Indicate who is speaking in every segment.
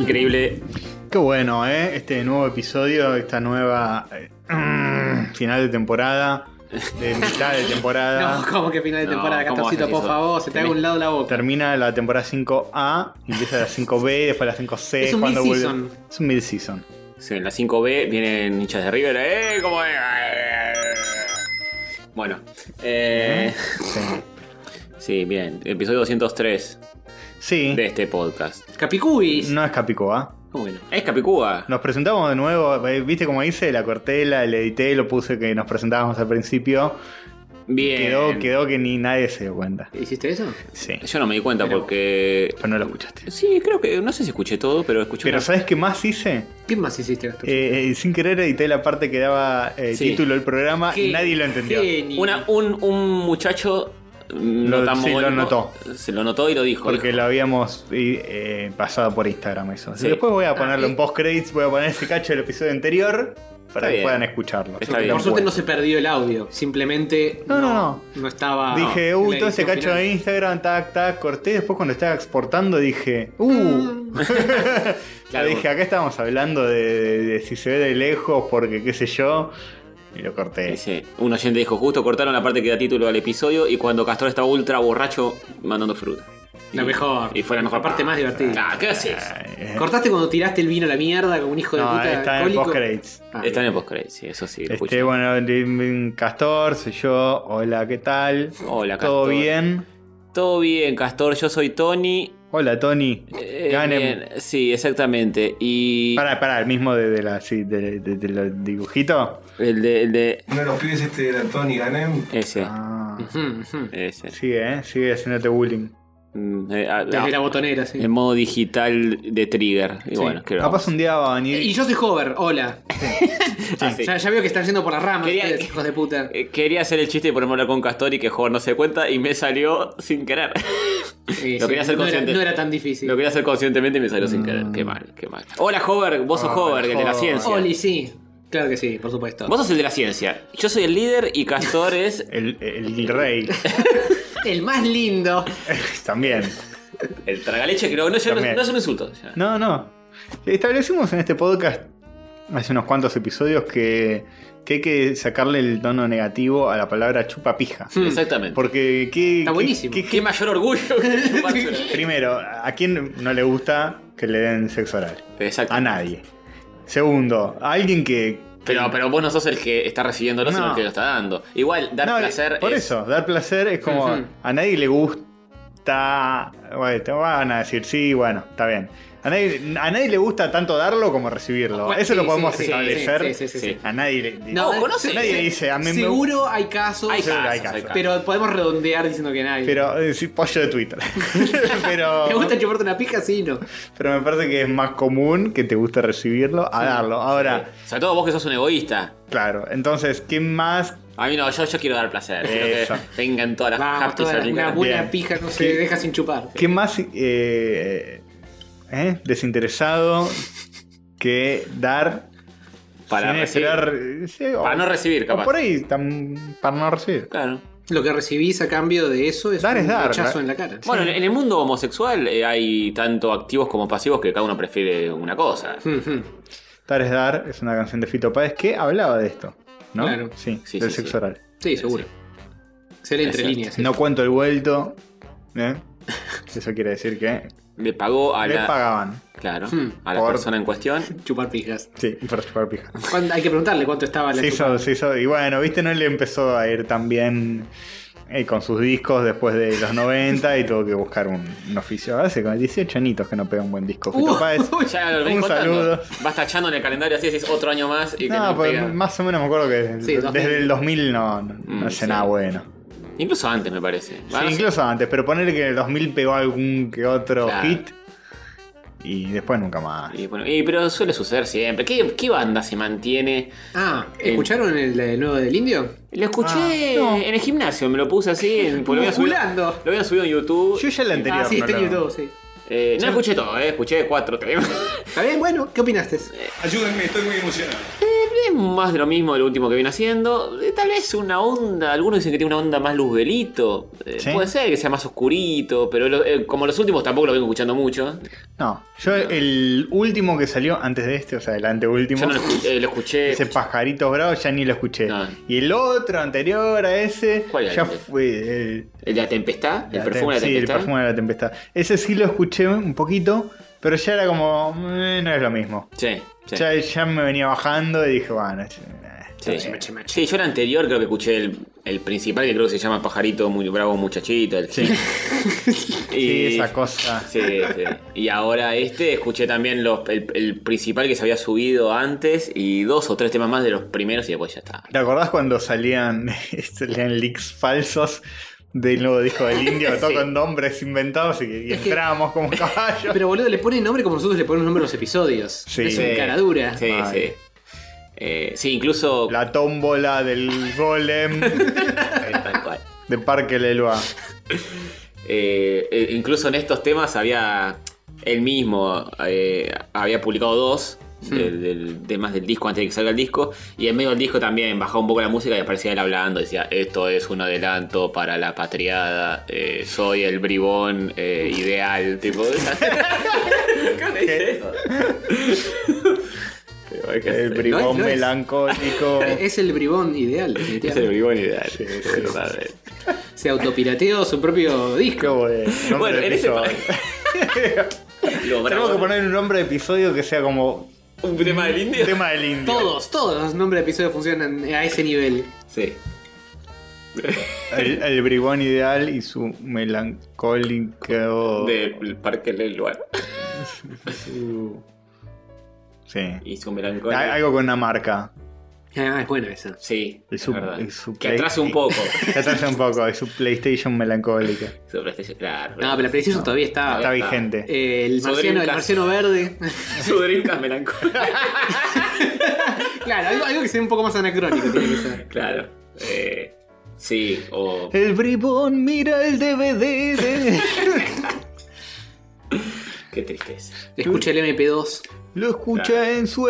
Speaker 1: increíble.
Speaker 2: Qué bueno, ¿eh? Este nuevo episodio, esta nueva eh, final de temporada, de mitad de temporada.
Speaker 3: No, como que final de
Speaker 1: No,
Speaker 3: temporada,
Speaker 1: ¿cómo
Speaker 3: Castorcito,
Speaker 1: haces
Speaker 3: por
Speaker 1: eso?
Speaker 3: favor, se te haga
Speaker 1: Tenés-
Speaker 3: un lado la boca.
Speaker 2: Termina la temporada 5A, empieza la 5B, después la 5C.
Speaker 3: Es un
Speaker 2: cuando vuelve-
Speaker 3: mid-season.
Speaker 2: Es un mid-season.
Speaker 1: Sí, en la 5B vienen hinchas de River. ¡Eh! ¿Cómo es? Bueno. Eh,
Speaker 2: Sí.
Speaker 1: sí, bien. Episodio 203
Speaker 2: Sí,
Speaker 1: de este podcast.
Speaker 3: Capicubis.
Speaker 2: no es Capicúa.
Speaker 1: ¿Cómo que no? Es Capicúa.
Speaker 2: Nos presentamos de nuevo, eh, viste como hice, la corté, la la edité, lo puse que nos presentábamos al principio.
Speaker 1: Bien.
Speaker 2: Quedó, quedó que ni nadie se dio cuenta.
Speaker 3: ¿Hiciste eso?
Speaker 2: Sí.
Speaker 1: Yo no me di cuenta
Speaker 3: Pero-
Speaker 1: porque.
Speaker 2: Pero no lo escuchaste.
Speaker 1: Sí, creo que. No sé si escuché todo, pero escuché.
Speaker 2: Pero
Speaker 1: una-
Speaker 2: ¿sabes qué más hice?
Speaker 3: ¿Qué más hiciste, Castorcito?
Speaker 2: Eh, eh, sin querer edité la parte que daba eh,
Speaker 1: Sí.
Speaker 2: título del programa
Speaker 3: Qué
Speaker 2: y nadie lo entendió.
Speaker 3: genio.
Speaker 1: una- un, un muchacho. mm,
Speaker 2: Lo-
Speaker 1: no tan
Speaker 2: sí, lo
Speaker 1: mogólico, Se lo notó y lo dijo.
Speaker 2: Porque
Speaker 1: dijo.
Speaker 2: lo habíamos eh, eh, pasado por Instagram eso. Así
Speaker 1: Sí.
Speaker 2: que Después voy a
Speaker 3: Ah,
Speaker 2: ponerlo
Speaker 3: y-
Speaker 2: en post credits, voy a poner ese cacho del episodio anterior para que
Speaker 1: bien.
Speaker 2: puedan escucharlo.
Speaker 1: Está
Speaker 2: Yo
Speaker 1: bien.
Speaker 2: lo
Speaker 3: Por suerte no
Speaker 2: encuentro.
Speaker 3: se perdió el audio, simplemente
Speaker 2: No, no, no.
Speaker 3: no estaba.
Speaker 2: Dije,
Speaker 3: en
Speaker 2: uy,
Speaker 3: la
Speaker 2: todo ese
Speaker 3: edición
Speaker 2: cacho
Speaker 3: final.
Speaker 2: de Instagram, tac, tac, corté. Después cuando estaba exportando dije,
Speaker 3: Mm.
Speaker 2: uh.
Speaker 1: Claro.
Speaker 2: dije, acá estábamos hablando de, de- de si se ve de lejos porque qué sé yo. Y lo corté.
Speaker 1: Dice, un oyente dijo, justo cortaron la parte que da título al episodio y cuando Castor estaba ultra borracho mandando fruta.
Speaker 3: La
Speaker 1: Y-
Speaker 3: mejor.
Speaker 1: Y fue la mejor
Speaker 3: parte más divertida.
Speaker 1: Ah, ¿qué haces?
Speaker 2: Eh,
Speaker 3: Cortaste cuando tiraste el vino a la mierda como un hijo de
Speaker 2: No,
Speaker 3: puta.
Speaker 2: está en
Speaker 3: alcohólico.
Speaker 2: post credits.
Speaker 3: Ah,
Speaker 1: Está en el post sí, eso sí, lo
Speaker 2: Este,
Speaker 1: escuché.
Speaker 2: bueno, Jim Castor, soy yo. Hola, ¿qué tal?
Speaker 1: Hola,
Speaker 2: ¿Todo
Speaker 1: Castor.
Speaker 2: bien?
Speaker 1: Todo bien, Castor, yo soy Tony.
Speaker 2: Hola, Tony.
Speaker 1: Eh,
Speaker 2: Ganem.
Speaker 1: bien, Sí, exactamente. Y
Speaker 2: Pará, pará, el mismo de, de la, sí, de- de- de los dibujitos.
Speaker 1: el de, el de
Speaker 4: Uno de los pibes este era Tony Ganem.
Speaker 1: ese,
Speaker 2: Ah,
Speaker 3: ujú, ujú.
Speaker 1: ese.
Speaker 2: sigue, ¿eh? Sigue haciéndote bullying.
Speaker 1: Mm, eh, ah,
Speaker 3: Desde
Speaker 1: ah,
Speaker 3: la botonera, sí.
Speaker 1: En modo digital de trigger. Y bueno, creo.
Speaker 2: Capaz un día va a venir.
Speaker 3: Y yo soy Hover, hola.
Speaker 1: Ah, sí.
Speaker 3: Ya, ya veo que están yendo por las ramas,
Speaker 1: Quería-
Speaker 3: ustedes, hijos de puta.
Speaker 1: Eh, Quería hacer el chiste y ponerme a hablar con Castor y que Jorge no se dé cuenta y me salió sin querer.
Speaker 3: Sí,
Speaker 1: lo quería hacer
Speaker 3: no, era,
Speaker 1: consciente.
Speaker 3: no era tan difícil.
Speaker 1: Lo quería hacer conscientemente y me salió sin querer. Qué mal, qué mal. Hola, Hover. Vos sos
Speaker 2: Hola,
Speaker 1: Hover, el de la
Speaker 2: Mm. Ah, Hover.
Speaker 1: ciencia.
Speaker 3: Oli, sí. Claro que sí, por supuesto.
Speaker 1: Vos sos el de la ciencia. Yo soy el líder y Castor es
Speaker 2: El, el rey.
Speaker 3: El más lindo.
Speaker 2: También.
Speaker 1: el tragaleche. Creo no, ya no,
Speaker 2: También.
Speaker 1: no es un insulto. ya.
Speaker 2: No, no. Establecimos en este podcast hace unos cuantos episodios que, que hay que sacarle el tono negativo a la palabra chupapija.
Speaker 3: Hmm.
Speaker 1: Exactamente.
Speaker 2: Porque qué.
Speaker 3: Está
Speaker 2: qué-
Speaker 3: buenísimo.
Speaker 2: qué-
Speaker 1: Qué mayor orgullo. que chupárselo.
Speaker 2: primero, ¿a quién no le gusta que le den sexo oral?
Speaker 1: Exacto.
Speaker 2: A nadie. Segundo, a alguien que.
Speaker 1: Pero, pero vos no sos el que está recibiéndolo, sino
Speaker 2: No.
Speaker 1: el que lo está dando. Igual, dar
Speaker 2: No,
Speaker 1: placer
Speaker 2: Por
Speaker 1: es-
Speaker 2: eso, dar placer es como.
Speaker 3: Ujú.
Speaker 2: A nadie le gusta. Bueno, te van a decir, sí, bueno, está bien. A nadie, a nadie le gusta tanto darlo como recibirlo.
Speaker 3: Bueno,
Speaker 2: Eso
Speaker 3: sí,
Speaker 2: lo
Speaker 3: sí,
Speaker 2: podemos
Speaker 3: sí,
Speaker 2: establecer.
Speaker 3: sí, sí, sí, sí.
Speaker 2: A nadie le.
Speaker 3: No,
Speaker 1: No, conoce.
Speaker 2: nadie dice, a mí me-
Speaker 3: Seguro hay casos,
Speaker 1: Hay
Speaker 2: Seguro
Speaker 1: casos,
Speaker 2: hay casos.
Speaker 1: hay casos.
Speaker 3: pero podemos redondear diciendo que nadie.
Speaker 2: Pero eh, sí, pollo de Twitter. pero,
Speaker 3: ¿Te gusta chuparte una pija? Sí, no.
Speaker 2: pero me parece que es más común que te guste recibirlo a darlo. Ahora,
Speaker 1: Sobre todo vos que sos un egoísta.
Speaker 2: claro, entonces, ¿quién más?
Speaker 1: A mí no, yo, yo quiero dar placer. Quiero
Speaker 2: Eso.
Speaker 1: que vengan todas las
Speaker 3: Vamos,
Speaker 1: partes
Speaker 3: toda
Speaker 1: a
Speaker 3: la-
Speaker 1: mi
Speaker 3: una
Speaker 1: cara.
Speaker 3: buena
Speaker 2: Bien.
Speaker 3: pija no se
Speaker 2: Sí.
Speaker 3: deja sin chupar.
Speaker 2: ¿Quién más eh, eh, desinteresado que dar
Speaker 1: Para
Speaker 2: sin
Speaker 1: recibir.
Speaker 2: esperar, eh, sí, o-
Speaker 1: Para no recibir,
Speaker 2: o
Speaker 1: capaz.
Speaker 2: por ahí, tam- para no recibir.
Speaker 1: Claro.
Speaker 3: Lo que recibís a cambio de eso es
Speaker 2: Dar es
Speaker 3: un
Speaker 2: dar,
Speaker 3: rechazo
Speaker 2: ¿no?
Speaker 3: en la cara.
Speaker 1: Bueno, en el mundo homosexual eh, hay tanto activos como pasivos que cada uno prefiere una cosa.
Speaker 3: Ujú.
Speaker 2: Dar es dar es una canción de Fito Páez que hablaba de esto, ¿no?
Speaker 3: Claro.
Speaker 2: Sí,
Speaker 1: Sí,
Speaker 2: del
Speaker 1: sí,
Speaker 2: sexo
Speaker 1: sí.
Speaker 2: oral.
Speaker 3: Sí, seguro. Se lee entre
Speaker 1: Exacto.
Speaker 3: líneas. ¿eh? sí.
Speaker 2: No cuento el vuelto. ¿eh? Eso quiere decir que
Speaker 1: Le pagó a
Speaker 2: le
Speaker 1: la,
Speaker 2: pagaban.
Speaker 1: claro,
Speaker 3: Hmm.
Speaker 1: a la
Speaker 2: Por-
Speaker 1: persona en cuestión.
Speaker 3: Chupar pijas.
Speaker 2: Sí, para chupar pija.
Speaker 3: ¿Cuándo- Hay que preguntarle cuánto estaba la
Speaker 2: Se
Speaker 3: chupada.
Speaker 2: hizo, se hizo- y bueno, viste, no le empezó a ir tan bien eh, con sus discos después de los 90 y tuvo que buscar un, un oficio. Hace con 18 añitos que no pega un buen disco. Fito
Speaker 3: Uh,
Speaker 2: Páez.
Speaker 3: uy,
Speaker 1: Ya lo venís
Speaker 2: Un
Speaker 1: contando.
Speaker 2: saludo.
Speaker 1: Vas tachando en el calendario así, decís otro año más y que
Speaker 2: No,
Speaker 1: no
Speaker 2: pues,
Speaker 1: pega.
Speaker 2: más o menos me acuerdo que
Speaker 3: Sí, 2000.
Speaker 2: desde el 2000 no, no, no
Speaker 1: Mm,
Speaker 2: hace
Speaker 1: sí. Ah,
Speaker 2: nada bueno.
Speaker 1: Incluso antes, me parece.
Speaker 2: Sí,
Speaker 1: Va, no sé.
Speaker 2: incluso antes, pero ponerle que en el 2000 pegó algún que otro
Speaker 1: Claro.
Speaker 2: hit y después nunca más.
Speaker 1: Y bueno, y- pero suele suceder siempre. ¿Qué, qué banda se mantiene?
Speaker 3: Ah, ¿escucharon el, eh, nuevo del indio?
Speaker 1: Lo escuché
Speaker 2: Ah, no.
Speaker 1: en el gimnasio, me lo puse así. en- porque Lo había subido,
Speaker 3: Musculando.
Speaker 1: lo había subido en YouTube.
Speaker 2: Yo ya el anterior.
Speaker 3: Ah, sí,
Speaker 2: no
Speaker 3: está en
Speaker 2: lo-
Speaker 3: YouTube, sí.
Speaker 1: Eh, no escuché todo, eh, escuché cuatro temas.
Speaker 3: Está bien, bueno, ¿qué opinaste?
Speaker 4: Ayúdenme, estoy muy emocionado.
Speaker 1: es más de lo mismo del último que viene haciendo. Eh, Tal vez una onda, algunos dicen que tiene una onda más luzbelito. Eh,
Speaker 2: Sí.
Speaker 1: Puede ser que sea más oscurito, pero lo- eh, como los últimos tampoco lo vengo escuchando mucho.
Speaker 2: No, yo el último que salió antes de este, o sea, el anteúltimo,
Speaker 1: Yo no lo, escu- eh, lo escuché.
Speaker 2: ese Pajarito Bravo ya ni lo escuché.
Speaker 1: No.
Speaker 2: Y el otro anterior a ese,
Speaker 1: ¿Cuál era
Speaker 2: ya
Speaker 1: el de-
Speaker 2: fue el,
Speaker 1: ¿El de la tempestad? ¿El
Speaker 2: la
Speaker 1: perfume de la
Speaker 2: tem- sí, el
Speaker 1: tempestad?
Speaker 2: perfume de la tempestad. Ese sí lo escuché un poquito, pero ya era como, "Eh, no es lo mismo.
Speaker 1: Sí, sí.
Speaker 2: Ya, ya me venía bajando y dije, bueno, eh, está
Speaker 1: Sí.
Speaker 2: bien".
Speaker 3: Machi, machi.
Speaker 1: Sí, yo el anterior creo que escuché el, el principal, que creo que se llama Pajarito Muy Bravo Muchachito, el sí.
Speaker 2: Sí, esa cosa.
Speaker 1: Sí, sí. Y ahora este, escuché también los, el, el principal que se había subido antes y dos o tres temas más de los primeros y después ya está.
Speaker 2: ¿Te acordás cuando salían, salían leaks falsos del nuevo disco del indio? Todo con nombres inventados y, que- y
Speaker 3: que-
Speaker 2: entramos como caballos.
Speaker 3: Pero boludo, le ponen nombre como nosotros le ponemos nombre a los episodios.
Speaker 2: Sí.
Speaker 3: Es una
Speaker 2: Sí.
Speaker 3: cara dura.
Speaker 1: Sí,
Speaker 2: Mal.
Speaker 1: sí. Eh, sí, incluso...
Speaker 2: La tómbola del golem
Speaker 1: Tal cual.
Speaker 2: de Parque Leloa.
Speaker 1: Eh, eh, incluso en estos temas había... Él mismo eh, había publicado dos del, del- temas del disco antes de que salga el disco. Y en medio del disco también bajaba un poco la música y aparecía él hablando. Decía, esto es un adelanto para la patriada. eh, soy el bribón eh, ideal. Tipo,
Speaker 2: Que- El
Speaker 3: No es,
Speaker 2: bribón
Speaker 3: no es.
Speaker 2: melancólico.
Speaker 3: Es el bribón ideal. definitivamente.
Speaker 1: Es el bribón ideal.
Speaker 2: Sí, sí,
Speaker 1: Totalmente.
Speaker 3: Se autopirateó su propio
Speaker 2: Qué
Speaker 3: disco.
Speaker 2: bueno. nombre
Speaker 1: Bueno,
Speaker 2: de
Speaker 1: en ese
Speaker 2: episodio.
Speaker 1: Lo
Speaker 2: Tenemos que
Speaker 1: bravo.
Speaker 2: poner un nombre de episodio que sea como
Speaker 1: ¿Un tema del indio?
Speaker 2: tema del indio.
Speaker 3: Todos, todos los nombres de episodios funcionan a ese nivel.
Speaker 1: Sí.
Speaker 2: El, el bribón ideal y su melancólico.
Speaker 1: Del parque del lugar.
Speaker 2: su- Sí.
Speaker 1: Y su melancolía.
Speaker 2: Al- Algo con una marca.
Speaker 3: Ah, es bueno eso.
Speaker 1: Sí,
Speaker 2: Y
Speaker 1: es
Speaker 2: su-
Speaker 1: verdad.
Speaker 2: y su
Speaker 1: que
Speaker 2: play-
Speaker 1: atrase un poco.
Speaker 2: Ya te hace un poco, es su PlayStation melancólica.
Speaker 1: Su PlayStation, claro.
Speaker 3: No, pero la PlayStation todavía está.
Speaker 1: está.
Speaker 2: Está vigente.
Speaker 3: Eh, el,
Speaker 1: Su
Speaker 3: marciano, el
Speaker 1: Dreamcast.
Speaker 3: marciano verde.
Speaker 1: Su Dreamcast melancólica.
Speaker 3: claro, algo, algo que sea un poco más anacrónico tiene que ser.
Speaker 1: claro. Eh, sí, o...
Speaker 2: El bribón mira el DVD de-
Speaker 1: Qué tristeza.
Speaker 3: Escucha el MP2.
Speaker 2: Lo escucha en su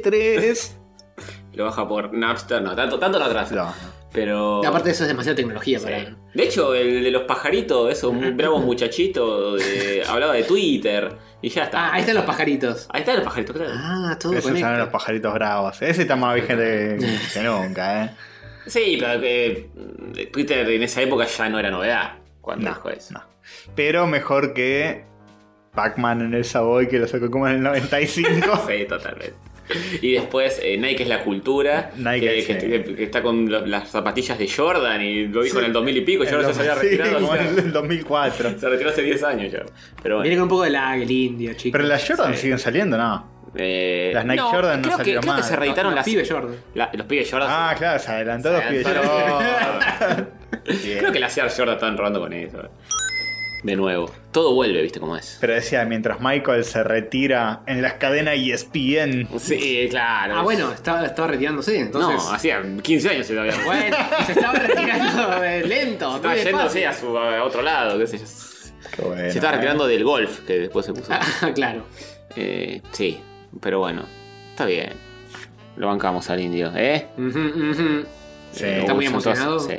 Speaker 2: MP3.
Speaker 1: Lo baja por Napster. No, tanto, tanto no atrasa.
Speaker 2: No.
Speaker 1: Pero...
Speaker 3: Aparte de eso es demasiada tecnología
Speaker 1: Oh. Sí.
Speaker 3: para.
Speaker 1: De hecho, el de los pajaritos, esos bravos muchachitos, de- hablaba de Twitter y ya está.
Speaker 3: Ah, ahí están los pajaritos.
Speaker 1: Ahí están los pajaritos, claro.
Speaker 3: Ah, todo
Speaker 2: Esos
Speaker 3: conecta.
Speaker 2: son los pajaritos bravos. Ese está más vigente que nunca, ¿eh?
Speaker 1: Sí, pero que mm, Twitter en esa época ya no era novedad cuando
Speaker 2: No,
Speaker 1: dijo eso.
Speaker 2: no. Pero mejor que Pac-Man en el Savoy que lo sacó como en el 95.
Speaker 1: Sí, totalmente. Y después eh, Nike es la cultura,
Speaker 2: Nike,
Speaker 1: que, que-
Speaker 2: sí.
Speaker 1: que- que está con lo- las zapatillas de Jordan y lo dijo
Speaker 2: Sí.
Speaker 1: en el 2000 y pico,
Speaker 2: En
Speaker 1: Jordan
Speaker 2: los-
Speaker 1: ya se había
Speaker 2: sí,
Speaker 1: retirado.
Speaker 2: como
Speaker 1: o
Speaker 2: en
Speaker 1: sea,
Speaker 2: el 2004.
Speaker 1: Se retiró hace 10 años ya. Pero bueno.
Speaker 3: Viene con un poco de lag el indio, chicos.
Speaker 2: Pero las Jordan siguen saliendo, ¿no?
Speaker 1: Eh,
Speaker 2: Las Nike Jordan
Speaker 1: creo
Speaker 2: no
Speaker 1: que,
Speaker 2: salieron
Speaker 1: creo que
Speaker 2: mal.
Speaker 1: se reeditaron
Speaker 3: Los
Speaker 1: las...
Speaker 3: pibes Jordan.
Speaker 1: la- los pibes Jordan.
Speaker 2: Ah, claro, se adelantó los
Speaker 1: Se
Speaker 2: pibes.
Speaker 1: adelantó.
Speaker 2: Jordan. Bien.
Speaker 1: Creo que la Sear Jordan estaban robando con eso. eh. De nuevo. Todo vuelve, viste cómo es.
Speaker 2: Pero decía, mientras Michael se retira en las cadenas E ESPN.
Speaker 1: Sí, claro.
Speaker 3: Ah, bueno, estaba, estaba retirándose, entonces.
Speaker 1: No, hacía 15 años se lo había
Speaker 3: Bueno, se estaba retirando eh, lento.
Speaker 1: Se estaba
Speaker 3: muy
Speaker 1: yéndose
Speaker 3: despacio.
Speaker 1: a, su, a otro lado, qué sé yo. Se
Speaker 2: Qué bueno,
Speaker 1: estaba
Speaker 2: eh.
Speaker 1: retirando del golf, que después se puso.
Speaker 3: Ah, claro.
Speaker 1: Eh, sí, pero bueno, está bien. Lo bancamos al indio, ¿eh?
Speaker 3: Ujú, ujú.
Speaker 2: Sí.
Speaker 1: Eh,
Speaker 3: Está muy
Speaker 1: usan todas-
Speaker 3: emocionado.
Speaker 1: Sí,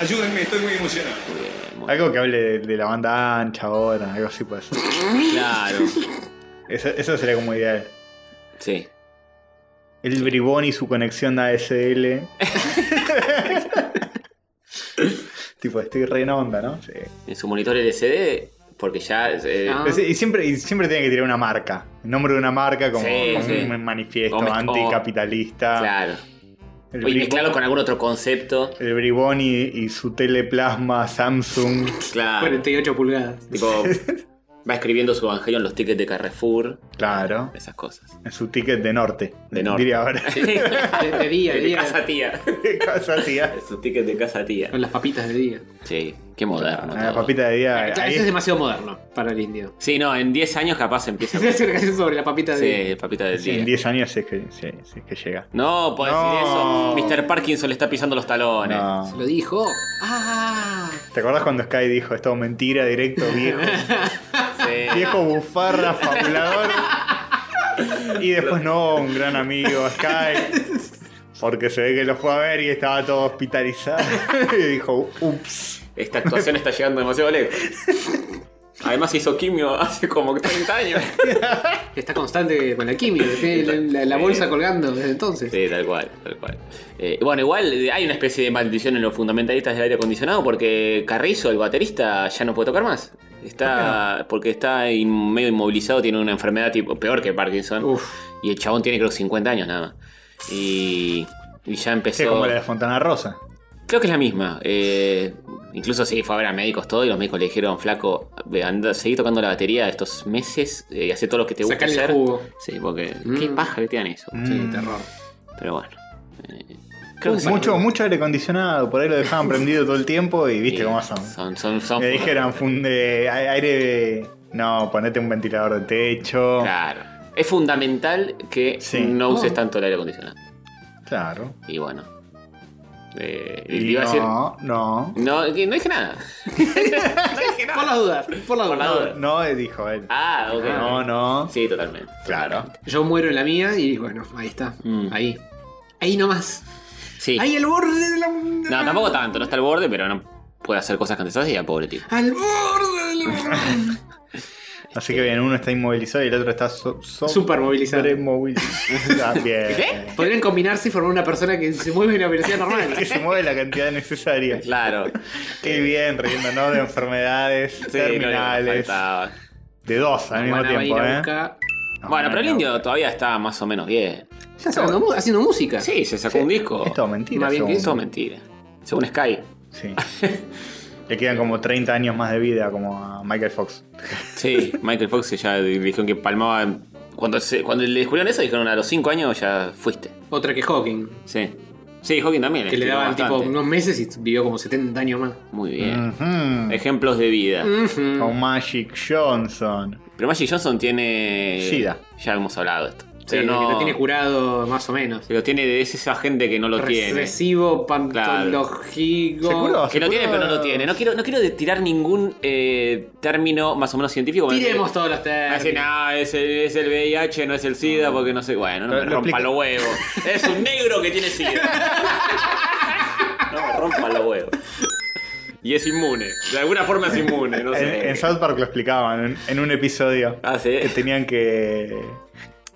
Speaker 4: Ayúdenme, estoy muy emocionado.
Speaker 1: muy bien, muy bien.
Speaker 2: Algo que hable de, de la banda ancha ahora, algo así pues.
Speaker 1: Claro,
Speaker 2: Eso, eso sería como ideal.
Speaker 1: sí.
Speaker 2: El bribón y su conexión a ASL. tipo, estoy re en onda, ¿no? Sí.
Speaker 1: En su monitor LCD, porque ya. eh,
Speaker 3: Ah.
Speaker 2: Es- y, siempre, y siempre tiene que tirar una marca. El nombre de una marca como,
Speaker 1: Sí,
Speaker 2: como
Speaker 1: sí.
Speaker 2: un manifiesto
Speaker 1: O mez- o-
Speaker 2: anticapitalista.
Speaker 1: Claro.
Speaker 2: El
Speaker 1: Y
Speaker 2: bribón-
Speaker 1: mezclarlo con algún otro concepto.
Speaker 2: El bribón y, y su teleplasma Samsung.
Speaker 1: Claro.
Speaker 3: 48 pulgadas.
Speaker 1: Tipo, va escribiendo su evangelio en los tickets de Carrefour,
Speaker 2: Claro.
Speaker 1: esas cosas.
Speaker 2: En su ticket de norte.
Speaker 1: De norte.
Speaker 2: Diría ahora.
Speaker 3: De, de día, de
Speaker 1: de
Speaker 3: día.
Speaker 1: casa tía.
Speaker 2: Qué cosa, tía.
Speaker 1: Su ticket de casa tía.
Speaker 3: Con las papitas de día.
Speaker 1: Sí, qué moderno.
Speaker 2: Ah,
Speaker 1: todo.
Speaker 2: papita de día.
Speaker 3: Claro,
Speaker 2: ahí-
Speaker 3: eso es demasiado moderno para el indio.
Speaker 1: Sí, no, en 10 años capaz empieza.
Speaker 3: Se hace una canción sobre la papita de día.
Speaker 1: sí, papita del
Speaker 2: sí, en
Speaker 1: día.
Speaker 2: 10 años si es que, si- si es que llega.
Speaker 1: No, puedes
Speaker 2: No.
Speaker 1: decir eso. Mr. Parkinson le está pisando los talones.
Speaker 2: No.
Speaker 3: Se lo dijo. ¡Ah!
Speaker 2: ¿Te acordás cuando Sky dijo esto mentira, directo, viejo?
Speaker 1: Sí.
Speaker 2: viejo bufarra, fabulador. Y después no, un gran amigo, Sky. Porque se ve que lo fue a ver y estaba todo hospitalizado. y dijo, ups.
Speaker 1: Esta actuación está llegando demasiado lejos. Además se hizo quimio hace como 30 años.
Speaker 3: Está constante con la quimio, tiene la, la- la bolsa colgando desde entonces.
Speaker 1: Sí, tal cual, tal cual. Eh, bueno, igual eh, hay una especie de maldición en los fundamentalistas del aire acondicionado porque Carrizo, el baterista, ya no puede tocar más. Está porque está in- medio inmovilizado, tiene una enfermedad tipo peor que Parkinson.
Speaker 3: Uf.
Speaker 1: Y el chabón tiene creo 50 años nada más. Y, y ya
Speaker 2: Sí,
Speaker 1: empezó...
Speaker 2: como la de Fontana Rosa.
Speaker 1: Creo que es la misma. Eh, incluso sí, fue a ver a médicos todo y los médicos le dijeron, flaco, ve, anda, seguí tocando la batería estos meses eh, y hace todo lo que te gusta
Speaker 3: Sacale el
Speaker 1: hacer.
Speaker 3: jugo.
Speaker 1: Sí, porque
Speaker 3: Mm.
Speaker 1: qué paja que te dan eso.
Speaker 2: Mm.
Speaker 3: Sí, terror.
Speaker 1: Pero bueno. eh, creo que sí.
Speaker 2: mucho, mucho aire acondicionado, por ahí lo dejaban prendido todo el tiempo y viste
Speaker 1: Sí,
Speaker 2: cómo son.
Speaker 1: Son, son, son-
Speaker 2: Le dijeron fun- eh, a- aire. No, ponete un ventilador de techo. Claro.
Speaker 1: Claro. Es fundamental que
Speaker 2: Sí.
Speaker 1: no uses
Speaker 3: Oh.
Speaker 1: tanto el aire acondicionado. Y bueno. Eh, le
Speaker 2: Y
Speaker 1: iba a decir.
Speaker 2: no, no.
Speaker 1: No, que no dije nada.
Speaker 3: Por las dudas, por las
Speaker 1: Por la
Speaker 3: dudas.
Speaker 1: duda.
Speaker 2: No, eh, dijo él.
Speaker 1: Ah, ok.
Speaker 2: no, no.
Speaker 1: Sí, totalmente.
Speaker 2: Claro.
Speaker 3: Yo muero en la mía y bueno, ahí está.
Speaker 1: Mm.
Speaker 3: Ahí. Ahí nomás.
Speaker 1: Sí.
Speaker 3: Ahí al borde de la.
Speaker 1: No, tampoco tanto, no está al borde, pero no puede hacer cosas que antes hacía, pobre tío.
Speaker 3: Al borde de la.
Speaker 2: Así
Speaker 1: Este,
Speaker 2: que bien, uno está inmovilizado y el otro está so, so-
Speaker 3: Supermovilizado.
Speaker 2: sobremovilizado. Ah, bien.
Speaker 1: ¿Qué?
Speaker 3: Podrían combinarse y formar una persona que se mueve a una velocidad normal.
Speaker 2: Que se mueve la cantidad necesaria.
Speaker 1: Claro.
Speaker 2: Qué bien, riéndonos de enfermedades
Speaker 1: Sí, no, no,
Speaker 2: terminales.
Speaker 1: faltaba.
Speaker 2: de dos al mismo
Speaker 3: Van a
Speaker 2: tiempo,
Speaker 3: ir
Speaker 2: ¿eh?
Speaker 3: a buscar-
Speaker 2: No,
Speaker 1: bueno,
Speaker 2: no,
Speaker 1: pero el
Speaker 2: no.
Speaker 1: indio todavía está más o menos bien.
Speaker 3: Ya sacando mu- haciendo música.
Speaker 1: Sí, se sacó un disco.
Speaker 2: Es todo mentira.
Speaker 3: Más bien que
Speaker 2: según-
Speaker 1: Eso es mentira. Según Sky.
Speaker 2: Sí. Le quedan como 30 años más de vida como a Michael Fox.
Speaker 1: Sí, Michael Fox ya dijeron que palmaba. en- Cuando, se- cuando le descubrieron eso, dijeron a los 5 años ya fuiste.
Speaker 3: Otra que Hawking.
Speaker 1: Sí. Sí, Hawking también.
Speaker 3: Que le
Speaker 1: estiró
Speaker 3: daban tipo
Speaker 1: bastante.
Speaker 3: unos meses y vivió como 70 años más.
Speaker 1: Muy bien.
Speaker 2: Ujú.
Speaker 1: Ejemplos de vida.
Speaker 3: Ujú.
Speaker 2: Con Magic Johnson.
Speaker 1: Pero Magic Johnson tiene.
Speaker 2: Sida.
Speaker 1: Ya hemos hablado de esto.
Speaker 3: Sí,
Speaker 1: Pero no.
Speaker 3: que lo tiene curado más o menos.
Speaker 1: Pero tiene de es esa gente que no lo tiene.
Speaker 3: Recesivo, pantológico.
Speaker 2: ¿Se curó?
Speaker 1: Que lo tiene, pero no lo
Speaker 2: Seguro-
Speaker 1: tiene. No quiero, no quiero de- tirar ningún eh, término más o menos científico. porque-
Speaker 3: Tiremos todos los
Speaker 1: Me dice,
Speaker 3: términos.
Speaker 1: no, es el, es el VIH, no es el SIDA, porque no sé. Bueno, no me
Speaker 2: Lo- lo
Speaker 1: rompa
Speaker 2: explica-
Speaker 1: los huevos. Es un negro que tiene SIDA. No me rompa los huevos. Y es inmune. De alguna forma es inmune, no
Speaker 2: En,
Speaker 1: sé.
Speaker 2: en South Park lo explicaban en, en un episodio.
Speaker 1: Ah, sí.
Speaker 2: Que tenían que.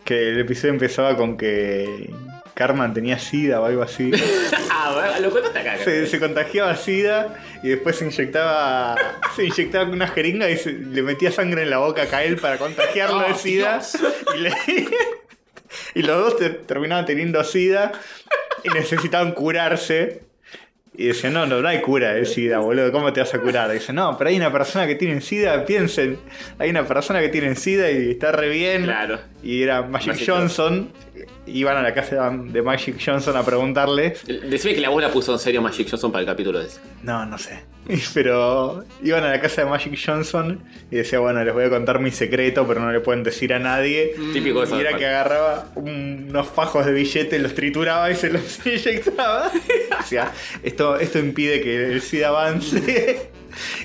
Speaker 2: Que el episodio empezaba con que. Carmen tenía SIDA o algo así.
Speaker 1: Ah, bueno, lo contaste acá.
Speaker 2: Se,
Speaker 1: creo.
Speaker 2: se contagiaba SIDA y después se inyectaba. Se inyectaba con una jeringa y se- le metía sangre en la boca a Kael para contagiarlo de
Speaker 3: Oh,
Speaker 2: SIDA. Y, le- y los dos te- terminaban teniendo SIDA y necesitaban curarse. Y dice, no, no, no hay cura de SIDA, boludo, ¿cómo te vas a curar? Dice, no, pero hay una persona que tiene SIDA, piensen, hay una persona que tiene SIDA y está re bien.
Speaker 1: Claro.
Speaker 2: Y era Magic,
Speaker 1: Magic
Speaker 2: Johnson. Iban a la casa de Magic Johnson a preguntarle.
Speaker 1: Decime que la abuela puso en serio Magic Johnson para el capítulo ese.
Speaker 2: No, no sé. Pero iban a la casa de Magic Johnson y decía, bueno, les voy a contar mi secreto, pero no le pueden decir a nadie.
Speaker 1: Mm. Típico de
Speaker 2: Y
Speaker 1: South
Speaker 2: era
Speaker 1: Park.
Speaker 2: que agarraba un- unos fajos de billetes, los trituraba y se los inyectaba. o sea, esto, esto impide que el SIDA avance.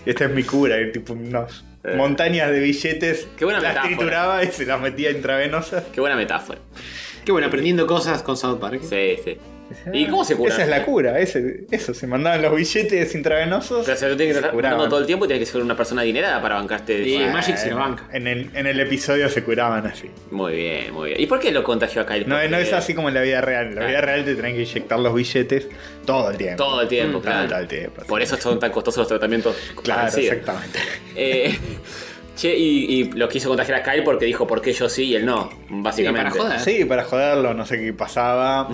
Speaker 2: Esta es mi cura, y tipo unas
Speaker 1: Eh.
Speaker 2: montañas de billetes.
Speaker 1: Qué buena
Speaker 2: las
Speaker 1: metáfora.
Speaker 2: trituraba y se las metía intravenosas.
Speaker 1: Qué buena metáfora.
Speaker 3: Qué bueno, aprendiendo cosas con South Park.
Speaker 1: Sí, sí. ¿Y cómo se cura?
Speaker 2: Esa es la cura, ese- eso, se mandaban los billetes intravenosos.
Speaker 1: Pero se lo tiene que
Speaker 2: se
Speaker 1: estar
Speaker 2: curaban.
Speaker 1: curando todo el tiempo y tiene que ser una persona adinerada para bancarte. de-
Speaker 3: Sí.
Speaker 1: Bueno,
Speaker 3: Magic se la banca.
Speaker 2: Eh, En el, en el episodio se curaban así.
Speaker 1: Muy bien, muy bien. ¿Y por qué lo contagió acá el
Speaker 2: No, no es así como en la vida real. En la vida real te tienen que inyectar los billetes todo el tiempo.
Speaker 1: Todo el tiempo,
Speaker 3: Mm,
Speaker 1: claro.
Speaker 2: todo el tiempo.
Speaker 1: Por eso son tan costosos los tratamientos. con
Speaker 2: Claro,
Speaker 1: el SIDA.
Speaker 2: exactamente.
Speaker 1: Eh, che, y, y lo quiso contagiar a Kyle porque dijo por qué yo sí y él no, básicamente.
Speaker 3: Sí, para joder.
Speaker 2: Sí, para joderlo, no sé qué pasaba.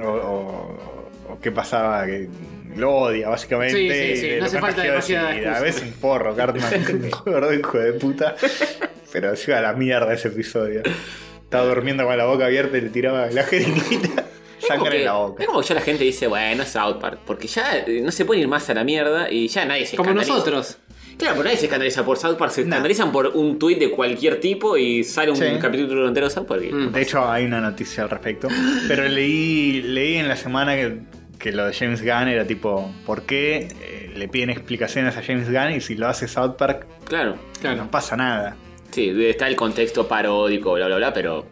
Speaker 2: o, o- o qué pasaba, que lo odia, básicamente.
Speaker 3: Sí, sí, sí,
Speaker 2: y le-
Speaker 3: no
Speaker 2: lo
Speaker 3: hace falta
Speaker 2: contagió de
Speaker 3: demasiada
Speaker 2: SIDA.
Speaker 3: excusa.
Speaker 2: A veces un porro, Cartman. Gordo hijo de puta. Pero se iba a la mierda ese episodio. Estaba durmiendo con la boca abierta y le tiraba la jeringuita.
Speaker 1: Es como,
Speaker 2: Sangre
Speaker 1: que,
Speaker 2: en la boca.
Speaker 1: es como que ya la gente dice, bueno, es South Park, porque ya eh, no se pueden ir más a la mierda y ya nadie se
Speaker 3: Como
Speaker 1: escandaliza.
Speaker 3: nosotros.
Speaker 1: Claro, pero nadie se escandaliza por South Park, se
Speaker 2: No.
Speaker 1: escandalizan por un tuit de cualquier tipo y sale un
Speaker 2: Sí.
Speaker 1: capítulo entero de South Park. y-
Speaker 3: Mm.
Speaker 2: De hecho, hay una noticia al respecto. Pero leí, leí en la semana que, que lo de James Gunn era tipo, ¿por qué eh, le piden explicaciones a James Gunn y si lo hace South Park
Speaker 1: Claro,
Speaker 3: Claro.
Speaker 2: no pasa nada?
Speaker 1: sí, está el contexto paródico, bla, bla, bla, pero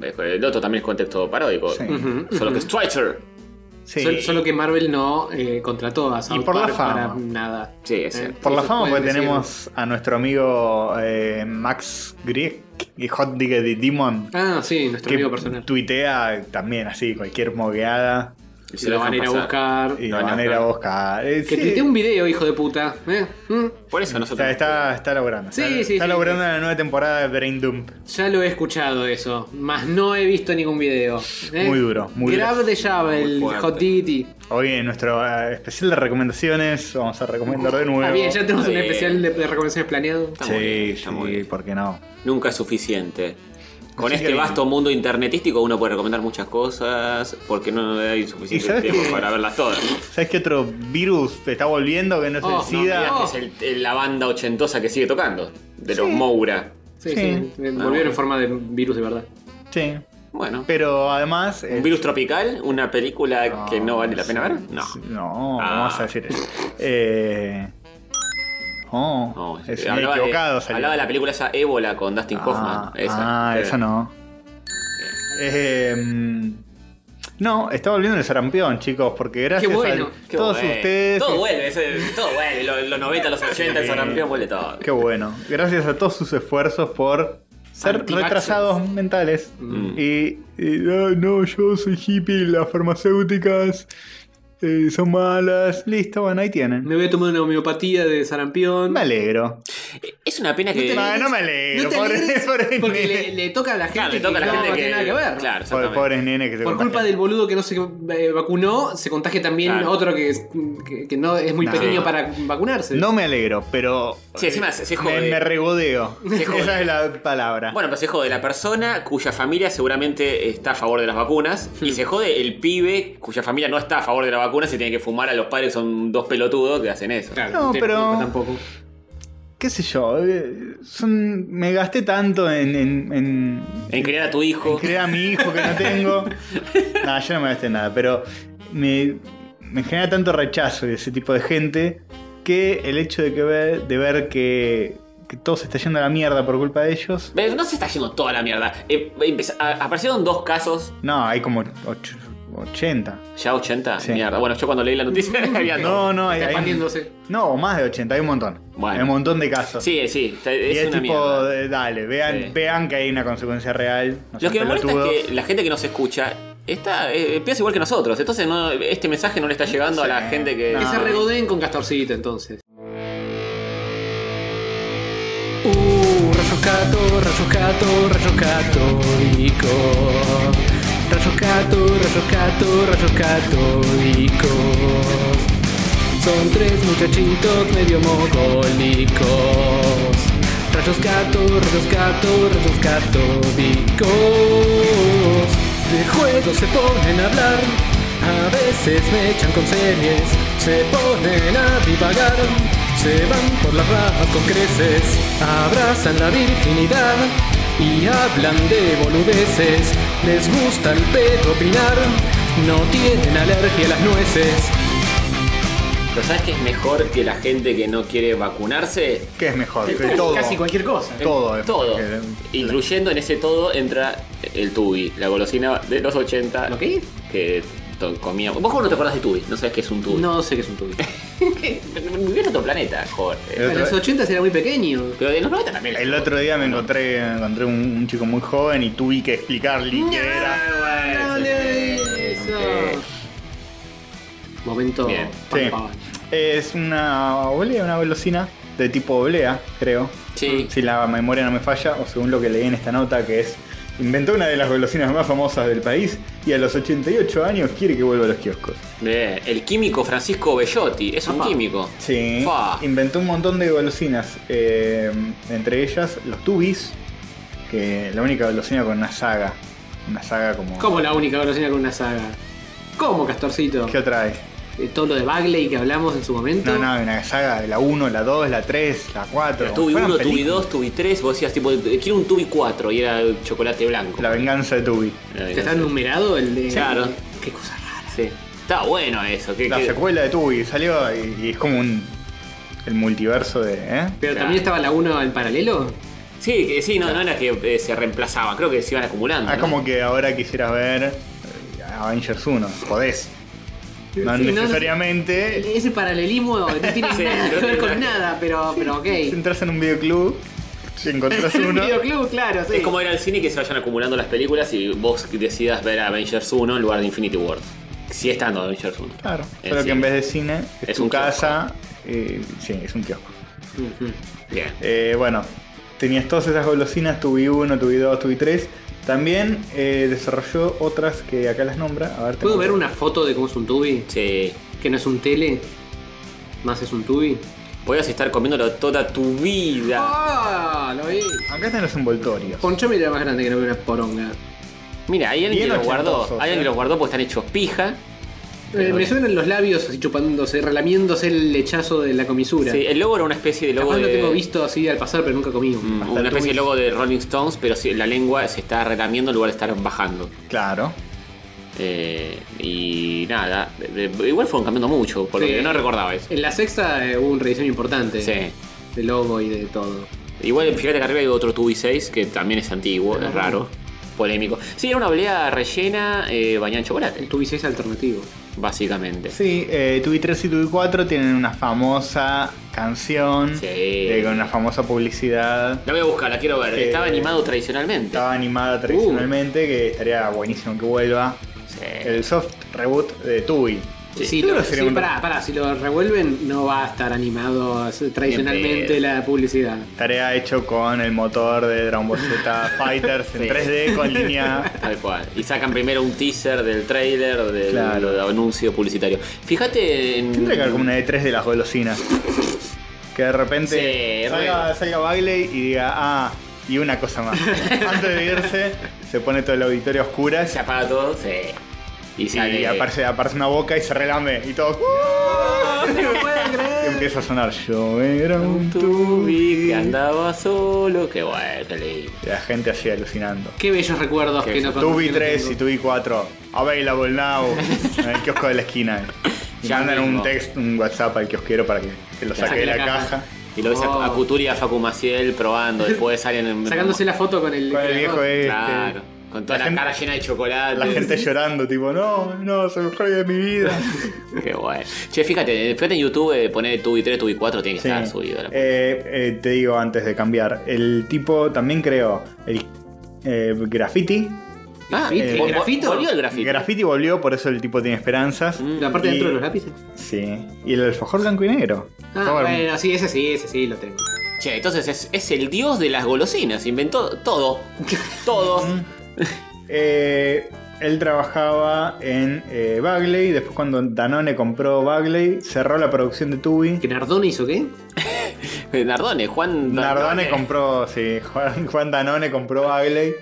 Speaker 1: El otro también es contexto paródico.
Speaker 2: Sí.
Speaker 3: Ujú,
Speaker 1: Solo que
Speaker 3: ujú.
Speaker 1: es Twitcher.
Speaker 2: Sí.
Speaker 3: Sol- Solo que Marvel no eh, contrató a South
Speaker 2: por la
Speaker 3: Park para
Speaker 2: fama.
Speaker 3: nada.
Speaker 1: Sí, es
Speaker 3: Eh,
Speaker 1: cierto.
Speaker 2: Por la
Speaker 3: eso
Speaker 2: fama,
Speaker 3: pueden
Speaker 2: porque
Speaker 3: decir.
Speaker 2: tenemos a nuestro amigo eh, Max Grieg, y Hot Diggity Demon,
Speaker 3: Ah, sí, nuestro amigo personal.
Speaker 2: tuitea también así, cualquier mogueada.
Speaker 1: Y
Speaker 3: Se lo van a ir a
Speaker 1: dejan pasar.
Speaker 3: buscar.
Speaker 2: Y
Speaker 1: No,
Speaker 2: la
Speaker 1: no,
Speaker 2: manera
Speaker 1: claro.
Speaker 2: buscar. Eh,
Speaker 3: Que
Speaker 2: sí.
Speaker 3: tuiteé un video, hijo de puta. ¿eh? ¿Mm?
Speaker 1: Por eso
Speaker 2: O sea,
Speaker 1: nosotros.
Speaker 2: está, está laburando.
Speaker 3: Sí,
Speaker 2: está
Speaker 3: sí,
Speaker 2: está
Speaker 3: sí,
Speaker 2: laburando
Speaker 3: sí.
Speaker 2: en la nueva temporada de Brain Dump.
Speaker 3: Ya lo he escuchado eso, más no he visto ningún video. ¿eh?
Speaker 2: Muy duro, muy
Speaker 3: Grab
Speaker 2: duro.
Speaker 3: de llave,
Speaker 1: Muy
Speaker 3: el
Speaker 1: fuerte.
Speaker 3: Hot Diggity.
Speaker 2: Hoy en nuestro eh, especial de recomendaciones vamos a recomendar de nuevo.
Speaker 3: Ah, bien, ya tenemos un
Speaker 1: Está bien.
Speaker 3: especial de, de recomendaciones planeado.
Speaker 1: Está muy bien,
Speaker 2: Sí,
Speaker 1: está muy
Speaker 2: sí,
Speaker 1: bien.
Speaker 2: ¿por qué no?
Speaker 1: Nunca es suficiente. Con
Speaker 2: Así que
Speaker 1: este
Speaker 2: bien.
Speaker 1: vasto mundo internetístico uno puede recomendar muchas cosas porque no hay
Speaker 2: ¿Y
Speaker 1: suficiente
Speaker 2: sabes
Speaker 1: tiempo
Speaker 2: qué?
Speaker 1: para verlas todas.
Speaker 2: ¿Sabes qué otro virus te está volviendo que no es
Speaker 3: Oh,
Speaker 2: el
Speaker 3: no,
Speaker 2: SIDA?
Speaker 3: mirá.
Speaker 1: Que es el- el- la banda ochentosa que sigue tocando, de los
Speaker 2: Sí.
Speaker 1: Moura.
Speaker 3: Sí,
Speaker 2: Sí.
Speaker 3: sí, me
Speaker 1: Ah,
Speaker 3: volvieron
Speaker 1: bueno.
Speaker 3: en forma de virus de verdad.
Speaker 2: Sí.
Speaker 1: Bueno,
Speaker 2: Pero además. eh,
Speaker 1: ¿un virus tropical? ¿Una película que no vale la pena ver? No.
Speaker 2: No,
Speaker 1: Ah.
Speaker 2: vamos a decir eso. Eh. No,
Speaker 1: No,
Speaker 2: es
Speaker 1: eh,
Speaker 2: un
Speaker 1: hablaba,
Speaker 2: equivocado.
Speaker 1: de,
Speaker 2: salió.
Speaker 1: hablaba de la película esa Ébola con Dustin Hoffman.
Speaker 2: Ah, esa,
Speaker 1: Sí.
Speaker 2: no. Eh, no, está volviendo el sarampión, chicos, porque gracias
Speaker 3: bueno,
Speaker 2: a
Speaker 1: Qué
Speaker 2: todos
Speaker 1: bueno.
Speaker 2: ustedes.
Speaker 1: Todo vuelve, ese- todo vuelve. Los, los 90, los 80, el sarampión vuelve todo.
Speaker 2: Qué bueno. Gracias a todos sus esfuerzos por ser
Speaker 3: Antivaxxers.
Speaker 2: retrasados mentales.
Speaker 1: Mm.
Speaker 2: Y, y, "Ah, no, yo soy hippie, las farmacéuticas eh, son malas. Listo, bueno, ahí tienen.
Speaker 3: Me voy a tomar una homeopatía de sarampión.
Speaker 2: Me alegro.
Speaker 1: Es una pena que.
Speaker 2: Ah, no me alegro.
Speaker 3: No te
Speaker 2: pobre-
Speaker 3: alegres,
Speaker 2: pobre
Speaker 3: porque
Speaker 2: nene.
Speaker 3: le, le toca a la gente
Speaker 1: Claro, le toca a la
Speaker 3: que
Speaker 1: gente
Speaker 3: no
Speaker 1: que.
Speaker 3: tiene nada que ver.
Speaker 1: Claro,
Speaker 2: Pobre-
Speaker 1: exactamente.
Speaker 2: Pobres nenes que se
Speaker 3: Por culpa
Speaker 2: contagian.
Speaker 3: del boludo que no se eh, vacunó, se contagia también
Speaker 1: Claro.
Speaker 3: otro que, es- que, que no es muy
Speaker 2: Nah.
Speaker 3: pequeño para vacunarse.
Speaker 2: No me alegro, pero. eh,
Speaker 1: Sí, encima se- se
Speaker 2: me,
Speaker 1: jode.
Speaker 2: me regodeo.
Speaker 1: Se jode.
Speaker 2: Esa es la palabra.
Speaker 1: Bueno, pero se jode la persona cuya familia seguramente está a favor de las vacunas.
Speaker 2: Hmm.
Speaker 1: Y se jode el pibe cuya familia no está a favor de las vacunas y tiene que fumar a los padres, son dos pelotudos que hacen eso.
Speaker 3: Claro,
Speaker 2: No,
Speaker 3: tiene
Speaker 2: pero-
Speaker 3: culpa Tampoco.
Speaker 2: ¿Qué sé yo? eh, Son, me gasté tanto en. en, en-
Speaker 1: En criar a tu
Speaker 2: en
Speaker 1: hijo.
Speaker 2: crear a mi hijo que no tengo. nada, yo no me gasté en nada, pero me, me genera tanto rechazo de ese tipo de gente que el hecho de, que ver, de ver que, que todo se está yendo a la mierda por culpa de ellos.
Speaker 1: Pero no se está yendo toda la mierda. Eh, empezó- a- aparecieron dos casos,
Speaker 2: No, hay como ocho- 80.
Speaker 1: ya 80.
Speaker 2: Sí.
Speaker 1: Mierda. Bueno, yo cuando leí la noticia había dos.
Speaker 2: No, no, hay.
Speaker 3: Está
Speaker 2: hay-
Speaker 3: expandiéndose.
Speaker 2: no, más de 80, hay un montón.
Speaker 1: Bueno.
Speaker 2: Hay un montón de casos.
Speaker 1: Sí, sí, está-
Speaker 2: Y
Speaker 1: es,
Speaker 2: es,
Speaker 1: una
Speaker 2: tipo,
Speaker 1: mierda.
Speaker 2: eh, dale, vean,
Speaker 1: Sí.
Speaker 2: vean que hay una consecuencia real. no
Speaker 1: Lo
Speaker 2: sean
Speaker 1: que me molesta es
Speaker 2: pelotudos.
Speaker 1: que la gente que nos escucha está, eh, piensa igual que nosotros. Entonces no, este mensaje no le está llegando a la
Speaker 2: Sí.
Speaker 1: gente que.
Speaker 2: No.
Speaker 3: Que se regodeen con Castorcito entonces. Uh, rayos gato, rayos gato, rayos católicos. Rayos gato, rayos gato, rayos católicos. Son tres muchachitos medio mogólicos. Rayos gato, rayos gato, rayos católicos. De juegos se ponen a hablar. A veces me echan con series. Se ponen a divagar. Se van por las ramas con creces. Abrazan la virginidad. Y hablan de boludeces. Les gusta el pedo opinar. No tienen alergia a las nueces.
Speaker 1: Pero ¿sabes qué es mejor que la gente que no quiere vacunarse?
Speaker 2: ¿Qué es mejor? Que todo.
Speaker 3: Casi cualquier cosa.
Speaker 2: Todo es
Speaker 1: Todo.
Speaker 2: mejor que-
Speaker 1: Incluyendo en ese todo entra el tubi, la golosina de los 80
Speaker 3: ¿Lo
Speaker 1: que to- comía. ¿Vos cómo no te acordás de tubi? No sabes qué es un tubi.
Speaker 3: No sé qué es un tubi.
Speaker 1: Vivías en otro planeta, Jorge.
Speaker 2: El
Speaker 3: En
Speaker 2: otro,
Speaker 3: los 80 era muy pequeño.
Speaker 1: Pero de los 90 también. la-
Speaker 2: el otro día me encontré, me encontré un, un chico muy joven y tuve que explicarle qué era.
Speaker 1: bueno,
Speaker 3: No
Speaker 1: sí.
Speaker 3: le eso.
Speaker 1: Eh,
Speaker 3: Momento.
Speaker 1: Bien.
Speaker 3: pam,
Speaker 2: Sí.
Speaker 3: pam.
Speaker 2: Es una oblea, una velocina de tipo oblea, creo.
Speaker 1: Sí.
Speaker 2: Si la memoria no me falla, o según lo que leí en esta nota, que es. Inventó una de las golosinas más famosas del país y a los 88 años quiere que vuelva a los kioscos.
Speaker 1: Bien. El químico Francisco Bellotti es un
Speaker 3: Apa.
Speaker 1: químico.
Speaker 2: Sí.
Speaker 1: Fa.
Speaker 2: Inventó un montón de golosinas. eh, entre ellas los tubis. Que la única golosina con una saga. Una saga como.
Speaker 3: ¿Cómo la única golosina con una saga? ¿Cómo, Castorcito?
Speaker 2: ¿Qué otra vez?
Speaker 3: Eh, Todo lo de Bagley que hablamos en su momento.
Speaker 2: No, no, una saga de la 1, la 2, la 3, la 4. como
Speaker 1: Tubi
Speaker 2: fueran
Speaker 1: 1, Tubi
Speaker 2: películas.
Speaker 1: 2, Tubi 3, vos decías tipo, eh, quiero un Tubi 4 y era el chocolate blanco.
Speaker 2: La venganza de Tubi.
Speaker 1: Ay,
Speaker 3: ¿Te
Speaker 1: no
Speaker 3: está
Speaker 1: sé.
Speaker 3: numerado el de.
Speaker 1: Claro.
Speaker 3: Qué cosa rara.
Speaker 1: Sí. Está bueno eso. que-
Speaker 2: La
Speaker 1: que-
Speaker 2: secuela de Tubi salió y, y es como un. El multiverso de. ¿eh?
Speaker 3: Pero
Speaker 1: Claro.
Speaker 3: también estaba la 1 en paralelo.
Speaker 1: Sí, que- sí, no, no era que eh, se reemplazaban, creo que se iban acumulando.
Speaker 2: Ah, es
Speaker 1: ¿no?
Speaker 2: como que ahora quisieras ver eh, Avengers 1. Podés. No
Speaker 5: Sí, no, no-
Speaker 2: necesariamente.
Speaker 5: Ese paralelismo no tiene
Speaker 1: Sí,
Speaker 5: nada que
Speaker 1: no
Speaker 5: ver
Speaker 1: tiene
Speaker 5: con
Speaker 1: nada.
Speaker 5: nada, pero, pero ok.
Speaker 2: Si entras en un videoclub, si encontrás
Speaker 5: En un
Speaker 2: uno.
Speaker 5: videoclub, claro, sí.
Speaker 1: Es como ir al cine y que se vayan acumulando las películas y vos decidas ver Avengers 1 en lugar de Infinity War. Si estando Avengers 1.
Speaker 2: Claro.
Speaker 1: En
Speaker 2: Solo que
Speaker 1: cine.
Speaker 2: en vez de cine, es,
Speaker 1: Es
Speaker 2: tu
Speaker 1: un kiosco.
Speaker 2: casa. eh, sí, es un kiosco.
Speaker 5: Ujú.
Speaker 1: Bien.
Speaker 2: Eh, bueno, tenías todas esas golosinas, tu V1, tu V2, tu V3. También eh, desarrolló otras que acá las nombra. A ver, te
Speaker 5: ¿Puedo ver
Speaker 2: muestro.
Speaker 5: una foto de cómo es un tubi?
Speaker 1: Sí.
Speaker 5: Que no es un tele, más es un tubi.
Speaker 1: Podías estar comiéndolo toda tu vida.
Speaker 5: ¡Ah! Lo vi.
Speaker 2: Acá están los envoltorios.
Speaker 5: Ponchame era más grande que no veo una poronga.
Speaker 1: Mira, hay alguien
Speaker 2: Bien
Speaker 1: que los guardó.
Speaker 2: ochentosos,
Speaker 1: Hay alguien
Speaker 2: eh.
Speaker 1: que los guardó porque están hechos pija.
Speaker 5: Eh, me suenan los labios así chupándose, relamiéndose el lechazo de la comisura.
Speaker 1: Sí, el logo era una especie de logo
Speaker 5: Capaz lo
Speaker 1: de.
Speaker 5: tengo visto así al pasar, pero nunca comí.
Speaker 1: Mm,
Speaker 2: Hasta el
Speaker 1: Una especie de
Speaker 2: tuyo.
Speaker 1: logo de Rolling Stones, pero sí, la lengua se está relamiendo en lugar de estar bajando.
Speaker 2: Claro.
Speaker 1: Eh, y nada, de- de- igual fueron cambiando mucho, porque
Speaker 5: Sí.
Speaker 1: no recordaba eso.
Speaker 5: En la sexta eh, hubo un rediseño importante
Speaker 1: Sí.
Speaker 5: de logo y de todo.
Speaker 1: Igual fíjate que arriba hay otro Tubi 6 que también es antiguo, es raro, polémico. Sí, era una oleada rellena eh, bañada en
Speaker 5: El
Speaker 1: chocolate,
Speaker 5: tubi 6 alternativo.
Speaker 1: básicamente.
Speaker 2: Sí, eh, Tubi 3 y Tubi 4 tienen una famosa canción
Speaker 1: Sí.
Speaker 2: eh, con una famosa publicidad.
Speaker 1: La voy a buscar, la quiero ver.
Speaker 2: Sí.
Speaker 1: Estaba animado tradicionalmente.
Speaker 2: Estaba animada
Speaker 5: Uh.
Speaker 2: tradicionalmente, que estaría buenísimo que vuelva.
Speaker 1: Sí.
Speaker 2: El soft reboot de Tubi.
Speaker 5: Sí,
Speaker 2: Yo creo
Speaker 5: lo-
Speaker 2: que sería
Speaker 5: sí,
Speaker 2: un-
Speaker 5: pará, pará, si lo revuelven no va a estar animado es- tradicionalmente
Speaker 1: pedo.
Speaker 5: la publicidad.
Speaker 2: Tarea hecho con el motor de Dragon Ball Z Fighters en
Speaker 1: Sí.
Speaker 2: 3D con línea.
Speaker 1: Tal cual. Y sacan primero un teaser del trailer, del
Speaker 2: Claro.
Speaker 1: del anuncio publicitario. Fíjate en.
Speaker 2: Tendría que haber como una de 3 de las golosinas. Que de repente
Speaker 1: Sí,
Speaker 2: salga, salga Bagley y diga, ah, y una cosa más. Antes de irse, se pone todo el auditorio a oscuras
Speaker 1: Se apaga todo, sí. Y sale.
Speaker 2: y aparece, aparece una boca y se relame y todo. Y empieza a sonar yo era un
Speaker 1: Un Tubi
Speaker 2: tubi.
Speaker 1: que andaba solo. Qué bueno, qué lindo.
Speaker 2: Y la gente así alucinando.
Speaker 5: Qué bellos recuerdos
Speaker 1: Qué
Speaker 5: que no
Speaker 2: Tubi
Speaker 5: que no
Speaker 2: 3
Speaker 5: tengo.
Speaker 2: y Tubi 4. Available now. En el kiosco de la esquina. Y
Speaker 1: Ya
Speaker 2: mandan un
Speaker 1: mismo.
Speaker 2: texto, un WhatsApp al kiosquero para que, que lo saque de la caja.
Speaker 1: Y lo ves a-
Speaker 5: Oh.
Speaker 1: a Couturi y a Facu Maciel probando. Después salen en-
Speaker 5: Sacándose la foto con el.
Speaker 2: Con el
Speaker 5: creador.
Speaker 2: viejo este.
Speaker 1: Claro. Con toda
Speaker 2: La
Speaker 1: la,
Speaker 2: gente-
Speaker 1: cara llena de chocolate.
Speaker 2: La gente llorando, tipo, no, no, se me fue de mi vida.
Speaker 1: Qué bueno. Che, fíjate, fíjate en YouTube, eh, poner Tubi 3, Tubi 4, tiene que
Speaker 2: Sí.
Speaker 1: estar subido. la-
Speaker 2: Eh, eh, te digo antes de cambiar, el tipo también creó el eh, graffiti.
Speaker 1: Ah,
Speaker 5: ¿Grafiti?
Speaker 1: vol- vol-
Speaker 5: ¿Grafito?
Speaker 1: Volvió el grafito.
Speaker 2: Graffiti volvió, por eso el tipo tiene esperanzas.
Speaker 1: Mm.
Speaker 5: La parte
Speaker 2: Y-
Speaker 5: de dentro de los lápices.
Speaker 2: Sí. Y el alfajor blanco y negro.
Speaker 5: Ah,
Speaker 2: Todo el-
Speaker 5: bueno, sí, ese sí, ese sí lo tengo.
Speaker 1: Che, entonces es, es el dios de las golosinas. Inventó todo. todo.
Speaker 2: Mm. Eh, él trabajaba en eh, Bagley. Después, cuando Danone compró Bagley, cerró la producción de Tubi.
Speaker 5: ¿Que Nardone hizo qué?
Speaker 1: Nardone, Juan
Speaker 2: Nardone compró, sí, Juan, Juan Danone compró Bagley.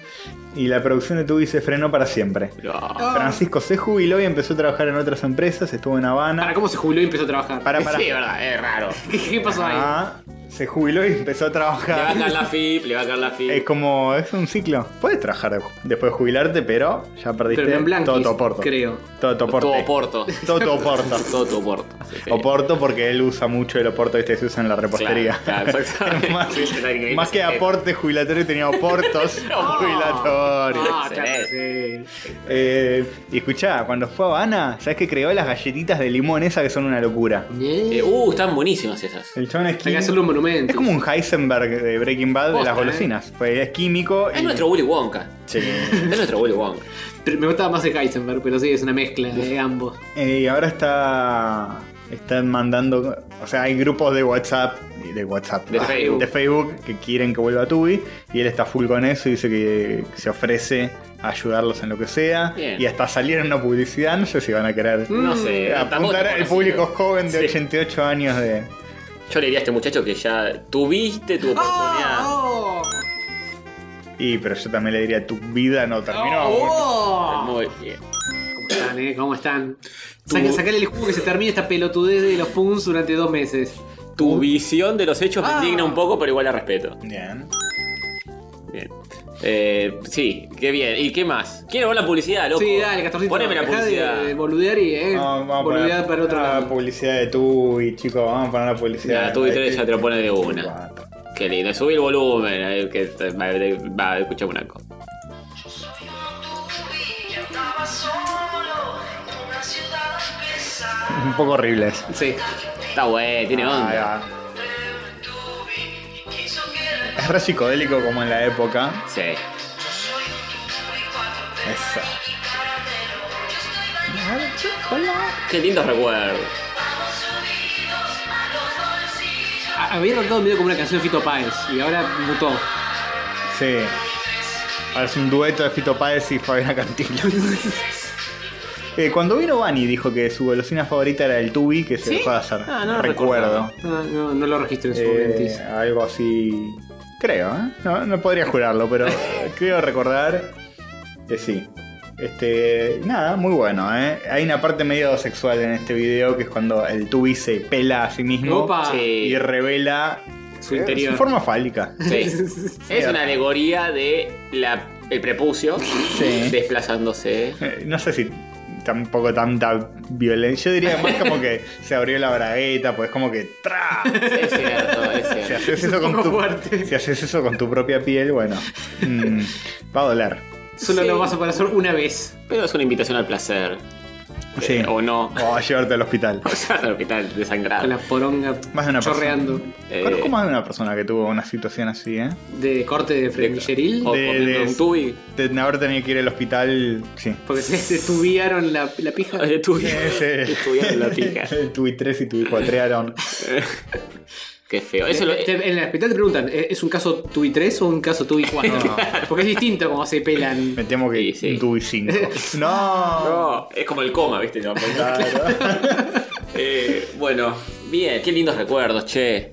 Speaker 2: Y la producción de Tubi se frenó para siempre.
Speaker 1: No.
Speaker 2: Francisco se jubiló y empezó a trabajar en otras empresas. Estuvo en
Speaker 5: Para,
Speaker 2: Habana.
Speaker 5: ¿cómo se jubiló y empezó a trabajar?
Speaker 2: Para, para.
Speaker 1: Sí, es verdad, es raro.
Speaker 5: ¿Qué, qué pasó ahí?
Speaker 2: Ah, se jubiló y empezó a
Speaker 1: Le va a
Speaker 2: trabajar.
Speaker 1: caer la FIP, le va a caer la FIP.
Speaker 2: Es como, es un ciclo. Puedes trabajar de- después de jubilarte, pero ya perdiste
Speaker 5: Pero no en blanco.
Speaker 2: todo tu aporte.
Speaker 5: Creo.
Speaker 2: Todo tu aporte.
Speaker 1: Todo Oporto.
Speaker 2: Todo tu aporte.
Speaker 1: Todo tu Oporto. Sí, sí.
Speaker 2: Oporto porque él usa mucho el Oporto este se usa en la repostería.
Speaker 1: Claro, claro, exactamente.
Speaker 2: más,
Speaker 1: Exactamente.
Speaker 2: más que aporte jubilatorio tenía Oportos jubilatorios.
Speaker 5: Oh, Ah, claro, sí.
Speaker 2: Eh, y escuchá, cuando fue a Habana, ¿sabes que creó las galletitas de limón esas que son una locura?
Speaker 1: Eh,
Speaker 5: Bien.
Speaker 1: uh, están buenísimas esas.
Speaker 2: El chabón es
Speaker 5: Hay que hacerle un
Speaker 2: químico.
Speaker 5: monumento.
Speaker 2: Es como un Heisenberg de Breaking Bad de
Speaker 5: Posta,
Speaker 2: las golosinas. Pues es químico
Speaker 1: Es
Speaker 2: y-
Speaker 1: nuestro Willy Wonka.
Speaker 2: Sí.
Speaker 1: Es nuestro Willy Wonka.
Speaker 5: Pero me gustaba más el Heisenberg, pero sí, es una mezcla de ambos.
Speaker 2: Eh, y ahora está. Están mandando. O sea, hay grupos de WhatsApp. De WhatsApp. ah,
Speaker 1: De Facebook.
Speaker 2: de Facebook que quieren que vuelva a Tubi. Y él está full con eso y dice que se ofrece a ayudarlos en lo que sea.
Speaker 1: Bien. Mm, eh,
Speaker 2: Y hasta salir en una publicidad. No sé si van a querer.
Speaker 1: No sé. tampoco
Speaker 2: Mm. apuntar
Speaker 1: te
Speaker 2: al
Speaker 1: conocí.
Speaker 2: público joven de
Speaker 1: Sí.
Speaker 2: 88 años de.
Speaker 1: Yo le diría a este muchacho que ya tuviste tu oportunidad.
Speaker 5: ¡Oh!
Speaker 2: Y pero yo también le diría, tu vida no terminó aún.
Speaker 5: ¡Oh!
Speaker 1: Muy bien.
Speaker 5: ¿Cómo están, eh? ¿Cómo están? Saca- sacale el jugo que se termine esta pelotudez de los puns durante dos meses.
Speaker 1: Tu visión de los hechos
Speaker 5: Ah.
Speaker 1: me indigna un poco, pero igual la respeto.
Speaker 2: Bien.
Speaker 1: Bien. Eh, sí, qué bien. ¿Y qué más? Quiero ver la publicidad, loco.
Speaker 5: Sí, dale, 14
Speaker 1: Poneme la
Speaker 5: Dejá
Speaker 1: publicidad.
Speaker 5: De, de boludear y, eh.
Speaker 2: No, vamos a
Speaker 5: boludear
Speaker 2: poner
Speaker 5: para otro
Speaker 2: la
Speaker 5: lado.
Speaker 2: publicidad de Tubi, chicos. Vamos a poner la publicidad.
Speaker 1: Ya, Tubi 3 ya te lo pone de
Speaker 2: Tubi
Speaker 1: una.
Speaker 2: cuatro.
Speaker 1: Qué lindo. Subí el volumen. a ver que va, va, escuchame una cosa.
Speaker 6: Yo soy un tubi, yo andaba solo en una ciudad pesada.
Speaker 2: Un poco horribles.
Speaker 5: Sí.
Speaker 1: Está bueno, tiene
Speaker 2: Ahí
Speaker 1: onda.
Speaker 2: va.
Speaker 6: Pero un tubi quiso que
Speaker 2: Es re psicodélico como en la época.
Speaker 1: Sí.
Speaker 6: yo soy un tubi cuatro
Speaker 2: Esa.
Speaker 6: pesos y caramelo. Yo estoy
Speaker 1: Qué lindos recuerdos.
Speaker 6: bailando subidos a los bolsillos.
Speaker 5: A- Había arrancado un video como una canción de Fito Páez y ahora mutó.
Speaker 2: Sí. Ahora es un dueto de Fito Páez y Fabiana Cantilo. Eh, cuando vino Bani dijo que su golosina favorita era el tubi que se dejó de hacer.
Speaker 5: Ah, no lo
Speaker 2: Recuerdo.
Speaker 5: recordaba. No, Ah, no, no lo registro en su
Speaker 2: Eh,
Speaker 5: momento.
Speaker 2: algo así. Creo, ¿eh? No, no podría jurarlo, pero creo recordar que sí. Este, nada, muy bueno, ¿eh? Hay una parte medio sexual en este video que es cuando el tubi se pela a sí mismo
Speaker 5: Opa.
Speaker 1: Sí.
Speaker 2: y revela
Speaker 5: Su
Speaker 2: eh,
Speaker 5: interior.
Speaker 2: su forma fálica.
Speaker 1: Sí. Es una alegoría de la, el prepucio desplazándose.
Speaker 2: Eh, No sé si tampoco tanta violencia. Yo diría más como que se abrió la bragueta, pues como que ¡tra!
Speaker 1: Es cierto, es
Speaker 2: Si
Speaker 1: cierto.
Speaker 2: haces, eso con
Speaker 5: poco
Speaker 2: tu,
Speaker 5: fuerte.
Speaker 2: si haces eso con tu propia piel, bueno, mm, va a doler.
Speaker 5: Solo
Speaker 1: sí.
Speaker 5: lo vas a poder hacer una vez.
Speaker 1: Pero es una invitación al placer.
Speaker 2: Sí.
Speaker 1: Eh, O no.
Speaker 2: O a llevarte al hospital.
Speaker 1: O sea, al hospital desangrado.
Speaker 5: Con la poronga
Speaker 2: Más de una
Speaker 5: chorreando.
Speaker 1: Eh,
Speaker 2: Conozco más de una persona que tuvo una situación así, ¿eh?
Speaker 5: De corte de Fremicheril.
Speaker 1: O
Speaker 2: de-
Speaker 1: comiendo
Speaker 2: de-
Speaker 1: un tubi.
Speaker 2: De haber tenido que ir al hospital, sí.
Speaker 5: Porque se, se tubiaron la, la pija.
Speaker 1: De tubi.
Speaker 2: Ese-
Speaker 1: Estudiando la pija.
Speaker 2: Tuve tres y tuve cuatrearon.
Speaker 1: Qué feo. Eso lo,
Speaker 5: Eh, Te- te- en el hospital te preguntan, ¿eh, ¿es un caso tubi 3 o un caso tubi 4? Porque es distinto como se pelan.
Speaker 2: Me temo que
Speaker 1: Sí, sí.
Speaker 2: tuve cinco. ¡No!
Speaker 1: No, es como el coma, ¿viste? No, porque-
Speaker 2: Claro.
Speaker 1: Eh, bueno, bien, qué lindos recuerdos, che.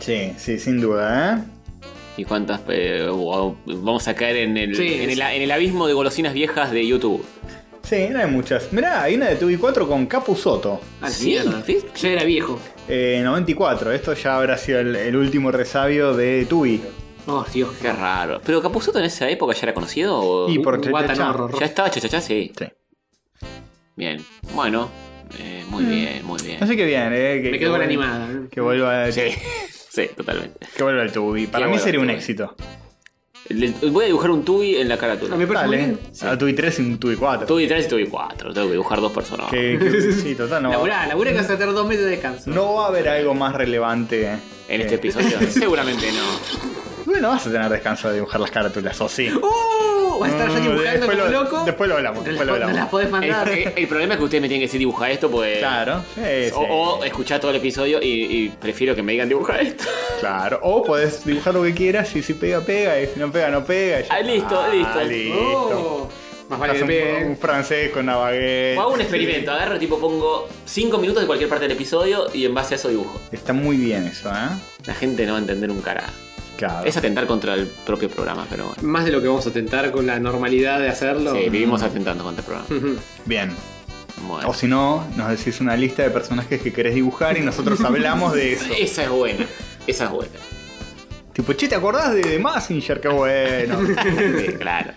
Speaker 2: Sí, sí, sin duda, ¿eh?
Speaker 1: ¿Y cuántas? eh, wow, vamos a caer en el,
Speaker 5: Sí,
Speaker 1: en, el,
Speaker 5: sí.
Speaker 1: en el abismo de golosinas viejas de YouTube.
Speaker 2: Sí, no hay muchas. Mirá, hay una de Tubi 4 con Capu Soto.
Speaker 5: Ah,
Speaker 1: Sí,
Speaker 5: mierda.
Speaker 1: ¿viste?
Speaker 5: Ya era viejo.
Speaker 2: Eh, 94. Esto ya habrá sido el, el último resabio de Tubi.
Speaker 5: Oh, Dios.
Speaker 1: Qué raro. ¿Pero Capuzoto en esa época ya era conocido? o-
Speaker 2: Y por
Speaker 5: Un
Speaker 2: Cha Cha
Speaker 5: guatan
Speaker 2: Cha.
Speaker 5: horror.
Speaker 1: ¿Ya estaba chachachá? Sí.
Speaker 2: Sí.
Speaker 1: Bien. Bueno, eh, muy bien, muy bien.
Speaker 2: Mm. Así que bien, ¿eh? Que,
Speaker 5: Me
Speaker 2: que
Speaker 5: quedo
Speaker 2: vuelva-
Speaker 5: con la animada. ¿eh?
Speaker 2: Que vuelva,
Speaker 1: Sí, sí, totalmente.
Speaker 2: que vuelva el Tubi.
Speaker 1: Que
Speaker 2: Para mí
Speaker 1: vuelva
Speaker 2: sería
Speaker 1: el
Speaker 2: un
Speaker 1: Tubi.
Speaker 2: éxito.
Speaker 1: Le- Voy a dibujar un tubi en la
Speaker 5: Ah, me
Speaker 1: carátula.
Speaker 5: parece muy
Speaker 2: Dale.
Speaker 5: bien.
Speaker 2: A Tubi 3 y un Tubi 4.
Speaker 1: Tubi 3 y tubi 4. Tengo que dibujar dos personas.
Speaker 2: Que- que- sí, total, no. va-
Speaker 5: Laburá, laburá que vas a tener dos meses de descanso.
Speaker 2: No va a haber algo más relevante. En
Speaker 1: En este episodio, seguramente no.
Speaker 2: Bueno, vas a tener descanso de dibujar las carátulas, o sí.
Speaker 5: ¡Uh! Vas a estar ya
Speaker 2: Mm,
Speaker 5: dibujando
Speaker 2: después
Speaker 5: como
Speaker 2: lo-
Speaker 5: loco.
Speaker 2: después lo hablamos,
Speaker 5: Te
Speaker 2: después lo
Speaker 5: las- te
Speaker 2: hablamos.
Speaker 5: las podés mandar.
Speaker 1: El, el problema es que ustedes me tienen que decir dibujar esto, pues.
Speaker 2: Claro. sí, sí.
Speaker 1: O, o eh. escuchar todo el episodio y, y prefiero que me digan dibujar esto.
Speaker 2: Claro. O podés dibujar lo que quieras y si pega, pega. Y si no pega, no pega. y ya
Speaker 1: Ah, listo, listo.
Speaker 2: está, listo.
Speaker 5: Oh, más vale
Speaker 2: Haz
Speaker 5: que
Speaker 2: un,
Speaker 5: pegue,
Speaker 2: un
Speaker 5: ¿eh?
Speaker 2: francés con una baguette.
Speaker 1: O hago un experimento, agarro, tipo, pongo 5 minutos de cualquier parte del episodio y en base a eso dibujo.
Speaker 2: Está muy bien eso, ¿eh?
Speaker 1: La gente no va a entender un carajo.
Speaker 2: Claro.
Speaker 1: Es atentar contra el propio programa, pero bueno.
Speaker 5: Más de lo que vamos a tentar con la normalidad de hacerlo.
Speaker 1: Sí, vivimos atentando contra el programa.
Speaker 5: Ujú.
Speaker 2: Bien.
Speaker 1: Bueno.
Speaker 2: Hmm. O si no, nos decís una lista de personajes que querés dibujar y nosotros hablamos de eso.
Speaker 1: Esa es buena. Esa es buena.
Speaker 2: Tipo, che, ¿te acordás de, de Massinger? Qué bueno.
Speaker 1: Sí, claro.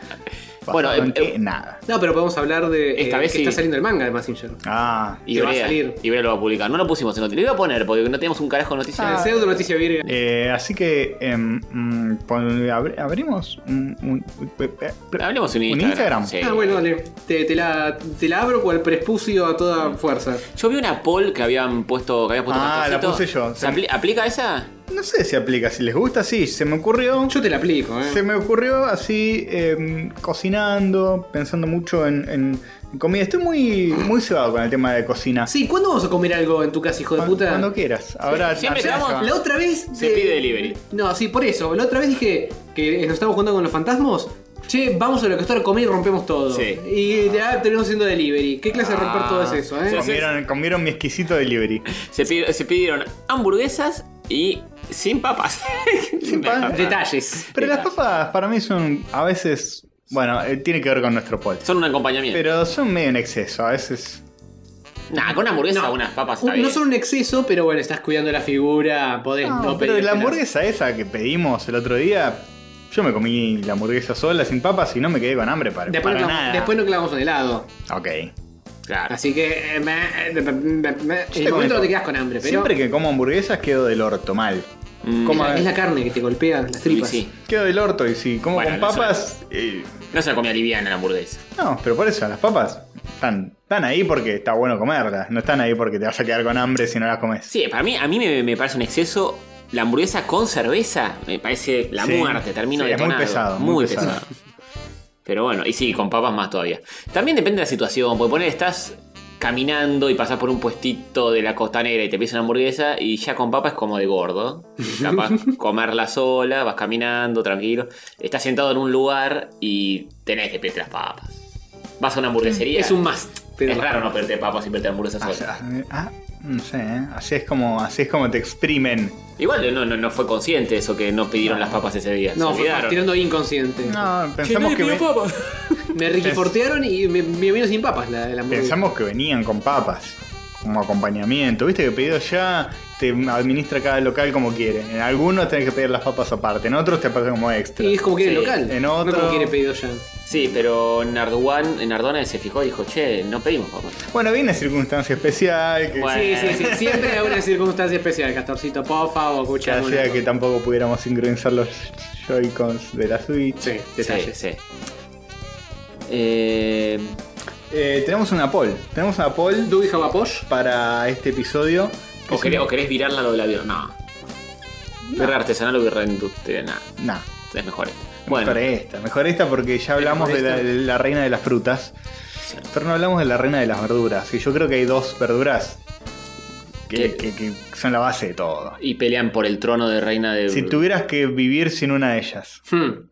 Speaker 1: Bueno,
Speaker 2: Basado en
Speaker 1: eh,
Speaker 2: qué?
Speaker 1: eh,
Speaker 2: nada.
Speaker 5: No, pero podemos hablar de
Speaker 1: Esta
Speaker 5: eh,
Speaker 1: vez
Speaker 5: que
Speaker 1: sí.
Speaker 5: está saliendo el manga de Massinger.
Speaker 2: Ah.
Speaker 1: y
Speaker 5: que va a
Speaker 1: Brea-
Speaker 5: salir.
Speaker 1: y Brea lo va a publicar. No lo pusimos en noticias. Lo iba a poner porque no teníamos un carajo de noticias.
Speaker 2: Ah.
Speaker 5: El pseudo noticia virga.
Speaker 2: Eh, así que em, mm, pon- abri- abrimos un, un-
Speaker 1: Hablemos en
Speaker 2: un
Speaker 1: Instagram.
Speaker 2: Instagram.
Speaker 1: Sí.
Speaker 5: Ah, bueno, dale. Te, te la, te la abro con el prespucio a toda fuerza.
Speaker 1: Yo vi una poll que habían puesto. Que había puesto
Speaker 2: Ah, la
Speaker 1: Castorcito.
Speaker 2: puse yo.
Speaker 1: ¿Se apli- ¿Aplica esa?
Speaker 2: No sé si aplica, si les gusta, sí, se me ocurrió.
Speaker 5: Yo te la aplico, ¿eh?
Speaker 2: Se me ocurrió así, em, cocinando, pensando mucho en, en- en comida. Estoy muy, muy cebado con el tema de cocina.
Speaker 5: Sí, ¿cuándo vamos a comer algo en tu casa, hijo de
Speaker 2: Cuando,
Speaker 5: puta?
Speaker 2: cuando quieras. Ahora
Speaker 1: Siempre
Speaker 2: ayer
Speaker 1: estamos-
Speaker 2: estaba-
Speaker 5: La otra vez.
Speaker 1: Se
Speaker 5: de-
Speaker 1: pide delivery.
Speaker 5: No, sí, por eso. La otra vez dije que nos estamos juntando con los fantasmas. Che, vamos a lo que está a comer y rompemos todo.
Speaker 1: Sí.
Speaker 5: Y ya terminamos haciendo delivery. ¿Qué clase de romper
Speaker 1: Ah,
Speaker 5: todo es eso, eh?
Speaker 1: sí, sí.
Speaker 2: Comieron, comieron mi exquisito delivery.
Speaker 1: Se, pi- se pidieron hamburguesas y sin papas. Sin
Speaker 2: papas.
Speaker 5: Detalles.
Speaker 2: Pero las
Speaker 1: Detalles.
Speaker 2: papas para mí son a veces. Bueno, eh, tiene que ver con nuestro pol.
Speaker 1: Son un acompañamiento.
Speaker 2: Pero son medio en exceso. A veces
Speaker 1: Nah, con una hamburguesa,
Speaker 5: No.
Speaker 1: unas papas
Speaker 5: Un-
Speaker 1: está bien.
Speaker 5: no son un exceso, pero bueno, estás cuidando la figura, podés no,
Speaker 2: No, pero
Speaker 5: pedir
Speaker 2: la
Speaker 5: pelas.
Speaker 2: hamburguesa esa que pedimos el otro día, yo me comí la hamburguesa sola, sin papas, y no me quedé con hambre para,
Speaker 5: Después,
Speaker 2: para
Speaker 5: no clavamos-
Speaker 2: nada.
Speaker 5: después no clavamos un helado.
Speaker 2: Ok.
Speaker 1: Claro.
Speaker 5: Así que. eh, me- eh, me- me- me-
Speaker 2: te
Speaker 5: en el momento
Speaker 2: comento.
Speaker 5: no te quedas con hambre, pero.
Speaker 2: Siempre que como hamburguesas quedo del orto mal.
Speaker 5: Es
Speaker 2: Coma-
Speaker 5: la, es la carne que te golpea las
Speaker 1: Y
Speaker 5: tripas.
Speaker 1: Mm. sí.
Speaker 2: Quedo del orto y si como
Speaker 1: Bueno,
Speaker 2: con
Speaker 1: no
Speaker 2: papas. eh,
Speaker 1: No se la comía liviana la hamburguesa.
Speaker 2: no, pero por eso, las papas están, están ahí porque está bueno comerlas. No están ahí porque te vas a quedar con hambre si no las comes.
Speaker 1: Sí, para mí, a mí me, me parece un exceso. La hamburguesa con cerveza me parece la
Speaker 2: Sí.
Speaker 1: muerte, termino
Speaker 2: Sí,
Speaker 1: de
Speaker 2: es muy pesado, muy pesado.
Speaker 1: Pero bueno, y sí, con papas más todavía. También depende de la situación, porque poner estás caminando y pasás por un puestito de la costanera y te pides una hamburguesa y ya con papas es como de gordo. Capaz comerla sola, vas caminando tranquilo. Estás sentado en un lugar y tenés que pedirte las papas. Vas a una hamburguesería.
Speaker 5: Es un must. Pero
Speaker 1: es raro no pedirte papas y pedirte hamburguesas
Speaker 2: Ah,
Speaker 1: sola.
Speaker 2: ah, no sé, ¿eh? así es como así es como te exprimen.
Speaker 1: Igual no, no, no fue consciente eso que no pidieron las papas ese día.
Speaker 5: No,
Speaker 1: se
Speaker 5: fue
Speaker 1: olvidaron.
Speaker 5: tirando inconsciente.
Speaker 2: No, pensamos que, ve-
Speaker 5: Me riquifortearon y me, me vino sin papas la, la hamburguesa.
Speaker 2: pensamos que venían con papas como acompañamiento. Viste que pedido ya te administra cada local como quiere. En algunos tenés que pedir las papas aparte, en otros te aparecen como extra.
Speaker 5: Y es como quiere
Speaker 1: Sí,
Speaker 5: el local.
Speaker 2: en
Speaker 5: No
Speaker 2: otro-
Speaker 5: como quiere pedido ya.
Speaker 1: Sí, pero Narduan, Nardone se fijó y dijo, che, no pedimos papas.
Speaker 2: Bueno, viene circunstancia especial que
Speaker 1: Bueno.
Speaker 5: Sí, sí, sí. Siempre hay una circunstancia especial. Castorcito pofa o
Speaker 2: que
Speaker 5: cuchara.
Speaker 2: hacía que tampoco pudiéramos sincronizar los Joy-Cons de la Switch.
Speaker 5: Sí,
Speaker 1: Sí,
Speaker 5: detalles.
Speaker 1: sí. Eh,
Speaker 2: Eh, tenemos una poll, tenemos una poll
Speaker 5: Dubi Javaposh.
Speaker 2: para este episodio. que
Speaker 1: o,
Speaker 2: es
Speaker 1: querés,
Speaker 2: un-
Speaker 1: o querés virarla lo del avión. No. Birra artesanal o birra industrial. Nada,
Speaker 2: Nah.
Speaker 1: es mejor. este. Bueno,
Speaker 2: Mejor este. esta, mejor esta porque ya hablamos de la, de la reina de las frutas. Pero no hablamos de la reina de las verduras. Y yo creo que hay dos verduras que, que- que son la base de todo.
Speaker 1: y pelean por el trono de reina de...
Speaker 2: Si tuvieras que vivir sin una de ellas.
Speaker 5: Hmm.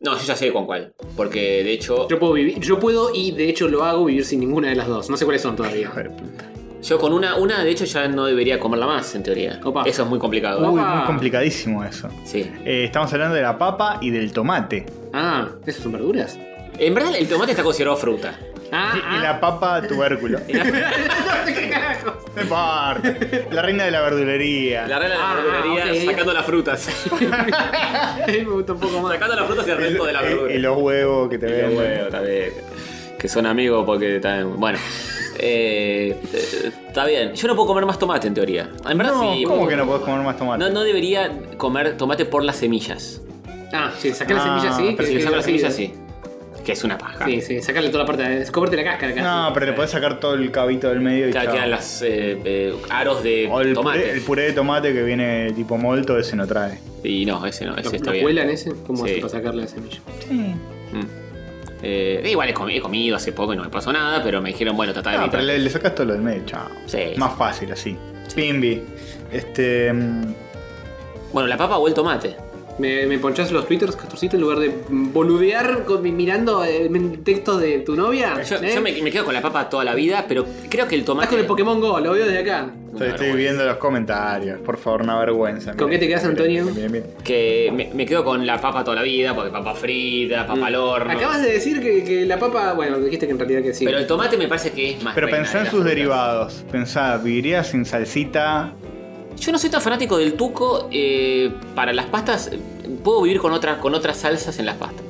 Speaker 1: No, yo ya sé con cuál. Porque de hecho,
Speaker 5: Yo puedo vivir, yo puedo y de hecho lo hago vivir sin ninguna de las dos. No sé cuáles son todavía.
Speaker 2: Hijo de puta.
Speaker 1: yo con una, una de hecho ya no debería comerla más, en teoría.
Speaker 5: Opa.
Speaker 1: Eso es muy complicado.
Speaker 5: Uy.
Speaker 2: Uy,
Speaker 5: Papá.
Speaker 2: muy complicadísimo eso.
Speaker 1: Sí.
Speaker 2: Eh, estamos hablando de la papa y del tomate.
Speaker 5: Ah, ¿esas son verduras?
Speaker 1: En verdad el tomate está considerado fruta.
Speaker 5: Ah,
Speaker 2: Y la papa tubérculo.
Speaker 5: ah. ¿Qué carajo?
Speaker 2: No importa. La reina de la verdulería.
Speaker 1: La regla de
Speaker 5: Ah,
Speaker 1: la verdulería
Speaker 5: ok.
Speaker 1: sacando las frutas.
Speaker 5: Me gusta un poco más.
Speaker 1: sacando las frutas y el resto de la verdura.
Speaker 2: Y los huevos que te
Speaker 1: Y los
Speaker 2: venden.
Speaker 1: huevos también. Que son amigos porque también. Bueno. Eh, eh, está bien. Yo no puedo comer más tomate en teoría. En verdad
Speaker 2: No,
Speaker 1: sí.
Speaker 2: ¿Cómo
Speaker 1: puedo-
Speaker 2: que no podés comer más tomate?
Speaker 1: No, no debería comer tomate por las semillas.
Speaker 5: Ah, sí, sacar
Speaker 2: Ah,
Speaker 5: las semillas sí.
Speaker 2: pero
Speaker 1: Si le saco las semillas,
Speaker 5: sí.
Speaker 1: sí. Que es una paja.
Speaker 5: Sí, sí, sacarle toda la parte. de- Comerte la cáscara casi.
Speaker 2: No, pero le podés sacar todo el cabito del medio y
Speaker 1: Claro,
Speaker 2: chao.
Speaker 1: quedan las eh, eh, aros de
Speaker 2: O el
Speaker 1: tomate.
Speaker 2: puré, el puré de tomate que viene tipo molto, ese no trae.
Speaker 1: Y no, ese no, ese
Speaker 5: ¿Lo,
Speaker 1: está
Speaker 5: lo
Speaker 1: bien.
Speaker 5: cuelan ese? ¿Cómo
Speaker 1: Sí.
Speaker 5: hace para sacarle la semilla?
Speaker 1: Mm. Eh, igual he comi- he comido, hace poco y no me pasó nada, pero me dijeron, bueno, tratá de
Speaker 2: Ah, pero
Speaker 1: evitar.
Speaker 2: le, le sacas todo lo del medio, chao.
Speaker 1: Sí.
Speaker 2: Más fácil así. Pimbi. Este. mm,
Speaker 1: Bueno, la papa o el tomate.
Speaker 5: ¿Me, me ponchás los twitters, Castorcito, en lugar de boludear con, mirando eh, textos de tu novia?
Speaker 1: Yo,
Speaker 5: ¿eh?
Speaker 1: yo me, me quedo con la papa toda la vida, pero creo que el tomate.
Speaker 5: Estás Ah, con el Pokémon Go, lo veo desde acá.
Speaker 2: Estoy,
Speaker 1: Una
Speaker 2: estoy
Speaker 1: vergüenza.
Speaker 2: viendo los comentarios, por favor, una vergüenza.
Speaker 5: ¿Con qué te quedas, Antonio?
Speaker 2: miren, miren.
Speaker 1: Que me, me quedo con la papa toda la vida, porque papa frita, papa al horno.
Speaker 5: Mm. Acabas de decir que, que la papa. Bueno, dijiste que en realidad que sí.
Speaker 1: Pero el tomate me parece que es más.
Speaker 2: Pero
Speaker 1: reina de
Speaker 2: pensá en
Speaker 1: las
Speaker 2: sus
Speaker 1: frutas.
Speaker 2: derivados. Pensá, ¿vivirías sin salsita?
Speaker 1: Yo no soy tan fanático del tuco. eh, para las pastas, eh, puedo vivir con, otra, con otras salsas en las pastas.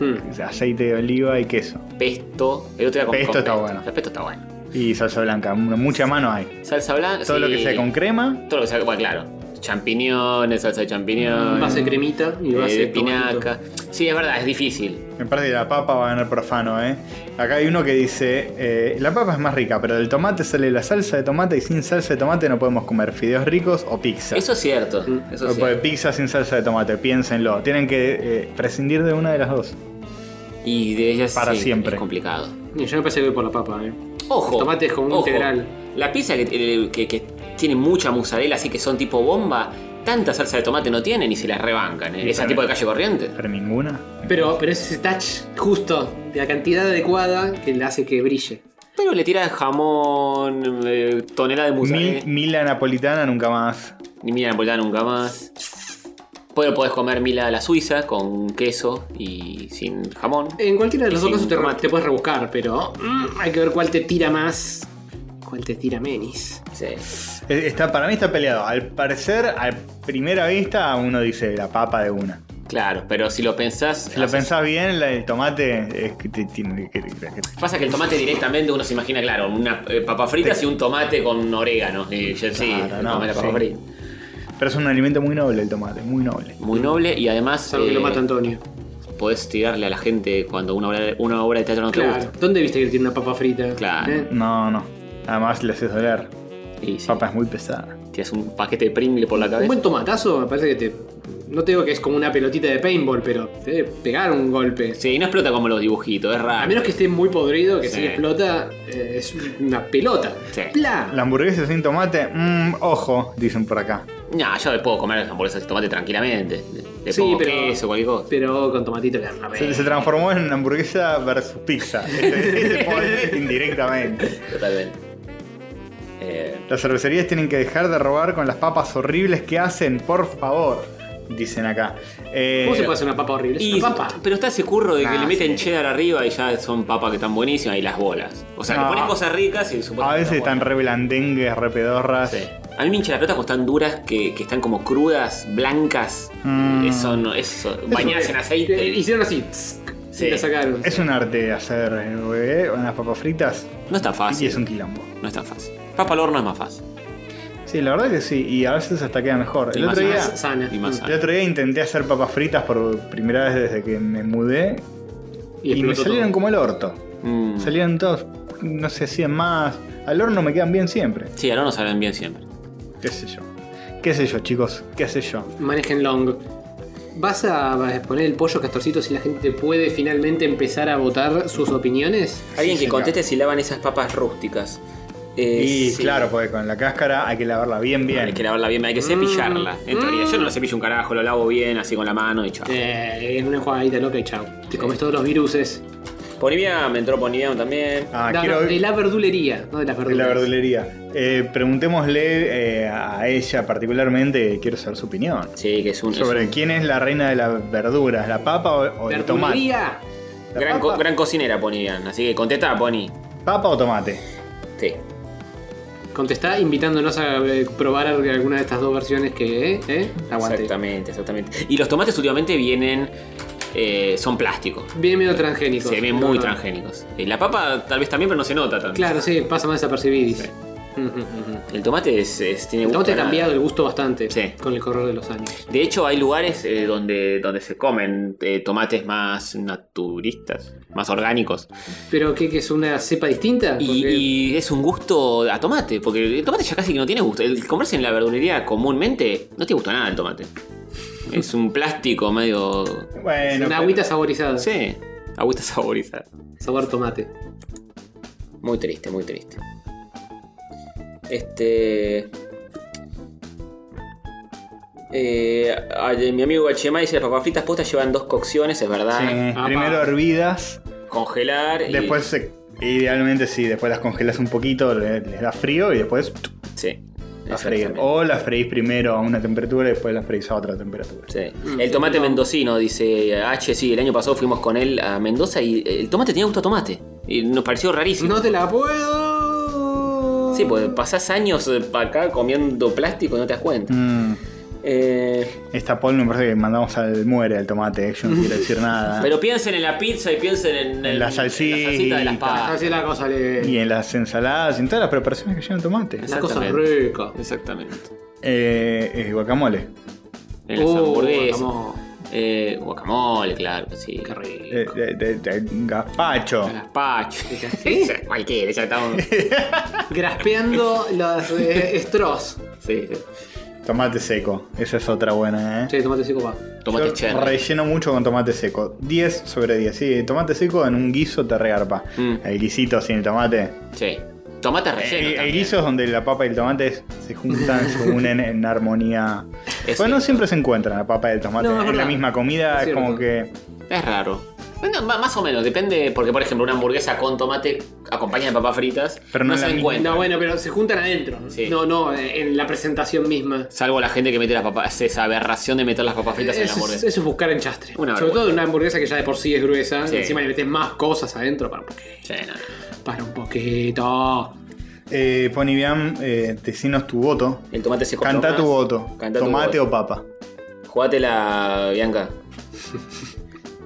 Speaker 5: Hmm.
Speaker 2: Aceite de oliva y queso.
Speaker 1: Pesto. El otro día con-
Speaker 2: Pesto
Speaker 1: con
Speaker 2: está bueno.
Speaker 1: El pesto está bueno.
Speaker 2: Y salsa blanca, mucha mano hay.
Speaker 1: Salsa blanca.
Speaker 2: Todo lo
Speaker 1: sí.
Speaker 2: que sea con crema.
Speaker 1: Todo lo que sea, bueno, claro. Champiñones, salsa de champiñones.
Speaker 5: Base cremita y
Speaker 1: eh,
Speaker 5: base
Speaker 1: de
Speaker 5: tomatito.
Speaker 1: espinaca. Sí, es verdad, es difícil.
Speaker 2: Me parece que la papa va a ganar profano, ¿eh? Acá hay uno que dice, eh, la papa es más rica, pero del tomate sale la salsa de tomate y sin salsa de tomate no podemos comer fideos ricos o pizza.
Speaker 1: Eso es cierto.
Speaker 5: Mm.
Speaker 1: Eso
Speaker 2: O
Speaker 1: es
Speaker 2: puede
Speaker 1: cierto.
Speaker 2: pizza sin salsa de tomate, piénsenlo. Tienen que eh, prescindir de una de las dos.
Speaker 1: Y de ellas
Speaker 2: Para
Speaker 1: sí,
Speaker 2: siempre.
Speaker 1: es complicado.
Speaker 5: Y Yo me parece que voy por la papa, eh.
Speaker 1: Ojo.
Speaker 5: El tomate es como un
Speaker 1: ojo.
Speaker 5: integral.
Speaker 1: La pizza que, eh, que- que tiene mucha mozzarella, así que son tipo bomba, tanta salsa de tomate no tienen y se las rebancan. ¿eh?
Speaker 2: Y
Speaker 1: Esa
Speaker 2: para-
Speaker 1: tipo de calle corriente.
Speaker 2: Pero ninguna.
Speaker 5: Pero, pero es ese touch justo, de la cantidad adecuada que le hace que brille.
Speaker 1: Pero le tiran jamón, eh, tonelada de mozzarella.
Speaker 2: Mil- mila napolitana nunca más.
Speaker 1: Ni mira napolitana nunca más. Pero podés comer mila a la suiza con queso y sin jamón.
Speaker 5: En cualquiera de los dos
Speaker 1: Sin
Speaker 5: casos te, re-
Speaker 1: tomate.
Speaker 5: te puedes rebuscar, pero mm, hay que ver cuál te tira más, cuál te tira menis.
Speaker 1: Sí.
Speaker 2: Eh, Está, para mí está peleado. Al parecer, a primera vista, uno dice la papa de una.
Speaker 1: Claro, pero si lo pensás.
Speaker 2: Si lo
Speaker 1: haces-
Speaker 2: pensás bien, la- el tomate es que te- tiene que- que- que-
Speaker 1: Pasa que el tomate directamente uno se imagina, claro, una eh, papa frita y un tomate con orégano. Y yo, sí,
Speaker 2: Claro, no,
Speaker 1: tomé la papa
Speaker 2: sí.
Speaker 1: frita.
Speaker 2: Pero es un alimento muy noble el tomate, muy noble.
Speaker 1: Muy noble y además
Speaker 5: Salvo que lo
Speaker 1: eh,
Speaker 5: mata Antonio.
Speaker 1: podés tirarle a la gente cuando una obra, una obra de teatro no te
Speaker 5: Claro.
Speaker 1: gusta.
Speaker 5: ¿Dónde viste que tiene una papa frita?
Speaker 1: Claro.
Speaker 5: ¿Eh?
Speaker 2: No, no. Además le haces doler.
Speaker 1: Y sí,
Speaker 2: Papa es muy pesada.
Speaker 1: tienes un paquete de pringle por la
Speaker 5: Un
Speaker 1: cabeza.
Speaker 5: buen tomatazo me parece que te. No te digo que es como una pelotita de paintball, pero te debe pegar un golpe.
Speaker 1: Sí, no explota como los dibujitos, es raro.
Speaker 5: A menos que esté muy podrido, que
Speaker 1: Sí.
Speaker 5: si explota, eh, es una pelota.
Speaker 1: Sí.
Speaker 5: ¡Pla!
Speaker 2: La hamburguesa sin tomate, mmm, ojo, dicen por acá.
Speaker 1: Nah, yo le puedo comer hamburguesas de tomate tranquilamente. Le- Le
Speaker 5: Sí,
Speaker 1: pongo
Speaker 5: pero-
Speaker 1: queso, cualquier cosa.
Speaker 5: Pero con tomatito le dan una
Speaker 2: Se,
Speaker 5: vez.
Speaker 2: se transformó en hamburguesa versus pizza. Este, Ese- ese poder indirectamente.
Speaker 1: Totalmente. Eh,
Speaker 2: Las cervecerías tienen que dejar de robar con las papas horribles que hacen, por favor, dicen acá. Eh,
Speaker 5: ¿Cómo se puede hacer una papa horrible?
Speaker 1: y-
Speaker 5: Es una papa.
Speaker 1: Pero está ese curro de que
Speaker 5: Ah,
Speaker 1: le meten
Speaker 5: sí.
Speaker 1: cheddar arriba y ya son papas que están buenísimas y las bolas. O sea,
Speaker 2: No.
Speaker 1: le ponen cosas ricas y supongo
Speaker 2: A
Speaker 1: que
Speaker 2: veces
Speaker 1: están
Speaker 2: están
Speaker 1: buenas.
Speaker 2: re blandengues, re pedorras.
Speaker 1: Sí. A mí me hincha la pelota cuando están duras, que, que están como crudas, blancas.
Speaker 2: Mm.
Speaker 1: Eso no, eso. Bañadas en aceite.
Speaker 5: Eh, Hicieron así. tsk,
Speaker 1: Sí.
Speaker 5: Y la sacaron.
Speaker 2: Es un arte hacer eh, unas papas fritas
Speaker 1: No es tan
Speaker 2: y
Speaker 1: fácil.
Speaker 2: es un quilombo.
Speaker 1: No es tan fácil. Papa al horno es más fácil.
Speaker 2: Sí, la verdad que sí, y a veces hasta queda mejor.
Speaker 1: Y
Speaker 2: El otro,
Speaker 1: más
Speaker 2: día, Mm.
Speaker 5: Más sana.
Speaker 1: Y más
Speaker 2: el otro día intenté hacer papas fritas por primera vez desde que me mudé y, me
Speaker 5: explotó
Speaker 2: salieron
Speaker 5: todo.
Speaker 2: como el orto.
Speaker 1: Mm.
Speaker 2: Salieron todos, no sé, 100 más. Al horno me quedan bien siempre.
Speaker 1: Sí, al horno salen bien siempre.
Speaker 2: ¿Qué sé yo? ¿Qué sé yo, chicos? ¿Qué sé yo?
Speaker 5: Manejen long. ¿Vas a poner el pollo castorcito si la gente puede finalmente empezar a votar sus opiniones?
Speaker 1: Alguien
Speaker 2: Sí,
Speaker 1: que
Speaker 2: señor.
Speaker 1: conteste si lavan esas papas rústicas. Eh,
Speaker 2: Y
Speaker 1: sí.
Speaker 2: claro, porque con la cáscara hay que lavarla bien, bien.
Speaker 1: Hay que lavarla bien, hay que cepillarla. En
Speaker 2: Mm.
Speaker 1: teoría, yo no la cepillo un carajo, lo lavo bien, así con la mano y chao.
Speaker 5: Eh, en una enjuagadita loca y chao. Te comes todos los viruses.
Speaker 1: Ponía, me entró Ponía también.
Speaker 2: Ah,
Speaker 5: No,
Speaker 2: quiero
Speaker 5: no, de la verdulería, no de las
Speaker 2: de
Speaker 5: verduras.
Speaker 2: la verdulería. Eh, preguntémosle eh, a ella particularmente, quiero saber su opinión.
Speaker 1: Sí, que es un, es
Speaker 2: Sobre quién es la reina de las verduras, la papa o, o el tomate.
Speaker 5: Verdulería.
Speaker 1: un
Speaker 2: ¿La
Speaker 1: gran, co-
Speaker 2: papa?
Speaker 1: gran cocinera Ponían, así que contesta Pony.
Speaker 2: ¿Papa o tomate?
Speaker 1: Sí.
Speaker 5: Contestá invitándonos a eh, probar alguna de estas dos versiones que, eh, eh, aguante.
Speaker 1: Exactamente, exactamente. Y los tomates últimamente vienen. eh, son plásticos.
Speaker 5: Bien medio transgénicos.
Speaker 1: Se ven
Speaker 5: No,
Speaker 1: muy
Speaker 5: no.
Speaker 1: transgénicos. Eh, La papa tal vez también, pero no se nota tanto.
Speaker 5: Claro, sí, pasa más desapercibidis.
Speaker 1: Sí.
Speaker 5: Ujú, ujú.
Speaker 1: El tomate es, es- tiene
Speaker 5: El
Speaker 1: gusto
Speaker 5: tomate
Speaker 1: a
Speaker 5: ha
Speaker 1: nada.
Speaker 5: cambiado el gusto bastante
Speaker 1: Sí.
Speaker 5: con el correr de los años.
Speaker 1: De hecho, hay lugares eh, donde, donde se comen eh, tomates más naturistas, más orgánicos.
Speaker 5: ¿Pero qué, que es una cepa distinta?
Speaker 1: Y,
Speaker 5: Porque-
Speaker 1: y es un gusto a tomate, porque el tomate ya casi que no tiene gusto. El comerse en la verdulería comúnmente no te gusta nada el tomate. Es un plástico medio.
Speaker 5: Es
Speaker 2: Bueno,
Speaker 5: una
Speaker 2: pero-
Speaker 5: agüita saborizada.
Speaker 1: Sí, agüita saborizada.
Speaker 5: Sabor tomate.
Speaker 1: Muy triste, muy triste. Este. Eh, a- mi amigo Bachema dice: las papas fritas postas llevan dos cocciones, es
Speaker 2: sí,
Speaker 1: verdad.
Speaker 5: papa.
Speaker 2: primero hervidas,
Speaker 1: Congelar. y-
Speaker 2: después se- idealmente sí, después las congelas un poquito, le- les da frío y después tup,
Speaker 1: Sí.
Speaker 2: las freís.
Speaker 1: exactamente.
Speaker 2: O las freís primero a una temperatura y después las freís a otra temperatura.
Speaker 1: Sí. El tomate mendocino, dice H, sí, el año pasado fuimos con él a Mendoza y el tomate tenía gusto a tomate. Y nos pareció rarísimo.
Speaker 5: No te la puedo.
Speaker 1: Sí, pues pasás años eh, pa' acá comiendo plástico y no te das cuenta.
Speaker 2: Mm,
Speaker 1: Eh,
Speaker 2: esta poll me parece que mandamos al muere al tomate, eh, yo no quiero decir nada.
Speaker 1: pero piensen en la pizza y piensen en, el-
Speaker 2: En la
Speaker 1: en
Speaker 2: salsita.
Speaker 1: salsita de las papas.
Speaker 5: Así es la cosa le.
Speaker 2: Y en las ensaladas, y en todas las preparaciones que llevan tomate.
Speaker 5: La cosa
Speaker 1: Exactamente.
Speaker 5: rica.
Speaker 1: Exactamente.
Speaker 2: Eh, eh, guacamole.
Speaker 1: En las
Speaker 2: Uh,
Speaker 5: Oh,
Speaker 1: hamburguesas.
Speaker 5: vamos.
Speaker 1: Eh, guacamole, claro, sí.
Speaker 5: Qué rico.
Speaker 2: Eh, eh, eh, eh, gazpacho.
Speaker 1: Gazpacho. Cualquiera, ya estamos.
Speaker 5: Graspeando los eh, estros.
Speaker 1: Sí, sí.
Speaker 2: Tomate seco. Esa es otra buena, ¿eh?
Speaker 5: Sí, tomate seco va.
Speaker 1: Tomate
Speaker 2: Yo
Speaker 1: cherry.
Speaker 2: relleno mucho con tomate seco. 10 sobre 10. Sí, tomate seco en un guiso te regarpa.
Speaker 1: Mm.
Speaker 2: El guisito sin el tomate.
Speaker 1: Sí. Tomate relleno.
Speaker 2: el, el
Speaker 1: también.
Speaker 2: Eh, guiso es donde la papa y el tomate es- se juntan, se unen en armonía.
Speaker 1: Es
Speaker 2: bueno, no
Speaker 1: cierto.
Speaker 2: siempre se encuentran la papa y el tomate
Speaker 5: No, es
Speaker 2: en la
Speaker 5: verdad.
Speaker 2: misma comida.
Speaker 5: Es
Speaker 2: Es como
Speaker 5: cierto.
Speaker 2: que.
Speaker 1: Es raro. Bueno, ma- más o menos, depende, porque por ejemplo una hamburguesa con tomate acompañada de papas fritas
Speaker 2: Pero no
Speaker 1: no,
Speaker 2: es la
Speaker 1: se
Speaker 2: misma.
Speaker 1: encuentra.
Speaker 5: No, bueno, pero se juntan adentro.
Speaker 1: Sí.
Speaker 5: No, no, eh, en la presentación misma.
Speaker 1: Salvo la gente que mete las papas, esa aberración de meter las papas fritas en la
Speaker 5: Eso es,
Speaker 1: hamburguesa.
Speaker 5: eso es buscar enchastre.
Speaker 1: Una
Speaker 5: Sobre
Speaker 1: vergüenza.
Speaker 5: todo en una hamburguesa que ya de por sí es gruesa.
Speaker 1: Sí.
Speaker 5: Encima le metes más cosas adentro para un poquito.
Speaker 1: Sí, no, no.
Speaker 5: Para un poquito.
Speaker 2: Eh, Pony Biam, eh, decinos tu voto.
Speaker 1: El tomate se cortó
Speaker 2: Canta
Speaker 1: más.
Speaker 2: tu voto.
Speaker 1: Cantá tu
Speaker 2: tomate
Speaker 1: voto.
Speaker 2: o papa.
Speaker 1: Jugátela, Bianca.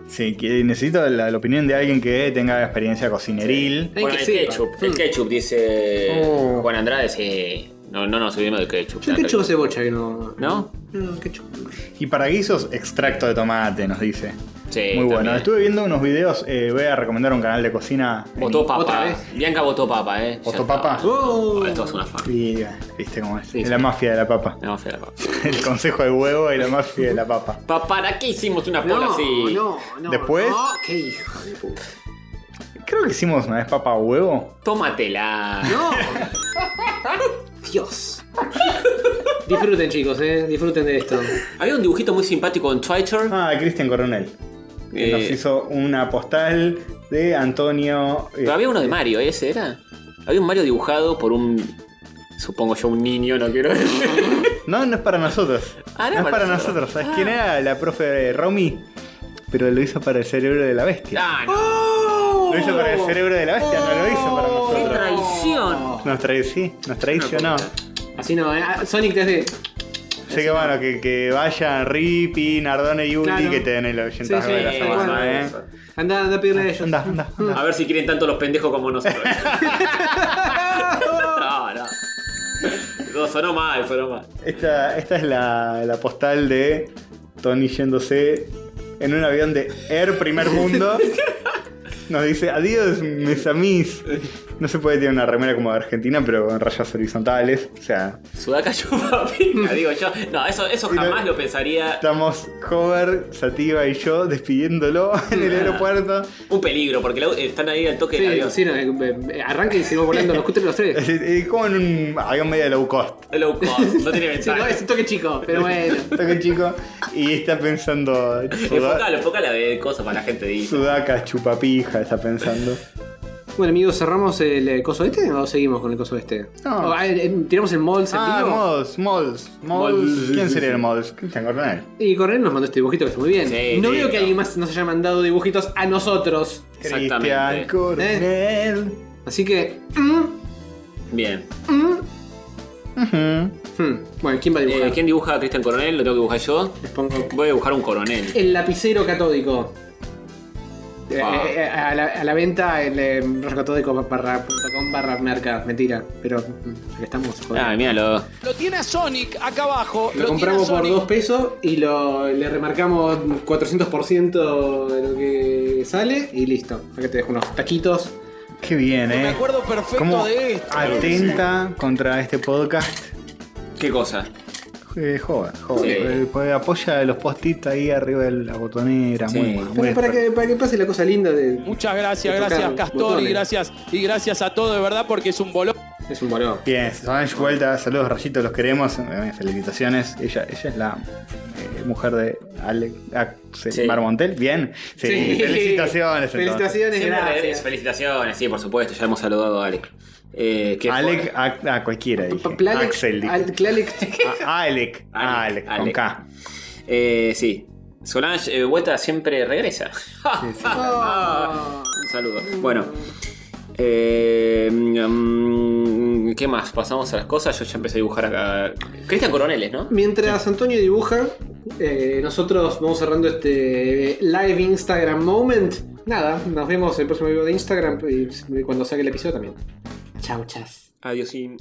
Speaker 2: Sí, que necesito la, la opinión de alguien que tenga experiencia cocineril.
Speaker 5: Hay
Speaker 1: Bueno,
Speaker 5: que
Speaker 1: el
Speaker 5: sepa.
Speaker 1: ketchup. El
Speaker 5: Mm.
Speaker 1: ketchup, dice
Speaker 2: Oh.
Speaker 1: Juan Andrade, sí. No, no nos olvidemos del ketchup.
Speaker 5: Yo ketchup hace bocha que no.
Speaker 1: ¿No?
Speaker 5: No, ketchup.
Speaker 2: Y para guisos, extracto de tomate, nos dice.
Speaker 1: Sí,
Speaker 2: Muy bueno.
Speaker 1: Eh, también.
Speaker 2: Estuve viendo unos videos, eh, voy a recomendar un canal de cocina.
Speaker 1: Votó
Speaker 5: Otra
Speaker 1: papa.
Speaker 5: vez.
Speaker 1: Bianca votó papa, eh. Ya
Speaker 2: ¿Votó
Speaker 1: está.
Speaker 2: papa?
Speaker 5: Oh.
Speaker 1: Esto es una fan.
Speaker 2: Y, eh, viste cómo es.
Speaker 5: Sí,
Speaker 2: la mafia de la papa.
Speaker 1: No, fue la papa.
Speaker 2: El consejo de huevo y la mafia de la papa.
Speaker 1: Pa- ¿Para qué hicimos una
Speaker 5: No,
Speaker 1: cola así?
Speaker 5: no, no.
Speaker 2: Después-
Speaker 5: No, qué hijo de puta.
Speaker 2: Creo que hicimos una vez papa a huevo.
Speaker 1: Tómatela.
Speaker 5: No. Dios. Disfruten, chicos, eh. Disfruten de esto.
Speaker 1: Había un dibujito muy simpático en Twitter.
Speaker 2: Ah, Cristian Coronel. que
Speaker 1: Eh,
Speaker 2: nos hizo una postal de Antonio. eh,
Speaker 1: Pero había uno de Mario, ¿eh? ¿ese era? Había un Mario dibujado por un. Supongo yo, un niño, no quiero
Speaker 2: No, no es para nosotros.
Speaker 1: Ah,
Speaker 2: no es para nosotros. ¿Sabes quién era? La profe Romy. Pero lo hizo para el cerebro de la bestia.
Speaker 1: ¡Ah, no!
Speaker 2: Lo hizo para el cerebro de la bestia, no lo hizo para
Speaker 1: ¡Qué
Speaker 2: nosotros.
Speaker 1: traición!
Speaker 2: Nos, trai- sí, nos traicionó.
Speaker 5: Así no, eh. Ah, Sonic desde.
Speaker 2: Así que bueno, que, que vayan Rippy, Nardone y Uli
Speaker 5: Claro.
Speaker 2: que te den el 80
Speaker 5: Sí, sí,
Speaker 2: de la
Speaker 5: sí,
Speaker 2: semana,
Speaker 5: bueno.
Speaker 2: ¿eh?
Speaker 5: Anda, anda a pedirle a ellos.
Speaker 2: Anda, anda, anda.
Speaker 1: A ver si quieren tanto los pendejos como nosotros. no, no. No, sonó mal, sonó mal.
Speaker 2: Esta, esta es la, la postal de Tony yéndose en un avión de Air Primer Mundo. Nos dice, adiós, mis amis. No se puede tener una remera como de Argentina, pero con rayas horizontales. O sea,
Speaker 1: Sudaca chupa pica, digo yo. No, eso, eso
Speaker 2: Y lo-
Speaker 1: jamás lo pensaría.
Speaker 2: estamos Hover, Sativa y yo despidiéndolo en el aeropuerto.
Speaker 1: Un peligro, porque la- están ahí al toque del
Speaker 5: Sí,
Speaker 1: avión.
Speaker 5: sí, no, eh, eh, arranca y se va volando los cúteres los tres.
Speaker 2: Es, es como en un avión medio low cost.
Speaker 1: Low cost, no tiene
Speaker 5: Sí, no,
Speaker 1: ventaja.
Speaker 5: es un toque chico, pero bueno.
Speaker 2: Toque chico. Y está pensando.
Speaker 1: Enfocalo, enfocala de cosas para la gente dice.
Speaker 2: Sudaca, chupapija, está pensando.
Speaker 5: Bueno, amigos, ¿cerramos el eh, coso este o seguimos con el coso este?
Speaker 2: No.
Speaker 5: O, ah, eh, eh, ¿Tiramos el Mols en
Speaker 2: Ah,
Speaker 5: vivo?
Speaker 2: Mods, Mods, Mods.
Speaker 1: Mods.
Speaker 2: ¿Quién sería el Mods? Cristian Coronel.
Speaker 5: Y Cornel nos mandó este dibujito que está muy bien.
Speaker 1: Sí,
Speaker 5: no
Speaker 1: sí,
Speaker 5: veo que
Speaker 1: no.
Speaker 5: alguien más nos haya mandado dibujitos a nosotros.
Speaker 1: Exactamente.
Speaker 2: Cristian Coronel.
Speaker 5: Así que. mm,
Speaker 1: Bien.
Speaker 2: Ujú.
Speaker 5: hmm. Bueno, ¿quién va a dibujar?
Speaker 1: Eh, ¿Quién dibuja a Cristian Coronel? Lo tengo que dibujar yo.
Speaker 5: Les pongo.
Speaker 1: Voy a dibujar un coronel.
Speaker 5: El lapicero catódico. Eh,
Speaker 1: Ah.
Speaker 5: eh, eh, a, la, a la venta el eh, rollo catódico barra, punto com barra merca. Mentira, pero mm, aquí estamos. joder.
Speaker 1: Ah, míralo.
Speaker 7: Lo tiene a Sonic acá abajo.
Speaker 5: Lo compramos por 2 pesos y lo, le remarcamos 400% de lo que sale y listo. Acá te dejo unos taquitos.
Speaker 2: Qué bien, eh.
Speaker 7: Me acuerdo perfecto
Speaker 2: Cómo
Speaker 7: de esto.
Speaker 2: atenta contra este podcast.
Speaker 1: ¿Qué cosa?
Speaker 2: Eh, joven, joven.
Speaker 1: Sí.
Speaker 2: Eh, pues apoya los post-it ahí arriba de la botonera.
Speaker 1: Sí.
Speaker 2: Muy bueno.
Speaker 5: Pero para que, para que pase la cosa linda de...
Speaker 7: Muchas gracias,
Speaker 5: Te
Speaker 7: gracias
Speaker 5: tocaron
Speaker 7: Castor
Speaker 5: botones.
Speaker 7: y gracias y gracias a todo de verdad porque es un bolón.
Speaker 5: Es un bolón.
Speaker 2: Bien, Solange Vuelta, saludos rayitos, los queremos. eh, felicitaciones. Ella, ella es la eh, mujer de Ale, Axel
Speaker 1: Sí.
Speaker 2: Marmontel. Bien. Sí,
Speaker 5: Sí.
Speaker 2: felicitaciones. entonces.
Speaker 5: Felicitaciones,
Speaker 1: Siempre redes,
Speaker 5: gracias.
Speaker 1: felicitaciones, sí, por supuesto, ya hemos saludado a Alec. Eh, que fue-
Speaker 2: Alec, a, a cualquiera dije.
Speaker 5: Plalec-
Speaker 2: Axel dije.
Speaker 5: Al- Clalec-
Speaker 2: A- Alec, a Alec, con
Speaker 1: Alec.
Speaker 2: K.
Speaker 1: Eh, sí. Solange, eh, vuelta siempre regresa.
Speaker 5: Oh.
Speaker 1: Un saludo. Bueno. Eh, mm, ¿Qué más? Pasamos a las cosas. Yo ya empecé a dibujar acá. Cristian Coroneles, ¿no?
Speaker 5: Mientras Antonio dibuja, eh, nosotros vamos cerrando este live Instagram moment. Nada, nos vemos el próximo video de Instagram y cuando saque el episodio también. Chau, chas.
Speaker 1: Adiós. y-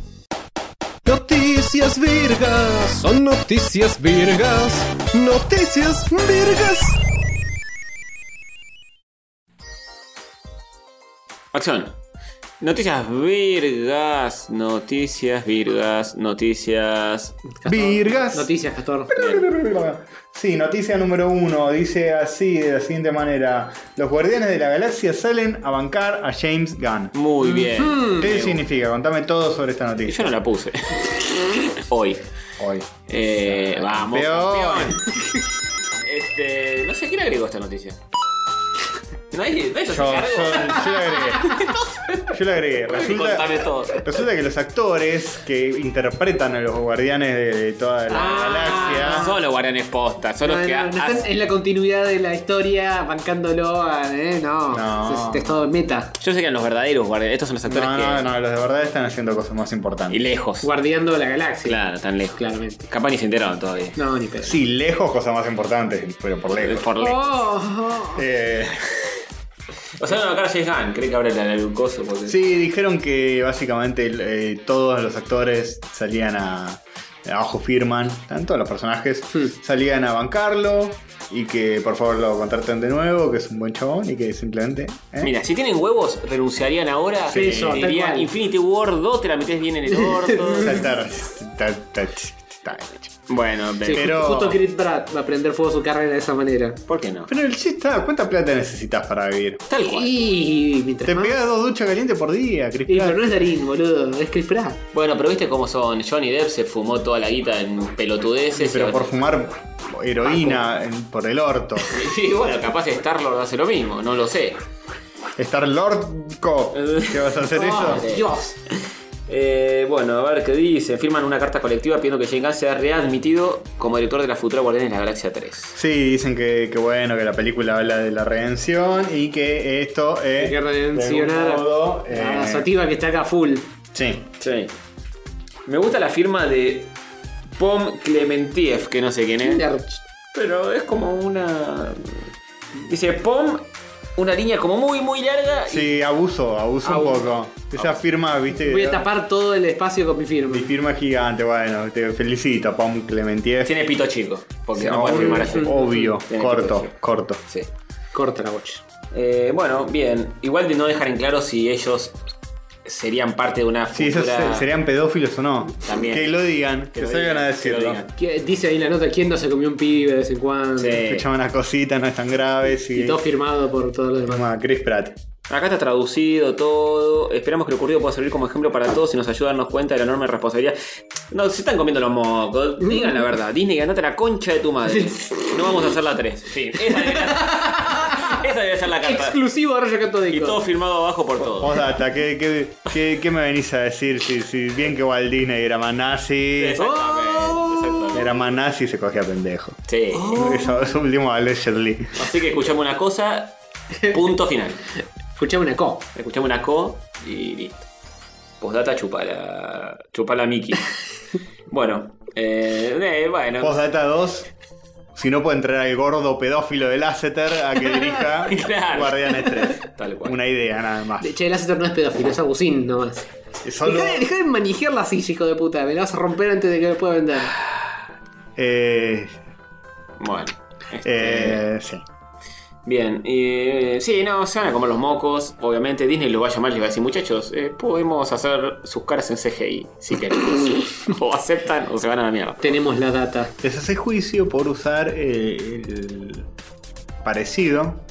Speaker 3: Noticias virgas, son noticias virgas, noticias virgas.
Speaker 1: Acción. Noticias virgas, noticias virgas, noticias.
Speaker 2: Virgas.
Speaker 5: Noticias, Castor.
Speaker 2: Sí, noticia número uno. Dice así, de la siguiente manera. Los guardianes de la galaxia salen a bancar a James Gunn.
Speaker 1: Muy bien.
Speaker 2: ¿Qué significa? Contame todo sobre esta
Speaker 1: Y Yo
Speaker 2: noticia.
Speaker 1: no la puse. Hoy.
Speaker 2: Hoy.
Speaker 1: Eh, vamos.
Speaker 2: Campeón.
Speaker 1: campeón. Este, no sé quién agregó esta noticia. Nadie, nadie
Speaker 2: Yo,
Speaker 1: se
Speaker 2: yo,
Speaker 1: cargó.
Speaker 2: yo la agregué. Yo la agregué.
Speaker 1: Contame
Speaker 2: Resulta,
Speaker 1: todo.
Speaker 2: resulta que los actores que interpretan a los guardianes de, de toda la
Speaker 1: No
Speaker 2: galaxia.
Speaker 1: Ah, son los guaranes postas, son
Speaker 5: No,
Speaker 1: los
Speaker 5: no,
Speaker 1: que
Speaker 5: Ah, no están
Speaker 1: hacen.
Speaker 5: en la continuidad de la historia, bancándolo a. eh, no,
Speaker 2: No.
Speaker 5: Es, es todo meta.
Speaker 1: Yo sé que eran los verdaderos guardianes. Estos son los actores
Speaker 2: No,
Speaker 1: que.
Speaker 2: no, no, los de verdad están haciendo cosas más importantes.
Speaker 1: Y lejos.
Speaker 5: Guardiando la galaxia.
Speaker 1: Claro, tan lejos.
Speaker 5: Claramente.
Speaker 1: Capaz ni se enteraron todavía.
Speaker 5: No, ni pedo.
Speaker 2: Sí, lejos cosas más importantes, pero por lejos.
Speaker 1: Por lejos.
Speaker 5: Oh, oh.
Speaker 2: Eh,
Speaker 1: Pasaron a Carl Gunn, cree que ahora la el coso. Porque...
Speaker 2: Sí, dijeron que básicamente eh, todos los actores salían a. Abajo firman, tanto los personajes salían a bancarlo y que por favor lo contraten de nuevo, que es un buen chabón y que simplemente. ¿eh?
Speaker 1: Mira, si tienen huevos, renunciarían ahora.
Speaker 5: Sí, eso,
Speaker 1: Eh,
Speaker 5: tal
Speaker 1: dirían,
Speaker 5: cual.
Speaker 1: Infinity War 2 te la metes bien en el orto.
Speaker 2: Saltar. Ta- ta- ta- ta-
Speaker 1: bueno,
Speaker 5: Sí,
Speaker 1: pero.
Speaker 2: Pero-
Speaker 5: ju- Justo Chris Pratt va a prender fuego a su carrera de esa manera.
Speaker 1: ¿Por qué no?
Speaker 2: Pero el chiste está, ¿cuánta plata necesitas para vivir?
Speaker 1: Tal cual.
Speaker 5: Y mientras
Speaker 2: Te
Speaker 5: más-
Speaker 2: pegas dos duchas calientes por día, Chris
Speaker 5: Y,
Speaker 2: Pratt.
Speaker 5: pero no es Darín, boludo, es Chris Pratt.
Speaker 1: Bueno, pero viste cómo son. Johnny Depp se fumó toda la guita en pelotudeces. y
Speaker 2: Pero por
Speaker 1: ahora-
Speaker 2: fumar heroína en- por el orto.
Speaker 1: Y bueno, capaz Star-Lord hace lo mismo, no lo sé.
Speaker 2: Estar lordco. ¿Qué vas a hacer
Speaker 1: Oh,
Speaker 2: eso?
Speaker 1: Sí.
Speaker 5: Dios.
Speaker 1: Eh, bueno, a ver qué dice. Firman una carta colectiva pidiendo que James Gunn sea readmitido como director de la futura Guardianes de la Galaxia 3.
Speaker 2: Sí, dicen que, que bueno, que la película habla de la redención y que esto es.
Speaker 5: Hay que redencionar
Speaker 2: de
Speaker 5: a-
Speaker 2: algún modo,
Speaker 5: a
Speaker 2: eh,
Speaker 5: Sativa que está acá full.
Speaker 2: Sí.
Speaker 1: Sí. Me gusta la firma de Pom Clementiev, que no sé quién es. Pero es como una. Dice Pom, una línea como muy, muy larga. y-
Speaker 2: Sí, abuso, abuso un
Speaker 1: Abuso.
Speaker 2: poco. Esa firma, viste.
Speaker 5: Voy a tapar todo el espacio con mi firma.
Speaker 2: Mi firma es gigante, bueno, te felicito, Pom Clementier.
Speaker 1: Tiene pito chico, porque
Speaker 2: Sí,
Speaker 1: no puede
Speaker 2: obvio,
Speaker 1: firmar así.
Speaker 2: Obvio,
Speaker 1: Tiene
Speaker 2: corto,
Speaker 1: pito chico.
Speaker 2: corto.
Speaker 1: Sí.
Speaker 5: Corta la bocha.
Speaker 1: Eh, bueno, bien. Igual de no dejar en claro si ellos serían parte de una
Speaker 2: Sí,
Speaker 1: futura.
Speaker 2: esos se- serían pedófilos o no.
Speaker 1: También.
Speaker 2: Que lo digan, que,
Speaker 1: lo digan,
Speaker 2: salgan a
Speaker 1: que lo
Speaker 2: decirlo.
Speaker 1: digan. Eh.
Speaker 5: ¿Qué- Dice ahí la nota quién no se comió un pibe de vez en cuando.
Speaker 1: Sí.
Speaker 2: Escuchaba una cosita, no es tan grave.
Speaker 5: Y
Speaker 2: Sí.
Speaker 5: todo firmado por todos los demás.
Speaker 2: Toma, Chris Pratt.
Speaker 1: Acá está traducido todo. Esperamos que lo ocurrido pueda servir como ejemplo para todos y nos ayude a darnos cuenta de la enorme responsabilidad. No, se están comiendo los mocos. Digan la verdad. Disney, ganate la concha de tu madre. No vamos a hacer la 3. Sí, esa debe, esa debe ser la carta.
Speaker 5: Exclusivo de Rayo
Speaker 1: Y todo
Speaker 5: Catódico.
Speaker 1: firmado abajo por
Speaker 2: Oh,
Speaker 1: todos.
Speaker 2: Posdata, ¿qué, qué, qué, qué me venís a decir? Si, si bien que Walt Disney era más nazi,
Speaker 1: Exactamente. exactamente.
Speaker 2: era más nazi y se cogía pendejo.
Speaker 1: Sí.
Speaker 2: Eso, eso último, allegedly.
Speaker 1: Así que escuchamos una cosa. Punto final.
Speaker 5: Escuchame una co.
Speaker 1: Escuchamos una co y listo. Postdata chupala. Chupala Mickey. Bueno. Eh, eh, bueno.
Speaker 2: Posdata 2. Si no puede entrar el gordo pedófilo de Lasseter a que dirija
Speaker 1: Claro.
Speaker 2: Guardianes 3.
Speaker 1: Tal cual.
Speaker 2: Una idea nada más.
Speaker 5: Che, el Lasseter no es pedófilo, es Agusín nomás.
Speaker 2: Solo,
Speaker 5: Dejá, de- dejá de manijear la silla, hijo de puta. Me la vas a romper antes de que me pueda vender.
Speaker 2: eh,
Speaker 1: Bueno. este,
Speaker 2: eh, sí.
Speaker 1: Bien, eh, sí, no, se van a comer los mocos. Obviamente Disney los va a llamar y les va a decir, muchachos, eh, podemos hacer sus caras en CGI, si queremos. o aceptan o se van a la mierda.
Speaker 5: Tenemos la data.
Speaker 2: Les hace juicio por usar eh, el parecido,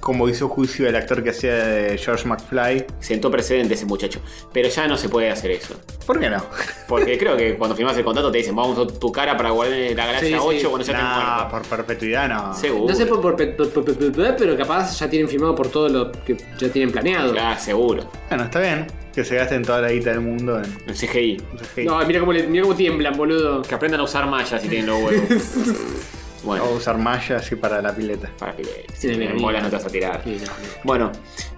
Speaker 2: como hizo juicio el actor que hacía de George McFly.
Speaker 1: Sentó precedente ese muchacho. Pero ya no se puede hacer eso.
Speaker 2: ¿Por qué no?
Speaker 1: Porque creo que cuando firmas el contrato te dicen, vamos a usar tu cara para guardar en la galaxia
Speaker 5: Sí, sí.
Speaker 1: 8 cuando ya te
Speaker 2: Nah,
Speaker 1: muerto.
Speaker 2: por perpetuidad no.
Speaker 1: Seguro.
Speaker 5: No sé por, por, por- por- por- por- pero capaz ya tienen firmado por todo lo que ya tienen planeado.
Speaker 1: Claro, seguro.
Speaker 2: Bueno, está bien que se gasten toda la guita del mundo en
Speaker 1: En CGI.
Speaker 2: en CGI.
Speaker 5: No, mira cómo, le- mirá cómo tiemblan, boludo.
Speaker 1: Que aprendan a usar mallas si tienen los huevos. bueno,
Speaker 2: O usar mallas así para la pileta.
Speaker 1: para que
Speaker 5: Oh. Sí,
Speaker 1: si
Speaker 5: mira,
Speaker 1: tienen
Speaker 5: mira.
Speaker 1: bolas no te vas a tirar.
Speaker 5: Sí,
Speaker 1: Bueno,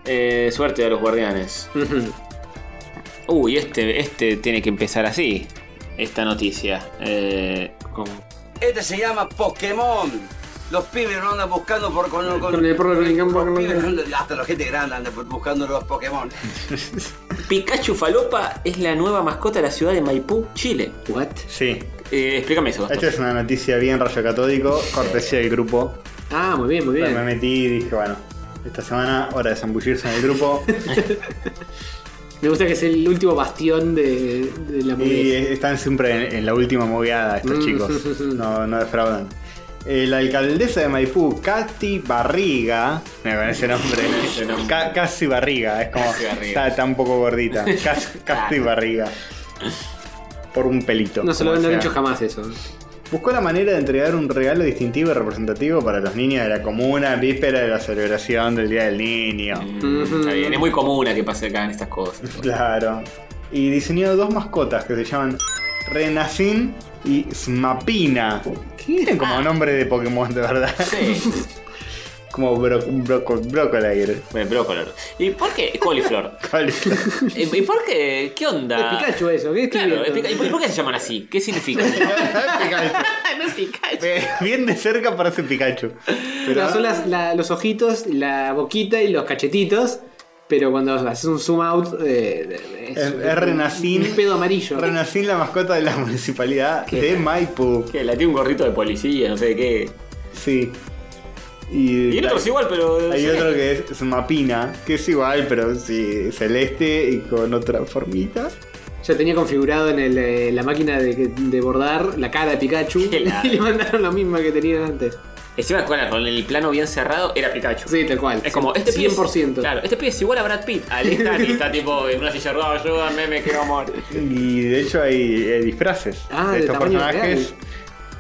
Speaker 1: eh, suerte a los guardianes.
Speaker 5: no, no.
Speaker 1: Uy, este, este tiene que empezar así. Esta noticia. Eh, con-
Speaker 8: Este se llama Pokémon. Los pibes no andan buscando por con, con-
Speaker 5: Con el por- con el-
Speaker 8: los
Speaker 5: con-
Speaker 8: pibes no andan- hasta la gente grande anda por- buscando los Pokémon.
Speaker 1: Pikachu Falopa es la nueva mascota de la ciudad de Maipú, Chile.
Speaker 5: What?
Speaker 2: Sí,
Speaker 1: Eh, explícame eso. Gastón.
Speaker 2: esta Este es una noticia bien rayo catódico, cortesía del grupo.
Speaker 5: Ah, muy bien, muy bien.
Speaker 2: Me metí y dije, bueno, esta semana hora de zambullirse en el grupo.
Speaker 5: Me gusta que es el último bastión de, de la
Speaker 2: Y
Speaker 5: movida.
Speaker 2: están siempre en, en la última moviada estos
Speaker 5: Mm, sí, sí,
Speaker 2: chicos.
Speaker 5: sí.
Speaker 2: No, no defraudan. Eh, la alcaldesa de Maipú, Cati Barriga. Mira, con ese nombre.
Speaker 1: ese nombre.
Speaker 2: Ca- Casi Barriga, es como.
Speaker 1: Casi Barriga.
Speaker 2: Está, está un poco gordita. Casi, casi Barriga. Por un pelito.
Speaker 5: No se lo
Speaker 2: como
Speaker 5: van a
Speaker 2: sea.
Speaker 5: dicho jamás eso.
Speaker 2: Buscó la manera de entregar un regalo distintivo y representativo para los niños de la comuna en víspera de la celebración del Día del Niño.
Speaker 1: Mm, está bien, es muy común a que pase acá en estas cosas.
Speaker 2: Claro. Y diseñó dos mascotas que se llaman Renacin
Speaker 1: Ah.
Speaker 2: y Smapina. Tienen como nombre de Pokémon, de verdad.
Speaker 1: Sí.
Speaker 2: Como bro, broco, brócoli.
Speaker 1: Bueno, brócoli. ¿Y por qué coliflor?
Speaker 2: Coliflor.
Speaker 1: ¿Y y por qué? ¿Qué onda?
Speaker 2: Ah.
Speaker 5: Es Pikachu eso, ¿qué estoy
Speaker 1: Claro, es
Speaker 5: viendo?
Speaker 1: Pika- ¿y por y por qué se llaman así? ¿Qué significa? no es Pikachu.
Speaker 2: Bien- Bien de cerca parece Pikachu. Pero,
Speaker 5: No, son las- la- los ojitos, la boquita y los cachetitos. Pero cuando haces un zoom out, eh, es,
Speaker 2: Es- es Renacín.
Speaker 5: Un pedo amarillo.
Speaker 2: Renacín la mascota de la municipalidad de Maipú.
Speaker 1: Que la tiene un gorrito de policía, no sé de qué.
Speaker 2: Sí. Y,
Speaker 1: Y el otro es igual, pero. no
Speaker 2: Hay
Speaker 1: sé.
Speaker 2: otro que es, es Mapina, que es igual, pero sí, celeste y con otra formita.
Speaker 5: Yo tenía configurado en el, eh, la máquina de, de bordar la cara de Pikachu.
Speaker 1: Qué
Speaker 5: Y le
Speaker 1: largo.
Speaker 5: mandaron la misma que tenían antes.
Speaker 1: Encima con con el plano bien cerrado era Pikachu.
Speaker 5: Sí, tal cual.
Speaker 1: Es como, este pibe es-
Speaker 5: 100%.
Speaker 1: claro, este pibe es igual a Brad Pitt. Alista, está tipo en una silla de ruedas, ayúdame, me quiero morir.
Speaker 2: Y de hecho hay eh, disfraces
Speaker 5: Ah,
Speaker 2: de
Speaker 5: de
Speaker 2: estos
Speaker 5: tamaño
Speaker 2: personajes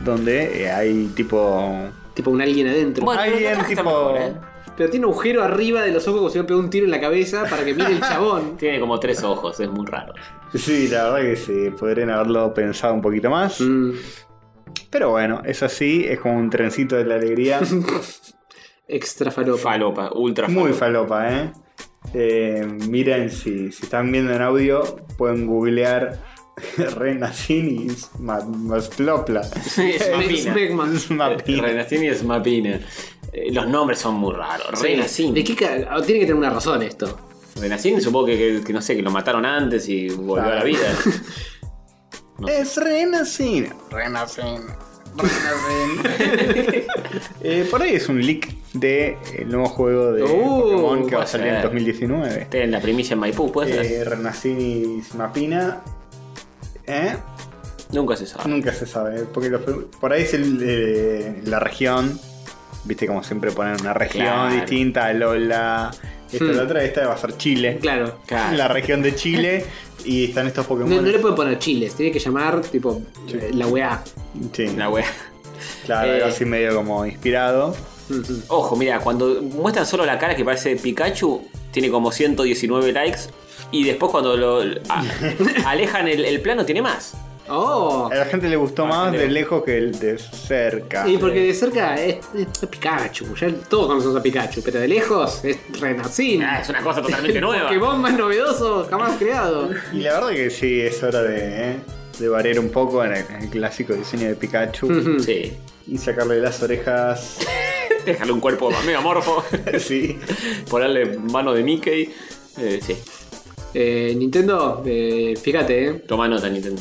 Speaker 2: donde eh, hay tipo.
Speaker 5: Tipo un alguien adentro.
Speaker 1: Bueno, pero
Speaker 2: alguien
Speaker 1: no está
Speaker 2: tipo.
Speaker 1: mejor, ¿eh?
Speaker 5: Pero tiene un agujero arriba de los ojos como si le pegado un tiro en la cabeza para que mire el chabón.
Speaker 1: Tiene como tres ojos, es muy raro.
Speaker 2: Sí, la verdad que sí, podrían haberlo pensado un poquito más.
Speaker 5: Mm.
Speaker 2: Pero bueno, es así, es como un trencito de la alegría.
Speaker 5: Extra falopa.
Speaker 1: Falopa, ultra falopa.
Speaker 2: Muy falopa, ¿eh? Eh, miren, si, si están viendo en audio, pueden googlear Renacin y Ma- Masplopla.
Speaker 1: es
Speaker 5: Meg-
Speaker 1: mapina.
Speaker 5: Megman.
Speaker 2: Es Mapina.
Speaker 1: Eh, Renacini es mapina. Eh, Los nombres son muy raros.
Speaker 5: Sí.
Speaker 1: Renacini.
Speaker 5: ¿De qué ca- Ah, Tiene que tener una razón esto.
Speaker 1: Renacini supongo que, que- que no sé, que lo mataron antes y volvió
Speaker 2: Claro.
Speaker 1: a la vida.
Speaker 2: Es Renacin. Renacin. Renacin. Eh, por ahí es un leak del nuevo juego de
Speaker 5: Uh,
Speaker 2: Pokémon que va a
Speaker 1: puede
Speaker 2: salir en
Speaker 1: ser.
Speaker 2: 2019.
Speaker 1: Este en la primicia en Maipú, puede ser.
Speaker 2: Eh, Renacin y Mapina. ¿Eh?
Speaker 1: Nunca se sabe.
Speaker 2: Nunca se sabe, porque los- por ahí es el- eh, la región. Viste como siempre ponen una región
Speaker 1: Claro.
Speaker 2: distinta, Lola. Esta
Speaker 5: Hmm.
Speaker 2: la otra, esta va a ser Chile.
Speaker 5: Claro.
Speaker 1: Claro.
Speaker 2: La región de Chile. y están estos
Speaker 5: No,
Speaker 2: Pokémon.
Speaker 5: no le pueden poner chiles, tiene que llamar tipo eh, la weá.
Speaker 2: Sí,
Speaker 1: La wea.
Speaker 2: claro, algo
Speaker 1: Eh.
Speaker 2: así medio como inspirado.
Speaker 5: Mm,
Speaker 1: Ojo, mira, cuando muestran solo la cara que parece de Pikachu, tiene como 119 likes. Y después cuando lo a- alejan el, el plano, tiene más.
Speaker 5: Oh.
Speaker 2: A la gente le gustó
Speaker 1: Ah,
Speaker 2: más
Speaker 1: sí,
Speaker 2: de
Speaker 1: le-
Speaker 2: lejos que el de cerca.
Speaker 5: Y porque de cerca es, es Pikachu, ya todos conocemos a Pikachu, pero de lejos es Renacín.
Speaker 1: Ah, es una cosa totalmente nueva.
Speaker 5: Pokémon más novedoso jamás creado.
Speaker 2: Y la verdad que sí, es hora de, eh, de variar un poco en el, en el clásico diseño de Pikachu.
Speaker 5: Ujú.
Speaker 1: Sí.
Speaker 2: y sacarle las orejas.
Speaker 1: Déjale un cuerpo medio amorfo.
Speaker 2: sí.
Speaker 1: Ponerle mano de Mickey. Eh, sí.
Speaker 5: Eh, Nintendo, eh, fíjate, eh,
Speaker 1: Toma nota, Nintendo.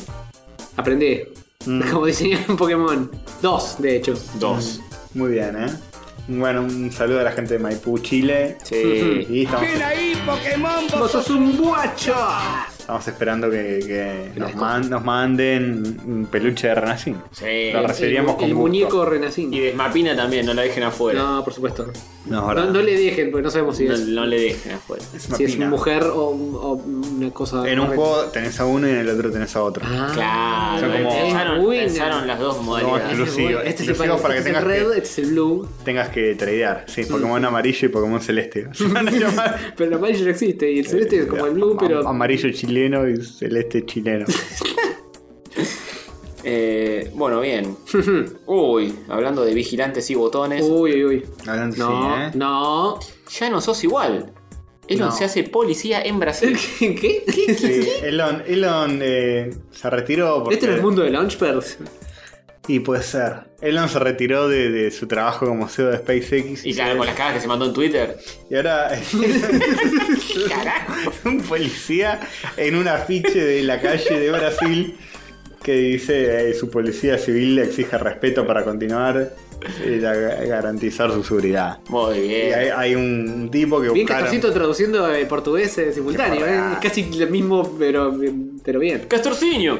Speaker 5: aprendí.
Speaker 2: Mm.
Speaker 5: Como diseñar un Pokémon. Dos, de hecho.
Speaker 1: Dos.
Speaker 2: Muy bien, ¿eh? Bueno, un saludo a la gente de Maipú, Chile.
Speaker 1: Sí.
Speaker 2: Y estamos,
Speaker 5: ¡Vos sos un guacho!
Speaker 2: estamos esperando que, que nos, man- nos manden un peluche de Renacín.
Speaker 1: Sí.
Speaker 2: Lo recibiríamos
Speaker 5: el,
Speaker 2: con
Speaker 5: Este, el
Speaker 2: gusto.
Speaker 5: muñeco
Speaker 1: Y
Speaker 5: Renacín.
Speaker 1: desmapina también, no la dejen afuera. No,
Speaker 5: No, por supuesto.
Speaker 2: No,
Speaker 5: No,
Speaker 2: ahora-
Speaker 5: no le dejen, porque no sabemos si es,
Speaker 1: no le dejen afuera.
Speaker 2: es una
Speaker 5: si es
Speaker 2: pina.
Speaker 5: mujer o, un- o una cosa.
Speaker 2: En un
Speaker 5: más-
Speaker 2: juego tenés a uno y en el otro tenés a otro.
Speaker 5: Ah,
Speaker 1: Claro,
Speaker 2: Son como-
Speaker 1: pensaron,
Speaker 5: Winner.
Speaker 1: pensaron las dos
Speaker 5: Este
Speaker 1: modalidades.
Speaker 5: es
Speaker 2: No,
Speaker 5: el
Speaker 2: Exclusivo,
Speaker 5: bueno, Este es el,
Speaker 2: exclusivo
Speaker 5: para-
Speaker 2: para
Speaker 5: este
Speaker 2: que
Speaker 5: es el
Speaker 2: tengas
Speaker 5: red,
Speaker 2: que-
Speaker 5: este es el blue.
Speaker 2: Tengas que tradear. Sí, Pokémon amarillo y Pokémon celeste. Se van a llamar.
Speaker 5: Pero el amarillo no existe. Y el celeste es como el blue,
Speaker 2: Eh, Am-
Speaker 5: pero.
Speaker 2: Amarillo chileno y celeste chileno.
Speaker 1: Eh, bueno, bien. Uy, hablando de vigilantes y botones.
Speaker 5: uy, uy, uy.
Speaker 2: Hablando
Speaker 5: No,
Speaker 2: así, ¿eh?
Speaker 5: no.
Speaker 1: Ya no sos igual. Elon
Speaker 2: No.
Speaker 1: se hace policía en Brasil.
Speaker 5: ¿Qué? ¿Qué?
Speaker 2: Sí, Elon, Elon eh, se retiró porque...
Speaker 5: Este es el mundo de Launchpad.
Speaker 2: Y puede ser. Elon se retiró de, de su trabajo como CEO de SpaceX.
Speaker 1: Y claro, con las caras que se mandó en Twitter.
Speaker 2: Y ahora es
Speaker 1: Carajo.
Speaker 2: un policía en un afiche de la calle de Brasil que dice eh, su policía civil le exige respeto para continuar y la- garantizar su seguridad.
Speaker 1: Muy
Speaker 2: Y hay,
Speaker 1: bien.
Speaker 2: hay un tipo que
Speaker 5: Bien
Speaker 2: buscaron.
Speaker 5: Castorcito traduciendo eh, portugués eh, simultáneo,
Speaker 2: Qué
Speaker 5: ¿eh?
Speaker 2: porra.
Speaker 5: Casi lo mismo, pero, pero bien.
Speaker 1: Castorciño.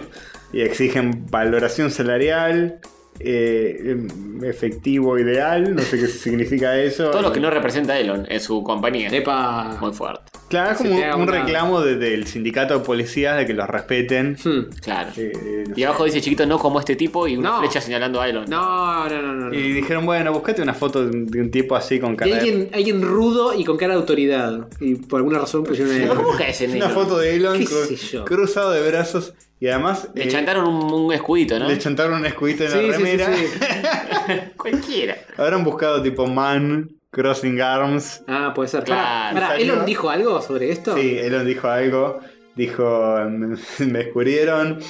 Speaker 2: Y exigen valoración salarial, eh, em, efectivo ideal, no sé qué significa eso.
Speaker 1: Todo lo que no representa a Elon en su compañía.
Speaker 5: Epa.
Speaker 1: Muy fuerte.
Speaker 2: Claro, es
Speaker 5: Se
Speaker 2: como
Speaker 5: te haga
Speaker 2: un
Speaker 5: una-
Speaker 2: reclamo de- del sindicato de policías de que los respeten.
Speaker 5: Hmm.
Speaker 1: Claro.
Speaker 2: Eh, eh, no
Speaker 1: Y abajo dice chiquito no como este tipo y una
Speaker 5: No.
Speaker 1: flecha señalando a Elon.
Speaker 5: No, no, no, no. no.
Speaker 2: Y dijeron, bueno, buscate una foto de un- de un tipo así con
Speaker 5: De
Speaker 2: cara de...
Speaker 5: alguien, alguien rudo y con cara de autoridad. Y por alguna razón pusieron
Speaker 1: Pero
Speaker 5: el-
Speaker 1: ¿Cómo caes en
Speaker 2: Una
Speaker 1: Elon?
Speaker 2: foto de Elon
Speaker 5: ¿Qué
Speaker 2: cru-
Speaker 5: sé yo?
Speaker 2: cruzado de brazos y además
Speaker 1: Le
Speaker 2: eh,
Speaker 1: chantaron un, un escudito, ¿no?
Speaker 2: le chantaron un escudito en
Speaker 5: Sí,
Speaker 2: la
Speaker 5: sí, sí,
Speaker 2: remera.
Speaker 5: sí.
Speaker 1: Cualquiera.
Speaker 2: Habrán buscado tipo man Crossing Arms.
Speaker 5: Ah, puede ser.
Speaker 1: Claro,
Speaker 5: Pará, pará,
Speaker 2: salió.
Speaker 5: ¿Elon dijo algo sobre esto?
Speaker 2: Sí, Elon dijo algo. Dijo, me me descubrieron,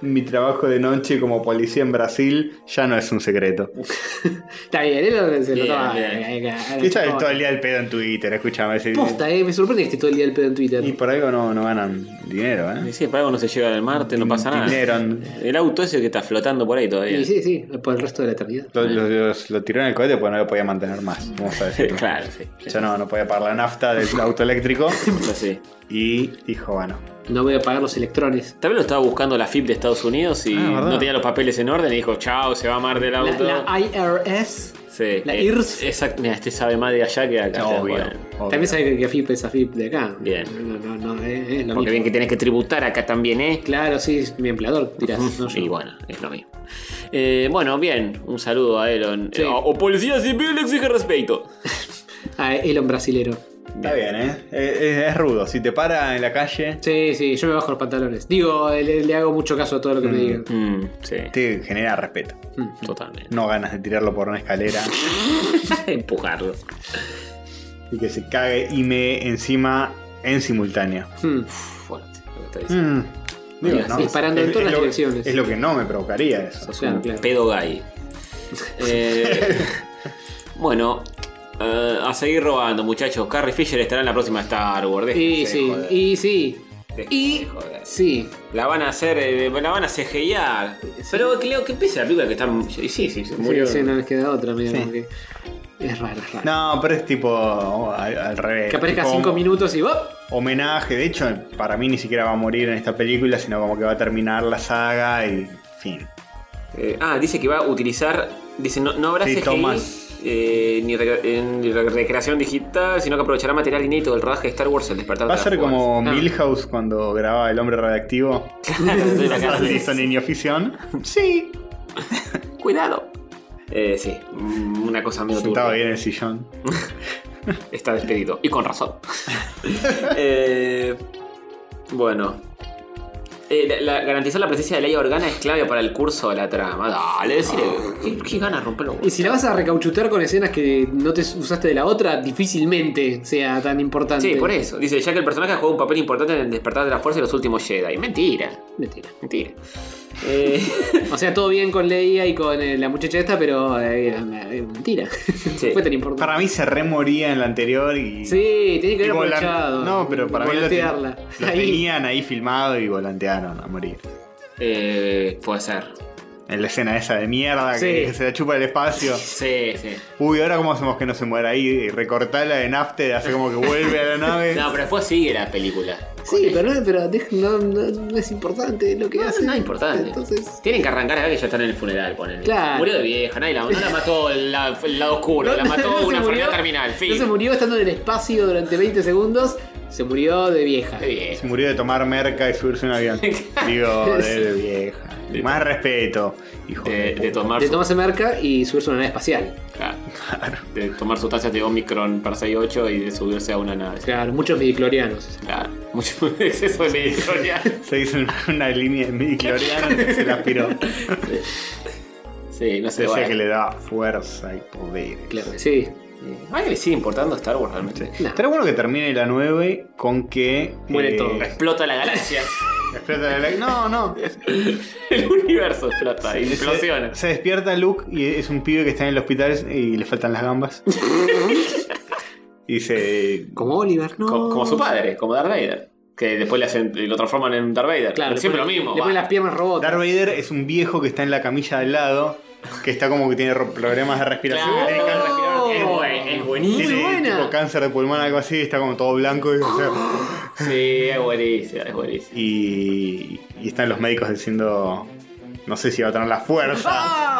Speaker 2: mi trabajo de noche como policía en Brasil ya no es un secreto.
Speaker 5: Está bien, Elon se lo
Speaker 1: Bien,
Speaker 5: toma.
Speaker 1: bien.
Speaker 5: eh, eh, eh,
Speaker 2: Que ya
Speaker 5: eh,
Speaker 2: el todo el día el pedo en Twitter, escúchame. sí.
Speaker 5: Posta, eh, me sorprende que esté todo el día el pedo en Twitter.
Speaker 2: Y por algo no, no ganan dinero, ¿eh?
Speaker 1: Sí, para algo no se llega al Marte, no pasa nada.
Speaker 2: Dinero.
Speaker 1: El auto ese que está flotando por ahí todavía.
Speaker 5: Y sí, sí, por el resto de la eternidad.
Speaker 2: Lo, lo- los- lo tiró en el cohete porque no lo podía mantener más. Vamos a decirlo.
Speaker 1: claro, sí.
Speaker 2: Ya no, no podía pagar la nafta del auto eléctrico.
Speaker 1: Eso sí.
Speaker 2: Y dijo, bueno.
Speaker 5: No voy a pagar los electrones.
Speaker 1: Tal vez lo estaba buscando la FIP de Estados Unidos y
Speaker 2: Ah, verdad.
Speaker 1: no tenía los papeles en orden y dijo, chao, se va a Marte el
Speaker 5: La,
Speaker 1: auto.
Speaker 5: la IRS
Speaker 1: Sí.
Speaker 5: la
Speaker 1: Eh,
Speaker 5: IRS.
Speaker 1: Exacto. Mira, este sabe más de allá que acá.
Speaker 2: Obvio,
Speaker 1: Bueno,
Speaker 2: obvio.
Speaker 5: también sabe que AFIP es AFIP de acá.
Speaker 1: Bien.
Speaker 5: No, no, no, eh, es lo
Speaker 1: Porque
Speaker 5: mismo.
Speaker 1: bien que tenés que tributar acá también, ¿eh? Mm,
Speaker 5: Claro, sí, es mi empleador, dirás. no yo.
Speaker 1: Y bueno, es lo mismo. Eh, bueno, bien, un saludo a Elon.
Speaker 5: Sí.
Speaker 1: Eh, o, o policía civil exige respeto.
Speaker 5: Ah, Elon brasilero.
Speaker 2: Está bien, ¿eh? Es, es- es rudo. Si te para en la calle,
Speaker 5: Sí, sí, yo me bajo los pantalones. Digo, le, le hago mucho caso a todo lo que me digan.
Speaker 1: Mm, sí,
Speaker 2: te genera respeto.
Speaker 5: Mm.
Speaker 1: totalmente.
Speaker 2: No ganas de tirarlo por una escalera
Speaker 1: Empujarlo.
Speaker 2: y que se cague y me encima en simultáneo.
Speaker 5: Hmm.
Speaker 1: Fuerte, lo que está diciendo.
Speaker 2: Mm,
Speaker 5: Digo, disparando en todas las
Speaker 2: lo-
Speaker 5: direcciones.
Speaker 2: Es lo que no me provocaría eso.
Speaker 1: Sos
Speaker 5: Claro,
Speaker 1: un
Speaker 5: claro.
Speaker 1: pedo gay. Eh, bueno, eh, a seguir robando, muchachos. Carrie Fisher estará en la próxima Star Wars. déjense
Speaker 5: Y
Speaker 1: de
Speaker 5: sí,
Speaker 1: joder.
Speaker 5: y sí,
Speaker 1: Déjense
Speaker 5: y
Speaker 1: de joder.
Speaker 5: sí.
Speaker 1: La van a hacer, eh, la van a CGIar. Pero creo que empiece la película que está. Y sí, sí, se murió.
Speaker 5: Sí, sí, no les queda otra, medio
Speaker 2: Sí.
Speaker 5: como que- Es raro, es raro.
Speaker 2: No, pero es tipo oh, al, al revés.
Speaker 5: que aparezca
Speaker 2: tipo
Speaker 5: cinco minutos y ¡op!
Speaker 2: Homenaje. De hecho, para mí ni siquiera va a morir en esta película, sino como que va a terminar la saga y fin.
Speaker 1: Eh, ah, dice que va a utilizar. Dice, no, no habrá
Speaker 2: Sí,
Speaker 1: CGI,
Speaker 2: tomas.
Speaker 1: eh, ni, recre- eh, ni re- recreación digital, sino que aprovechará material inédito del rodaje de Star Wars al despertar.
Speaker 2: Va a
Speaker 1: de
Speaker 2: ser
Speaker 1: las fuerzas.
Speaker 2: como
Speaker 5: Ah.
Speaker 2: Milhouse cuando grababa El Hombre Radioactivo.
Speaker 1: Claro, de la cara de-
Speaker 2: Hizo niño ficción. Sí.
Speaker 1: Cuidado. Eh, sí, mm, una cosa medio
Speaker 2: Sentado
Speaker 1: turbia.
Speaker 2: bien en el sillón.
Speaker 1: Está despedido. Y con razón. Eh, bueno. Eh, la- la- garantizar la presencia de Leia Organa es clave para el curso de la trama. Dale, decirle. ¿Qué, qué ganas romper los
Speaker 5: Y
Speaker 1: huevos?
Speaker 5: si la vas a recauchutar con escenas que no te usaste de la otra, difícilmente sea tan importante.
Speaker 1: Sí, por eso. Dice, ya que el personaje ha jugado un papel importante en el despertar de la fuerza y los últimos Jedi. Mentira.
Speaker 5: Mentira.
Speaker 1: Mentira. Eh,
Speaker 5: O sea, todo bien con Leia y con eh, la muchacha esta, pero eh, eh, mentira. No fue tan importante.
Speaker 2: Para mí se remoría en la anterior y.
Speaker 5: Sí, tenía que haber
Speaker 2: y volan-
Speaker 5: aprovechado.
Speaker 2: No, pero para mí lo, ten-
Speaker 5: Volantearla.
Speaker 2: lo
Speaker 5: Ahí.
Speaker 2: tenían ahí filmado y volantearon a morir.
Speaker 1: eh, puede ser.
Speaker 2: En la escena esa de mierda
Speaker 5: Sí.
Speaker 2: que, que se la chupa el espacio.
Speaker 1: Sí, sí.
Speaker 2: Uy, ahora cómo hacemos que no se muera ahí. Recortala de nafte, hace como que vuelve a la nave.
Speaker 1: No, pero después sigue la película.
Speaker 5: Sí, pero, no, pero deja- no, no- no es importante lo que
Speaker 1: No,
Speaker 5: hace.
Speaker 1: no es importante.
Speaker 5: Entonces.
Speaker 1: Tienen que arrancar acá que ya están en el funeral, ponen.
Speaker 5: Claro.
Speaker 1: Murió de vieja, nadie la, no la mató la- el lado oscuro, la mató
Speaker 5: se
Speaker 1: una enfermedad
Speaker 5: murió-
Speaker 1: terminal, fin.
Speaker 5: No se murió estando en el espacio durante 20 segundos, se murió de vieja.
Speaker 1: De vieja.
Speaker 2: Se murió de tomar merca y subirse a un avión. Digo, de vieja. Más respeto, hijo
Speaker 1: De,
Speaker 2: de,
Speaker 1: de
Speaker 2: puta.
Speaker 1: tomar
Speaker 5: De
Speaker 1: su-
Speaker 5: tomarse merca y subirse a una nave espacial.
Speaker 1: claro. de tomar sustancias de Omicron par 68 y de subirse a una nave.
Speaker 5: Claro, muchos midiclorianos.
Speaker 1: Claro. Mucho exceso de historia.
Speaker 2: Se hizo una, una línea de midichloriano que se la aspiró.
Speaker 1: Sí, no sé.
Speaker 2: Decía
Speaker 1: bueno.
Speaker 2: que le daba fuerza y poder.
Speaker 5: Claro que sí.
Speaker 1: ¿A Eh, alguien le sigue importando Star Wars realmente?
Speaker 5: Nah.
Speaker 2: Estaría bueno que termine la 9 con que. eh,
Speaker 5: Muere todo.
Speaker 1: Explota la galaxia.
Speaker 2: explota la- No, no.
Speaker 1: el universo explota,
Speaker 2: Se-
Speaker 1: implosiona.
Speaker 2: Se despierta Luke y es un pibe que está en el hospital y le faltan las gambas. y se.
Speaker 5: Como Oliver, ¿no?
Speaker 1: Co- Como su padre, como Darth Vader. Que después le hacen, lo transforman en Darth Vader.
Speaker 5: Claro, le
Speaker 1: Siempre
Speaker 5: pone-
Speaker 1: lo mismo.
Speaker 5: Le
Speaker 1: va.
Speaker 5: ponen las piernas robot.
Speaker 2: Darth Vader es un viejo que está en la camilla de al lado, que está como que tiene ro- problemas de respiración.
Speaker 1: Claro.
Speaker 2: Tiene cáncer-
Speaker 1: Es buen- es buenísimo.
Speaker 5: Muy
Speaker 2: tiene
Speaker 5: buena.
Speaker 2: tipo cáncer de pulmón, algo así, y está como todo blanco. Y, o sea,
Speaker 1: Sí, es buenísimo, es buenísimo.
Speaker 2: y- y están los médicos diciendo. No sé si va a tener la fuerza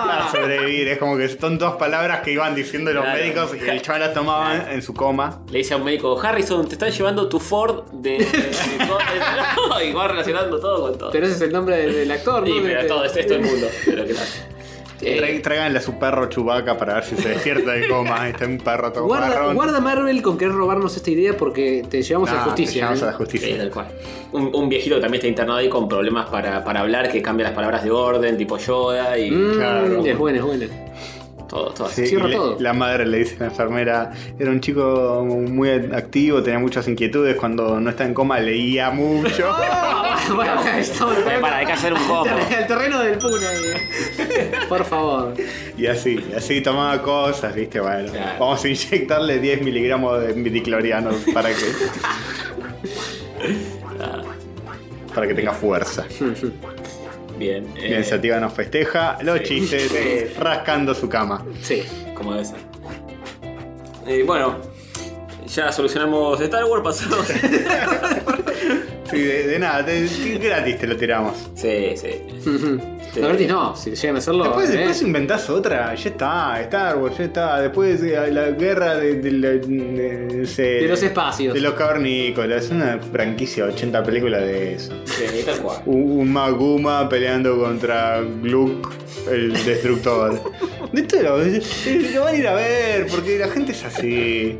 Speaker 2: para sobrevivir. Es como que son dos palabras que iban diciendo los
Speaker 1: Claro.
Speaker 2: médicos y el chaval las tomaba en su coma.
Speaker 1: Le dice a un médico, Harrison, te están llevando tu Ford de... de- de- de- y va relacionando todo con todo.
Speaker 5: Pero ese es el nombre del, del actor,
Speaker 1: sí,
Speaker 5: ¿no?
Speaker 1: pero
Speaker 5: Este-
Speaker 1: todo, esto es todo el mundo. Pero qué tal.
Speaker 2: Tra-
Speaker 1: Eh,
Speaker 2: Tráiganle a su perro Chubaca para ver si se despierta de coma. Está un perro todo
Speaker 5: Guarda,
Speaker 2: marrón.
Speaker 5: guarda Marvel con querer robarnos esta idea porque te llevamos
Speaker 2: Nah,
Speaker 5: a la
Speaker 2: Ah, te
Speaker 5: justicia.
Speaker 2: llevamos
Speaker 5: ¿eh?
Speaker 2: a la
Speaker 1: sí,
Speaker 2: justicia.
Speaker 1: tal cual. Un, un viejito que también está internado ahí con problemas para, para hablar, que cambia las palabras de orden, tipo Yoda y...
Speaker 5: Mm,
Speaker 2: Claro.
Speaker 5: Es buena, es buena.
Speaker 1: todo, todo.
Speaker 2: Sí,
Speaker 5: Cierra
Speaker 2: y le-
Speaker 5: todo.
Speaker 2: La madre le dice a la enfermera, era un chico muy activo, tenía muchas inquietudes, cuando no está en coma leía mucho.
Speaker 5: Bueno, estamos en el terreno-
Speaker 1: Para, hay que hacer un combo.
Speaker 5: El terreno del Puna. eh. Por favor.
Speaker 2: y así, y así tomaba cosas, viste, bueno.
Speaker 1: Claro.
Speaker 2: Vamos a inyectarle 10 miligramos de midicloriano para que... para que tenga fuerza.
Speaker 1: Bien. eh,
Speaker 2: La iniciativa nos festeja, los
Speaker 1: sí.
Speaker 2: chistes,
Speaker 1: Sí.
Speaker 2: rascando su cama.
Speaker 5: Sí.
Speaker 1: como debe ser. Eh, bueno, ya solucionamos Star Wars, pasamos.
Speaker 2: Sí, de, de nada, te- te- gratis te lo tiramos.
Speaker 1: sí, sí.
Speaker 5: No, Bertis, no, si llegan
Speaker 1: Oh,
Speaker 5: a hacerlo.
Speaker 2: Después,
Speaker 5: eh.
Speaker 2: después inventás otra, ya está, Star Wars, ya está. Después eh, la guerra de, de la- de- se-
Speaker 5: de los espacios.
Speaker 2: de los cavernícolas, una franquicia, 80 películas de eso.
Speaker 1: Sí, tal cual.
Speaker 2: Un un Maguma peleando contra Gluck, el destructor. De todo, lo, lo van a ir a ver, porque la gente es así.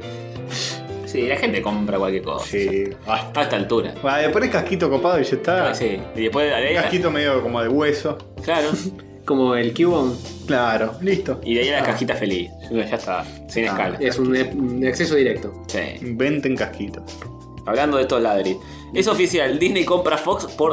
Speaker 1: Sí, la gente compra cualquier cosa.
Speaker 2: Sí, basta.
Speaker 1: A esta altura.
Speaker 2: Va, le pones casquito copado y ya está.
Speaker 1: Ah, sí. Y después de
Speaker 2: Un
Speaker 1: ahí.
Speaker 2: casquito medio como de hueso.
Speaker 1: Claro.
Speaker 5: Como el Cubone
Speaker 2: Claro, listo.
Speaker 1: Y de ahí a la cajita feliz. Ya está. Sin
Speaker 2: Ah.
Speaker 1: escala.
Speaker 5: es un, eh, un acceso directo.
Speaker 1: Sí.
Speaker 2: Inventen casquitos.
Speaker 1: Hablando de estos ladris. Es oficial, Disney compra Fox por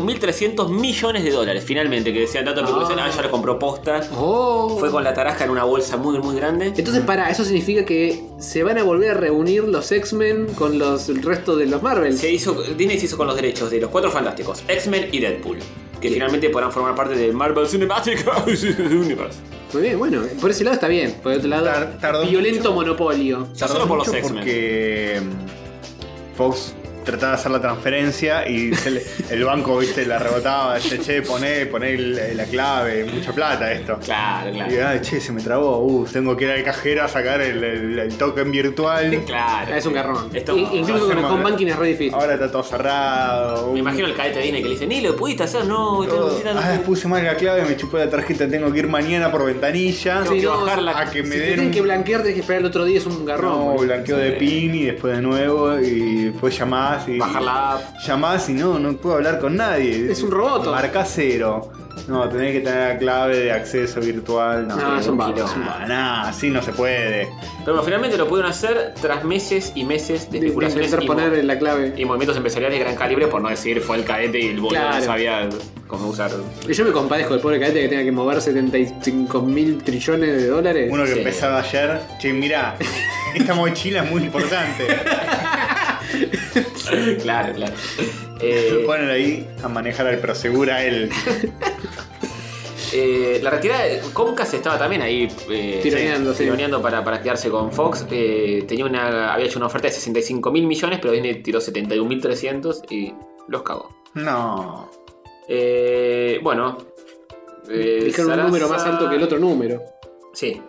Speaker 1: 71.300 millones de dólares. Finalmente, que decían tanto en especulación, ah, ya lo compró posta.
Speaker 5: Oh.
Speaker 1: Fue con la tarasca en una bolsa muy, muy grande.
Speaker 5: Entonces, para, eso significa que se van a volver a reunir los X-Men con los, el resto de los Marvels.
Speaker 1: Se hizo, Disney se hizo con los derechos de los cuatro fantásticos, X-Men y Deadpool, que finalmente podrán formar parte del Marvel Cinematic Universe.
Speaker 5: Muy bien, bueno, por ese lado está bien. Por otro lado,
Speaker 2: Tar- tardó
Speaker 5: violento monopolio.
Speaker 1: Ya solo por los
Speaker 2: Mucho
Speaker 1: X-Men.
Speaker 2: Porque mm, Fox trataba de hacer la transferencia y se le- el banco, viste, la rebotaba. Che, che, poné, poné el- eh, la clave, mucha plata esto.
Speaker 1: Claro,
Speaker 2: Y,
Speaker 1: claro.
Speaker 2: ah, che, se me trabó, uh, tengo que ir al cajero a sacar el, el- el token virtual.
Speaker 1: Claro.
Speaker 2: Eh,
Speaker 5: Ah, Es un garrón.
Speaker 1: Esto-
Speaker 5: I- incluso con,
Speaker 2: hacemos-
Speaker 5: con banking es re difícil.
Speaker 2: Ahora está todo cerrado.
Speaker 1: Me
Speaker 2: uh,
Speaker 1: imagino el cadete de Disney que le dice, ni lo pudiste hacer, no, te
Speaker 2: todo.
Speaker 1: necesitan-
Speaker 2: Ah, puse mal la clave, me chupó la tarjeta, tengo que ir mañana por ventanilla.
Speaker 1: Tengo
Speaker 5: Sí,
Speaker 1: que
Speaker 5: no,
Speaker 1: bajar la...
Speaker 2: A que me
Speaker 5: si te
Speaker 2: den
Speaker 5: tienen
Speaker 2: un-
Speaker 5: que blanquear, tenés que esperar el otro día, es un garrón.
Speaker 2: No,
Speaker 5: por eso.
Speaker 2: blanqueo de
Speaker 1: pues, Sí.
Speaker 2: pin y después de nuevo y después llamás y.
Speaker 1: bajar la app.
Speaker 2: Llamás y no, no puedo hablar con nadie.
Speaker 5: Es un roboto.
Speaker 2: Marca cero. No, tenés que tener la clave de acceso virtual. No,
Speaker 5: No, Ah, es un vago,
Speaker 2: quilombo.
Speaker 5: es un vago.
Speaker 2: Nah, así no se puede.
Speaker 1: Pero bueno, finalmente lo pudieron hacer tras meses y meses de
Speaker 5: De- de
Speaker 1: especulaciones
Speaker 5: intentar
Speaker 1: y, mo-
Speaker 5: poner la clave.
Speaker 1: y movimientos empresariales de gran calibre, por no decir fue el cadete y el boludo
Speaker 5: Claro.
Speaker 1: no sabía cómo usar.
Speaker 5: Y Yo me compadezco del pobre cadete que tenga que mover 75 mil trillones de dólares.
Speaker 2: Uno que
Speaker 1: Sí.
Speaker 2: empezaba ayer, che, mirá, esta mochila es muy importante.
Speaker 1: claro, claro. Eh,
Speaker 2: Lo ponen ahí a manejar al prosegura él.
Speaker 1: Eh, la retirada de Comcast estaba también ahí eh,
Speaker 5: Tironeando, sí.
Speaker 1: tironeando para, para quedarse con Fox. Eh, tenía una, había hecho una oferta de 65 mil millones, pero Disney tiró 71.300 y los cagó.
Speaker 2: No.
Speaker 1: Eh, bueno. eh,
Speaker 5: Dijeron un
Speaker 1: Sarasa-
Speaker 5: número más alto que el otro número.
Speaker 1: Sí.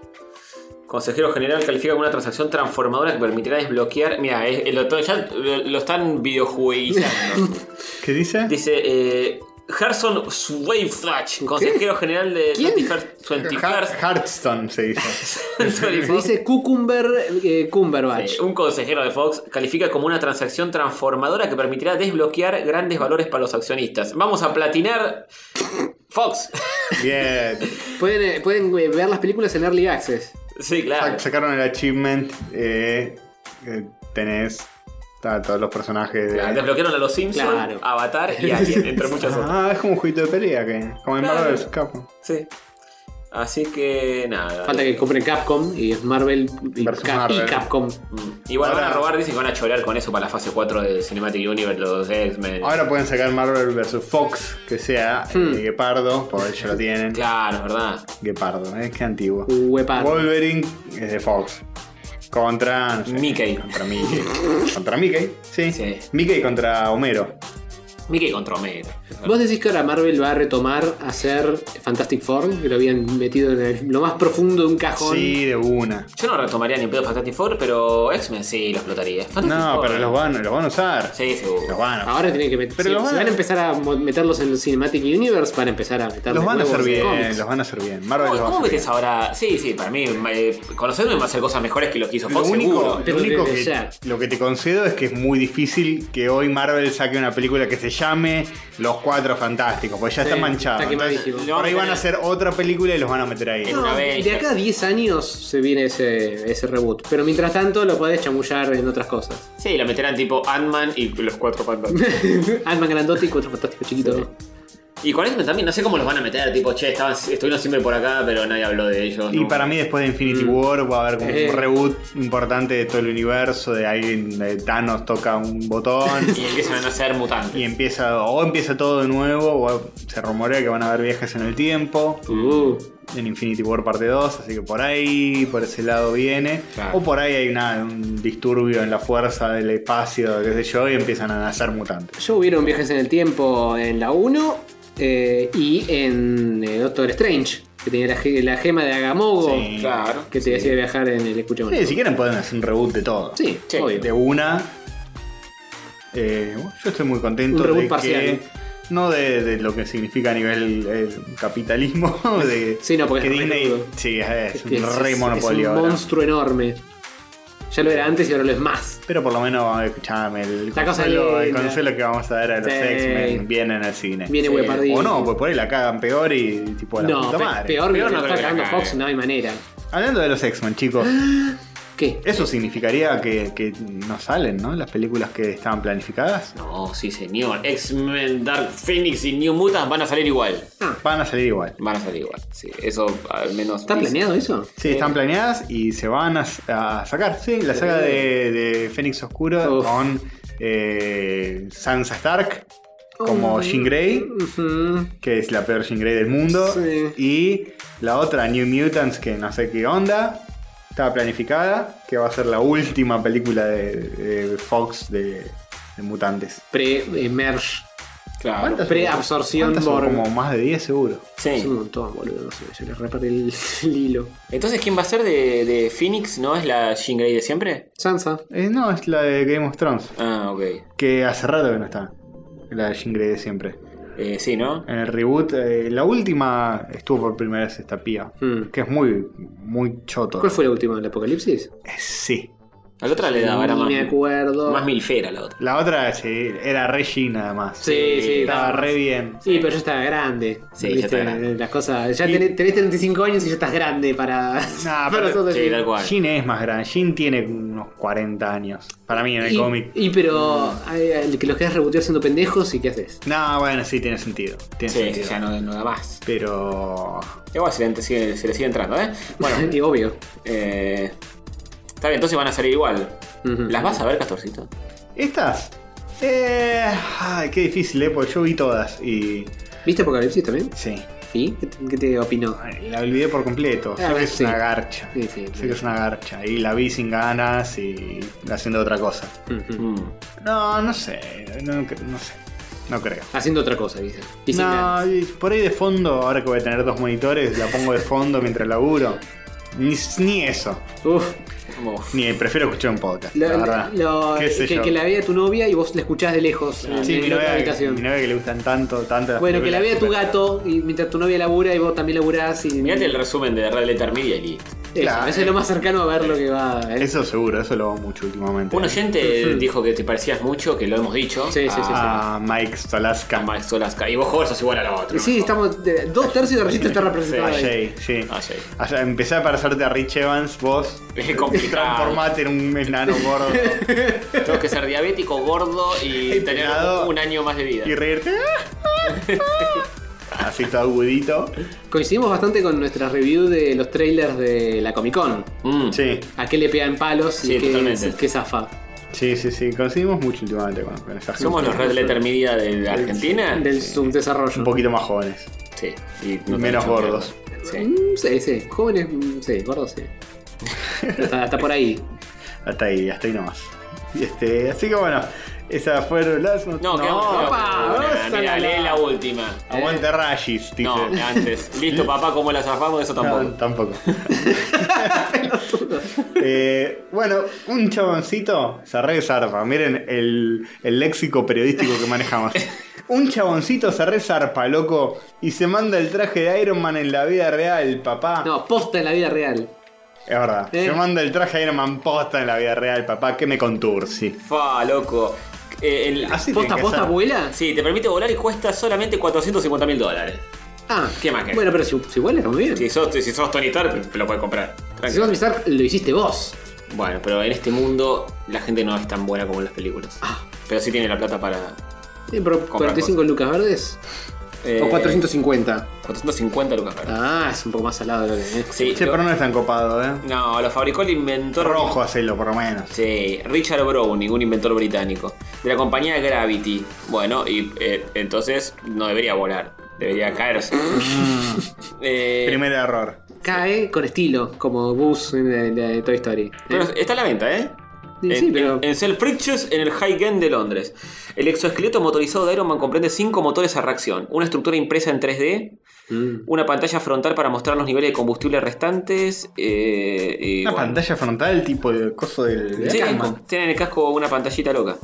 Speaker 1: Consejero general califica como una transacción transformadora que permitirá desbloquear. Mira, es- el otro- ya lo, lo están videojueguizando.
Speaker 2: ¿Qué dice?
Speaker 1: Dice. Eh, Harson Swaifach, consejero general de
Speaker 5: ¿Quién?
Speaker 1: 21st
Speaker 2: Har- Hearthstone se dice.
Speaker 5: Se dice Cucumber eh, Cumberbatch.
Speaker 1: Sí, un consejero de Fox califica como una transacción transformadora que permitirá desbloquear grandes valores para los accionistas. Vamos a platinar Fox.
Speaker 2: Bien.
Speaker 5: Pueden, eh, pueden eh, ver las películas en Early Access.
Speaker 1: Sí, claro.
Speaker 2: Sac- Sacaron el achievement. eh, eh, tenés a todos los personajes. de-
Speaker 1: Claro, Ah, Desbloquearon a los Simpsons,
Speaker 5: Claro.
Speaker 1: Avatar y Alien, entre muchas otras.
Speaker 2: Ah, es como un jueguito de pelea que. Como en
Speaker 1: Claro.
Speaker 2: Marvel vs. Capcom.
Speaker 1: Sí. Así que nada.
Speaker 5: Falta que compren Capcom y es Marvel y,
Speaker 2: Versus
Speaker 5: Cap-
Speaker 2: Marvel.
Speaker 5: y Capcom.
Speaker 1: Mm. Igual van a
Speaker 2: Ahora-
Speaker 1: robar, dicen que van a chorear con eso para la fase 4 de Cinematic Universe, los X-Men.
Speaker 2: Ahora pueden sacar Marvel vs. Fox, que sea eh, Guepardo, porque ya lo tienen.
Speaker 1: Hmm. Claro, Uh, es verdad.
Speaker 2: Guepardo, es que antiguo.
Speaker 5: Huepar.
Speaker 2: Wolverine es de Fox. Contra. no sé,
Speaker 1: Mickey.
Speaker 2: Contra Mickey. contra Mickey, sí.
Speaker 1: Sí.
Speaker 2: Mickey contra Homero.
Speaker 1: Mickey contra Omega.
Speaker 5: ¿Vos decís que ahora Marvel va a retomar hacer Fantastic Four? Que lo habían metido en el- lo más profundo de un cajón.
Speaker 2: Sí, de una.
Speaker 1: Yo no retomaría ni pedo Fantastic Four, pero X-Men sí lo explotaría. Fantastic
Speaker 2: No,
Speaker 1: Four.
Speaker 2: pero los van, los van a usar.
Speaker 1: Sí, seguro.
Speaker 2: Los van a
Speaker 5: Ahora tienen que meter.
Speaker 2: Pero
Speaker 5: si,
Speaker 2: lo van
Speaker 5: si
Speaker 2: a-
Speaker 5: van a empezar a mo- meterlos en el Cinematic Universe, van a empezar a meterlos.
Speaker 2: Los van a hacer bien, los van a hacer bien. Marvel
Speaker 1: ¿Cómo,
Speaker 2: los va a
Speaker 1: cómo
Speaker 2: hacer
Speaker 1: metes ahora? Sí, sí, para mí, eh, conocerme va a hacer cosas mejores que lo que hizo
Speaker 2: bien. Lo
Speaker 1: Fox,
Speaker 2: único,
Speaker 1: seguro.
Speaker 2: lo
Speaker 5: Pero
Speaker 2: único
Speaker 5: desde
Speaker 2: que,
Speaker 5: ya.
Speaker 2: lo que te concedo es que es muy difícil que hoy Marvel saque una película que se llame Los Cuatro Fantásticos, porque ya
Speaker 5: Sí,
Speaker 2: está manchado.
Speaker 5: está
Speaker 2: Entonces,
Speaker 5: quemadísimo.
Speaker 2: por ahí van a hacer otra película y los van a meter ahí.
Speaker 1: una
Speaker 5: No,
Speaker 1: vez.
Speaker 5: de acá a 10 años se viene ese, ese reboot. Pero mientras tanto lo podés chamullar en otras cosas.
Speaker 1: Sí, lo meterán tipo Ant-Man y los cuatro fantásticos.
Speaker 5: Alma grandote y cuatro fantásticos chiquitos.
Speaker 1: y con X-Men también, no sé cómo los van a meter. Tipo, che, estaban, estuvieron siempre por acá, pero nadie habló de ellos.
Speaker 2: Y
Speaker 1: ¿no?
Speaker 2: para mí después de Infinity War va a haber como
Speaker 5: Eh.
Speaker 2: un reboot importante de todo el universo, de ahí de Thanos toca un botón
Speaker 1: Y empiezan a ser mutantes.
Speaker 2: y empieza, o empieza todo de nuevo, o se rumorea que van a haber viajes en el tiempo,
Speaker 5: Uh,
Speaker 2: en Infinity War parte 2, así que por ahí, por ese lado viene,
Speaker 1: Claro.
Speaker 2: o por ahí hay una- un disturbio en la fuerza del espacio, qué sé yo, y empiezan a nacer mutantes.
Speaker 5: yo hubieron viajes en el tiempo en la 1 eh, y en eh, Doctor Strange, que tenía la, ge- la gema de Agamogo,
Speaker 2: Sí.
Speaker 1: Claro.
Speaker 5: que te hacía viajar en el escuchón.
Speaker 2: Sí, si quieren pueden hacer un reboot de todo.
Speaker 5: Sí,
Speaker 1: Sí.
Speaker 5: obvio.
Speaker 2: de una. Eh, yo estoy muy contento
Speaker 5: Un reboot
Speaker 2: de
Speaker 5: parcial. ¿eh?
Speaker 2: que. No de, de lo que significa a nivel eh, capitalismo. De,
Speaker 5: Sí, no, porque
Speaker 2: que
Speaker 5: es re
Speaker 2: Disney.
Speaker 5: crudo.
Speaker 2: Sí, es,
Speaker 5: Es
Speaker 2: un
Speaker 5: que es-
Speaker 2: re
Speaker 5: es
Speaker 2: monopolio
Speaker 5: un
Speaker 2: ahora.
Speaker 5: monstruo enorme. Ya lo era antes y ahora lo es más.
Speaker 2: Pero por lo menos, escuchame, el
Speaker 5: La cosa
Speaker 2: consuelo, el
Speaker 5: linda.
Speaker 2: consuelo que vamos a dar a los
Speaker 5: Sí.
Speaker 2: X-Men viene en el cine.
Speaker 5: Viene
Speaker 1: Sí.
Speaker 5: Guepardini.
Speaker 2: O no, pues por ahí la cagan peor y tipo la
Speaker 5: No,
Speaker 2: puta
Speaker 5: pe-
Speaker 2: madre.
Speaker 5: peor, que
Speaker 1: Peor no eh.
Speaker 5: lo
Speaker 1: creo
Speaker 5: está
Speaker 1: que la
Speaker 5: cagando
Speaker 1: cague.
Speaker 5: Fox, no hay manera.
Speaker 2: Hablando de los X-Men, chicos,
Speaker 5: ¿Qué?
Speaker 2: eso significaría que, que no salen, ¿no? Las películas que estaban planificadas.
Speaker 1: No, sí, señor. X-Men, Dark Phoenix y New Mutants van a salir igual.
Speaker 5: Ah,
Speaker 2: Van a salir igual.
Speaker 1: Van a salir igual. Sí, eso al menos.
Speaker 5: ¿está
Speaker 1: dice-
Speaker 5: planeado eso?
Speaker 2: Sí, están planeadas y se van a, a sacar. Sí, la saga de, de Fénix Oscuro
Speaker 5: Uf.
Speaker 2: con eh, Sansa Stark como Jean Grey,
Speaker 5: Mm, Ujú.
Speaker 2: que es la peor Jean Grey del mundo.
Speaker 5: Sí.
Speaker 2: Y la otra, New Mutants, que no sé qué onda. Estaba planificada, que va a ser la última película de, de Fox de, de mutantes.
Speaker 5: Pre-emerge.
Speaker 1: Claro.
Speaker 2: ¿Cuántas?
Speaker 5: Pre-absorción
Speaker 2: ¿Cuántas son?
Speaker 5: Borg.
Speaker 2: Como más de 10 seguro.
Speaker 5: Es
Speaker 1: Sí.
Speaker 5: un montón, boludo. No sé, yo le reparé el, el hilo.
Speaker 1: Entonces, ¿quién va a ser de, de Phoenix? ¿No es la Jean Grey de siempre?
Speaker 5: Sansa.
Speaker 2: Eh, no, es la de Game of Thrones,
Speaker 1: Ah, ok.
Speaker 2: que hace rato que no está. La de Jean Grey de siempre.
Speaker 1: Eh, sí, ¿no?
Speaker 2: En el reboot, eh, la última estuvo por primera vez esta pía.
Speaker 5: Mm.
Speaker 2: Que es muy, muy choto.
Speaker 5: ¿Cuál fue la última? ¿El apocalipsis?
Speaker 2: Eh, Sí.
Speaker 1: Eh, A la otra le daba era
Speaker 5: Ni
Speaker 1: más,
Speaker 5: me acuerdo.
Speaker 1: más milfera la otra.
Speaker 2: La otra sí, era Reggie nada más.
Speaker 5: Sí, sí,
Speaker 2: Estaba
Speaker 5: estaba-
Speaker 2: re bien.
Speaker 5: Sí, pero yo estaba grande.
Speaker 1: Sí, ya
Speaker 5: ¿viste?
Speaker 1: estaba grande.
Speaker 5: Las cosas. Ya
Speaker 2: Y-
Speaker 5: tenés, tenés 35 años y ya estás grande para.
Speaker 2: Nah,
Speaker 5: para
Speaker 2: pero-
Speaker 5: todo
Speaker 1: Sí,
Speaker 5: el-
Speaker 1: tal cual.
Speaker 2: Jean es más grande. Jean tiene unos 40 años. Para mí en el
Speaker 5: Y,
Speaker 2: cómic.
Speaker 5: y pero ay, ay, que los quedas rebotear siendo pendejos y qué haces.
Speaker 2: No, bueno, sí, tiene sentido. Tiene
Speaker 1: Sí,
Speaker 2: sentido.
Speaker 1: ya no, no da más.
Speaker 2: Pero.
Speaker 1: Igual se le, sigue- se le sigue entrando, ¿eh? Bueno,
Speaker 5: y obvio.
Speaker 1: eh, está bien, entonces van a salir igual.
Speaker 5: Ujú.
Speaker 1: ¿Las vas a ver, Castorcito?
Speaker 2: ¿Estas? Eh, ay, qué difícil, ¿eh? Porque yo vi todas y.
Speaker 5: ¿Viste Apocalipsis también?
Speaker 2: Sí.
Speaker 5: ¿Y? ¿Qué te, qué te opinó?
Speaker 2: Ay, La olvidé por completo.
Speaker 5: Ah,
Speaker 2: Sé que es
Speaker 5: sí.
Speaker 2: una garcha.
Speaker 5: Sí, sí,
Speaker 2: Sé que es una garcha. Y la vi sin ganas y haciendo otra cosa.
Speaker 5: Ujú.
Speaker 1: Mm.
Speaker 2: No, no sé. No, cre- no sé. No creo.
Speaker 5: Haciendo otra cosa, dice. Y sin
Speaker 2: No,
Speaker 5: ganas.
Speaker 1: eh.
Speaker 2: y por ahí de fondo, ahora que voy a tener dos monitores, la pongo de fondo mientras laburo. Ni, ni eso.
Speaker 5: Uf.
Speaker 1: Uf.
Speaker 2: Ni prefiero escuchar un podcast.
Speaker 5: Lo-
Speaker 2: la verdad.
Speaker 5: lo-
Speaker 2: ¿Qué sé
Speaker 5: que,
Speaker 2: yo?
Speaker 5: que la vea tu novia y vos la escuchás de lejos en,
Speaker 2: Sí,
Speaker 5: en
Speaker 2: mi
Speaker 5: la otra
Speaker 2: novia,
Speaker 5: habitación.
Speaker 2: mi novia que le gustan tanto, tanto las
Speaker 5: bueno, que la vea
Speaker 2: películas.
Speaker 5: tu gato y mientras tu novia labura y vos también laburás. Y,
Speaker 1: Mirate el resumen de Red Letter Media y listo.
Speaker 5: Eso,
Speaker 2: Claro.
Speaker 5: eso es lo más cercano a ver lo que va. ¿eh?
Speaker 2: Eso seguro, eso lo hago mucho últimamente.
Speaker 1: Un oyente dijo que te parecías mucho, que lo hemos dicho. Ah,
Speaker 5: Sí, sí, sí, sí.
Speaker 2: a Ah, Mike Stolaska.
Speaker 1: A Mike Solasca. Y vos, Jorge, sos igual a la otra.
Speaker 5: Sí, estamos. de- dos tercios de registro está representado.
Speaker 2: A Ah,
Speaker 5: ahí.
Speaker 2: Jay, sí.
Speaker 1: A Ah, Jay.
Speaker 2: A Jay. Empecé a parecerte a Rich Evans, vos.
Speaker 1: Es complicado.
Speaker 2: Transformate en un enano gordo
Speaker 1: Tengo que ser diabético, gordo y
Speaker 2: Y
Speaker 1: tener
Speaker 2: pelado.
Speaker 1: un año más de vida.
Speaker 2: y reírte. Así todo agudito.
Speaker 5: Coincidimos bastante con nuestra review de los trailers de la Comic Con.
Speaker 1: Mm.
Speaker 2: Sí,
Speaker 5: ¿A qué le pegan palos y
Speaker 1: Sí,
Speaker 5: qué,
Speaker 1: totalmente.
Speaker 5: qué zafa?
Speaker 2: sí, sí, sí. Conseguimos mucho últimamente con, con esas
Speaker 1: Somos los Red Letter Media de la Argentina.
Speaker 5: Del
Speaker 2: Un
Speaker 5: subdesarrollo.
Speaker 2: poquito más jóvenes.
Speaker 1: Sí. Y
Speaker 2: Menos
Speaker 1: tenemos-
Speaker 2: gordos.
Speaker 1: Sí.
Speaker 5: Mm, Sí, sí. Jóvenes, mm, sí, gordos, sí. Hasta, hasta por ahí.
Speaker 2: Hasta ahí, hasta ahí nomás. Y este, así que bueno, esas fueron las not-
Speaker 1: No, quedamos con la
Speaker 5: papá,
Speaker 1: última.
Speaker 5: vamos a
Speaker 1: Mirá,
Speaker 5: la-
Speaker 1: lee la última.
Speaker 2: Aguante Rayis, dice.
Speaker 1: No, antes. Listo, papá, ¿cómo la zafamos? Eso
Speaker 2: No,
Speaker 1: tampoco.
Speaker 2: tampoco. Eh, bueno, un chaboncito se re zarpa. Miren el, el léxico periodístico que manejamos. Un chaboncito se re zarpa, loco, y se manda el traje de Iron Man en la vida real, papá.
Speaker 5: No, posta en la vida real.
Speaker 2: Es verdad.
Speaker 5: Eh.
Speaker 2: Se manda el traje de Iron Man posta en la vida real, papá. Que me contursi.
Speaker 1: Fa, loco. eh, el-
Speaker 2: Así tiene
Speaker 5: ¿Posta,
Speaker 2: que
Speaker 5: posta,
Speaker 2: ser.
Speaker 5: vuela?
Speaker 1: sí, te permite volar y cuesta solamente 450 mil dólares.
Speaker 5: Ah,
Speaker 1: ¿Qué más que?
Speaker 5: Bueno, pero si, si vuela, está muy bien.
Speaker 1: Si sos, si sos Tony Stark, te lo puedes comprar. Tranqui.
Speaker 5: Si vas a avisar, lo hiciste vos.
Speaker 1: Bueno, pero en este mundo la gente no es tan buena como en las películas.
Speaker 5: Ah,
Speaker 1: Pero sí tiene la plata para.
Speaker 5: sí, pero
Speaker 1: Comprar
Speaker 5: 45 lucas verdes.
Speaker 1: eh,
Speaker 5: O 450.
Speaker 1: 450 lucas. para-
Speaker 5: Ah, es un poco más salado de lo que es.
Speaker 1: Sí,
Speaker 2: Che,
Speaker 1: lo-
Speaker 2: pero no es tan copado, ¿eh?
Speaker 1: No, lo fabricó el inventor.
Speaker 2: Rojo hacelo, por lo menos.
Speaker 1: Sí, Richard Browning, un inventor británico. De la compañía Gravity. Bueno, y eh, entonces no debería volar. Debería caerse. Eh,
Speaker 2: Mm. Primer error.
Speaker 5: Cae con estilo, como Buzz en la- en la de Toy Story.
Speaker 1: Pero
Speaker 5: Eh,
Speaker 1: está a la venta, ¿eh?
Speaker 5: Sí,
Speaker 1: en,
Speaker 5: sí, pero-
Speaker 1: en Self Pictures, en el High End de Londres. El exoesqueleto motorizado de Iron Man comprende cinco motores a reacción, una estructura impresa en 3D,
Speaker 5: Mm.
Speaker 1: una pantalla frontal para mostrar los niveles de combustible restantes. eh, y
Speaker 2: Una
Speaker 1: bueno.
Speaker 2: pantalla frontal, tipo el coso del. de
Speaker 1: Sí,
Speaker 2: la
Speaker 1: tienen,
Speaker 2: cama.
Speaker 1: en el casco una pantallita loca.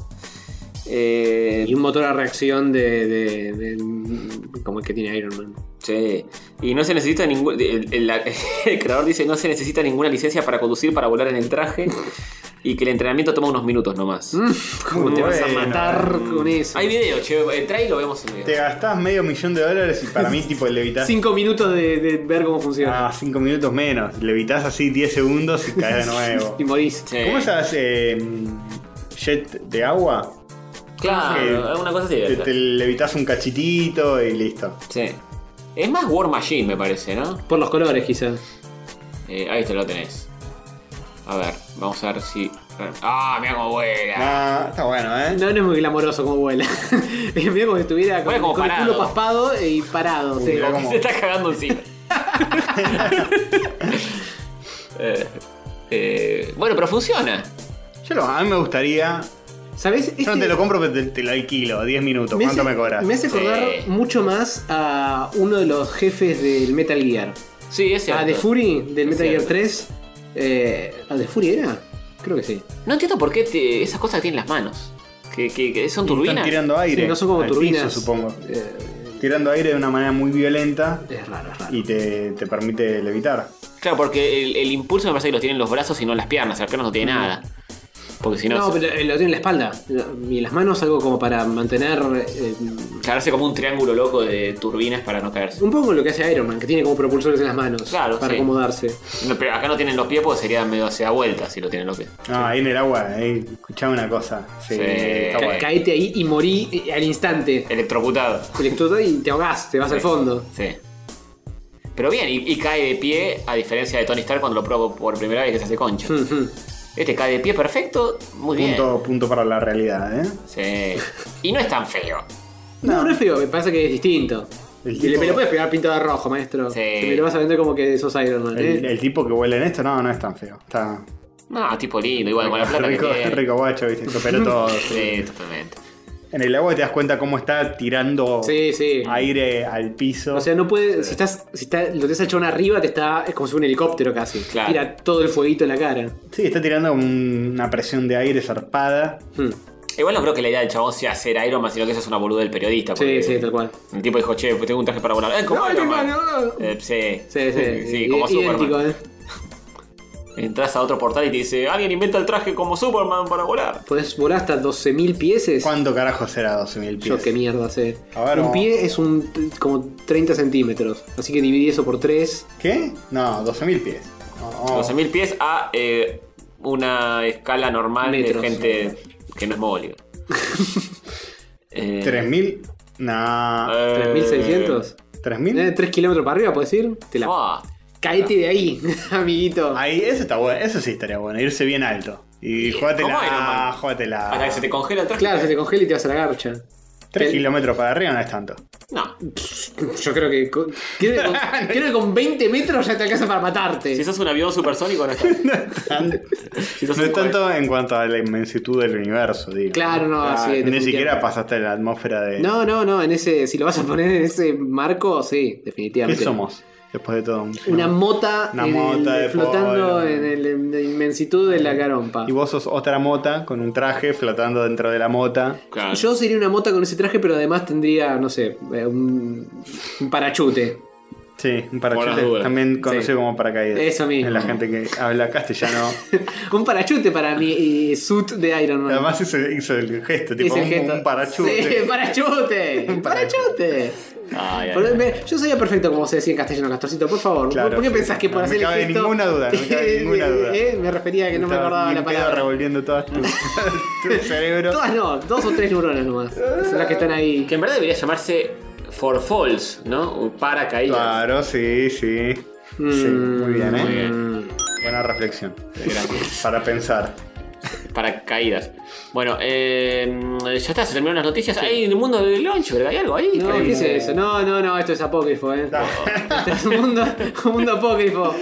Speaker 1: Eh,
Speaker 5: Y un motor a reacción de, de- de- como el que tiene Iron Man.
Speaker 1: Sí, y no se necesita ningún. El, el- la- el creador dice no se necesita ninguna licencia para conducir, para volar en el traje y que el entrenamiento toma unos minutos
Speaker 2: Mm.
Speaker 1: nomás.
Speaker 5: ¿Cómo te vas a
Speaker 2: bueno.
Speaker 5: matar con eso?
Speaker 1: Hay video, che, entra y lo vemos en
Speaker 2: Te
Speaker 1: video.
Speaker 2: gastás medio millón de dólares y para mí, tipo, levitas.
Speaker 5: Cinco minutos de, de ver cómo funciona.
Speaker 2: Ah, cinco minutos menos. Levitas así 10 segundos y caes de nuevo.
Speaker 5: Y morís.
Speaker 1: Sí.
Speaker 2: ¿Cómo esas eh, jet de agua?
Speaker 1: Claro,
Speaker 2: Eh,
Speaker 1: alguna cosa así.
Speaker 2: Te,
Speaker 1: ¿verdad?
Speaker 2: te levitas un cachitito y listo.
Speaker 1: Sí. Es más War Machine, me parece, ¿no?
Speaker 5: Por los colores, quizás.
Speaker 1: Eh, ahí te lo tenés. A ver, vamos a ver si. ¡Ah, mira cómo vuela!
Speaker 2: Ah, está bueno, ¿eh?
Speaker 5: No, no es muy glamoroso como vuela. es medio como si estuviera con,
Speaker 1: Vuela como
Speaker 5: con el
Speaker 1: parado.
Speaker 5: culo paspado y parado. sí.
Speaker 2: mira cómo-
Speaker 1: Se está cagando encima. Eh, eh, bueno, pero funciona.
Speaker 2: Yo lo- a mí me gustaría.
Speaker 5: ¿Sabés? Este-
Speaker 2: Yo no te lo compro, pero te, te lo alquilo. 10 minutos.
Speaker 5: me
Speaker 2: ¿Cuánto
Speaker 5: hace-
Speaker 2: me cobras?
Speaker 5: Me hace acordar
Speaker 1: Sí.
Speaker 5: mucho más a uno de los jefes del Metal Gear.
Speaker 1: Sí, es
Speaker 5: A
Speaker 1: cierto.
Speaker 5: The Ah, Fury
Speaker 1: Es
Speaker 5: del Metal Gear
Speaker 1: cierto.
Speaker 5: 3. Eh, ¿A The Fury era? Creo que sí.
Speaker 1: No entiendo por qué te- esas cosas que tienen las manos. Que, que- que son
Speaker 2: Están
Speaker 1: turbinas.
Speaker 2: tirando aire.
Speaker 5: Sí, no son como
Speaker 2: al piso,
Speaker 5: turbinas.
Speaker 2: supongo.
Speaker 5: Eh,
Speaker 2: Tirando aire de una manera muy violenta
Speaker 5: es raro, es raro.
Speaker 2: y te, te permite levitar.
Speaker 1: Claro, porque el, el impulso me parece que lo tienen los brazos y no las piernas. Las piernas no tienen nada. Porque si no,
Speaker 5: No,
Speaker 1: se-
Speaker 5: pero eh, lo tiene en la espalda. Y en las manos algo como para mantener. eh,
Speaker 1: caerse como un triángulo loco de turbinas para no caerse.
Speaker 5: un poco lo que hace Iron Man, que tiene como propulsores en las manos.
Speaker 1: Claro,
Speaker 5: Para
Speaker 1: sí.
Speaker 5: acomodarse.
Speaker 1: No, pero acá no tienen los pies porque sería medio hacia vuelta si lo tienen los pies.
Speaker 2: No, ahí en el agua, ahí escuchaba una cosa. Sí,
Speaker 1: Sí.
Speaker 2: está
Speaker 1: Ca-
Speaker 2: bueno.
Speaker 5: Caete ahí y morí eh, al instante.
Speaker 1: Electrocutado.
Speaker 5: Electrodo y te ahogás, te vas al fondo.
Speaker 1: Sí. Pero bien, y, y cae de pie, a diferencia de Tony Stark cuando lo probó por primera vez que se hace concha.
Speaker 5: Ujú.
Speaker 1: Este cae de pie perfecto, muy bien.
Speaker 2: Punto, punto para la realidad, ¿eh?
Speaker 1: Sí. Y no es tan feo.
Speaker 5: No, no es feo, me pasa que es distinto.
Speaker 2: El
Speaker 5: Y le,
Speaker 2: tipo-
Speaker 5: me lo puedes pegar pintado de rojo, maestro.
Speaker 1: Sí.
Speaker 5: Que me lo vas a vender como que sos Iron Man.
Speaker 2: El,
Speaker 5: ¿eh?
Speaker 2: el tipo que huele en esto, no, no es tan feo. Está
Speaker 1: No, tipo lindo, igual con la plata
Speaker 2: rico,
Speaker 1: que tiene.
Speaker 2: rico guacho, viste, superó todo.
Speaker 1: Sí, totalmente.
Speaker 2: En el agua te das cuenta cómo está tirando
Speaker 5: Sí, sí.
Speaker 2: aire al piso.
Speaker 5: O sea, no puede. Si estás. Si está, lo tenés al chabón arriba, te está. Es como si fuera un helicóptero casi.
Speaker 1: Claro.
Speaker 5: Tira todo el fueguito en la cara.
Speaker 2: sí, está tirando una presión de aire zarpada.
Speaker 5: Hmm.
Speaker 1: Igual no creo que la idea del chabón sea hacer Iron Man, sino que eso es una boluda del periodista.
Speaker 5: Sí,
Speaker 1: porque
Speaker 5: sí, tal cual.
Speaker 1: El tipo dijo, che, tengo un traje para volar. ¡Eh, como
Speaker 5: No,
Speaker 1: Iron
Speaker 5: mi
Speaker 1: Man!
Speaker 5: hermano, no.
Speaker 1: Eh, sí.
Speaker 5: Sí, sí.
Speaker 1: Sí,
Speaker 5: i-
Speaker 1: como
Speaker 5: idéntico,
Speaker 1: Superman.
Speaker 5: ¿eh?
Speaker 1: Entras a otro portal y te dice, alguien inventa el traje como Superman para volar.
Speaker 5: Podés volar hasta 12.000 pieses.
Speaker 2: ¿Cuánto carajo será 12.000 pies?
Speaker 5: Yo qué mierda sé.
Speaker 2: A ver,
Speaker 5: un
Speaker 2: vamos.
Speaker 5: pie es un como 30 centímetros. Así que dividí eso por 3.
Speaker 2: ¿Qué? No, 12.000 pies. Oh, oh.
Speaker 1: 12.000 pies a eh, una escala normal
Speaker 5: Metros.
Speaker 1: de gente que no es mogólica. Eh,
Speaker 2: 3.000. No.
Speaker 1: eh,
Speaker 5: 3.600. Eh,
Speaker 2: ¿3.000?
Speaker 5: 3 kilómetros para arriba, puedes ir. Te la...
Speaker 1: ah,
Speaker 5: Caete de ahí, amiguito.
Speaker 2: Ahí, eso está bueno. Eso sí estaría bueno. Irse bien alto. Y
Speaker 5: Eh,
Speaker 1: ¿cómo Iron
Speaker 2: jugátela.
Speaker 1: Man? Hasta que se
Speaker 2: Jugátela.
Speaker 1: te congela el traje.
Speaker 5: Claro, se te congela y te vas a la garcha.
Speaker 2: 3
Speaker 5: te-
Speaker 2: kilómetros para arriba no es tanto.
Speaker 1: No.
Speaker 5: Yo creo que con, creo que con, creo que con 20 metros ya te alcanza para matarte.
Speaker 1: Si sos un avión supersónico, no estás. Si sos
Speaker 2: No
Speaker 1: un
Speaker 2: es tanto en cuanto a la inmensitud del universo, digo.
Speaker 5: Claro, no,
Speaker 2: Ah,
Speaker 5: sí,
Speaker 2: Ni
Speaker 5: definitivamente.
Speaker 2: siquiera pasaste la atmósfera de.
Speaker 5: No, no, no, en ese si lo vas a poner en ese marco, sí,
Speaker 2: ¿Qué
Speaker 5: definitivamente.
Speaker 2: somos? Después de todo.
Speaker 5: Una mota,
Speaker 2: Una
Speaker 5: en el-
Speaker 2: mota de
Speaker 5: flotando
Speaker 2: polvo.
Speaker 5: en, el- en la inmensitud de la carompa.
Speaker 2: Y vos sos otra mota con un traje flotando dentro de la mota.
Speaker 1: Claro.
Speaker 5: Yo sería una mota con ese traje, pero además tendría, no sé, eh, un, un parachute.
Speaker 2: Sí, un
Speaker 1: las
Speaker 2: parachute.
Speaker 1: dudas.
Speaker 2: También conocido
Speaker 1: Sí.
Speaker 2: como paracaídas.
Speaker 5: Eso mismo.
Speaker 2: En la gente que habla castellano.
Speaker 5: Un parachute para mi eh, suit de Iron Man.
Speaker 2: Además hizo, hizo el gesto, tipo
Speaker 5: Ese
Speaker 2: un,
Speaker 5: gesto.
Speaker 2: un parachute.
Speaker 5: Sí, parachute. un parachute.
Speaker 1: Ay, ay,
Speaker 5: Por-
Speaker 1: ay.
Speaker 5: me- yo sabía perfecto cómo se decía en castellano, Castorcito, por favor.
Speaker 2: Claro.
Speaker 5: ¿Por qué pensás que por
Speaker 2: No me
Speaker 5: hacer el
Speaker 2: cabe
Speaker 5: gesto-
Speaker 2: ninguna duda, no me cabe ninguna duda.
Speaker 5: Eh, Me refería a que no me
Speaker 2: Estaba
Speaker 5: acordaba
Speaker 2: ni
Speaker 5: la
Speaker 2: en pedo
Speaker 5: palabra.
Speaker 2: revolviendo todas tu, tu cerebro.
Speaker 5: Todas no, dos o tres neuronas nomás. Son las que están ahí.
Speaker 1: Que en verdad debería llamarse For Falls, ¿no? O Para caídas.
Speaker 2: Claro, sí, sí. Sí, muy
Speaker 5: Mm.
Speaker 2: bien, ¿eh?
Speaker 1: Muy bien.
Speaker 2: Buena reflexión. Para pensar.
Speaker 1: Para caídas. Bueno, eh, ya está, se terminaron las noticias. Hay en el mundo del loncho, ¿verdad? ¿Hay algo ahí?
Speaker 5: No,
Speaker 1: Hay-
Speaker 5: ¿qué es eso? No, no, no, esto es apócrifo, ¿eh? Este es un mundo, un mundo apócrifo.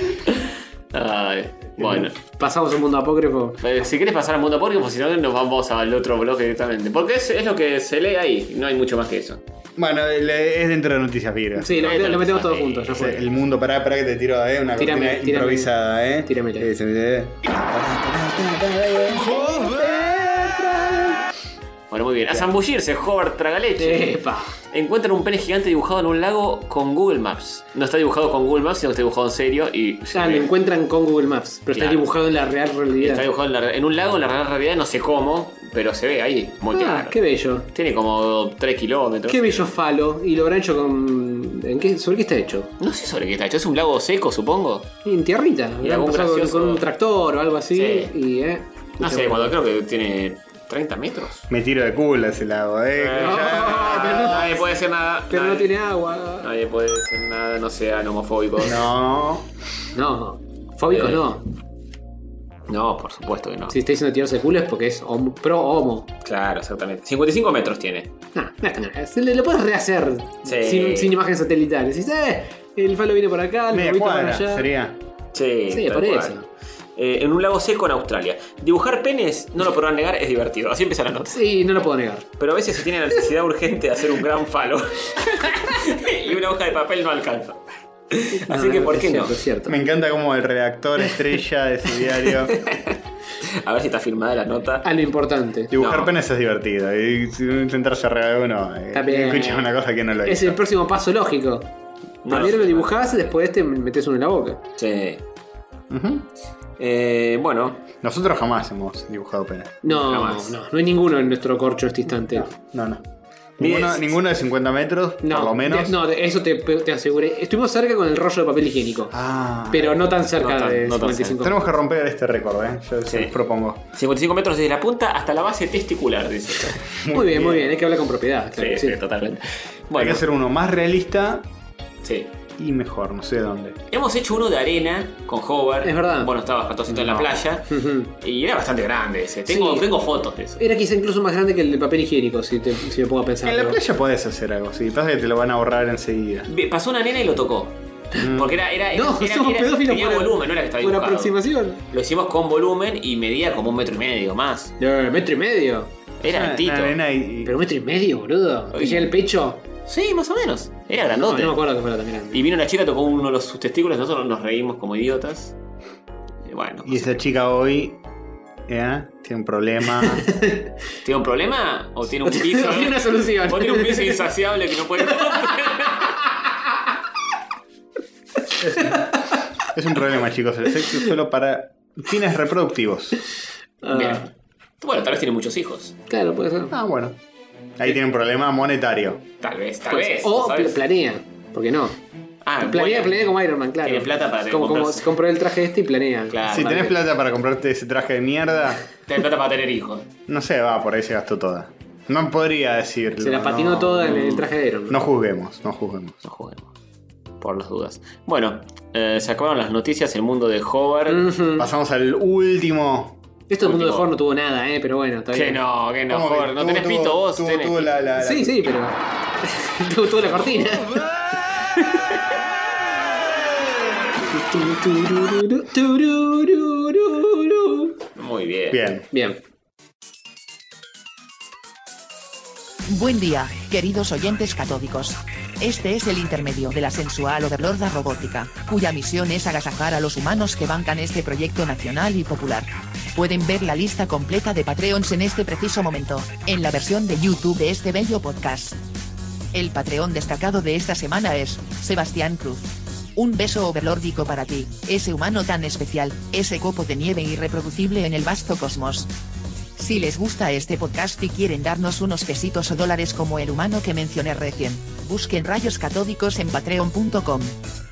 Speaker 1: Ay, bueno.
Speaker 5: Pasamos a un mundo apócrifo.
Speaker 1: Eh, Si quieres pasar al mundo porque si no nos vamos al otro bloque directamente. Porque es, es lo que se lee ahí, no hay mucho más que eso.
Speaker 2: Bueno, le- es dentro de Noticias Virgas.
Speaker 5: Sí, lo,
Speaker 1: Bueno,
Speaker 5: lo metemos
Speaker 1: sí.
Speaker 5: todos juntos, ya
Speaker 2: Es
Speaker 5: fue.
Speaker 2: El mundo, pará, pará que te tiro, eh, una
Speaker 5: Tírame,
Speaker 2: cortina
Speaker 5: tírame.
Speaker 2: improvisada, eh.
Speaker 5: Tíramela.
Speaker 2: Eh, se me-
Speaker 1: Bueno, muy bien. A zambullirse, Hobart Tragaleche.
Speaker 5: Epa.
Speaker 1: Encuentran un pene gigante dibujado en un lago con Google Maps. No está dibujado con Google Maps, sino que está dibujado en serio y. se
Speaker 5: Ya lo
Speaker 1: ve.
Speaker 5: encuentran con Google Maps, pero está
Speaker 1: Claro.
Speaker 5: dibujado en la real realidad.
Speaker 1: Está dibujado en, la- en un lago, en la real realidad, no sé cómo, pero se ve ahí, muy
Speaker 5: Ah,
Speaker 1: claro.
Speaker 5: qué bello.
Speaker 1: Tiene como 3 kilómetros.
Speaker 5: Qué bello falo. Y lo habrán hecho con. ¿en qué- ¿Sobre qué está hecho?
Speaker 1: No sé sobre qué está hecho, es un lago seco, supongo.
Speaker 5: En tierrita. habrán
Speaker 1: algún
Speaker 5: pasado con-
Speaker 1: gracioso-
Speaker 5: con un tractor o algo así.
Speaker 1: Sí.
Speaker 5: Y, eh,
Speaker 1: No
Speaker 5: y
Speaker 1: sé,
Speaker 5: se-
Speaker 1: cuando creo que tiene 30 metros.
Speaker 2: Me tiro de culo ese lago, eh.
Speaker 1: Eh,
Speaker 5: Ah,
Speaker 1: Nadie puede decir nada.
Speaker 5: Pero no
Speaker 1: nadie-
Speaker 5: tiene agua.
Speaker 1: Nadie puede decir nada, no sean homofóbicos.
Speaker 2: No.
Speaker 5: No, fóbicos
Speaker 1: Eh.
Speaker 5: no.
Speaker 1: No, por supuesto que no.
Speaker 5: Si está diciendo tirarse de culo es porque es hom- pro homo.
Speaker 1: Claro, exactamente. 55 metros tiene.
Speaker 5: Nah, nah, nah, se le- Lo puedes rehacer
Speaker 1: Sí.
Speaker 5: sin, sin imágenes satelitales. Dices, eh, el falo viene por acá, el
Speaker 2: Media
Speaker 5: gorrito por
Speaker 2: cuadra
Speaker 5: allá.
Speaker 2: sería.
Speaker 1: Sí,
Speaker 5: Sí,
Speaker 1: tal
Speaker 5: por
Speaker 1: cual.
Speaker 5: eso.
Speaker 1: Eh, en un lago seco en Australia. Dibujar penes, no lo podrán negar, es divertido. Así empieza la nota.
Speaker 5: Sí, no lo puedo negar.
Speaker 1: Pero a veces se tiene la necesidad urgente de hacer un gran falo. y una hoja de papel no alcanza.
Speaker 5: No,
Speaker 1: Así
Speaker 5: no,
Speaker 1: que, ¿por
Speaker 5: es
Speaker 1: qué no?
Speaker 5: cierto, Es cierto.
Speaker 2: Me encanta como el redactor estrella de su diario.
Speaker 1: A ver si está firmada la nota.
Speaker 5: A lo importante.
Speaker 2: Dibujar
Speaker 1: No.
Speaker 2: penes es divertido. Y si intentarse regalar uno. eh,
Speaker 5: Está bien.
Speaker 2: Escucha una cosa que no lo
Speaker 5: Es
Speaker 2: hizo.
Speaker 5: el próximo paso lógico.
Speaker 1: No
Speaker 5: Primero
Speaker 1: lo
Speaker 5: lo
Speaker 1: sé.
Speaker 5: dibujás, después te metes uno en la boca.
Speaker 1: Sí.
Speaker 2: Ujú.
Speaker 1: Eh, bueno,
Speaker 2: Nosotros jamás hemos dibujado penes.
Speaker 5: No,
Speaker 1: Jamás.
Speaker 5: no, no hay ninguno en nuestro corcho en este instante.
Speaker 2: No, no.
Speaker 1: Mire,
Speaker 2: Ninguno,
Speaker 1: es-
Speaker 2: ninguno de 50 metros,
Speaker 5: No,
Speaker 2: por lo menos.
Speaker 5: de- no, de- eso te, te aseguré. Estuvimos cerca con el rollo de papel higiénico,
Speaker 2: Ah.
Speaker 5: pero no tan cerca
Speaker 1: No tan-
Speaker 5: de
Speaker 1: no tan
Speaker 5: 55.
Speaker 2: Tenemos que romper este récord, ¿eh? Yo se
Speaker 1: Sí.
Speaker 2: los propongo.
Speaker 1: 55 metros desde la punta hasta la base testicular, dice.
Speaker 5: muy bien, muy bien, hay que hablar con propiedad. claro
Speaker 1: Sí,
Speaker 5: que sí.
Speaker 1: sí, totalmente.
Speaker 2: Hay que
Speaker 1: Bueno,
Speaker 2: hacer uno más realista
Speaker 1: sí.
Speaker 2: y mejor, no sé dónde.
Speaker 1: Hemos hecho uno de arena con Hobart.
Speaker 5: Es verdad.
Speaker 1: Bueno, estabas ratoncito en la
Speaker 2: No.
Speaker 1: playa.
Speaker 5: Ujú.
Speaker 1: Y era bastante grande ese. Tengo,
Speaker 5: Sí.
Speaker 1: tengo fotos de eso.
Speaker 5: Era quizá incluso más grande que el de papel higiénico, si, te- si me pongo a pensar.
Speaker 2: En la
Speaker 5: pero-
Speaker 2: playa podés hacer algo, sí. Pasa que te lo van a borrar enseguida.
Speaker 1: Ve- Pasó una nena y lo tocó. Porque era. era
Speaker 5: Mm. No,
Speaker 1: era-
Speaker 5: somos
Speaker 1: era-
Speaker 5: pedófilos
Speaker 1: Tenía
Speaker 5: por-
Speaker 1: volumen, no era que estaba
Speaker 5: Por
Speaker 1: dibujado.
Speaker 5: aproximación.
Speaker 1: Lo hicimos con volumen y medía como un metro y medio más.
Speaker 5: Eh, metro y medio.
Speaker 1: Era
Speaker 2: Una-
Speaker 1: altito.
Speaker 2: una arena y- y-
Speaker 5: Pero metro y medio, boludo. ¿Te
Speaker 1: Oye.
Speaker 5: llega el pecho?
Speaker 1: Sí, más o menos. Era
Speaker 5: No,
Speaker 1: grandote.
Speaker 5: no me acuerdo que fuera tan grande.
Speaker 1: Y vino una chica, tocó uno de los- sus testículos, nosotros nos reímos como idiotas. Y bueno,
Speaker 2: y esa chica hoy. ¿eh? Tiene un problema.
Speaker 1: ¿tiene un problema? ¿O tiene un piso?
Speaker 5: Había una solución.
Speaker 1: ¿O tiene un piso insaciable que no puede
Speaker 2: es un problema, chicos. El sexo es solo para fines reproductivos.
Speaker 5: Ah,
Speaker 1: Bien. Bueno, tal vez tiene muchos hijos.
Speaker 5: claro, puede ser.
Speaker 2: Ah, bueno. Ahí tiene un problema monetario.
Speaker 1: Tal vez, tal
Speaker 5: Puede ser.
Speaker 1: vez.
Speaker 5: Pues, o
Speaker 1: ¿sabes?
Speaker 5: pla- planea, porque no.
Speaker 1: ah,
Speaker 5: Planea,
Speaker 1: bueno.
Speaker 5: planea como Iron Man, claro.
Speaker 1: Tiene plata para
Speaker 5: como, como
Speaker 1: comprarse.
Speaker 5: se compró el traje este y planea.
Speaker 1: Claro.
Speaker 2: si
Speaker 1: vale.
Speaker 2: tenés plata para comprarte ese traje de mierda,
Speaker 1: Tiene plata para tener hijos.
Speaker 2: no sé, va, por ahí se gastó toda. No podría decirlo.
Speaker 5: Se la patinó
Speaker 2: no.
Speaker 5: toda en el traje de Iron Man.
Speaker 2: No juzguemos, no juzguemos.
Speaker 1: No juguemos. Por las dudas. Bueno, eh, se acabaron las noticias. El mundo de Hobart.
Speaker 2: Mm.
Speaker 5: Ujú.
Speaker 2: Pasamos al último.
Speaker 5: Esto del mundo de
Speaker 1: Último.
Speaker 5: Horror no tuvo nada, eh, pero bueno, está
Speaker 1: que
Speaker 5: bien.
Speaker 1: no, que no,
Speaker 2: ¿Cómo que
Speaker 1: Hobart. No
Speaker 2: tuvo-
Speaker 1: tenés
Speaker 2: tuvo-
Speaker 1: pito vos.
Speaker 2: tuvo-
Speaker 1: tenés
Speaker 2: tuvo
Speaker 1: pito.
Speaker 2: la- la- la-
Speaker 5: Sí, sí, pero. tuvo, tuvo la cortina. Turururu, turururu.
Speaker 1: Muy bien.
Speaker 2: Bien.
Speaker 5: Bien.
Speaker 9: Buen día, queridos oyentes catódicos. Este es el intermedio de la sensual overlorda robótica, cuya misión es agasajar a los humanos que bancan este proyecto nacional y popular. Pueden ver la lista completa de Patreons en este preciso momento, en la versión de YouTube de este bello podcast. El Patreon destacado de esta semana es Sebastián Cruz, Un beso overlórdico para ti, ese humano tan especial, ese copo de nieve irreproducible en el vasto cosmos. Si les gusta este podcast y quieren darnos unos pesitos o dólares como el humano que mencioné recién, busquen rayos catódicos en patreon.com.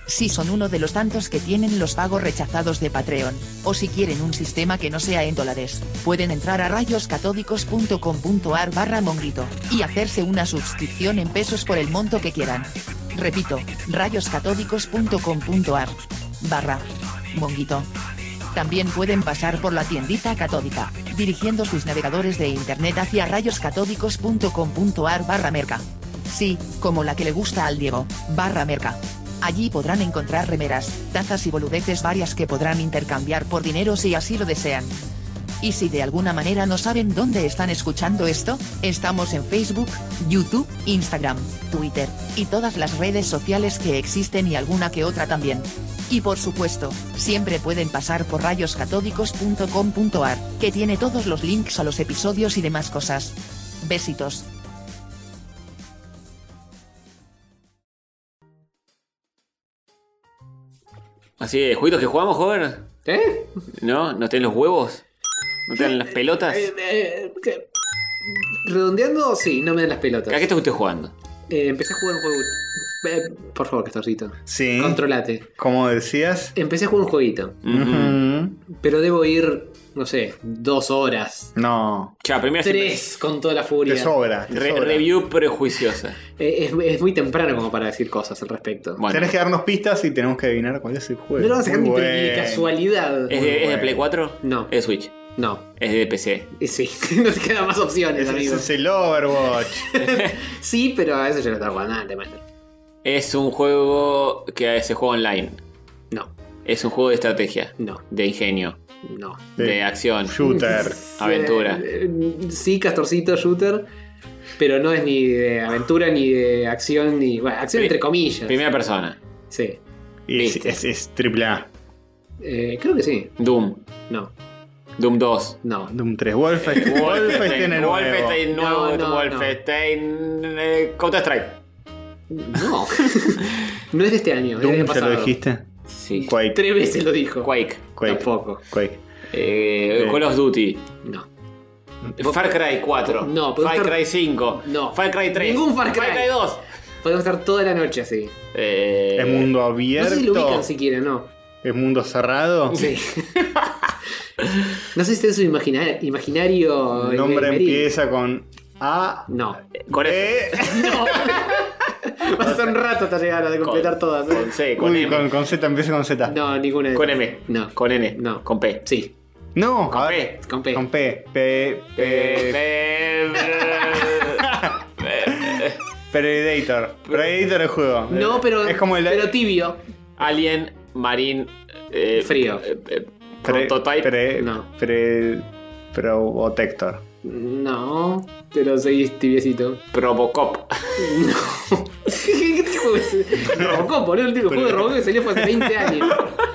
Speaker 9: Si son uno de los tantos que tienen los pagos rechazados de Patreon, o si quieren un sistema que no sea en dólares, pueden entrar a rayoscatódicos.com.ar barra mongrito, y hacerse una suscripción en pesos por el monto que quieran. Repito, rayoscatódicos.com.ar barra monguito. También pueden pasar por la tiendita catódica, dirigiendo sus navegadores de internet hacia rayoscatódicos.com.ar barra merca. Sí, como la que le gusta al Diego, barra merca. Allí podrán encontrar remeras, tazas y boludeces varias que podrán intercambiar por dinero si así lo desean. Y si de alguna manera no saben dónde están escuchando esto, estamos en Facebook, YouTube, Instagram, Twitter, y todas las redes sociales que existen y alguna que otra también. Y por supuesto, siempre pueden pasar por rayoscatódicos.com.ar, que tiene todos los links a los episodios y demás cosas. Besitos.
Speaker 1: Así es, jueguitos que jugamos, joven.
Speaker 5: ¿Eh?
Speaker 1: ¿No? ¿No tenés los huevos? ¿No te dan las pelotas?
Speaker 5: Eh, eh, que- Redondeando, sí, no me den las pelotas.
Speaker 1: ¿A qué te guste jugando?
Speaker 5: Eh, empecé a jugar un juego. eh, por favor, Castorcito.
Speaker 2: Sí.
Speaker 5: Controlate.
Speaker 2: Como decías.
Speaker 5: Empecé a jugar un jueguito.
Speaker 2: Mm.
Speaker 1: Ujú.
Speaker 2: Ujú.
Speaker 5: Pero debo ir, no sé, dos horas.
Speaker 2: No.
Speaker 1: Ya, primero siempre-
Speaker 5: Tres con toda la furia.
Speaker 2: Te sobra. Te
Speaker 1: Re-
Speaker 2: sobra.
Speaker 1: review prejuiciosa.
Speaker 5: Eh, es, es muy temprano como para decir cosas al respecto.
Speaker 1: Bueno,
Speaker 2: Tenés que darnos pistas y tenemos que adivinar cuál es el juego.
Speaker 5: no lo vas a sacar
Speaker 2: Muy
Speaker 5: ni de
Speaker 2: bueno.
Speaker 5: casualidad.
Speaker 1: ¿es, de, ¿es de Play 4?
Speaker 5: No.
Speaker 1: Es de Switch.
Speaker 5: No.
Speaker 1: Es de PC.
Speaker 5: Y Sí, no te quedan más opciones,
Speaker 2: Ese- ese
Speaker 5: amigos.
Speaker 2: es el Overwatch.
Speaker 5: Sí, pero a eso yo lo estaba jugando antes, maestro.
Speaker 1: Es un juego que se juega online.
Speaker 5: No,
Speaker 1: Es un juego de estrategia,
Speaker 5: no,
Speaker 1: de ingenio,
Speaker 5: no.
Speaker 2: Sí.
Speaker 1: de acción.
Speaker 2: Shooter.
Speaker 1: Aventura.
Speaker 5: Eh, Sí, Castorcito Shooter, pero no es ni de aventura, ni de acción, ni. Bueno, acción
Speaker 1: Pri-
Speaker 5: entre comillas.
Speaker 1: Primera persona.
Speaker 5: Sí.
Speaker 2: Y es,
Speaker 1: Viste.
Speaker 2: es, es triple A.
Speaker 5: Eh, creo que sí.
Speaker 1: Doom.
Speaker 5: No,
Speaker 1: Doom 2.
Speaker 5: no.
Speaker 2: Doom 3. Wolfenstein. Wolfenstein el nuevo.
Speaker 1: Wolfenstein
Speaker 5: nuevo.
Speaker 1: nuevo,
Speaker 5: No, no,
Speaker 1: Wolfenstein eh, Counter Strike.
Speaker 5: No. no es de este año. es del
Speaker 2: Doom, ¿ya
Speaker 5: año pasado.
Speaker 2: lo dijiste?
Speaker 1: Sí.
Speaker 2: Quake.
Speaker 5: Tres veces lo dijo.
Speaker 1: Quake.
Speaker 2: Quake.
Speaker 5: Tampoco.
Speaker 2: Quake.
Speaker 1: Eh,
Speaker 2: Sí.
Speaker 1: Call of Duty.
Speaker 5: No.
Speaker 1: Far Cry 4.
Speaker 5: No, pero
Speaker 1: Far
Speaker 5: estar-
Speaker 1: Cry 5.
Speaker 5: No.
Speaker 1: Far Cry 3.
Speaker 5: Ningún Far Cry.
Speaker 1: 2.
Speaker 5: Podemos estar toda la noche así.
Speaker 1: Eh,
Speaker 2: ¿Es mundo
Speaker 5: No
Speaker 2: abierto?
Speaker 5: sé si lo ubican siquiera, no.
Speaker 2: ¿Es mundo cerrado?
Speaker 5: Sí. no sé si es su imaginario. imaginario
Speaker 2: El nombre
Speaker 5: gamerín.
Speaker 2: empieza con A.
Speaker 5: No.
Speaker 1: Con F.
Speaker 2: E.
Speaker 5: No. Va a ser un rato hasta llegar a completar todas. ¿eh?
Speaker 1: Con C, con
Speaker 2: Uy,
Speaker 1: M.
Speaker 2: con, con Z, empieza con Z.
Speaker 5: No, ninguna de
Speaker 1: Con M.
Speaker 5: No.
Speaker 1: Con N.
Speaker 5: No.
Speaker 1: Con P.
Speaker 5: Sí,
Speaker 2: No,
Speaker 1: Con
Speaker 2: a ver,
Speaker 1: P. Eh,
Speaker 5: con P.
Speaker 2: con P. P.
Speaker 1: P.
Speaker 2: P. Predator. Predator el juego.
Speaker 5: No, pero,
Speaker 2: Es como el.
Speaker 5: pero tibio.
Speaker 1: Alien, Marine. eh,
Speaker 5: Frío.
Speaker 1: eh, eh,
Speaker 2: pre-
Speaker 1: prototype.
Speaker 2: pre-
Speaker 5: No.
Speaker 2: pre- Protector.
Speaker 5: No, pero seguís tibiecito.
Speaker 1: Provocop.
Speaker 5: No. ¿Qué, qué juego es ese? Robocop, boludo. El último juego de Robocop que salió fue hace 20 años.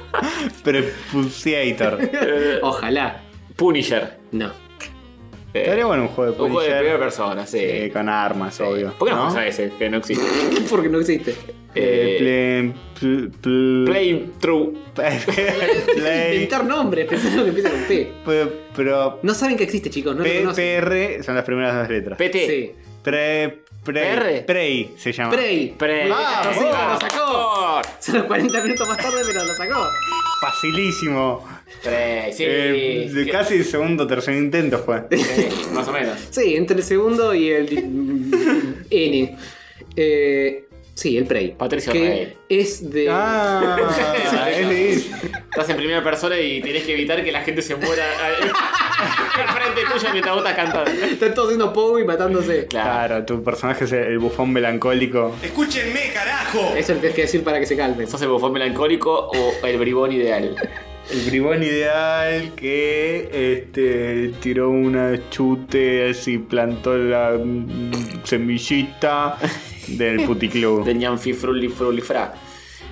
Speaker 2: pues, Prepulsiator.
Speaker 1: Eh,
Speaker 5: Ojalá.
Speaker 1: Punisher.
Speaker 5: No.
Speaker 1: Eh,
Speaker 2: Estaría bueno un juego de
Speaker 1: un juego de
Speaker 2: Punisher,
Speaker 1: primera persona, sí.
Speaker 2: eh, con armas, obvio.
Speaker 1: ¿Por qué no,
Speaker 2: ¿no?
Speaker 1: pasa ese? Que no existe.
Speaker 5: Porque no existe.
Speaker 1: Eh,
Speaker 2: Eh, pl- pl-
Speaker 1: Play True.
Speaker 2: Play.
Speaker 5: Inventar nombres pensando que empieza con P.
Speaker 2: P- Pro.
Speaker 5: No saben que existe, chicos. No lo
Speaker 2: P-
Speaker 5: conocen.
Speaker 2: PR son las primeras dos letras.
Speaker 1: PT.
Speaker 5: Sí.
Speaker 2: Pre, pre,
Speaker 1: PR.
Speaker 2: Prey se llama.
Speaker 5: Prey.
Speaker 1: Prey.
Speaker 5: Muy bien,
Speaker 2: Ah,
Speaker 5: Castorcito,
Speaker 2: vamos.
Speaker 5: lo sacó. Solo 40 minutos más tarde, pero lo sacó.
Speaker 2: Facilísimo.
Speaker 1: Prey, sí.
Speaker 2: Eh, de
Speaker 1: Sí.
Speaker 2: casi el segundo o tercer intento fue.
Speaker 1: Sí, eh, Más o menos.
Speaker 5: Sí, entre el segundo y el N. Eh, sí, el Prey.
Speaker 1: Patricio
Speaker 5: que
Speaker 1: Rey.
Speaker 5: es de.
Speaker 2: Ah, es de-
Speaker 1: Estás en primera persona y tenés que evitar que la gente se muera al frente tuyo mientras vos estás cantando.
Speaker 5: Están todos haciendo pogo y matándose.
Speaker 2: Claro, tu personaje es el bufón melancólico.
Speaker 4: Escúchenme, carajo.
Speaker 5: Eso lo tenés que decir para que se calmen.
Speaker 1: ¿Sos el bufón melancólico o el bribón ideal?
Speaker 2: El bribón ideal que este, tiró una chute y plantó la mm, semillita del puticlub.
Speaker 1: Del ñanfi fruli fruli fra.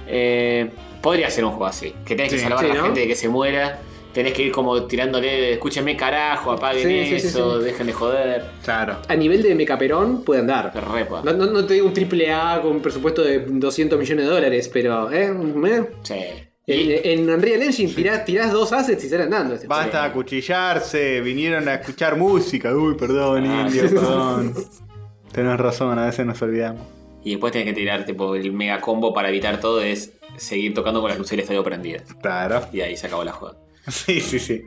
Speaker 1: Eh, podría ser un juego así. Que tenés que
Speaker 2: Sí,
Speaker 1: salvar
Speaker 5: sí,
Speaker 1: a la
Speaker 5: ¿no?
Speaker 1: gente de que se muera. tenés que ir como tirándole, escúchenme carajo, apaguen
Speaker 5: Sí, sí, sí,
Speaker 1: eso,
Speaker 5: sí.
Speaker 1: dejen de joder.
Speaker 2: Claro.
Speaker 5: A nivel de Mecaperón puede andar.
Speaker 1: Te repa.
Speaker 5: No, no, no te digo un triple A con un presupuesto de 200 millones de dólares, pero. ¿eh? ¿Eh?
Speaker 1: Sí. Y-
Speaker 5: En, en Unreal Engine tirás, tirás dos assets y sale andando. este
Speaker 2: Basta de acuchillarse, vinieron a escuchar música. Uy, perdón,
Speaker 1: Ah,
Speaker 2: indio,
Speaker 5: sí.
Speaker 2: perdón. Tenés razón, a veces nos olvidamos.
Speaker 1: Y después tenés que tirar tipo el mega combo para evitar todo es seguir tocando con las luces del estadio prendidas.
Speaker 2: Claro.
Speaker 1: Y ahí se acabó la joda.
Speaker 2: Sí, sí, sí.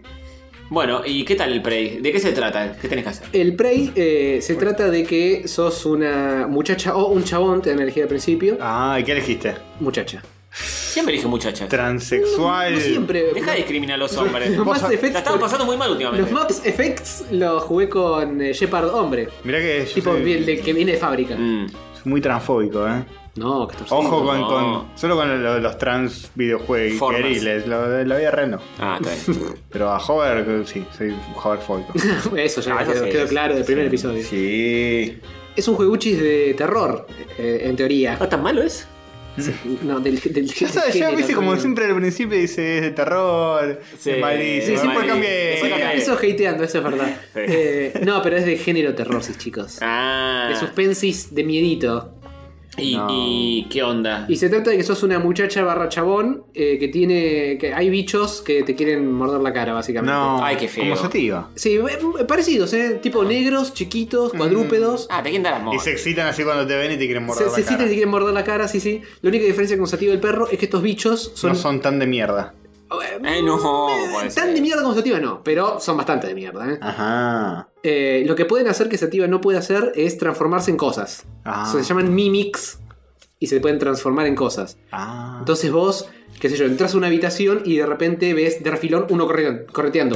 Speaker 1: Bueno, ¿y qué tal el Prey? ¿De qué se trata? ¿Qué tenés que hacer?
Speaker 5: El Prey eh, se trata de que sos una muchacha o un chabón, te dan a elegir al principio.
Speaker 2: Ah, ¿y qué elegiste?
Speaker 5: Muchacha.
Speaker 1: Siempre dije muchachas.
Speaker 2: Transexual.
Speaker 5: No siempre.
Speaker 1: Deja de discriminar a los hombres.
Speaker 5: Los
Speaker 2: Vos
Speaker 5: Mass
Speaker 2: sos-
Speaker 5: Effects-
Speaker 1: La estaban pasando muy mal
Speaker 5: los
Speaker 1: últimamente.
Speaker 5: Maps Effects los jugué con eh, Shepard Hombre.
Speaker 2: Mirá que yo
Speaker 5: Tipo
Speaker 2: soy-
Speaker 5: el de- que viene de fábrica.
Speaker 1: Mm.
Speaker 2: soy muy transfóbico, ¿eh?
Speaker 5: No, que torcido.
Speaker 2: Ojo con,
Speaker 1: no.
Speaker 2: con- Solo con lo- los trans videojuegos
Speaker 1: Formas.
Speaker 2: queriles. Lo de la vida real no.
Speaker 1: Ah, está bien.
Speaker 2: Pero a Hover, sí, soy un Hoverfóbico.
Speaker 5: Eso ya
Speaker 1: Ah, eso
Speaker 5: quedó,
Speaker 1: sí,
Speaker 5: quedó
Speaker 1: eso
Speaker 5: claro del primer episodio.
Speaker 2: Sí.
Speaker 5: Es un jueguchis de terror, eh, en teoría.
Speaker 1: ¿No tan malo es?
Speaker 5: No, del, del-
Speaker 2: Ya sabes, ya
Speaker 5: género,
Speaker 2: viste como
Speaker 5: no.
Speaker 2: siempre al principio dice es de terror,
Speaker 1: Sí,
Speaker 2: es malísimo.
Speaker 1: es
Speaker 2: Siempre
Speaker 1: malísimo.
Speaker 2: cambié.
Speaker 1: Siempre cambié.
Speaker 5: Eso hateando, eso es verdad.
Speaker 1: Sí.
Speaker 5: Eh, no, pero es de género terrorcis, chicos.
Speaker 1: Ah.
Speaker 5: De suspensis, de miedito.
Speaker 1: ¿Y,
Speaker 2: No.
Speaker 1: y qué onda?
Speaker 5: Y se trata de que sos una muchacha barra chabón eh, que tiene. que hay bichos que te quieren morder la cara, básicamente.
Speaker 2: No,
Speaker 1: Ay, qué feo.
Speaker 2: como sativa.
Speaker 5: Sí, eh, parecidos, ¿eh? Tipo negros, chiquitos,
Speaker 2: Mm.
Speaker 5: cuadrúpedos.
Speaker 1: Ah, te quieren dar las
Speaker 2: Y
Speaker 1: modas.
Speaker 2: se excitan así cuando te ven y te quieren morder
Speaker 5: Se,
Speaker 2: la
Speaker 5: se
Speaker 2: cara.
Speaker 5: sienten y te quieren morder la cara, sí, sí. La única diferencia con Sativa del perro es que estos bichos son. oh,
Speaker 2: No son tan de mierda.
Speaker 1: Eh, no,
Speaker 5: eh,
Speaker 1: puede ser.
Speaker 5: tan de mierda como Sativa no, pero son bastante de mierda, ¿eh?
Speaker 2: Ajá.
Speaker 5: Eh, Lo que pueden hacer que Sativa no puede hacer es transformarse en cosas.
Speaker 2: Ah.
Speaker 5: Se llaman mimics y se pueden transformar en cosas.
Speaker 2: Ah.
Speaker 5: Entonces vos, qué sé yo, entras a una habitación y de repente ves de refilón uno corre- correteando.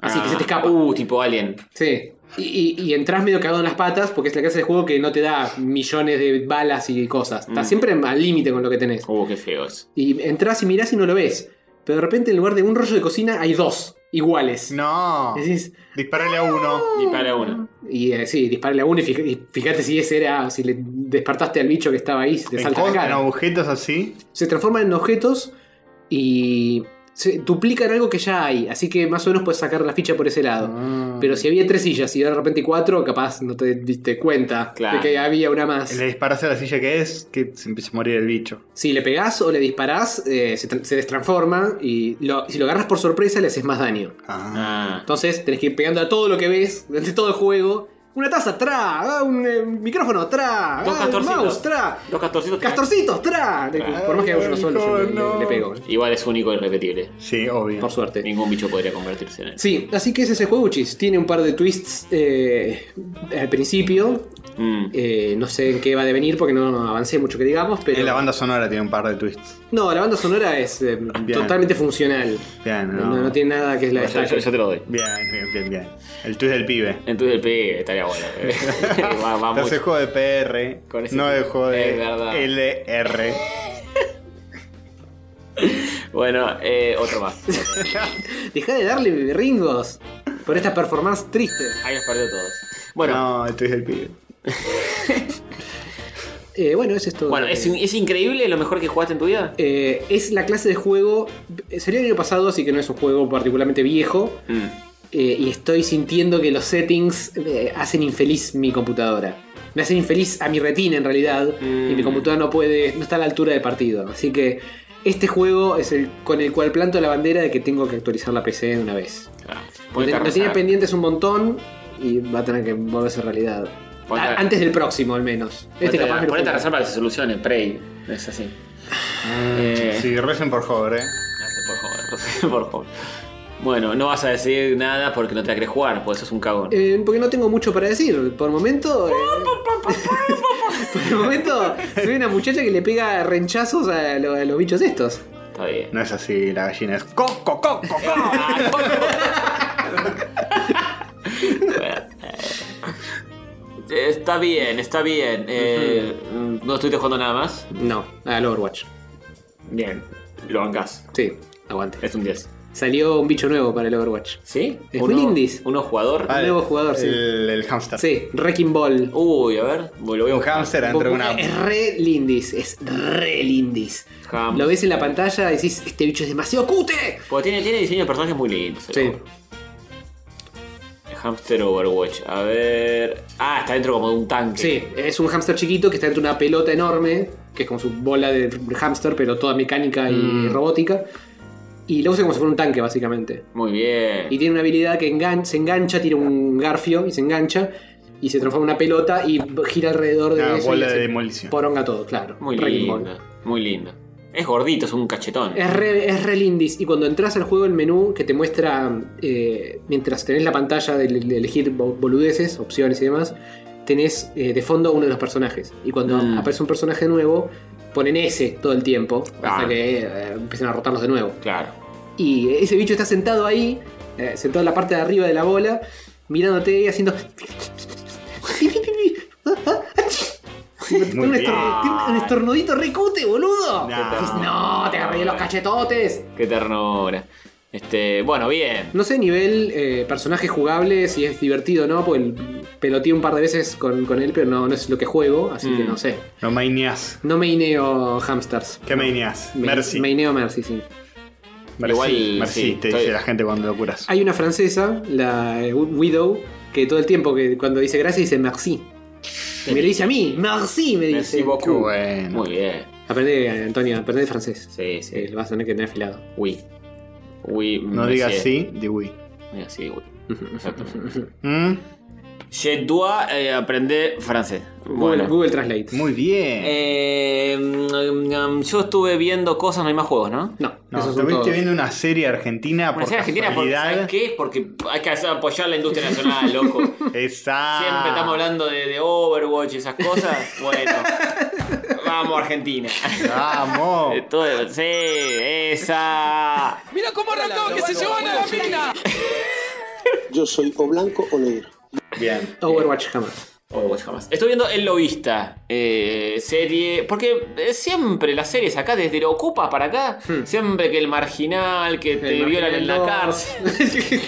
Speaker 5: Así que
Speaker 1: Ah.
Speaker 5: se te escapa.
Speaker 1: Uh, tipo Alien.
Speaker 5: Sí. Y, y, y entras medio cagado en las patas porque es la clase de juego que no te da millones de balas y cosas. Estás
Speaker 1: Mm.
Speaker 5: siempre al límite con lo que tenés.
Speaker 1: Uh, qué feo es.
Speaker 5: Y entras y mirás y no lo ves. Pero de repente en lugar de un rollo de cocina hay dos iguales.
Speaker 2: No.
Speaker 5: Y decís,
Speaker 2: Disparale a uno.
Speaker 1: Y para uno.
Speaker 5: y eh, sí, disparale a uno y fij- y fíjate si ese era, si le despertaste al bicho que estaba ahí, si te
Speaker 2: En,
Speaker 5: salta la
Speaker 2: cos- en
Speaker 5: cara.
Speaker 2: agujetos así.
Speaker 5: se transforman en objetos y se duplican algo que ya hay. Así que más o menos puedes sacar la ficha por ese lado.
Speaker 1: Ah.
Speaker 5: Pero si había tres sillas y de repente cuatro, capaz no te diste cuenta
Speaker 1: Claro.
Speaker 5: de que había una más.
Speaker 2: Le disparas a la silla que es, que se empieza a morir el bicho.
Speaker 5: Si le pegás o le disparás, eh, se, tra- se destransforma y lo- si lo agarras por sorpresa le haces más daño.
Speaker 2: Ah.
Speaker 1: Ah.
Speaker 5: Entonces tenés que ir pegando a todo lo que ves durante todo el juego. Una taza, tra, ah, un eh, micrófono, tra,
Speaker 1: Dos
Speaker 5: ah, un
Speaker 1: castorcitos. Ah,
Speaker 5: mouse, tra,
Speaker 1: Los castorcitos.
Speaker 5: castorcitos, tra. Por más que haga uno solo, yo le-
Speaker 2: no.
Speaker 5: le, le pego,
Speaker 1: Igual es único y repetible.
Speaker 2: Sí, obvio.
Speaker 5: por suerte.
Speaker 1: Ningún bicho podría convertirse en él.
Speaker 5: Sí, así que es ese juego, chis. Tiene un par de twists eh, al principio.
Speaker 1: Mm.
Speaker 5: Eh, no sé en qué va a devenir porque no avancé mucho que digamos, pero.
Speaker 2: En Eh, la banda sonora tiene un par de twists.
Speaker 5: No, la banda sonora es eh, totalmente funcional.
Speaker 2: Bien,
Speaker 5: No.
Speaker 2: no.
Speaker 5: no tiene nada que la
Speaker 1: Yo, yo-
Speaker 5: destaque.
Speaker 1: yo te lo doy.
Speaker 2: Bien, bien, bien, bien. El twist del pibe.
Speaker 1: Entonces el pibe estaría bueno. va, va
Speaker 2: Entonces el
Speaker 1: mucho.
Speaker 2: juego de PR,
Speaker 1: Ah, Con ese
Speaker 2: no
Speaker 1: tipo.
Speaker 2: el juego
Speaker 1: Es verdad.
Speaker 2: de LR.
Speaker 1: Bueno, eh, otro más.
Speaker 5: Dejá de darle ringos por esta performance triste.
Speaker 1: Ahí los perdió todos. Bueno,
Speaker 2: No, el twist del pibe.
Speaker 5: Eh, bueno, eso es todo.
Speaker 1: bueno ¿es, es increíble lo mejor que jugaste en tu vida?
Speaker 5: Eh, es la clase de juego. eh, Salió el año pasado, así que no es un juego particularmente viejo.
Speaker 1: Mm.
Speaker 5: eh, y estoy sintiendo que los settings eh, hacen infeliz mi computadora. Me hacen infeliz a mi retina en realidad.
Speaker 1: Mm.
Speaker 5: Y mi computadora no puede. no está a la altura de partido. Así que este juego es el con el cual planto la bandera de que tengo que actualizar la PC de una vez.
Speaker 1: Ah,
Speaker 5: Lo
Speaker 1: ponete a
Speaker 5: ten- lo tenía
Speaker 1: rezar.
Speaker 5: pendientes un montón y va a tener que volverse realidad.
Speaker 1: Ponete a-
Speaker 5: A- antes del próximo al menos. Este
Speaker 1: Ponete a-
Speaker 5: capaz me lo
Speaker 1: ponete a
Speaker 5: juego.
Speaker 1: rezar para que se solucione, Prey. Es así.
Speaker 5: Ah,
Speaker 1: Eh,
Speaker 2: Sí, recen por favor, eh.
Speaker 1: Gracias, por favor. Gracias, por favor. Bueno, no vas a decir nada porque no te la querés jugar, porque sos un cagón.
Speaker 5: Eh, porque no tengo mucho para decir. Por el momento. eh, por el momento, soy una muchacha que le pega renchazos a, lo- a los bichos estos.
Speaker 1: Está bien.
Speaker 2: No es así, la gallina es coco, coco, coco.
Speaker 1: Ah, Eh, Está bien, está bien. Eh, No estuviste jugando nada más.
Speaker 5: No, al Overwatch.
Speaker 1: Bien. Lo bancás.
Speaker 5: Sí, aguante.
Speaker 1: Es un 10.
Speaker 5: Salió un bicho nuevo para el Overwatch.
Speaker 1: ¿Sí?
Speaker 5: Es un indies.
Speaker 1: Uno jugador.
Speaker 5: Ah. nuevo jugador, sí.
Speaker 2: El, el hamster.
Speaker 5: Sí, Wrecking Ball.
Speaker 1: Uy, a ver. Lo voy a
Speaker 2: Un
Speaker 1: buscar.
Speaker 2: hamster entre una.
Speaker 5: Es re lindis, es re lindis.
Speaker 1: Ham.
Speaker 5: Lo ves en la pantalla y decís, este bicho es demasiado cute.
Speaker 1: Porque tiene, tiene diseño de personajes muy lindos. eh, el
Speaker 5: Sí.
Speaker 1: juego. Hamster Overwatch. A ver. Ah, está dentro como de un tanque.
Speaker 5: Sí, es un hámster chiquito que está dentro de una pelota enorme, que es como su bola de hámster, pero toda mecánica y
Speaker 2: Mm.
Speaker 5: robótica. Y lo usa como si fuera un tanque, básicamente.
Speaker 1: Muy bien.
Speaker 5: Y tiene una habilidad que engan- se engancha, tira un garfio y se engancha. Y se transforma en una pelota y gira alrededor de
Speaker 2: Una
Speaker 5: eso.
Speaker 2: Ah, bola
Speaker 5: y
Speaker 2: de
Speaker 5: hace
Speaker 2: demolición.
Speaker 5: Poronga todo, claro.
Speaker 1: Muy
Speaker 5: Wrecking Ball.
Speaker 1: linda. Muy linda. Es gordito, es un cachetón.
Speaker 5: Es re, es re lindis. Y cuando entras al juego, el menú que te muestra, eh, mientras tenés la pantalla de, de elegir bo- boludeces, opciones y demás, tenés eh, de fondo uno de los personajes. Y cuando
Speaker 1: Mm.
Speaker 5: aparece un personaje nuevo, ponen ese todo el tiempo,
Speaker 1: Ah.
Speaker 5: hasta que eh, empiezan a rotarlos de nuevo.
Speaker 1: Claro.
Speaker 5: Y ese bicho está sentado ahí, eh, sentado en la parte de arriba de la bola, mirándote y haciendo. Tiene un,
Speaker 2: bien.
Speaker 5: estorno- tiene un estornudito recute, boludo.
Speaker 2: Nah.
Speaker 5: Decís, No, te agarré los cachetotes.
Speaker 1: Qué ternura. Este, bueno, bien.
Speaker 5: No sé, nivel eh, personaje jugable, si es divertido o no, porque el- peloteé un par de veces con, con él, pero no, no es lo que juego, así que
Speaker 1: Mm.
Speaker 5: no sé.
Speaker 2: No maineas.
Speaker 5: No me ineo hamsters.
Speaker 2: ¿Qué maineas?
Speaker 5: Me-
Speaker 2: Mercy.
Speaker 5: Me ineo Mercy, sí.
Speaker 2: Mercy.
Speaker 1: Igual,
Speaker 2: Mercy,
Speaker 1: sí,
Speaker 2: te
Speaker 1: estoy-
Speaker 2: dice la gente cuando lo curas.
Speaker 5: Hay una francesa, la eh, Widow, que todo el tiempo que cuando dice gracias dice merci. Y me lo dice a mí, merci, me
Speaker 1: Merci
Speaker 5: dice.
Speaker 1: beaucoup.
Speaker 2: Qué bueno.
Speaker 1: Muy bien.
Speaker 5: Aprende, eh, Antonio, aprende francés.
Speaker 1: Sí, sí.
Speaker 5: Eh, lo vas a tener que tener afilado.
Speaker 1: Oui. Oui.
Speaker 2: No digas sí, di oui.
Speaker 1: Diga sí, oui. Exactamente.
Speaker 2: Mm,
Speaker 1: Je dois eh, aprender francés.
Speaker 5: Google,
Speaker 1: Bueno.
Speaker 5: Google Translate.
Speaker 2: Muy bien.
Speaker 1: Eh, mm, mm, yo estuve viendo cosas, no hay más juegos, ¿no?
Speaker 5: No,
Speaker 2: No,
Speaker 5: esos son
Speaker 2: estuviste
Speaker 5: todos.
Speaker 2: viendo una serie argentina
Speaker 1: Una
Speaker 2: por
Speaker 1: serie argentina, porque, ¿sabes
Speaker 2: casualidad.
Speaker 1: qué? Porque hay que hacer- apoyar la industria nacional, loco. Siempre
Speaker 2: Exacto.
Speaker 1: estamos hablando de, de Overwatch y esas cosas. Bueno, vamos, Argentina.
Speaker 2: Vamos.
Speaker 1: Eh, todo- sí, esa.
Speaker 7: Mira cómo arrancó, que se llevan a la mina.
Speaker 10: Yo soy o blanco o negro.
Speaker 2: Bien.
Speaker 5: Overwatch jamás.
Speaker 1: Overwatch jamás. Estoy viendo El Lobista, eh, serie. Porque eh, siempre las series acá, desde lo ocupa para acá, siempre que el marginal, que te violan en la cárcel.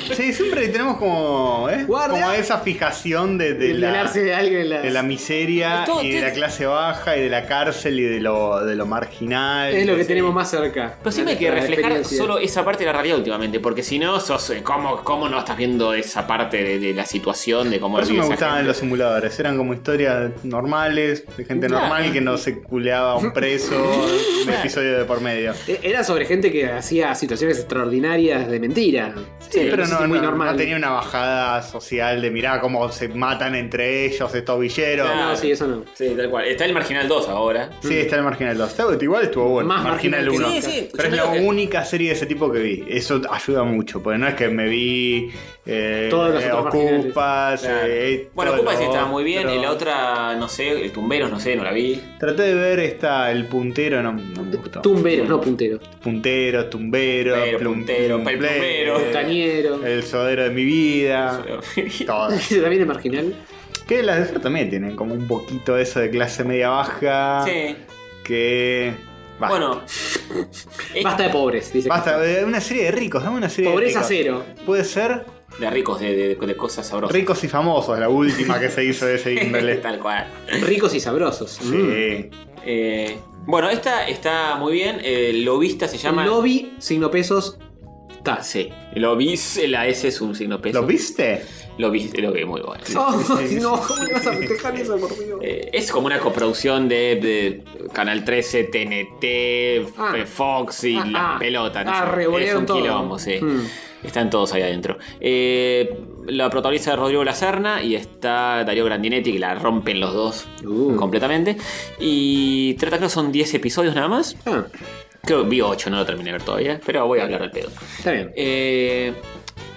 Speaker 2: Sí, siempre tenemos como, ¿eh?
Speaker 5: Guardia.
Speaker 2: como esa fijación de, de
Speaker 5: de
Speaker 2: la,
Speaker 5: Violarse de alguien en la-
Speaker 2: de la miseria
Speaker 1: Todo
Speaker 2: y de
Speaker 1: tiene-
Speaker 2: la clase baja y de la cárcel y de lo, de lo marginal.
Speaker 5: Es lo que tenemos más cerca.
Speaker 1: Pero siempre hay que
Speaker 5: Nuestra
Speaker 1: reflejar
Speaker 5: experiencia.
Speaker 1: solo esa parte de la realidad últimamente, porque si no, sos, eh, ¿cómo, cómo no estás viendo esa parte de, de la situación, de cómo
Speaker 2: Por eso
Speaker 1: vive
Speaker 2: me
Speaker 1: esa
Speaker 2: gustaban
Speaker 1: gente?
Speaker 2: los simuladores, eran como historias normales, de gente
Speaker 1: Claro.
Speaker 2: normal que no se culeaba a un preso, un episodio de por medio.
Speaker 5: Eh, Era sobre gente que hacía situaciones extraordinarias de mentira.
Speaker 2: Sí, pero
Speaker 5: eso
Speaker 2: no,
Speaker 5: es muy
Speaker 2: no-
Speaker 5: normal.
Speaker 2: no tenía una bajada social de mirá cómo se matan entre ellos estos villeros.
Speaker 1: Claro.
Speaker 5: No, sí, eso no.
Speaker 1: Sí, tal cual. Está el Marginal 2 ahora.
Speaker 2: Sí, está el Marginal 2. Está- Igual estuvo bueno.
Speaker 5: Más
Speaker 2: Marginal, 1.
Speaker 5: Marginal que
Speaker 1: nunca. Sí, sí,
Speaker 2: Pero
Speaker 1: yo
Speaker 2: es la
Speaker 1: creo que-
Speaker 2: única serie de ese tipo que vi. Eso ayuda mucho. Porque no es que me vi. Eh,
Speaker 5: Todos los
Speaker 2: eh,
Speaker 5: otros
Speaker 2: Ocupas.
Speaker 1: Claro.
Speaker 2: eh,
Speaker 1: bueno,
Speaker 2: todo
Speaker 1: Ocupa sí
Speaker 2: lo
Speaker 1: estaba muy bien,
Speaker 2: otro.
Speaker 1: y la otra, no sé, el Tumberos, no sé, no la vi.
Speaker 2: Traté de ver esta, el puntero, no, no me gustó.
Speaker 5: Tumbero, no puntero.
Speaker 2: puntero, tumbero,
Speaker 1: Pero,
Speaker 2: plum-
Speaker 1: puntero,
Speaker 2: plum-
Speaker 1: pel- plumero,
Speaker 2: eh,
Speaker 5: Cañero.
Speaker 2: El sodero de mi vida. Todas.
Speaker 5: Ese también es marginal.
Speaker 2: Que las de Fer también tienen como un poquito eso de clase media baja.
Speaker 1: sí.
Speaker 2: Que. basta.
Speaker 1: Bueno. Eh,
Speaker 5: Basta de pobres, dice.
Speaker 2: Basta, eh, una serie de ricos, dame una serie
Speaker 5: Pobreza
Speaker 2: de ricos.
Speaker 5: cero.
Speaker 2: Puede ser
Speaker 1: De ricos, de, de- de cosas sabrosas.
Speaker 2: Ricos y Famosos, la última que se hizo de ese índole.
Speaker 1: Tal cual.
Speaker 5: Ricos y sabrosos. Mm.
Speaker 2: Sí.
Speaker 1: Eh, bueno, esta está muy bien. eh, Lobista se llama.
Speaker 5: Lobby, signo pesos. Ta.
Speaker 1: Sí. Lobis, la S es un signo peso.
Speaker 2: ¿Lo viste?
Speaker 1: Lobis, lo que muy bueno.
Speaker 5: Oh, no, ¿cómo le vas a festejar eso, por Dios?
Speaker 1: Eh, es como una coproducción de, de Canal 13, TNT,
Speaker 5: Ah.
Speaker 1: F- Fox y
Speaker 5: Ah,
Speaker 1: la
Speaker 5: ah.
Speaker 1: pelota.
Speaker 5: Ah,
Speaker 1: sé. es
Speaker 5: revolearon
Speaker 1: un
Speaker 5: todo.
Speaker 1: quilombo, sí.
Speaker 5: Mm.
Speaker 1: Están todos ahí adentro. Eh, la protagoniza Rodrigo Lacerna y está Darío Grandinetti, que la rompen los dos
Speaker 5: Uh.
Speaker 1: completamente. Y trata, creo que son 10 episodios nada más.
Speaker 5: Ah,
Speaker 1: Creo que vi 8, no lo terminé de ver todavía, pero voy a hablar al pedo.
Speaker 5: está bien.
Speaker 1: Eh,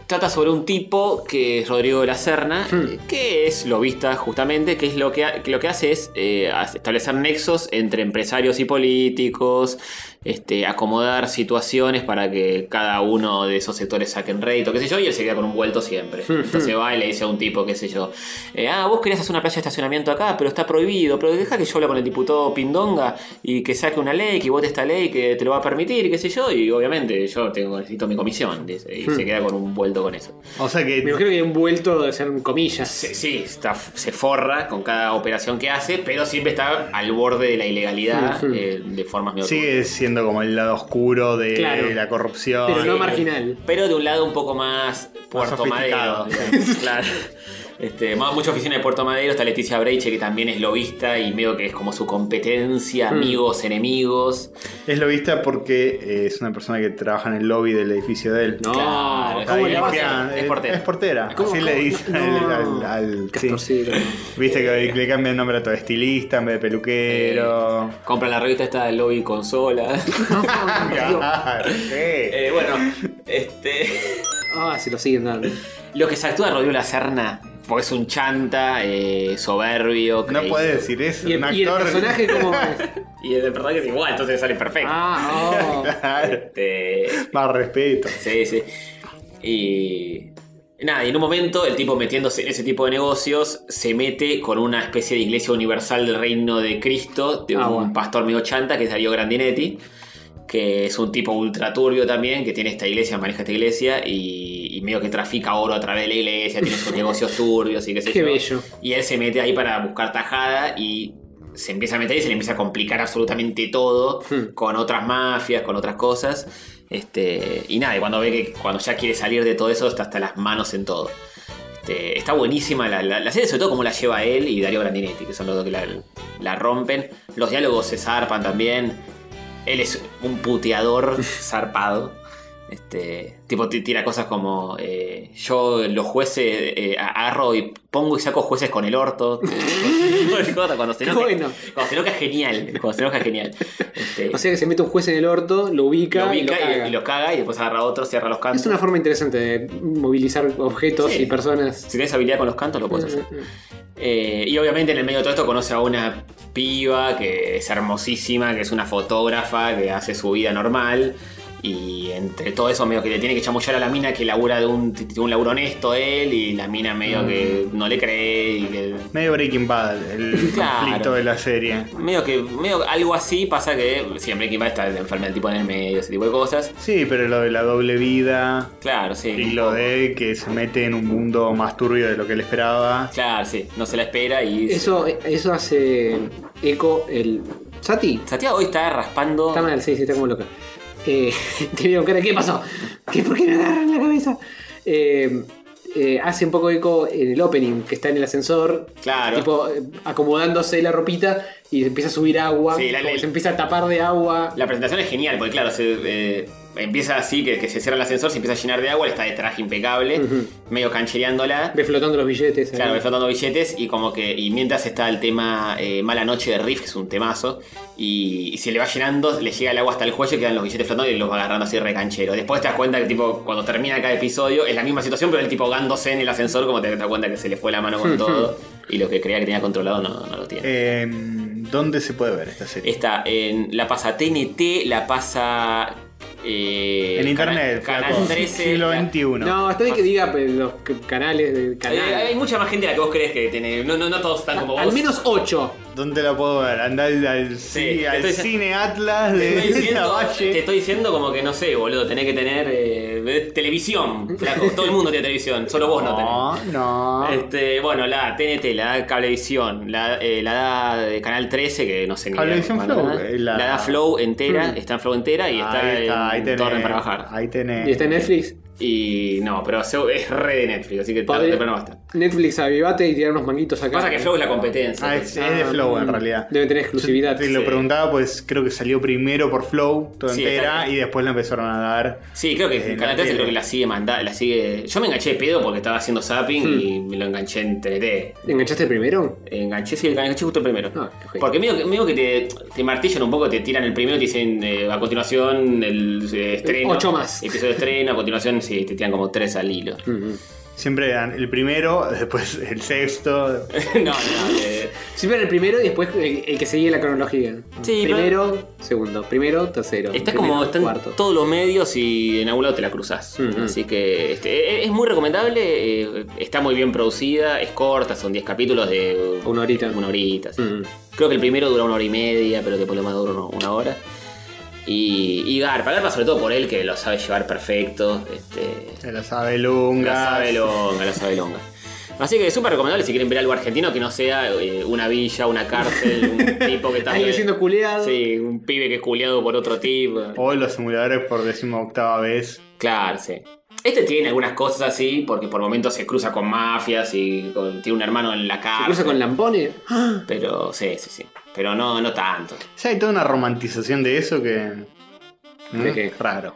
Speaker 1: trata sobre un tipo que es Rodrigo de la Serna,
Speaker 5: Hmm.
Speaker 1: que es lobista justamente, que es lo que, ha- que lo que hace es eh, hace- establecer nexos entre empresarios y políticos, este, acomodar situaciones para que cada uno de esos sectores saquen rédito, qué sé yo, y él se queda con un vuelto siempre. Entonces va y le dice a un tipo, qué sé yo, eh, ah, vos querías hacer una playa de estacionamiento acá, pero está prohibido, pero deja que yo hable con el diputado Pindonga y que saque una ley, que vote esta ley que te lo va a permitir, qué sé yo, y obviamente yo tengo, necesito mi comisión, dice, y
Speaker 5: Hmm.
Speaker 1: se queda con un vuelto con eso.
Speaker 2: O sea que.
Speaker 5: Me creo que un vuelto de ser comillas.
Speaker 1: Sí, sí, está, se forra con cada operación que hace, pero siempre está al borde de la ilegalidad
Speaker 5: Sí, sí.
Speaker 1: eh, de formas medio
Speaker 2: Sigue siendo como el lado oscuro de
Speaker 5: Claro.
Speaker 2: la corrupción.
Speaker 5: Pero no
Speaker 2: Sí.
Speaker 5: marginal.
Speaker 1: Eh, Pero de un lado un poco más Puerto
Speaker 2: sofisticado.
Speaker 1: Madero. digamos, claro. Este, más mucha oficina de Puerto Madero está Leticia Breiche, que también es lobista y medio que es como su competencia,
Speaker 5: Mm.
Speaker 1: amigos, enemigos.
Speaker 2: Es lobista porque eh, es una persona que trabaja en el lobby del edificio de él.
Speaker 5: No,
Speaker 1: Claro,
Speaker 5: ¿cómo
Speaker 2: Está ahí
Speaker 5: le vas a-
Speaker 2: limpiando,
Speaker 1: hacer?
Speaker 2: eh,
Speaker 1: Es portera.
Speaker 2: Es portera.
Speaker 5: ¿Cómo-
Speaker 2: Así le
Speaker 5: cómo?
Speaker 2: dicen
Speaker 5: No.
Speaker 2: al. al- al- sí.
Speaker 5: Castorcito.
Speaker 2: Viste
Speaker 1: Eh.
Speaker 2: que le cambian el nombre a todo estilista en vez de peluquero.
Speaker 1: Compra la revista esta del lobby consola.
Speaker 2: Claro, sí.
Speaker 1: Eh, bueno, este.
Speaker 5: Ah, se lo siguen dando.
Speaker 1: Lo que se actúa de Rodrigo La Serna, porque es un chanta, eh, soberbio.
Speaker 2: No
Speaker 1: creído.
Speaker 2: puede decir eso.
Speaker 5: ¿Y
Speaker 2: un
Speaker 5: el, y el
Speaker 2: actor-
Speaker 5: personaje cómo es?
Speaker 1: Y el personaje es igual, entonces sale perfecto.
Speaker 5: Ah, oh.
Speaker 2: Claro.
Speaker 1: Este,
Speaker 2: Más respeto.
Speaker 1: Sí, sí. Y. Nada, y en un momento el tipo metiéndose en ese tipo de negocios se mete con una especie de iglesia universal del reino de Cristo, de
Speaker 5: Ah,
Speaker 1: un
Speaker 5: bueno.
Speaker 1: pastor medio chanta que es Darío Grandinetti, que es un tipo ultra turbio también, que tiene esta iglesia, maneja esta iglesia y, y medio que trafica oro a través de la iglesia, tiene sus negocios turbios y qué sé
Speaker 5: Qué
Speaker 1: yo.
Speaker 5: bello.
Speaker 1: Y él se mete ahí para buscar tajada y se empieza a meter y se le empieza a complicar absolutamente todo
Speaker 5: Hmm.
Speaker 1: con otras mafias, con otras cosas. Este, y nada, y cuando ve que cuando ya quiere salir de todo eso, está hasta las manos en todo. Este, está buenísima la, la- la serie, sobre todo como la lleva él y Darío Grandinetti, que son los dos que la, la rompen. Los diálogos se zarpan también. Él es un puteador zarpado. Este, tipo ti- tira cosas como eh, yo los jueces eh, agarro y pongo y saco jueces con el orto. cuando se enoja,
Speaker 5: Qué bueno.
Speaker 1: cuando se enoja es genial. Cuando se enoja es genial. Este,
Speaker 5: O sea que se mete un juez en el orto, lo ubica,
Speaker 1: lo
Speaker 5: y lo
Speaker 1: ubica y-
Speaker 5: caga.
Speaker 1: y, lo caga y después agarra otro, cierra los cantos.
Speaker 5: Es una forma interesante de movilizar objetos
Speaker 1: Sí.
Speaker 5: y personas.
Speaker 1: Si tienes habilidad con los cantos lo puedes
Speaker 5: Mm.
Speaker 1: hacer. Eh, y obviamente en el medio de todo esto conoce a una piba que es hermosísima, que es una fotógrafa, que hace su vida normal. Y entre todo eso, medio que le tiene que chamullar a la mina que labura de un, de un laburo honesto él, y la mina medio que
Speaker 5: Mm.
Speaker 1: no le cree. Y que-
Speaker 2: Medio Breaking Bad, el
Speaker 1: Claro.
Speaker 2: conflicto de la serie.
Speaker 1: medio que medio algo así pasa que siempre que va a estar la enfermedad del tipo en el medio, ese tipo de cosas.
Speaker 2: Sí, pero lo de la doble vida
Speaker 1: Claro, sí.
Speaker 2: y lo de que se mete en un mundo más turbio de lo que él esperaba.
Speaker 1: Claro, sí. No se la espera y.
Speaker 5: Eso, eso hace eco el. Sati.
Speaker 1: Santiago hoy está raspando.
Speaker 5: Está mal, sí, sí, está como loca. Eh, te veo cara, ¿qué pasó? ¿Qué, ¿Por qué me agarran la cabeza? Eh, eh, hace un poco eco en el opening, que está en el ascensor,
Speaker 1: Claro.
Speaker 5: tipo eh, acomodándose la ropita y empieza a subir agua,
Speaker 1: Sí, la-
Speaker 5: como
Speaker 1: la-
Speaker 5: se empieza a tapar de agua.
Speaker 1: La presentación es genial, porque claro, se, eh, empieza así, que, que se cierra el ascensor, se empieza a llenar de agua, él está de traje impecable,
Speaker 5: Ujú.
Speaker 1: medio canchereándola.
Speaker 5: Ve flotando los billetes. eh. ahí.
Speaker 1: Claro, flotando billetes y como que. Y mientras está el tema eh, Mala Noche de Riff, que es un temazo. Y, y se le va llenando, le llega el agua hasta el cuello y quedan los billetes flotando y los va agarrando así recanchero. Después te das cuenta que tipo, cuando termina cada episodio, es la misma situación, pero el tipo ahogándose en el ascensor, como te, te das cuenta que se le fue la mano con todo. Y lo que creía que tenía controlado no, no lo tiene.
Speaker 2: Eh, ¿Dónde se puede ver esta serie?
Speaker 1: Está en la pasa TNT, la pasa. eh,
Speaker 2: en internet,
Speaker 1: Canal,
Speaker 2: flaco.
Speaker 1: Canal 13.
Speaker 2: siglo
Speaker 1: la-
Speaker 2: XXI.
Speaker 5: No, está bien que diga pues, los c- canales del
Speaker 1: Hay,
Speaker 5: canal.
Speaker 1: hay mucha más gente de la que vos crees que tiene. No, no, no todos están como vos.
Speaker 5: Al menos 8.
Speaker 2: ¿Dónde la puedo ver? Andá al, al
Speaker 1: Sí,
Speaker 2: ci-
Speaker 1: te
Speaker 2: al
Speaker 1: estoy-
Speaker 2: cine Atlas
Speaker 1: Te estoy,
Speaker 2: de la
Speaker 1: diciendo, te
Speaker 2: Valle.
Speaker 1: estoy diciendo como que no sé, boludo. Tenés que tener eh, televisión, flaco. Todo el mundo tiene televisión, solo vos no tenés.
Speaker 2: No, no.
Speaker 1: Este, bueno, la TNT, la da Cablevisión, la, eh, la da de Canal 13, que no sé ni
Speaker 2: Cablevisión
Speaker 1: cuándo
Speaker 2: Flow,
Speaker 1: da.
Speaker 2: eh,
Speaker 1: La...
Speaker 2: la- Mm.
Speaker 1: da Flow entera, está en Flow entera y está,
Speaker 2: ahí está, ahí
Speaker 1: en
Speaker 2: tenés.
Speaker 1: Torre para bajar.
Speaker 2: Ahí tenés.
Speaker 5: Y está en Netflix.
Speaker 1: Y no, pero se- es re de Netflix, así que tarde o
Speaker 5: Podría-
Speaker 1: temprano va a estar.
Speaker 5: Netflix avivate y tirar unos manguitos acá.
Speaker 1: Pasa que Flow es la competencia.
Speaker 2: Ah, es,
Speaker 1: entonces-
Speaker 2: es de
Speaker 5: Ah,
Speaker 2: Flow en
Speaker 5: mm,
Speaker 2: realidad.
Speaker 5: Debe tener exclusividad.
Speaker 2: Te lo
Speaker 1: Sí.
Speaker 2: preguntaba, pues creo que salió primero por Flow, toda
Speaker 1: Sí,
Speaker 2: entera,
Speaker 1: está-
Speaker 2: y después la empezaron a dar.
Speaker 1: Sí, creo que
Speaker 2: Eh,
Speaker 1: Canal
Speaker 2: la
Speaker 1: 13
Speaker 2: tele.
Speaker 1: creo que la sigue manda- la sigue. Yo me enganché de pedo porque estaba haciendo zapping
Speaker 2: Hmm.
Speaker 1: y me lo enganché en TNT.
Speaker 5: ¿Enganchaste primero?
Speaker 1: Enganché, sí, enganché justo el primero.
Speaker 5: Ah, qué
Speaker 1: Porque medio que, medio que te, te martillan un poco, te tiran el primero y te dicen eh, a continuación el eh, estreno.
Speaker 5: Ocho más.
Speaker 1: Episodio de estreno, a continuación sí, te tiran como tres al hilo.
Speaker 5: Ujú.
Speaker 2: Siempre eran el primero, después el sexto.
Speaker 1: no, no, eh,
Speaker 5: Siempre era el primero y después el, el que seguía la cronología.
Speaker 1: Sí,
Speaker 5: primero, segundo. Primero, tercero.
Speaker 1: Está
Speaker 5: primero,
Speaker 1: como está en
Speaker 5: cuarto.
Speaker 1: todos los medios y en algún lado te la cruzás.
Speaker 5: Ujú.
Speaker 1: Así que este, es- es muy recomendable, eh, está muy bien producida, es corta, son 10 capítulos de
Speaker 5: Una horita.
Speaker 1: una horita. sí.
Speaker 5: Mm.
Speaker 1: Creo que el primero dura una hora y media, pero que por lo demás dura uno- una hora. Y, y Garpa, Garpa sobre todo por él que lo sabe llevar perfecto. Este,
Speaker 2: De las abelungas.
Speaker 1: la sabe longa, la sabe longa. Así que súper recomendable si quieren ver algo argentino que no sea eh, una villa, una cárcel, un tipo que está.
Speaker 5: Alguien siendo culeado.
Speaker 1: Sí, un pibe que es culiado por otro tipo.
Speaker 2: Hoy los simuladores por decimoctava vez.
Speaker 1: Claro, sí. Este tiene algunas cosas así, porque por momentos se cruza con mafias y con- tiene un hermano en la
Speaker 5: Se
Speaker 1: cárcel.
Speaker 5: cruza con Lampone.
Speaker 1: Pero sí, sí, sí. Pero no, no tanto.
Speaker 2: O sea, hay toda una romantización de eso que.
Speaker 5: ¿De qué?
Speaker 2: Raro.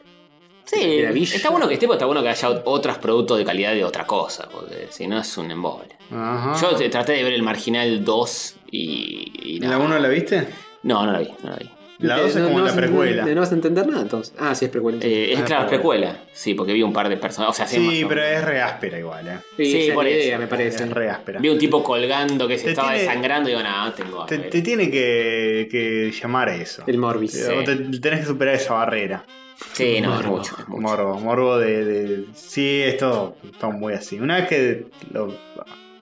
Speaker 1: Sí,
Speaker 5: La villa.
Speaker 1: está bueno que esté, pero está bueno que haya ot- otros productos de calidad de otra cosa, porque si no es un embole.
Speaker 2: Ajá.
Speaker 1: Yo te- traté de ver el Marginal 2 y. y no.
Speaker 2: ¿La Ah, 1 la viste?
Speaker 1: No, no la vi, no la vi.
Speaker 2: La
Speaker 5: De-
Speaker 2: 2 es como
Speaker 5: vas
Speaker 2: la
Speaker 5: a entender-
Speaker 2: precuela.
Speaker 5: de No vas a entender nada entonces. Ah, sí, es precuela.
Speaker 1: Eh, es
Speaker 2: Ah,
Speaker 1: claro, es
Speaker 2: pero
Speaker 1: precuela. Sí, porque vi un par de personas. O sea, sí, más
Speaker 2: Sí,
Speaker 1: o
Speaker 2: pero
Speaker 1: menos.
Speaker 2: es re áspera igual, eh.
Speaker 5: sí,
Speaker 1: sí,
Speaker 5: esa es
Speaker 1: por
Speaker 5: la
Speaker 1: eso.
Speaker 5: idea, me parece.
Speaker 2: Es re áspera.
Speaker 1: Vi un tipo colgando que se
Speaker 2: Te
Speaker 1: estaba
Speaker 2: tiene-
Speaker 1: desangrando y digo, no, tengo.
Speaker 2: Te,
Speaker 1: hambre".
Speaker 2: te tiene que, que llamar a eso.
Speaker 5: El Morbis.
Speaker 1: Sí.
Speaker 2: Vos te- tenés que superar esa barrera.
Speaker 1: Sí, no, es mucho, es mucho.
Speaker 2: Morbo, morbo de, de- Sí, esto está muy así. Una vez que lo-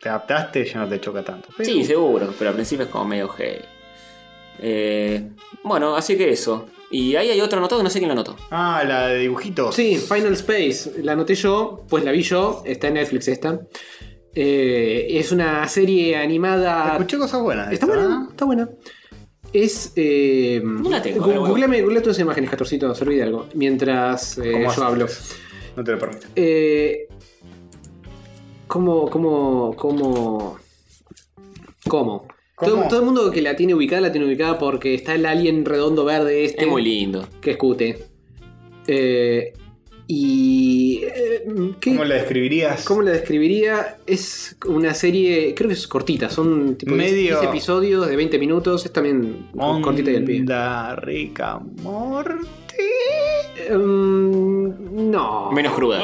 Speaker 2: te adaptaste, ya no te choca tanto. Pero-
Speaker 1: Sí, seguro, pero al principio es como medio heavy. Eh, bueno, así que eso. Y ahí hay otro anotado que no sé quién lo anotó.
Speaker 2: Ah, la de dibujitos.
Speaker 5: Sí, Final Space. La anoté yo, pues la vi yo. Está en Netflix esta. Eh, es una serie animada.
Speaker 2: Escuché cosas buenas. de
Speaker 5: Está
Speaker 2: esto,
Speaker 5: buena,
Speaker 2: ¿eh?
Speaker 5: está buena. Es. Eh,
Speaker 1: No la tengo,
Speaker 5: gu-
Speaker 1: a ver, voy.
Speaker 5: googleame- googlea todas esas imágenes, Catorcito, se olvida algo. Mientras eh,
Speaker 2: ¿Cómo haces?
Speaker 5: yo hablo.
Speaker 2: No te lo permito.
Speaker 5: Eh, ¿Cómo, cómo, cómo, cómo? Todo,
Speaker 2: ¿Cómo?
Speaker 5: todo el mundo que la tiene ubicada, la tiene ubicada porque está el alien redondo verde
Speaker 2: Eh.
Speaker 5: este
Speaker 1: Es muy lindo.
Speaker 5: que escute. Eh, y... eh, ¿qué-
Speaker 2: ¿Cómo la describirías?
Speaker 5: cómo la describiría? Es una serie, creo que es cortita, son tipo
Speaker 2: Medio-
Speaker 5: 10 episodios de 20 minutos, es también cortita y al pie.
Speaker 2: Onda rica morte.
Speaker 5: Eh, mm, no.
Speaker 1: Menos cruda.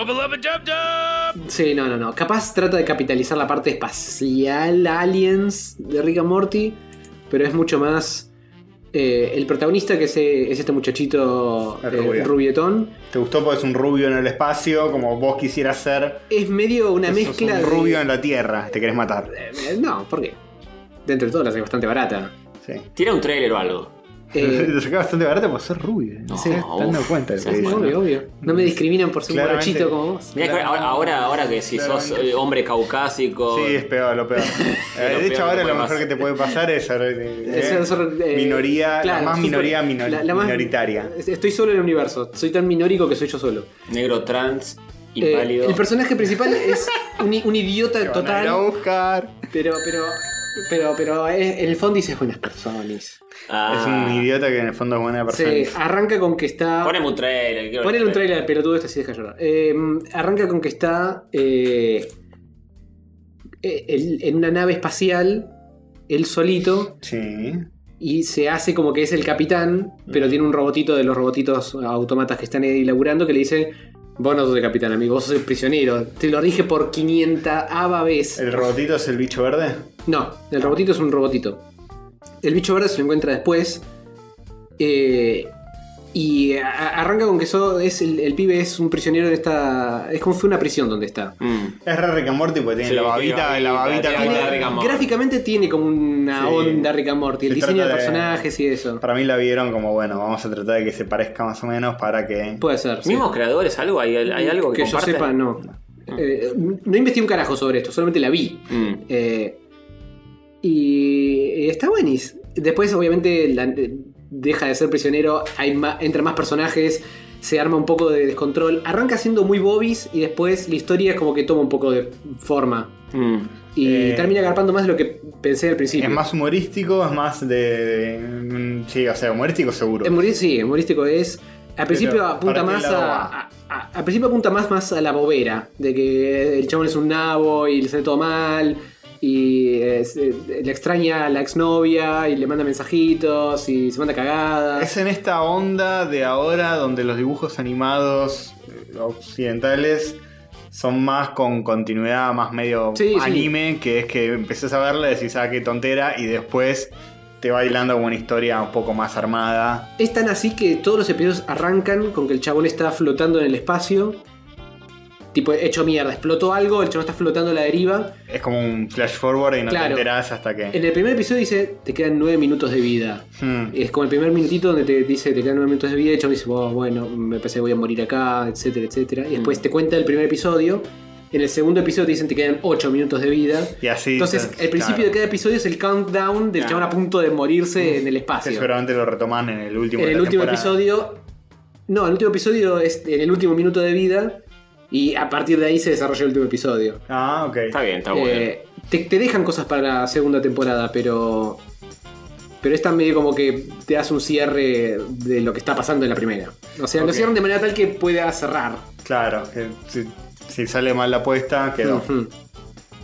Speaker 5: Sí, no, no, no. Capaz trata de capitalizar la parte espacial, aliens de Rick and Morty, pero es mucho más. eh, el protagonista que es, eh, es este muchachito
Speaker 2: El
Speaker 5: eh,
Speaker 2: rubio.
Speaker 5: rubietón
Speaker 2: ¿Te gustó porque es un rubio en el espacio, como vos quisieras ser?
Speaker 5: es medio una
Speaker 2: Sos
Speaker 5: mezcla
Speaker 2: un
Speaker 5: de-
Speaker 2: rubio en la tierra, te querés matar.
Speaker 5: Eh, no, ¿por qué? Dentro de todo la hace bastante barata.
Speaker 2: Sí.
Speaker 1: Tira un trailer o algo.
Speaker 5: Eh,
Speaker 2: Lo saqué bastante barato por ser rubio. No,
Speaker 1: No,
Speaker 2: se están dando
Speaker 1: uf.
Speaker 2: cuenta de lo que
Speaker 1: Sí,
Speaker 5: sí,
Speaker 2: dicen.
Speaker 5: obvio, obvio. No me discriminan por ser un
Speaker 2: Claramente.
Speaker 5: borrachito como vos.
Speaker 1: Mirá que ahora, ahora, ahora que si sos eh, hombre caucásico.
Speaker 2: Sí, es peor, lo peor. Eh,
Speaker 1: lo
Speaker 2: de hecho,
Speaker 1: peor
Speaker 2: ahora
Speaker 1: que
Speaker 2: lo
Speaker 1: puede
Speaker 2: mejor que te puede pasar es ser, eh,
Speaker 5: Es ser, eh,
Speaker 2: minoría,
Speaker 5: claro,
Speaker 2: la más
Speaker 5: súper-
Speaker 2: minoría minor-
Speaker 5: la- la más-
Speaker 2: minoritaria.
Speaker 5: Estoy solo en el universo. Soy tan minórico que soy yo solo.
Speaker 1: Negro trans,
Speaker 5: Eh,
Speaker 1: inválido.
Speaker 5: el personaje principal es un, i- un idiota
Speaker 2: Te van a ir
Speaker 5: total.
Speaker 2: a buscar.
Speaker 5: Pero, pero, pero, pero eh, en el fondo dices buenas personas.
Speaker 1: Ah,
Speaker 2: Es un idiota que en el fondo es buena persona.
Speaker 5: Se arranca con que está.
Speaker 1: Poneme un trailer. quiero ver
Speaker 5: Ponele un trailer, pero todo esto así deja llorar. Eh, arranca con que está eh, eh, él en una nave espacial, él solito,
Speaker 2: Sí.
Speaker 5: y se hace como que es el capitán, pero tiene un robotito de los robotitos automatas que están ahí laburando que le dice: Vos no sos el capitán, amigo, vos sos el prisionero. Te lo dije por 500 ava vez.
Speaker 2: ¿El robotito es el bicho verde?
Speaker 5: No, el robotito es un robotito. El bicho verde se lo encuentra después. eh, y a- a- arranca con que eso es el, el pibe es un prisionero en esta. Es como fue una prisión donde está.
Speaker 1: Mm.
Speaker 2: Es re Rick and Morty porque tiene
Speaker 1: Sí,
Speaker 2: la
Speaker 1: tiene
Speaker 2: babita, la babita.
Speaker 1: tiene-
Speaker 2: como-
Speaker 1: la Rick and Morty.
Speaker 5: Gráficamente tiene como una
Speaker 2: Sí.
Speaker 5: onda Rick and Morty, el
Speaker 2: Se
Speaker 5: diseño de
Speaker 2: trata de-
Speaker 5: personajes y eso.
Speaker 2: Para mí la vieron como, bueno, vamos a tratar de que se parezca más o menos para que...
Speaker 5: Puede ser. sí.
Speaker 1: ¿Mismos creadores? ¿Algo? ¿Hay, hay algo que, Ah.
Speaker 5: que yo
Speaker 1: comparten?
Speaker 5: sepa, no. Eh, no investigué un carajo sobre esto, solamente la vi.
Speaker 1: Mm.
Speaker 5: Eh, y está buenis. Después, obviamente, la- eh, deja de ser prisionero, hay ma- entran más personajes, se arma un poco de descontrol. Arranca siendo muy bobis y después la historia es como que toma un poco de forma.
Speaker 1: Mm.
Speaker 5: Y
Speaker 2: Eh,
Speaker 5: termina agarpando más de lo que pensé al principio.
Speaker 2: Es más humorístico, es más de... de- mm, sí, o sea, humorístico seguro.
Speaker 5: Es muri- sí, es humorístico es. Al principio apunta
Speaker 2: ¿para qué
Speaker 5: más
Speaker 2: lado
Speaker 5: a,
Speaker 2: va?
Speaker 5: a- a- Al principio apunta más, más a la bobera. De que el chabón es un nabo y le sale todo mal. Y eh, se- le extraña a la exnovia y le manda mensajitos y se manda cagadas.
Speaker 2: Es en esta onda de ahora donde los dibujos animados eh, occidentales son más con continuidad, más medio
Speaker 5: Sí, sí.
Speaker 2: anime, que es que empezás a verla, decís, ah, qué tontera, y después te va hilando como una historia un poco más armada.
Speaker 5: Es tan así que todos los episodios arrancan con que el chabón está flotando en el espacio. Tipo, hecho mierda, explotó algo, el chabón está flotando a la deriva.
Speaker 2: Es como un flash forward y no
Speaker 5: Claro.
Speaker 2: te enterás hasta que.
Speaker 5: En el primer episodio dice, te quedan nueve minutos de vida.
Speaker 2: Hmm.
Speaker 5: Es como el primer minutito donde te dice, te quedan nueve minutos de vida. Y el chabón dice, "Oh, bueno, me parece que voy a morir acá, etcétera, etcétera.
Speaker 2: Mm.
Speaker 5: Y después te cuenta el primer episodio. En el segundo episodio te dicen, te quedan ocho minutos de vida.
Speaker 2: Y así.
Speaker 5: Entonces,
Speaker 2: claro.
Speaker 5: el principio de cada episodio es el countdown del
Speaker 2: Claro.
Speaker 5: chabón a punto de morirse en el
Speaker 2: Que
Speaker 5: espacio.
Speaker 2: seguramente Mm. lo retoman en el último
Speaker 5: en
Speaker 2: de
Speaker 5: el
Speaker 2: la
Speaker 5: último
Speaker 2: temporada.
Speaker 5: episodio. No, el último episodio es en el último minuto de vida. Y a partir de ahí se desarrolla el último episodio.
Speaker 2: Ah, ok.
Speaker 1: Está bien, está bueno.
Speaker 5: Eh, te, te dejan cosas para la segunda temporada, pero. Pero esta medio como que te hace un cierre de lo que está pasando en la primera. O sea, lo
Speaker 2: Ok.
Speaker 5: cierran de manera tal que pueda cerrar.
Speaker 2: Claro, que si, si sale mal la apuesta, quedó.
Speaker 5: Ujú.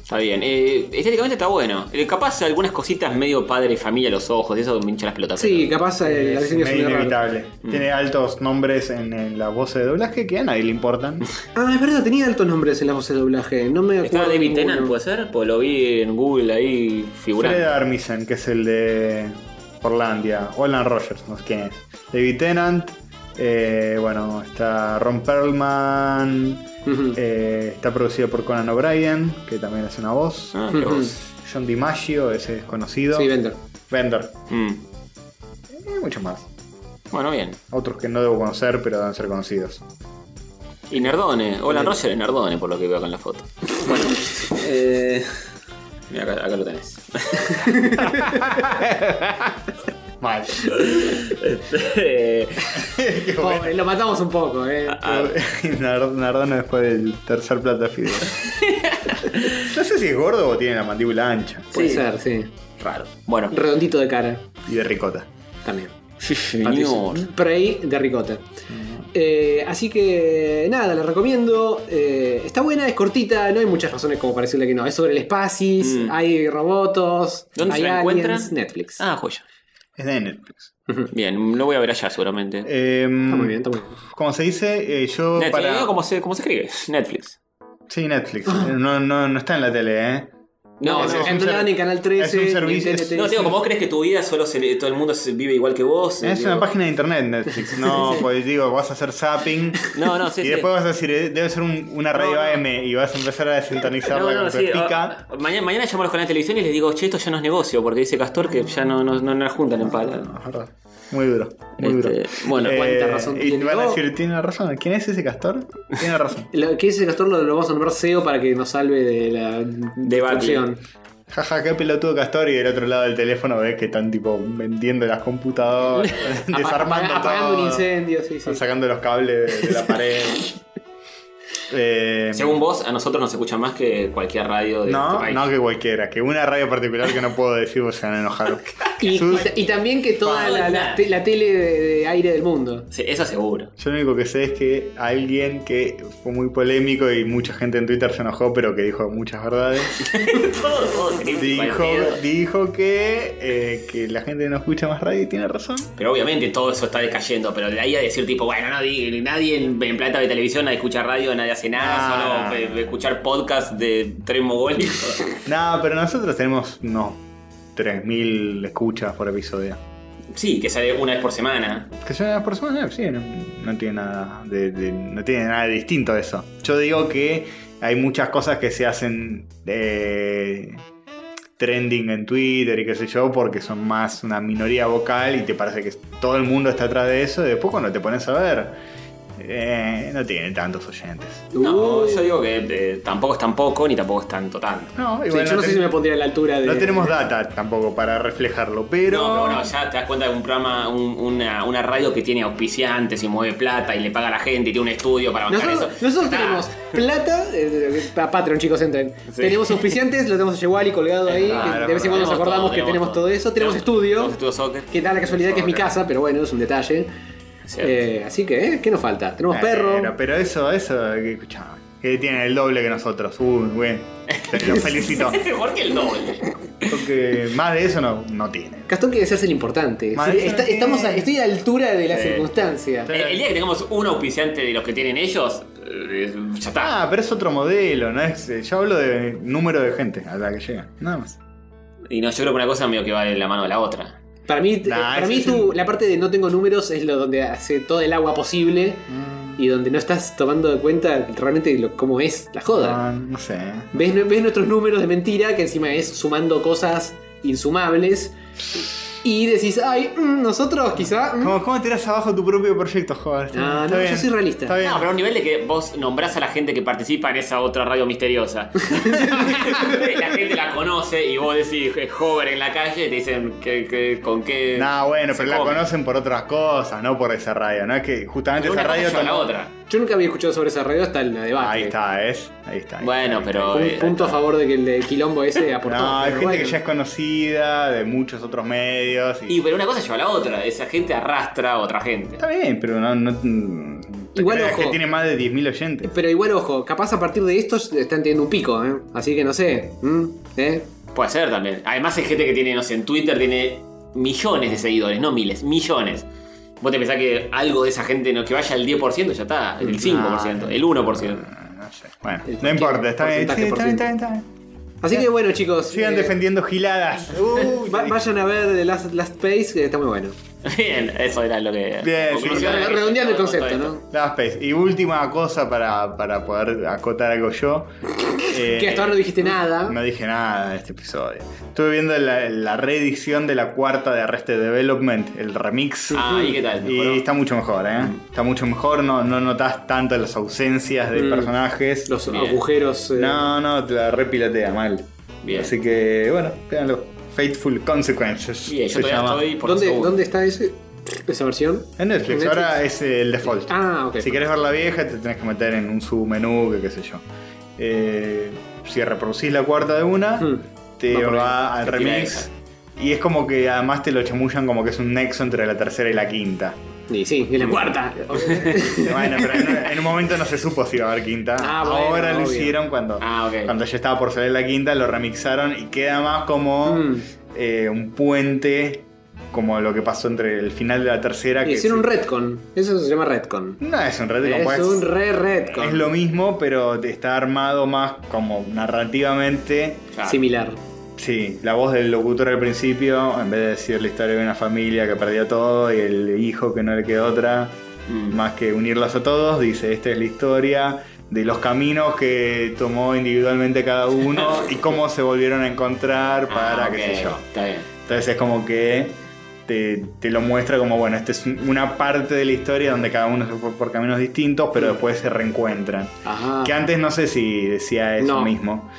Speaker 1: Está bien. Eh, estéticamente está bueno. Eh, capaz algunas cositas medio padre, familia, los ojos, eso me hincha las pelotas.
Speaker 5: Sí, capaz eh,
Speaker 2: Es
Speaker 5: la diseño es Mm.
Speaker 2: medio
Speaker 5: un error.
Speaker 2: inevitable. Tiene altos nombres en, en la voz de doblaje que a nadie le importan.
Speaker 5: Ah, es verdad, tenía altos nombres en la voz de doblaje. No me acuerdo.
Speaker 1: ¿Estaba David
Speaker 5: ninguno.
Speaker 1: Tennant, puede ser? Pues lo vi en Google ahí
Speaker 2: Fred
Speaker 1: figurando.
Speaker 2: Armisen, que es el de Orlandia. Olan Rogers, no sé quién es. David Tennant. eh, bueno, está Ron Perlman.
Speaker 1: pues.
Speaker 5: Ujú.
Speaker 2: eh, está producido por Conan O'Brien, que también hace una voz.
Speaker 1: Ah, mirá
Speaker 5: Ujú.
Speaker 1: vos.
Speaker 2: John DiMaggio, ese desconocido.
Speaker 5: Sí, Bender.
Speaker 2: Bender.
Speaker 1: Mm.
Speaker 2: Y Eh, muchos más.
Speaker 1: Bueno, bien.
Speaker 2: Otros que no debo conocer, pero deben ser conocidos.
Speaker 1: Y Nerdone. Hola, Roger es Nerdone, por lo que veo acá en la foto. Bueno. eh, Mira, acá, acá lo tenés.
Speaker 2: Mal.
Speaker 1: Eh,
Speaker 5: Pobre, lo matamos un poco, eh.
Speaker 1: Ah,
Speaker 2: Nard- Nardone después del tercer plato de fideo. no sé si es gordo o tiene la mandíbula ancha.
Speaker 5: Puede ser, sí.
Speaker 1: raro. Bueno.
Speaker 5: Redondito de cara.
Speaker 2: Y de ricota.
Speaker 5: También.
Speaker 1: Señor.
Speaker 5: Prey de ricota. Eh, así que nada, la recomiendo. Eh, está buena, es cortita, no hay muchas razones como para decirle que no. Es sobre el espacio,
Speaker 1: Mm.
Speaker 5: hay robotos,
Speaker 1: ¿Dónde
Speaker 5: hay
Speaker 1: se la
Speaker 5: aliens,
Speaker 1: encuentra?
Speaker 5: Netflix.
Speaker 1: Ah, joya.
Speaker 2: Es de Netflix.
Speaker 1: Bien, lo voy a ver allá seguramente.
Speaker 2: Em,
Speaker 5: Está muy bien, está muy bien.
Speaker 2: Como se dice, eh, yo
Speaker 1: Netflix,
Speaker 2: para.
Speaker 1: ¿no? ¿Cómo, se, ¿Cómo se escribe? Netflix.
Speaker 2: Sí, Netflix. No, no, no está en la tele, ¿eh?
Speaker 5: No,
Speaker 1: No,
Speaker 5: no,
Speaker 2: es
Speaker 1: no.
Speaker 2: un
Speaker 5: no,
Speaker 2: ser-
Speaker 5: dan en Canal 13.
Speaker 2: es un servicio-
Speaker 5: en TNT.
Speaker 1: No, digo, como vos crees que tu vida solo se le- todo el mundo se vive igual que vos. eh,
Speaker 2: Es
Speaker 1: digo-
Speaker 2: una página de internet Netflix. No, pues digo, vas a hacer zapping.
Speaker 1: No, no, sí,
Speaker 2: y
Speaker 1: sí.
Speaker 2: después vas a decir, eh, debe ser un- una radio
Speaker 1: No, no.
Speaker 2: AM y vas a empezar a desintonizarla
Speaker 1: No, no,
Speaker 2: con tu
Speaker 1: sí,
Speaker 2: pica.
Speaker 1: ah, mañana, mañana llamo a los canales de televisión y les digo, che, esto ya no es negocio, porque dice Castor que ya no, no, no, no la juntan en pala.
Speaker 2: Ah, Muy duro, muy
Speaker 1: Este,
Speaker 2: duro. Eh,
Speaker 1: bueno,
Speaker 5: ¿cuánta razón
Speaker 2: Y
Speaker 5: tiene?
Speaker 2: van a
Speaker 5: No.
Speaker 2: decir, tiene razón. ¿Quién es ese castor? Tiene razón.
Speaker 5: Lo que dice Castor lo, lo vamos a nombrar SEO para que nos salve de la destrucción.
Speaker 2: Jaja, qué pelotudo castor. Y del otro lado del teléfono ves que están tipo vendiendo las computadoras,
Speaker 5: Apa-
Speaker 2: desarmando
Speaker 5: apaga- apagando
Speaker 2: todo,
Speaker 5: un incendio, sí, sí.
Speaker 2: están sacando los cables de, de la pared. Eh,
Speaker 1: Según vos, a nosotros nos escucha más que cualquier radio de este
Speaker 2: no,
Speaker 1: país.
Speaker 2: no que cualquiera, que una radio particular que no puedo decir porque se van a enojar.
Speaker 5: Y,
Speaker 2: Sus-
Speaker 5: y- y también que toda la, la te- la tele de, de aire del mundo.
Speaker 1: Sí, eso seguro.
Speaker 2: Yo lo único que sé es que alguien que fue muy polémico y mucha gente en Twitter se enojó, pero que dijo muchas verdades,
Speaker 1: Todo, todo, sí,
Speaker 2: dijo,
Speaker 1: cualquiera.
Speaker 2: dijo que, eh, que la gente no escucha más radio y tiene razón.
Speaker 1: Pero obviamente todo eso está decayendo, pero de ahí a decir tipo, bueno, no, di- nadie en, en plata de televisión, nadie escucha radio, nadie hace nada,
Speaker 2: Ah.
Speaker 1: solo eh, escuchar podcast de tres mogólicos.
Speaker 2: No, pero nosotros tenemos unos 3.000 escuchas por episodio.
Speaker 1: sí, que sale una vez por semana.
Speaker 2: Que son las personas, sí, no, no tiene nada de, de- no tiene nada de distinto a eso. Yo digo que hay muchas cosas que se hacen eh, trending en Twitter y qué sé yo, porque son más una minoría vocal y te parece que todo el mundo está atrás de eso, y después cuando te pones a ver, eh, no tiene tantos oyentes.
Speaker 1: No,
Speaker 5: Uh.
Speaker 1: yo digo que eh, tampoco es tan poco ni tampoco es tanto tanto.
Speaker 2: No,
Speaker 5: Sí,
Speaker 2: igual
Speaker 5: yo no sé
Speaker 2: ten-
Speaker 5: si me pondría a la altura de.
Speaker 2: no tenemos data tampoco para reflejarlo, pero...
Speaker 1: No, pero bueno, ya te das cuenta de un programa, un- una, una radio que tiene auspiciantes y mueve plata y le paga a la gente y tiene un estudio para bancar
Speaker 5: Nosotros,
Speaker 1: eso.
Speaker 5: nosotros
Speaker 1: Ya está.
Speaker 5: tenemos plata, eh, pa- Patreon chicos, entren.
Speaker 1: Sí.
Speaker 5: Tenemos auspiciantes, lo tenemos a Yewali colgado ahí,
Speaker 2: Claro,
Speaker 5: que de vez en cuando nos
Speaker 1: Tenemos
Speaker 5: acordamos
Speaker 1: todo,
Speaker 5: que tenemos todo eso. Tenemos estudio,
Speaker 1: Tenemos estudio soccer.
Speaker 5: que da la casualidad que es mi
Speaker 2: Ok.
Speaker 5: casa, pero bueno, es un detalle.
Speaker 1: Cierto.
Speaker 5: Eh, así que, eh, ¿qué nos falta? Tenemos
Speaker 2: Pero,
Speaker 5: perro.
Speaker 2: pero eso, eso, que escuchá, que tiene el doble que nosotros. Uy, güey. Te lo felicito.
Speaker 1: ¿Por qué el doble?
Speaker 2: Porque más de eso no, no tiene.
Speaker 5: Gastón quiere hacerse el importante.
Speaker 2: Madre
Speaker 5: Sí, está-
Speaker 2: mía.
Speaker 5: estamos a- estoy a la altura de la
Speaker 2: Sí.
Speaker 5: circunstancia.
Speaker 1: El, el día que tengamos un auspiciante de los que tienen ellos, Eh, Ya está.
Speaker 2: Ah, pero es otro modelo, ¿no? Es, eh, yo hablo de número de gente a la que llegan, nada más.
Speaker 1: Y no, yo creo que una cosa medio que va de la mano de la otra.
Speaker 5: Para mí,
Speaker 2: Nah,
Speaker 5: eh, para
Speaker 2: ese
Speaker 5: mí
Speaker 2: es
Speaker 5: tu- la parte de no tengo números es lo donde hace todo el agua posible y donde no estás tomando de cuenta realmente lo- cómo es la joda.
Speaker 2: No, Ah, no sé.
Speaker 5: ¿Ves, ves nuestros números de mentira que encima es sumando cosas insumables y decís, ay, mm, nosotros quizá... mm".
Speaker 2: ¿Cómo, cómo tirás abajo tu propio proyecto, joder?
Speaker 5: Ah,
Speaker 2: Está
Speaker 5: no, yo
Speaker 2: bien,
Speaker 5: soy realista.
Speaker 2: Está bien.
Speaker 1: No, pero a un nivel de que vos nombrás a la gente que participa en esa otra radio misteriosa. la gente la conoce y vos decís es joven en la calle y te dicen que, que- con qué.
Speaker 2: No, bueno,
Speaker 1: se
Speaker 2: pero la
Speaker 1: come.
Speaker 2: conocen por otras cosas, no por esa radio, ¿no? Es que justamente
Speaker 1: De una
Speaker 2: esa
Speaker 1: radio
Speaker 2: radio...
Speaker 1: lleva a la
Speaker 2: también-
Speaker 1: otra.
Speaker 5: Yo nunca había escuchado sobre esa radio hasta el debate.
Speaker 2: Ahí está, ¿ves? Ahí está. ahí
Speaker 1: Bueno,
Speaker 2: está, ahí
Speaker 1: pero.
Speaker 5: Un
Speaker 1: eh,
Speaker 5: punto a favor de que el de quilombo ese aportó.
Speaker 2: está. No, hay
Speaker 5: pero
Speaker 2: gente que
Speaker 5: bueno.
Speaker 2: ya es conocida de muchos otros medios. Y...
Speaker 1: Y pero una cosa lleva a la otra. Esa gente arrastra a otra gente.
Speaker 2: Está bien, pero no... no
Speaker 5: Igual,
Speaker 2: es que
Speaker 5: ojo.
Speaker 2: tiene más de 10.000 oyentes.
Speaker 5: Pero igual, ojo, capaz a partir de esto están teniendo un pico, ¿eh? Así que no sé. ¿Mm? ¿Eh?
Speaker 1: Puede ser también. Además hay gente que tiene, no sé, en Twitter tiene millones de seguidores, no miles, millones. Vos te pensás que algo de esa gente no que vaya al 10%, ya está,
Speaker 2: Mm,
Speaker 1: el 5%, el 1%.
Speaker 2: Ah, No sé. Bueno,
Speaker 5: El
Speaker 2: no importa, está bien.
Speaker 5: porcentaje
Speaker 2: Sí,
Speaker 5: por
Speaker 2: está bien,
Speaker 5: ciento.
Speaker 2: está bien, está bien.
Speaker 5: Así que bueno, chicos.
Speaker 2: Sigan
Speaker 5: eh,
Speaker 2: defendiendo giladas.
Speaker 5: Uh.
Speaker 2: Uy,
Speaker 5: va- vayan a ver The Last, Last Space, que está muy bueno.
Speaker 1: Bien, eso era lo que.
Speaker 2: Bien,
Speaker 1: conclusión
Speaker 2: sí.
Speaker 1: de-
Speaker 5: Redondeando el concepto,
Speaker 1: todo esto.
Speaker 5: ¿no?
Speaker 2: Last Space. Y última cosa para, para poder acotar algo yo. Eh,
Speaker 5: Que hasta ahora no dijiste nada.
Speaker 2: No dije nada en este episodio. Estuve viendo la, la reedición de la cuarta de Arrested Development, el remix.
Speaker 1: Ah, ¿y qué tal? ¿Mejoró?
Speaker 2: Y está mucho mejor, ¿eh?
Speaker 5: Mm.
Speaker 2: Está mucho mejor, no, no notas tanto las ausencias de
Speaker 5: Mm.
Speaker 2: personajes.
Speaker 5: Los
Speaker 1: Bien.
Speaker 5: agujeros. eh,
Speaker 2: No, no, te la repilatea mal.
Speaker 1: Bien.
Speaker 2: Así que, bueno, véanlo. Fateful Consequences.
Speaker 1: Bien, yo
Speaker 2: se
Speaker 1: todavía
Speaker 2: llama.
Speaker 1: estoy por
Speaker 5: ¿Dónde,
Speaker 1: seguro.
Speaker 5: ¿Dónde está ese, esa versión?
Speaker 2: En Netflix,
Speaker 5: ¿En Netflix?
Speaker 2: ahora es el default.
Speaker 5: Ah, ok.
Speaker 2: Si querés ver la vieja, te tenés que meter en un submenú, que qué sé yo. Eh, si reproducís la cuarta de una,
Speaker 5: Hmm.
Speaker 2: te
Speaker 5: Va
Speaker 2: va,
Speaker 5: por ahí.
Speaker 2: al
Speaker 1: Se tira
Speaker 2: remix.
Speaker 1: esa.
Speaker 2: Y es como que además te lo chamullan como que es un nexo entre la tercera y la quinta.
Speaker 5: Y sí, y la cuarta.
Speaker 2: bueno, pero en, en un momento no se supo si iba a haber quinta.
Speaker 5: Ah, bueno,
Speaker 2: Ahora lo
Speaker 5: obvio.
Speaker 2: hicieron cuando,
Speaker 1: Ah, ok.
Speaker 2: cuando ya estaba por salir la quinta, lo remixaron y queda más como
Speaker 5: Mm.
Speaker 2: eh, un puente, como lo que pasó entre el final de la tercera.
Speaker 5: Y
Speaker 2: que
Speaker 5: Hicieron un
Speaker 2: se-
Speaker 5: retcon. Eso se llama retcon.
Speaker 2: No es un red,
Speaker 5: Es un re retcon.
Speaker 2: Es lo mismo, pero te está armado más como narrativamente.
Speaker 1: Claro.
Speaker 5: Similar.
Speaker 2: Sí, la voz del locutor al principio, en vez de decir la historia de una familia que perdió todo y el hijo que no le quedó otra,
Speaker 1: Mm.
Speaker 2: más que unirlos a todos, dice, esta es la historia de los caminos que tomó individualmente cada uno y cómo se volvieron a encontrar para,
Speaker 1: Ah, ok,
Speaker 2: qué sé yo.
Speaker 1: Está bien.
Speaker 2: Entonces es como que te, te lo muestra como, bueno, esta es un- una parte de la historia donde cada uno se fue por caminos distintos, pero después se reencuentran.
Speaker 5: Ajá.
Speaker 2: Que antes no sé si decía eso
Speaker 5: Ah. No.
Speaker 2: mismo.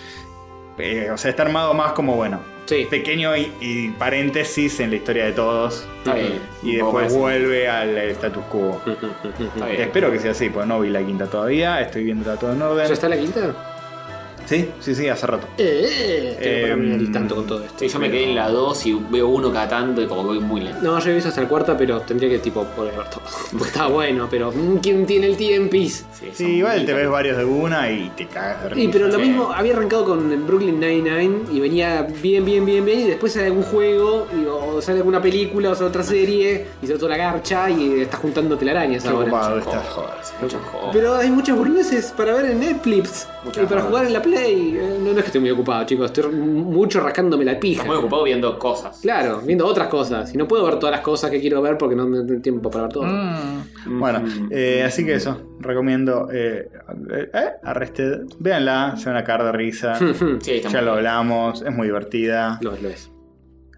Speaker 2: Eh, o sea, está armado más como, bueno,
Speaker 5: Sí.
Speaker 2: pequeño y, y paréntesis en la historia de todos.
Speaker 1: Está bien.
Speaker 2: Y
Speaker 1: Un poco
Speaker 2: después
Speaker 1: más-
Speaker 2: vuelve al status quo.
Speaker 1: Está bien.
Speaker 2: Espero que sea así, porque no vi la quinta todavía, estoy viendo todo en orden.
Speaker 5: ¿Ya está la quinta?
Speaker 2: Sí, sí, sí, hace rato.
Speaker 5: Eh, tengo que ponerme
Speaker 2: Em,
Speaker 5: al tanto con todo esto.
Speaker 1: Sí, yo me quedé en la 2 y veo uno cada tanto y como que voy muy lento.
Speaker 5: No, yo he visto hasta la cuarta, pero tendría que tipo poder ver todo. Porque está bueno, pero mm, ¿quién tiene el tiempis?
Speaker 1: Sí, son
Speaker 2: Sí, igual te
Speaker 1: muy-
Speaker 2: ves varios de una y te cagas de
Speaker 5: Y
Speaker 2: risa.
Speaker 5: pero lo
Speaker 1: Sí.
Speaker 5: mismo, había arrancado con Brooklyn Nine-Nine y venía bien, bien, bien, bien. Y después sale algún juego, y, o sale alguna película, o sale otra serie, y sale toda la garcha y estás juntando telarañas
Speaker 2: Qué
Speaker 5: ahora.
Speaker 2: ocupado
Speaker 1: Joder,
Speaker 2: estás, joder.
Speaker 1: mucho joder.
Speaker 5: Pero hay muchas burgueses para ver en Netflix
Speaker 1: Muchas
Speaker 5: y para
Speaker 1: jodas.
Speaker 5: jugar en la Play. Eh, No, no es que estoy muy ocupado, chicos, estoy mucho rascándome la pija.
Speaker 1: Estás muy ocupado viendo cosas.
Speaker 5: Claro, viendo otras cosas. Y no puedo ver todas las cosas que quiero ver porque no me da tiempo para ver todo.
Speaker 2: Bueno, eh, así que eso, recomiendo eh, eh, Arrested. Véanla, se van a caer de risa.
Speaker 1: Sí, está muy
Speaker 2: ya lo
Speaker 1: bien.
Speaker 2: hablamos, es muy divertida.
Speaker 5: Lo es, lo es.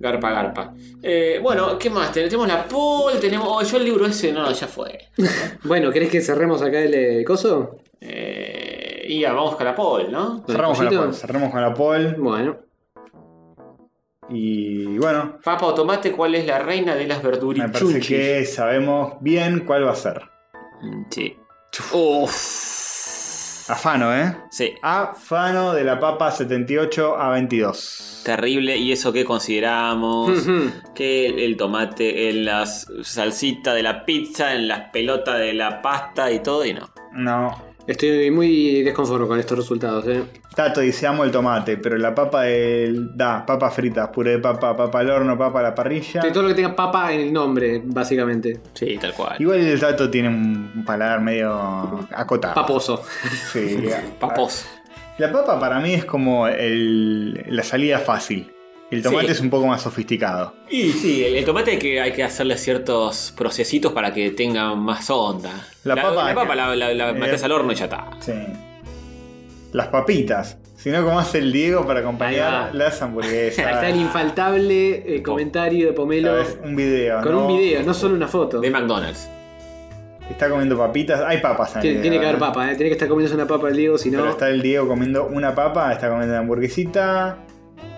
Speaker 1: Garpa, garpa. Eh, bueno, ¿qué más? Tenemos la poll, tenemos. Oh, yo el libro ese, no, ya fue.
Speaker 5: Bueno, ¿querés que cerremos acá el eh, coso?
Speaker 1: Eh, y ya, vamos con la poll, ¿no?
Speaker 2: Cerramos con la
Speaker 5: pollito?
Speaker 2: poll, cerramos con la poll.
Speaker 5: Bueno,
Speaker 2: Y bueno,
Speaker 1: Papa o tomate, ¿cuál es la reina de las
Speaker 2: me parece
Speaker 1: verdurichunchis?
Speaker 2: que sabemos bien cuál va a ser.
Speaker 1: Mm, Sí. Uf,
Speaker 2: Afano, ¿eh?
Speaker 1: sí.
Speaker 2: Afano de la papa 78 a 22.
Speaker 1: Terrible, y eso que consideramos
Speaker 5: Ujú.
Speaker 1: que el, el tomate en las salsita de la pizza, en las pelotas de la pasta y todo, y no.
Speaker 2: No.
Speaker 5: Estoy muy desconforme con estos resultados, eh.
Speaker 2: Tato dice amo el tomate, pero la papa del. Da, papas fritas, puré de papa, papa al horno, papa a la parrilla.
Speaker 5: De todo lo que tenga papa en el nombre, básicamente.
Speaker 1: Sí, tal cual.
Speaker 2: Igual el Tato tiene un paladar medio acotado.
Speaker 5: Paposo.
Speaker 2: Sí.
Speaker 1: Papos.
Speaker 2: La papa para mí es como el- la salida fácil. El tomate
Speaker 1: Sí.
Speaker 2: es un poco más sofisticado.
Speaker 1: Y sí, el, el tomate hay que, hay que hacerle ciertos procesitos para que tenga más onda.
Speaker 2: La papa-
Speaker 1: La papa la, la, la
Speaker 2: Eh.
Speaker 1: metes al horno y ya está.
Speaker 2: Sí. Las papitas. Si no, como hace el Diego para
Speaker 5: Ahí
Speaker 2: acompañar
Speaker 5: va.
Speaker 2: las
Speaker 5: Ahí está
Speaker 2: hamburguesas.
Speaker 5: el infaltable eh, comentario de Pomelo
Speaker 2: ¿Sabes? Un video.
Speaker 5: con
Speaker 2: ¿no?
Speaker 5: un video, no solo una foto.
Speaker 1: De McDonald's.
Speaker 2: Está comiendo papitas. Hay papas en el
Speaker 5: Tiene,
Speaker 2: video,
Speaker 5: tiene que haber
Speaker 2: ¿eh?
Speaker 5: papa, eh. tiene que estar comiéndose una papa el Diego, si
Speaker 2: Pero
Speaker 5: no.
Speaker 2: está el Diego comiendo una papa, está comiendo una hamburguesita.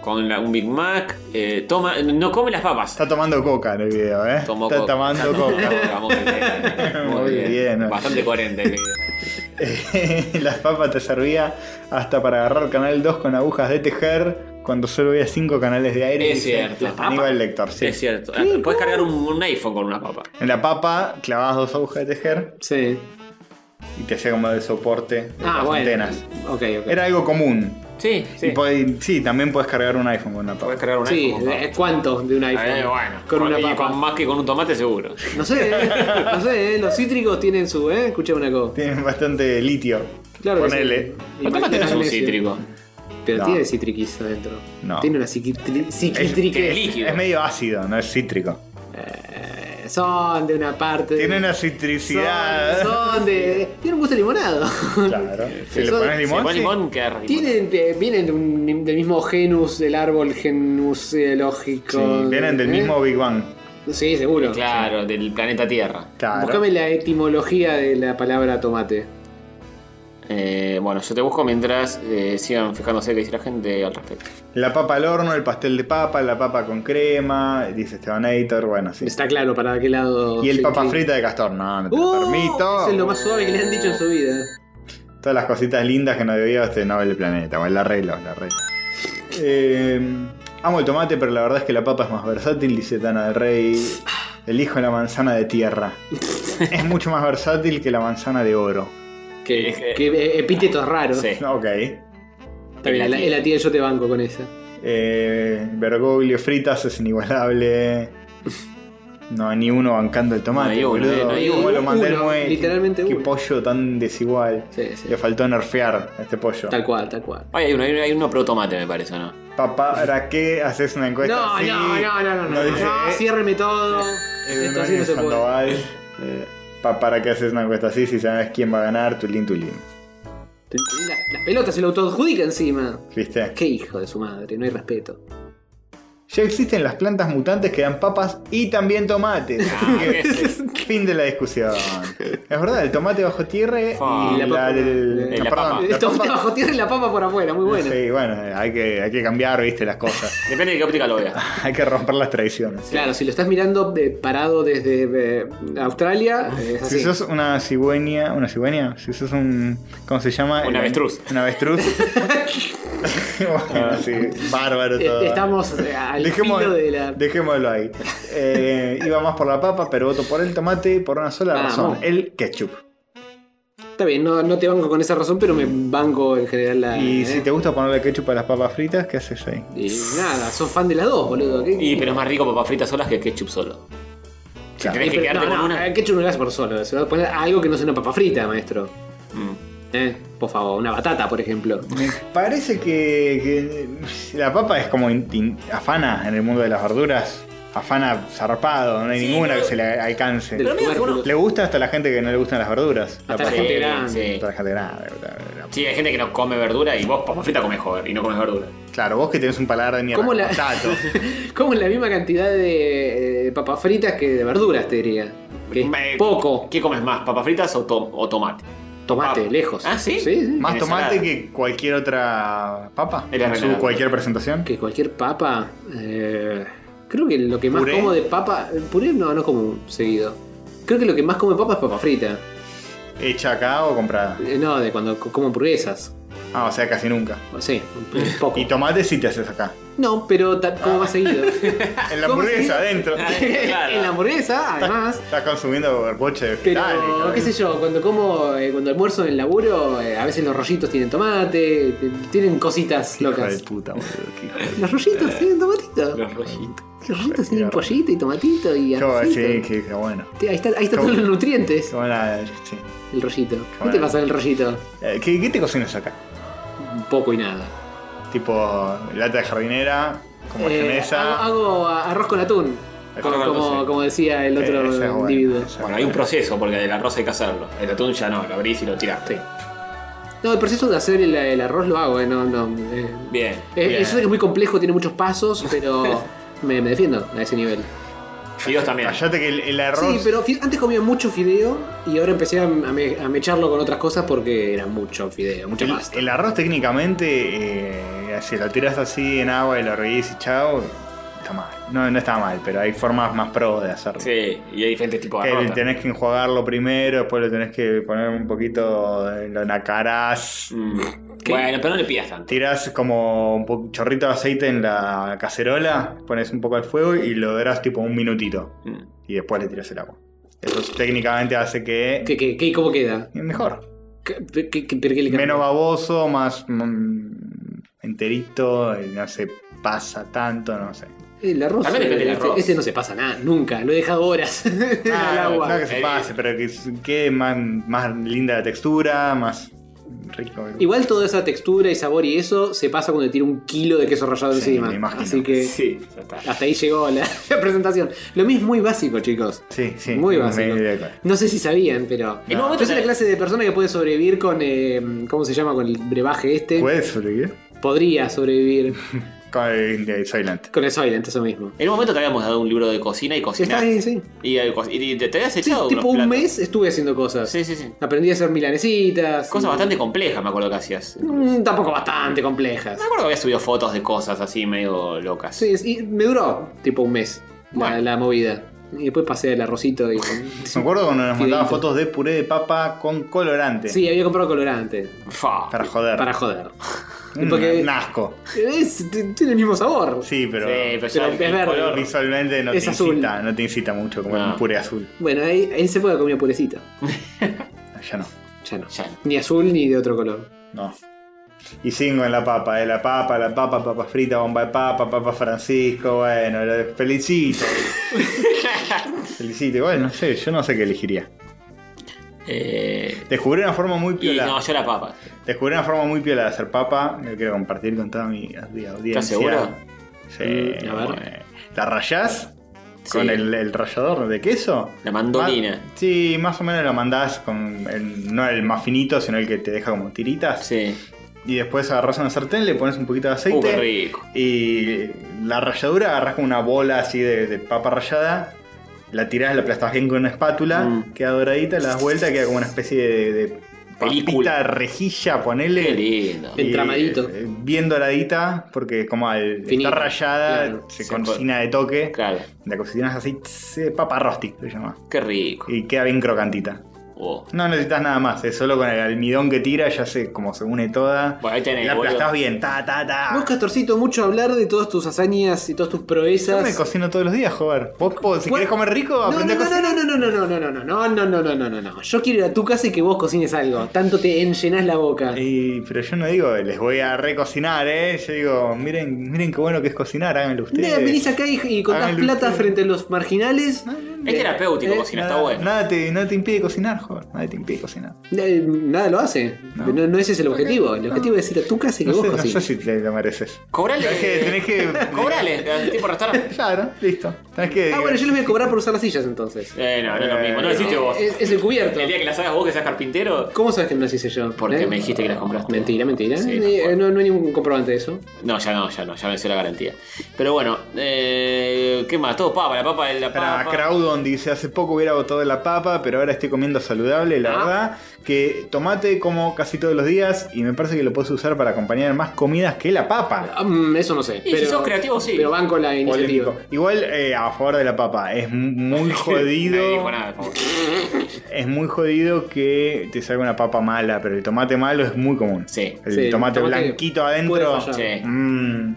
Speaker 1: Con la- un Big Mac. eh, toma, no come las papas.
Speaker 2: Está tomando coca en el video, ¿eh?
Speaker 1: Tomó
Speaker 2: está
Speaker 1: coca.
Speaker 2: tomando coca.
Speaker 1: Vamos, bien.
Speaker 2: Muy bien.
Speaker 1: Bastante coherente. el video.
Speaker 2: Las papas te servía hasta para agarrar canal 2 con agujas de tejer cuando solo había 5 canales de aire.
Speaker 1: Es
Speaker 2: dice
Speaker 1: cierto. Las papas.
Speaker 2: Aníbal Lector, sí.
Speaker 1: Es cierto. Puedes cargar un, un iPhone con una papa.
Speaker 2: En la papa clavabas dos agujas de tejer
Speaker 5: Sí.
Speaker 2: y te hacía como de soporte de
Speaker 5: Ah,
Speaker 2: las
Speaker 5: bueno.
Speaker 2: antenas.
Speaker 5: Ok, ok.
Speaker 2: Era algo común.
Speaker 1: Sí,
Speaker 2: Y podés- sí, también puedes cargar un iPhone con una papa.
Speaker 1: Puedes cargar un
Speaker 5: Sí,
Speaker 1: iPhone. con papa.
Speaker 5: eh, ¿cuánto de un iPhone?
Speaker 1: Eh, bueno,
Speaker 5: con una
Speaker 1: y
Speaker 5: papa.
Speaker 1: con más que con un tomate seguro.
Speaker 5: No sé, eh, no sé, eh, los cítricos tienen su, ¿eh? Escucha una cosa.
Speaker 2: Tienen bastante litio.
Speaker 5: Claro que sí.
Speaker 2: Ponele.
Speaker 1: El tomate no es un
Speaker 5: Imagínate,
Speaker 1: cítrico.
Speaker 5: Pero
Speaker 2: No.
Speaker 5: tiene citriquis adentro.
Speaker 2: No.
Speaker 5: Tiene una ciquitri-
Speaker 1: Tiene
Speaker 5: ciquitrique.
Speaker 1: líquido.
Speaker 2: Es medio ácido, no es cítrico.
Speaker 5: Eh, Son de una parte.
Speaker 2: Tiene una
Speaker 5: son,
Speaker 2: citricidad.
Speaker 5: son de. Tiene un gusto a limonado.
Speaker 2: Claro. Si le
Speaker 5: Son-
Speaker 2: pones
Speaker 1: Si
Speaker 2: limón,
Speaker 1: pones
Speaker 2: sí.
Speaker 1: limón, queda rico.
Speaker 5: Tienen, eh, vienen de un- del mismo genus del árbol genuseológico.
Speaker 2: Sí, vienen del
Speaker 5: ¿eh?
Speaker 2: mismo Big Bang.
Speaker 5: Sí, seguro.
Speaker 1: Claro, del planeta Tierra.
Speaker 2: Claro.
Speaker 5: Buscame la etimología de la palabra tomate.
Speaker 1: Eh, bueno, yo te busco mientras eh, sigan fijándose qué dice la gente al respecto.
Speaker 2: La papa al horno, el pastel de papa, la papa con crema, dice Esteban Aitor, bueno, sí.
Speaker 5: Está claro para qué lado.
Speaker 2: Y el
Speaker 5: se
Speaker 2: papa
Speaker 5: inclina.
Speaker 2: frita de castor, no, no te
Speaker 5: ¡Uh!
Speaker 2: lo permito.
Speaker 5: Es lo más suave que le han dicho en su vida.
Speaker 2: Todas las cositas lindas que nos debió este Nobel Planeta, bueno, la arreglo, la arreglo. Eh, amo el tomate, pero la verdad es que la papa es más versátil, dice Tana del Rey. Elijo la manzana de tierra. es mucho más versátil que la manzana de oro.
Speaker 5: Que,
Speaker 1: Es que-
Speaker 5: que, eh, epítetos raros.
Speaker 1: Sí.
Speaker 2: Ok.
Speaker 5: Está bien,
Speaker 1: Es la
Speaker 5: el,
Speaker 1: tía.
Speaker 5: el tía yo te banco con esa.
Speaker 2: Eh, Bergoglio fritas es inigualable. No hay ni uno bancando el tomate.
Speaker 1: No hay uno,
Speaker 2: boludo.
Speaker 1: eh, no hay
Speaker 2: Igual lo
Speaker 5: uno.
Speaker 2: mandé al
Speaker 5: Uno,
Speaker 2: muelle.
Speaker 5: literalmente
Speaker 2: Qué
Speaker 5: uno.
Speaker 2: pollo tan desigual.
Speaker 5: Sí, sí.
Speaker 2: Le faltó nerfear a este pollo.
Speaker 5: Tal cual, tal cual.
Speaker 1: Ay, hay uno, hay uno, hay uno pro tomate, me parece, ¿o ¿no?
Speaker 2: Papá, ¿para qué haces una encuesta?
Speaker 5: No,
Speaker 2: así?
Speaker 5: no, no, no, no, no.
Speaker 2: dice,
Speaker 5: no,
Speaker 2: eh,
Speaker 5: ciérreme todo.
Speaker 2: eh,
Speaker 5: Esto así no
Speaker 2: Núñez
Speaker 5: se puede.
Speaker 2: Sandoval, eh, pa- ¿Para qué haces una encuesta así si sabes quién va a ganar? Tulín, Tulín.
Speaker 5: La- las pelotas se lo autoadjudica encima.
Speaker 2: ¿Viste?
Speaker 5: Qué hijo de su madre, no hay respeto.
Speaker 2: Ya existen las plantas mutantes que dan papas y también tomates.
Speaker 1: Ah,
Speaker 2: Así que-
Speaker 1: ¿qué es eso?
Speaker 2: fin de la discusión. Es verdad, el tomate bajo tierra y
Speaker 1: Fa.
Speaker 2: la,
Speaker 5: Y la papa.
Speaker 2: del-
Speaker 5: Y
Speaker 2: no,
Speaker 1: la
Speaker 2: perdón,
Speaker 1: papa.
Speaker 2: Ah, la
Speaker 5: Esto
Speaker 2: papa-
Speaker 5: está bajo tierra y la papa por afuera, muy buena.
Speaker 2: Sí, bueno, hay que, hay que cambiar, viste, las cosas.
Speaker 1: Depende de qué óptica lo veas.
Speaker 2: hay que romper las tradiciones.
Speaker 5: Claro, si lo estás mirando eh, parado desde eh, Australia, eh, es
Speaker 2: Si
Speaker 5: así.
Speaker 2: sos una cigüeña, una cigüeña, si sos un. ¿Cómo se llama?
Speaker 1: Un
Speaker 2: El-
Speaker 1: avestruz.
Speaker 2: Un avestruz. bueno, sí, bárbaro todo.
Speaker 5: Eh, Estamos eh, al filo
Speaker 2: Dejémoslo,
Speaker 5: de la.
Speaker 2: dejémoslo ahí. Eh, iba más por la papa, pero voto por el tomate por una sola
Speaker 5: Vamos.
Speaker 2: razón: el ketchup.
Speaker 5: Está bien, no, no te banco con esa razón, pero me banco en general la.
Speaker 2: Y
Speaker 5: eh.
Speaker 2: si te gusta ponerle ketchup a las papas fritas, ¿qué haces ahí?
Speaker 5: Y nada, sos fan de las dos, boludo. ¿Qué-
Speaker 1: Y, pero es más rico papas fritas solas que ketchup solo. Si
Speaker 2: Claro.
Speaker 1: tenés
Speaker 5: Eh,
Speaker 1: que
Speaker 5: pero
Speaker 1: quedarte
Speaker 5: no,
Speaker 1: con
Speaker 5: no,
Speaker 1: una.
Speaker 5: el ketchup no lo hace por solo. Se va a poner algo que no sea una papa frita, maestro.
Speaker 1: Mm.
Speaker 5: Eh, por favor, una batata, por ejemplo.
Speaker 2: Me parece que, que la papa es como in- in- afana en el mundo de las verduras. Afana zarpado, no hay
Speaker 1: Sí,
Speaker 2: ninguna
Speaker 1: no.
Speaker 2: que se le alcance.
Speaker 5: Del
Speaker 1: Pero mira,
Speaker 5: tubérculo.
Speaker 1: uno-
Speaker 2: Le gusta hasta la gente que no le gustan las verduras. La
Speaker 5: Hasta la
Speaker 2: papa.
Speaker 5: gente
Speaker 1: Sí,
Speaker 5: grande.
Speaker 1: sí.
Speaker 2: Hasta la gente grande, la- la-
Speaker 1: Sí, hay gente que no come verdura y vos papas fritas comes joder y no comes verdura.
Speaker 2: Claro, vos que tenés un paladar de mierda.
Speaker 5: ¿Cómo la-
Speaker 2: como Tato.
Speaker 5: Como la misma cantidad de eh, papas fritas que de verduras, te diría. Que es
Speaker 1: Me-
Speaker 5: poco.
Speaker 1: ¿Qué comes más, papas fritas o, tom- o tomate?
Speaker 5: Tomate,
Speaker 1: papa.
Speaker 5: lejos.
Speaker 1: Ah, ¿sí?
Speaker 5: Sí, sí.
Speaker 2: Más
Speaker 1: En
Speaker 2: tomate
Speaker 1: ensalada.
Speaker 2: que cualquier otra papa.
Speaker 1: Era
Speaker 2: En su
Speaker 1: verdad.
Speaker 2: cualquier presentación.
Speaker 5: Que cualquier papa. eh, creo que lo que más
Speaker 2: ¿Puré?
Speaker 5: como de papa. eh, Puré no, no como seguido. Creo que lo que más como de papa es papa frita.
Speaker 2: Hecha acá o comprada.
Speaker 5: Eh, No, de cuando co- como hamburguesas.
Speaker 2: Ah, o sea, casi nunca.
Speaker 5: Sí, un poco.
Speaker 2: Y tomate sí te haces acá.
Speaker 5: No, pero ta- como más seguido.
Speaker 2: En la
Speaker 5: ¿Cómo Ah.
Speaker 2: hamburguesa,
Speaker 5: se-
Speaker 2: adentro.
Speaker 5: en la hamburguesa, además.
Speaker 2: Estás consumiendo boche de
Speaker 5: Pero,
Speaker 2: vegetales, cabrón.
Speaker 5: qué sé yo, cuando como, eh, cuando almuerzo en el laburo, eh, a veces los rollitos tienen tomate, t- tienen cositas
Speaker 2: Hija de
Speaker 5: locas.
Speaker 2: puta, boludo. qué hijo de-
Speaker 5: Los rollitos tienen tomatito.
Speaker 1: Los rollitos.
Speaker 5: Los rollitos tienen pollito y tomatito y
Speaker 2: Qué bueno, sí,
Speaker 5: arrocito.
Speaker 2: qué, qué bueno.
Speaker 5: Te- Ahí está, ahí está
Speaker 2: Qué
Speaker 5: todos los
Speaker 2: bueno.
Speaker 5: nutrientes.
Speaker 2: Qué buena, sí.
Speaker 5: El rollito. ¿Qué te
Speaker 2: bueno.
Speaker 5: pasa en el rollito?
Speaker 2: Eh, ¿Qué, qué te cocinas acá?
Speaker 5: Poco y nada.
Speaker 2: Tipo lata de jardinera, como
Speaker 5: Eh,
Speaker 2: japonesa.
Speaker 5: hago, hago arroz con atún.
Speaker 2: Arroz
Speaker 5: Como,
Speaker 1: con atún,
Speaker 5: como-
Speaker 1: sí.
Speaker 5: como decía el otro
Speaker 2: Eh, esa es buena,
Speaker 5: individuo.
Speaker 2: esa es
Speaker 1: Bueno, hay un proceso porque el arroz hay que hacerlo. El atún ya no, lo abrís y lo tirás.
Speaker 5: No, el proceso de hacer el, el arroz lo hago, eh, no, no. eh,
Speaker 1: Bien.
Speaker 5: eh,
Speaker 2: Bien.
Speaker 5: eso es muy complejo, tiene muchos pasos, pero me, me defiendo a ese nivel.
Speaker 1: Fideos también.
Speaker 2: Callate que el, el arroz.
Speaker 5: Sí, pero fi- antes comía mucho fideo y ahora empecé a, me- a mecharlo con otras cosas porque era mucho fideo, mucha
Speaker 2: el,
Speaker 5: pasta.
Speaker 2: el arroz técnicamente, eh, si lo tiras así en agua y lo reguís y chao, está mal. No, no está mal, pero hay formas más pro de hacerlo.
Speaker 1: Sí, y hay diferentes tipos de
Speaker 2: Que
Speaker 1: arroz.
Speaker 2: le tenés que enjuagarlo primero, después le tenés que poner un poquito, de- lo nacarás.
Speaker 1: Mm. Bueno, pero no le pidas tanto.
Speaker 2: Tirás como un po- chorrito de aceite en la cacerola, pones un poco al fuego y lo darás tipo un minutito.
Speaker 1: Mm.
Speaker 2: Y después le tiras el agua. Eso técnicamente hace que.
Speaker 5: ¿Qué, qué, qué- cómo queda?
Speaker 2: es Mejor.
Speaker 5: ¿Qué- qué- qué- pero qué le cambia?
Speaker 2: Menos baboso, más mm, enterito, eh, no se pasa tanto, no sé.
Speaker 5: El arroz.
Speaker 1: También depende del
Speaker 5: este-
Speaker 1: arroz.
Speaker 5: Ese no se pasa nada, nunca. Lo he dejado horas al
Speaker 2: Ah, no,
Speaker 5: agua.
Speaker 2: no que se
Speaker 1: Eh.
Speaker 2: pase, pero que s- quede más, más linda la textura, más rico. el-
Speaker 5: Igual toda esa textura y sabor y eso se pasa cuando le tiro un kilo de queso rallado
Speaker 2: Sí,
Speaker 5: encima.
Speaker 2: me imagino.
Speaker 5: Así que
Speaker 1: Sí, ya está.
Speaker 5: hasta ahí llegó la, la presentación. Lo mismo es muy básico, chicos.
Speaker 2: Sí, sí.
Speaker 5: Muy
Speaker 2: me-
Speaker 5: básico.
Speaker 2: me- me-
Speaker 5: No sé si sabían, pero.
Speaker 1: En un momento
Speaker 5: Yo soy la
Speaker 1: te-
Speaker 5: clase de persona que puede sobrevivir con. eh, ¿Cómo se llama? Con el brebaje este.
Speaker 2: ¿Puedes sobrevivir?
Speaker 5: Podría sobrevivir
Speaker 2: Con el de Soylent.
Speaker 5: con el Soylent, eso mismo.
Speaker 1: En un momento te habíamos dado un libro de cocina y
Speaker 5: Sí, está
Speaker 1: cocinar.
Speaker 5: bien, sí.
Speaker 1: Y, eh, co- y te, te habías
Speaker 5: Sí,
Speaker 1: echado
Speaker 5: tipo
Speaker 1: unos
Speaker 5: un
Speaker 1: platos.
Speaker 5: mes estuve haciendo cosas.
Speaker 1: Sí, sí, sí.
Speaker 5: Aprendí a hacer milanesitas.
Speaker 1: Cosas
Speaker 5: y-
Speaker 1: bastante complejas, me acuerdo que hacías. Me
Speaker 5: Mm, tampoco bastante complejas.
Speaker 1: acuerdo que habías subido fotos de cosas así medio locas.
Speaker 5: Sí, es- y me duró tipo un mes la-
Speaker 1: Bueno.
Speaker 5: la, movida. Y después pasé el arrocito y.
Speaker 2: Me acuerdo cuando nos mandaban
Speaker 5: Fideíto.
Speaker 2: fotos de puré de papa con colorante.
Speaker 5: Sí, había comprado colorante.
Speaker 1: Fa.
Speaker 2: Para joder.
Speaker 5: Para joder.
Speaker 2: Mm,
Speaker 5: porque-
Speaker 2: un asco.
Speaker 5: Es- t- tiene el mismo sabor.
Speaker 2: Sí, pero,
Speaker 1: Sí, pero,
Speaker 5: Pero
Speaker 1: ya
Speaker 5: es verde.
Speaker 1: color-
Speaker 2: visualmente no te,
Speaker 5: Es azul.
Speaker 2: incita, no te incita mucho como
Speaker 1: No.
Speaker 2: un puré azul.
Speaker 5: Bueno, ahí, ahí se puede comer purecita.
Speaker 2: Ya no.
Speaker 5: Ya no.
Speaker 1: Ya no.
Speaker 5: Ni azul ni de otro color.
Speaker 2: No. Y cinco en la papa, eh, la papa, la papa, papa frita, bomba de papa, papa Francisco, bueno, lo- felicito. felicito, igual, no sé, yo no sé qué elegiría.
Speaker 1: Eh,
Speaker 2: Descubrí una forma muy
Speaker 1: y
Speaker 2: piola.
Speaker 1: no, yo la papa.
Speaker 2: Descubrí una forma muy piola de hacer papa, que quiero compartir con toda mi audi- audiencia.
Speaker 1: ¿Estás seguro?
Speaker 2: Sí.
Speaker 5: Mm, a ver.
Speaker 2: bueno. ¿La rayás?
Speaker 1: Sí.
Speaker 2: Con el, el rallador de queso.
Speaker 1: La mandolina.
Speaker 2: Ma- sí, más o menos lo mandás con. el- no el más finito, sino el que te deja como tiritas.
Speaker 1: Sí.
Speaker 2: Y después agarras una sartén, le pones un poquito de aceite.
Speaker 1: Uh, qué rico.
Speaker 2: Y la ralladura agarras con una bola así de, de papa rallada. La tirás, la aplastas bien con una espátula.
Speaker 1: Mm.
Speaker 2: Queda doradita, la das vuelta, queda como una especie de. de
Speaker 1: Película.
Speaker 2: papita, rejilla, ponele.
Speaker 1: Qué lindo.
Speaker 2: Y,
Speaker 5: Entramadito.
Speaker 2: eh, bien doradita, porque como al
Speaker 5: Finito,
Speaker 2: estar rallada,
Speaker 5: claro.
Speaker 2: se,
Speaker 1: Se
Speaker 2: cocina de toque.
Speaker 1: Claro.
Speaker 2: La cocinas así, tss, papa rosti se llama.
Speaker 1: Qué rico.
Speaker 2: Y queda bien crocantita.
Speaker 1: Oh.
Speaker 2: No necesitas nada más, es solo con el almidón que tira, ya se como se une toda.
Speaker 1: Bueno, ahí tenés,
Speaker 2: y la
Speaker 1: boludo.
Speaker 2: aplastás bien, ta, ta, ta.
Speaker 5: Vos, Castorcito, mucho hablar de todas tus hazañas y todas tus
Speaker 2: Yo me
Speaker 5: proezas.
Speaker 2: cocino todos los días, joder. Vos, po- si
Speaker 5: Bueno,
Speaker 2: querés comer rico,
Speaker 5: No, no,
Speaker 2: aprende a
Speaker 5: no,
Speaker 2: cocinar.
Speaker 5: no, no, no, no, no, no, no, no, no, no, no, no, no, no, no. Yo quiero ir a tu casa y que vos cocines algo. Tanto te enllenás la boca.
Speaker 2: Y- pero yo no digo, les voy a recocinar, ¿eh? Yo digo, miren, miren qué bueno que es cocinar, háganlo ustedes.
Speaker 5: Mira, venís acá y, y contás
Speaker 2: Háganlo
Speaker 5: plata
Speaker 2: ustedes.
Speaker 5: frente a los marginales.
Speaker 1: Es terapéutico
Speaker 5: eh,
Speaker 1: cocinar,
Speaker 2: nada,
Speaker 1: está bueno.
Speaker 2: nada te, nada te impide cocinar, joder. Nada te impide cocinar.
Speaker 5: Eh, nada lo hace.
Speaker 2: No.
Speaker 5: No, no ese es el objetivo. El objetivo es ir a tu casa y que
Speaker 2: No
Speaker 5: vos
Speaker 2: sé, no
Speaker 5: cocines.
Speaker 2: sé si te lo mereces.
Speaker 1: Cobrale.
Speaker 2: Tenés que. Tenés que
Speaker 1: Cobrale, eh, tipo restaurante.
Speaker 2: Claro, listo. Tenés que.
Speaker 5: Ah, bueno, yo les voy a cobrar por usar las sillas entonces.
Speaker 1: Eh, no, no es lo mismo. No lo hiciste
Speaker 5: Eh,
Speaker 1: vos.
Speaker 5: Es, es el cubierto.
Speaker 1: El día que las hagas vos, que seas carpintero.
Speaker 5: ¿Cómo sabes que no las hice yo?
Speaker 1: Porque
Speaker 5: ¿Eh?
Speaker 1: me dijiste que las compraste.
Speaker 5: Mentira, mentira.
Speaker 1: Sí,
Speaker 5: Eh,
Speaker 1: me acuerdo.
Speaker 5: no, no hay ningún comprobante de eso.
Speaker 1: No, ya no, ya no, ya venció la garantía. Pero bueno, eh, ¿qué más? Todo papa, la papa de la
Speaker 2: Para
Speaker 1: papa.
Speaker 2: Crowdon dice, hace poco hubiera votado la papa, pero ahora estoy comiendo saludable, la
Speaker 1: Ah.
Speaker 2: verdad, que tomate como casi todos los días y me parece que lo puedes usar para acompañar más comidas que la papa.
Speaker 5: Ah, mm, eso no sé.
Speaker 1: Y si sos creativo, sí.
Speaker 5: Pero van con la iniciativa.
Speaker 2: Polémico. Igual eh, a favor de la papa, es muy jodido.
Speaker 1: Nadie dijo nada, por favor.
Speaker 2: es muy jodido que te salga una papa mala, pero el tomate malo es muy común.
Speaker 1: Sí.
Speaker 2: El
Speaker 5: Sí, el
Speaker 2: tomate
Speaker 5: tomate
Speaker 2: blanquito
Speaker 5: puede
Speaker 2: adentro.
Speaker 5: fallar.
Speaker 1: Sí.
Speaker 2: mm,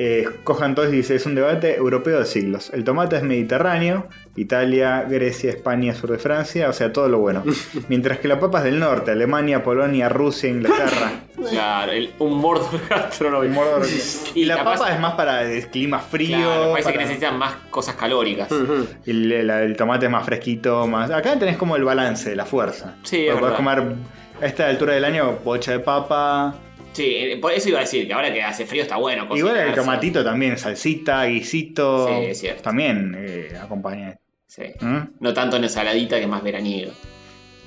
Speaker 2: Eh, Cojan todos y dice, es un debate europeo de siglos. El tomate es mediterráneo, Italia, Grecia, España, sur de Francia, o sea, todo lo bueno. Mientras que la papa es del norte, Alemania, Polonia, Rusia, Inglaterra.
Speaker 1: Claro, el- un Mordor gastronómico.
Speaker 2: Mordor. Y, la
Speaker 1: capaz-
Speaker 2: papa es más para el clima frío.
Speaker 1: Claro, parece que
Speaker 2: para- Hmm.
Speaker 1: necesitan más cosas calóricas.
Speaker 2: El, el- el tomate es más fresquito, más. Acá tenés como el balance de la fuerza.
Speaker 1: Sí, es
Speaker 2: Porque podés
Speaker 1: verdad.
Speaker 2: comer a esta altura del año bocha de papa.
Speaker 1: Sí, eh, por eso iba a decir que ahora que hace frío está bueno.
Speaker 2: Igual el
Speaker 1: cocinarse.
Speaker 2: tomatito también, salsita, guisito.
Speaker 1: Sí, es cierto.
Speaker 2: También eh, acompaña.
Speaker 1: Sí.
Speaker 2: ¿Mm?
Speaker 1: No tanto en ensaladita que es más veraniego.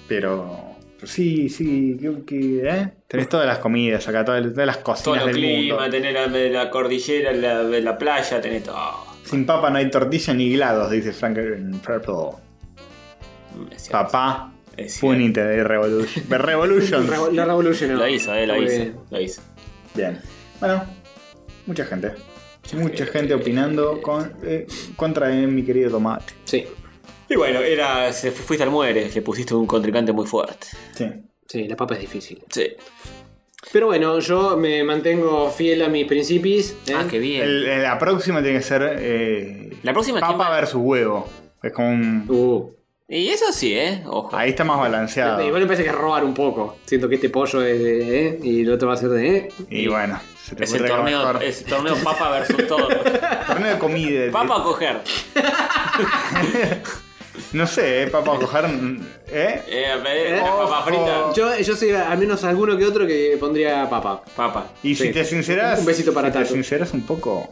Speaker 2: Pero. Sí, sí, creo que. ¿eh? Tenés todas las comidas acá, todas, todas las
Speaker 1: Todo
Speaker 2: cocinas
Speaker 1: el
Speaker 2: del
Speaker 1: clima,
Speaker 2: mundo.
Speaker 1: tener la, la cordillera, la, la playa, tenés todo.
Speaker 2: Sin papa no hay tortilla ni glados, dice Frank Purple.
Speaker 1: Es cierto.
Speaker 2: Papá,
Speaker 1: Es cierto.
Speaker 2: punite de Revolution. de Revolution.
Speaker 5: Revo- Lo revolucionó.
Speaker 1: Lo hizo, eh, lo
Speaker 5: Muy
Speaker 1: hizo.
Speaker 5: bien.
Speaker 1: Lo hizo.
Speaker 2: Bien. Bueno, mucha gente.
Speaker 1: Mucha
Speaker 2: Mucha
Speaker 1: gente.
Speaker 2: gente opinando con- eh, contra de mi querido Tomate.
Speaker 5: Sí,
Speaker 1: Y bueno, era, se fu- fuiste al muere, le pusiste un contrincante muy fuerte.
Speaker 2: Sí.
Speaker 5: sí, la papa es difícil.
Speaker 1: Sí.
Speaker 5: Pero bueno, yo me mantengo fiel a mis principios. ¿eh?
Speaker 1: Ah, qué bien.
Speaker 2: El- el- la próxima tiene que ser. eh,
Speaker 1: La próxima, ¿quién
Speaker 2: Papa
Speaker 1: va?
Speaker 2: versus huevo. Es como un.
Speaker 5: Uh.
Speaker 1: Y eso sí, ¿eh? Ojo.
Speaker 2: Ahí está más balanceado.
Speaker 5: Igual me parece que es robar un poco. Siento que este pollo es de ¿eh? y el otro va a ser de ¿eh?
Speaker 2: Y bueno, se te
Speaker 1: Es el
Speaker 2: ocurre algo
Speaker 1: torneo,
Speaker 2: mejor.
Speaker 1: es el torneo Papa versus todo.
Speaker 2: Torneo de comida.
Speaker 1: Papa a coger.
Speaker 2: No sé, eh, Papa coger. mm, ¿Eh?
Speaker 1: Eh, eh, la
Speaker 2: Ojo.
Speaker 1: papa frita.
Speaker 5: Yo, yo soy al menos alguno que otro que pondría papa.
Speaker 1: Papa.
Speaker 2: Y si
Speaker 5: Sí.
Speaker 2: te sinceras.
Speaker 5: Un besito para
Speaker 2: si te
Speaker 5: Tato.
Speaker 2: sinceras un poco.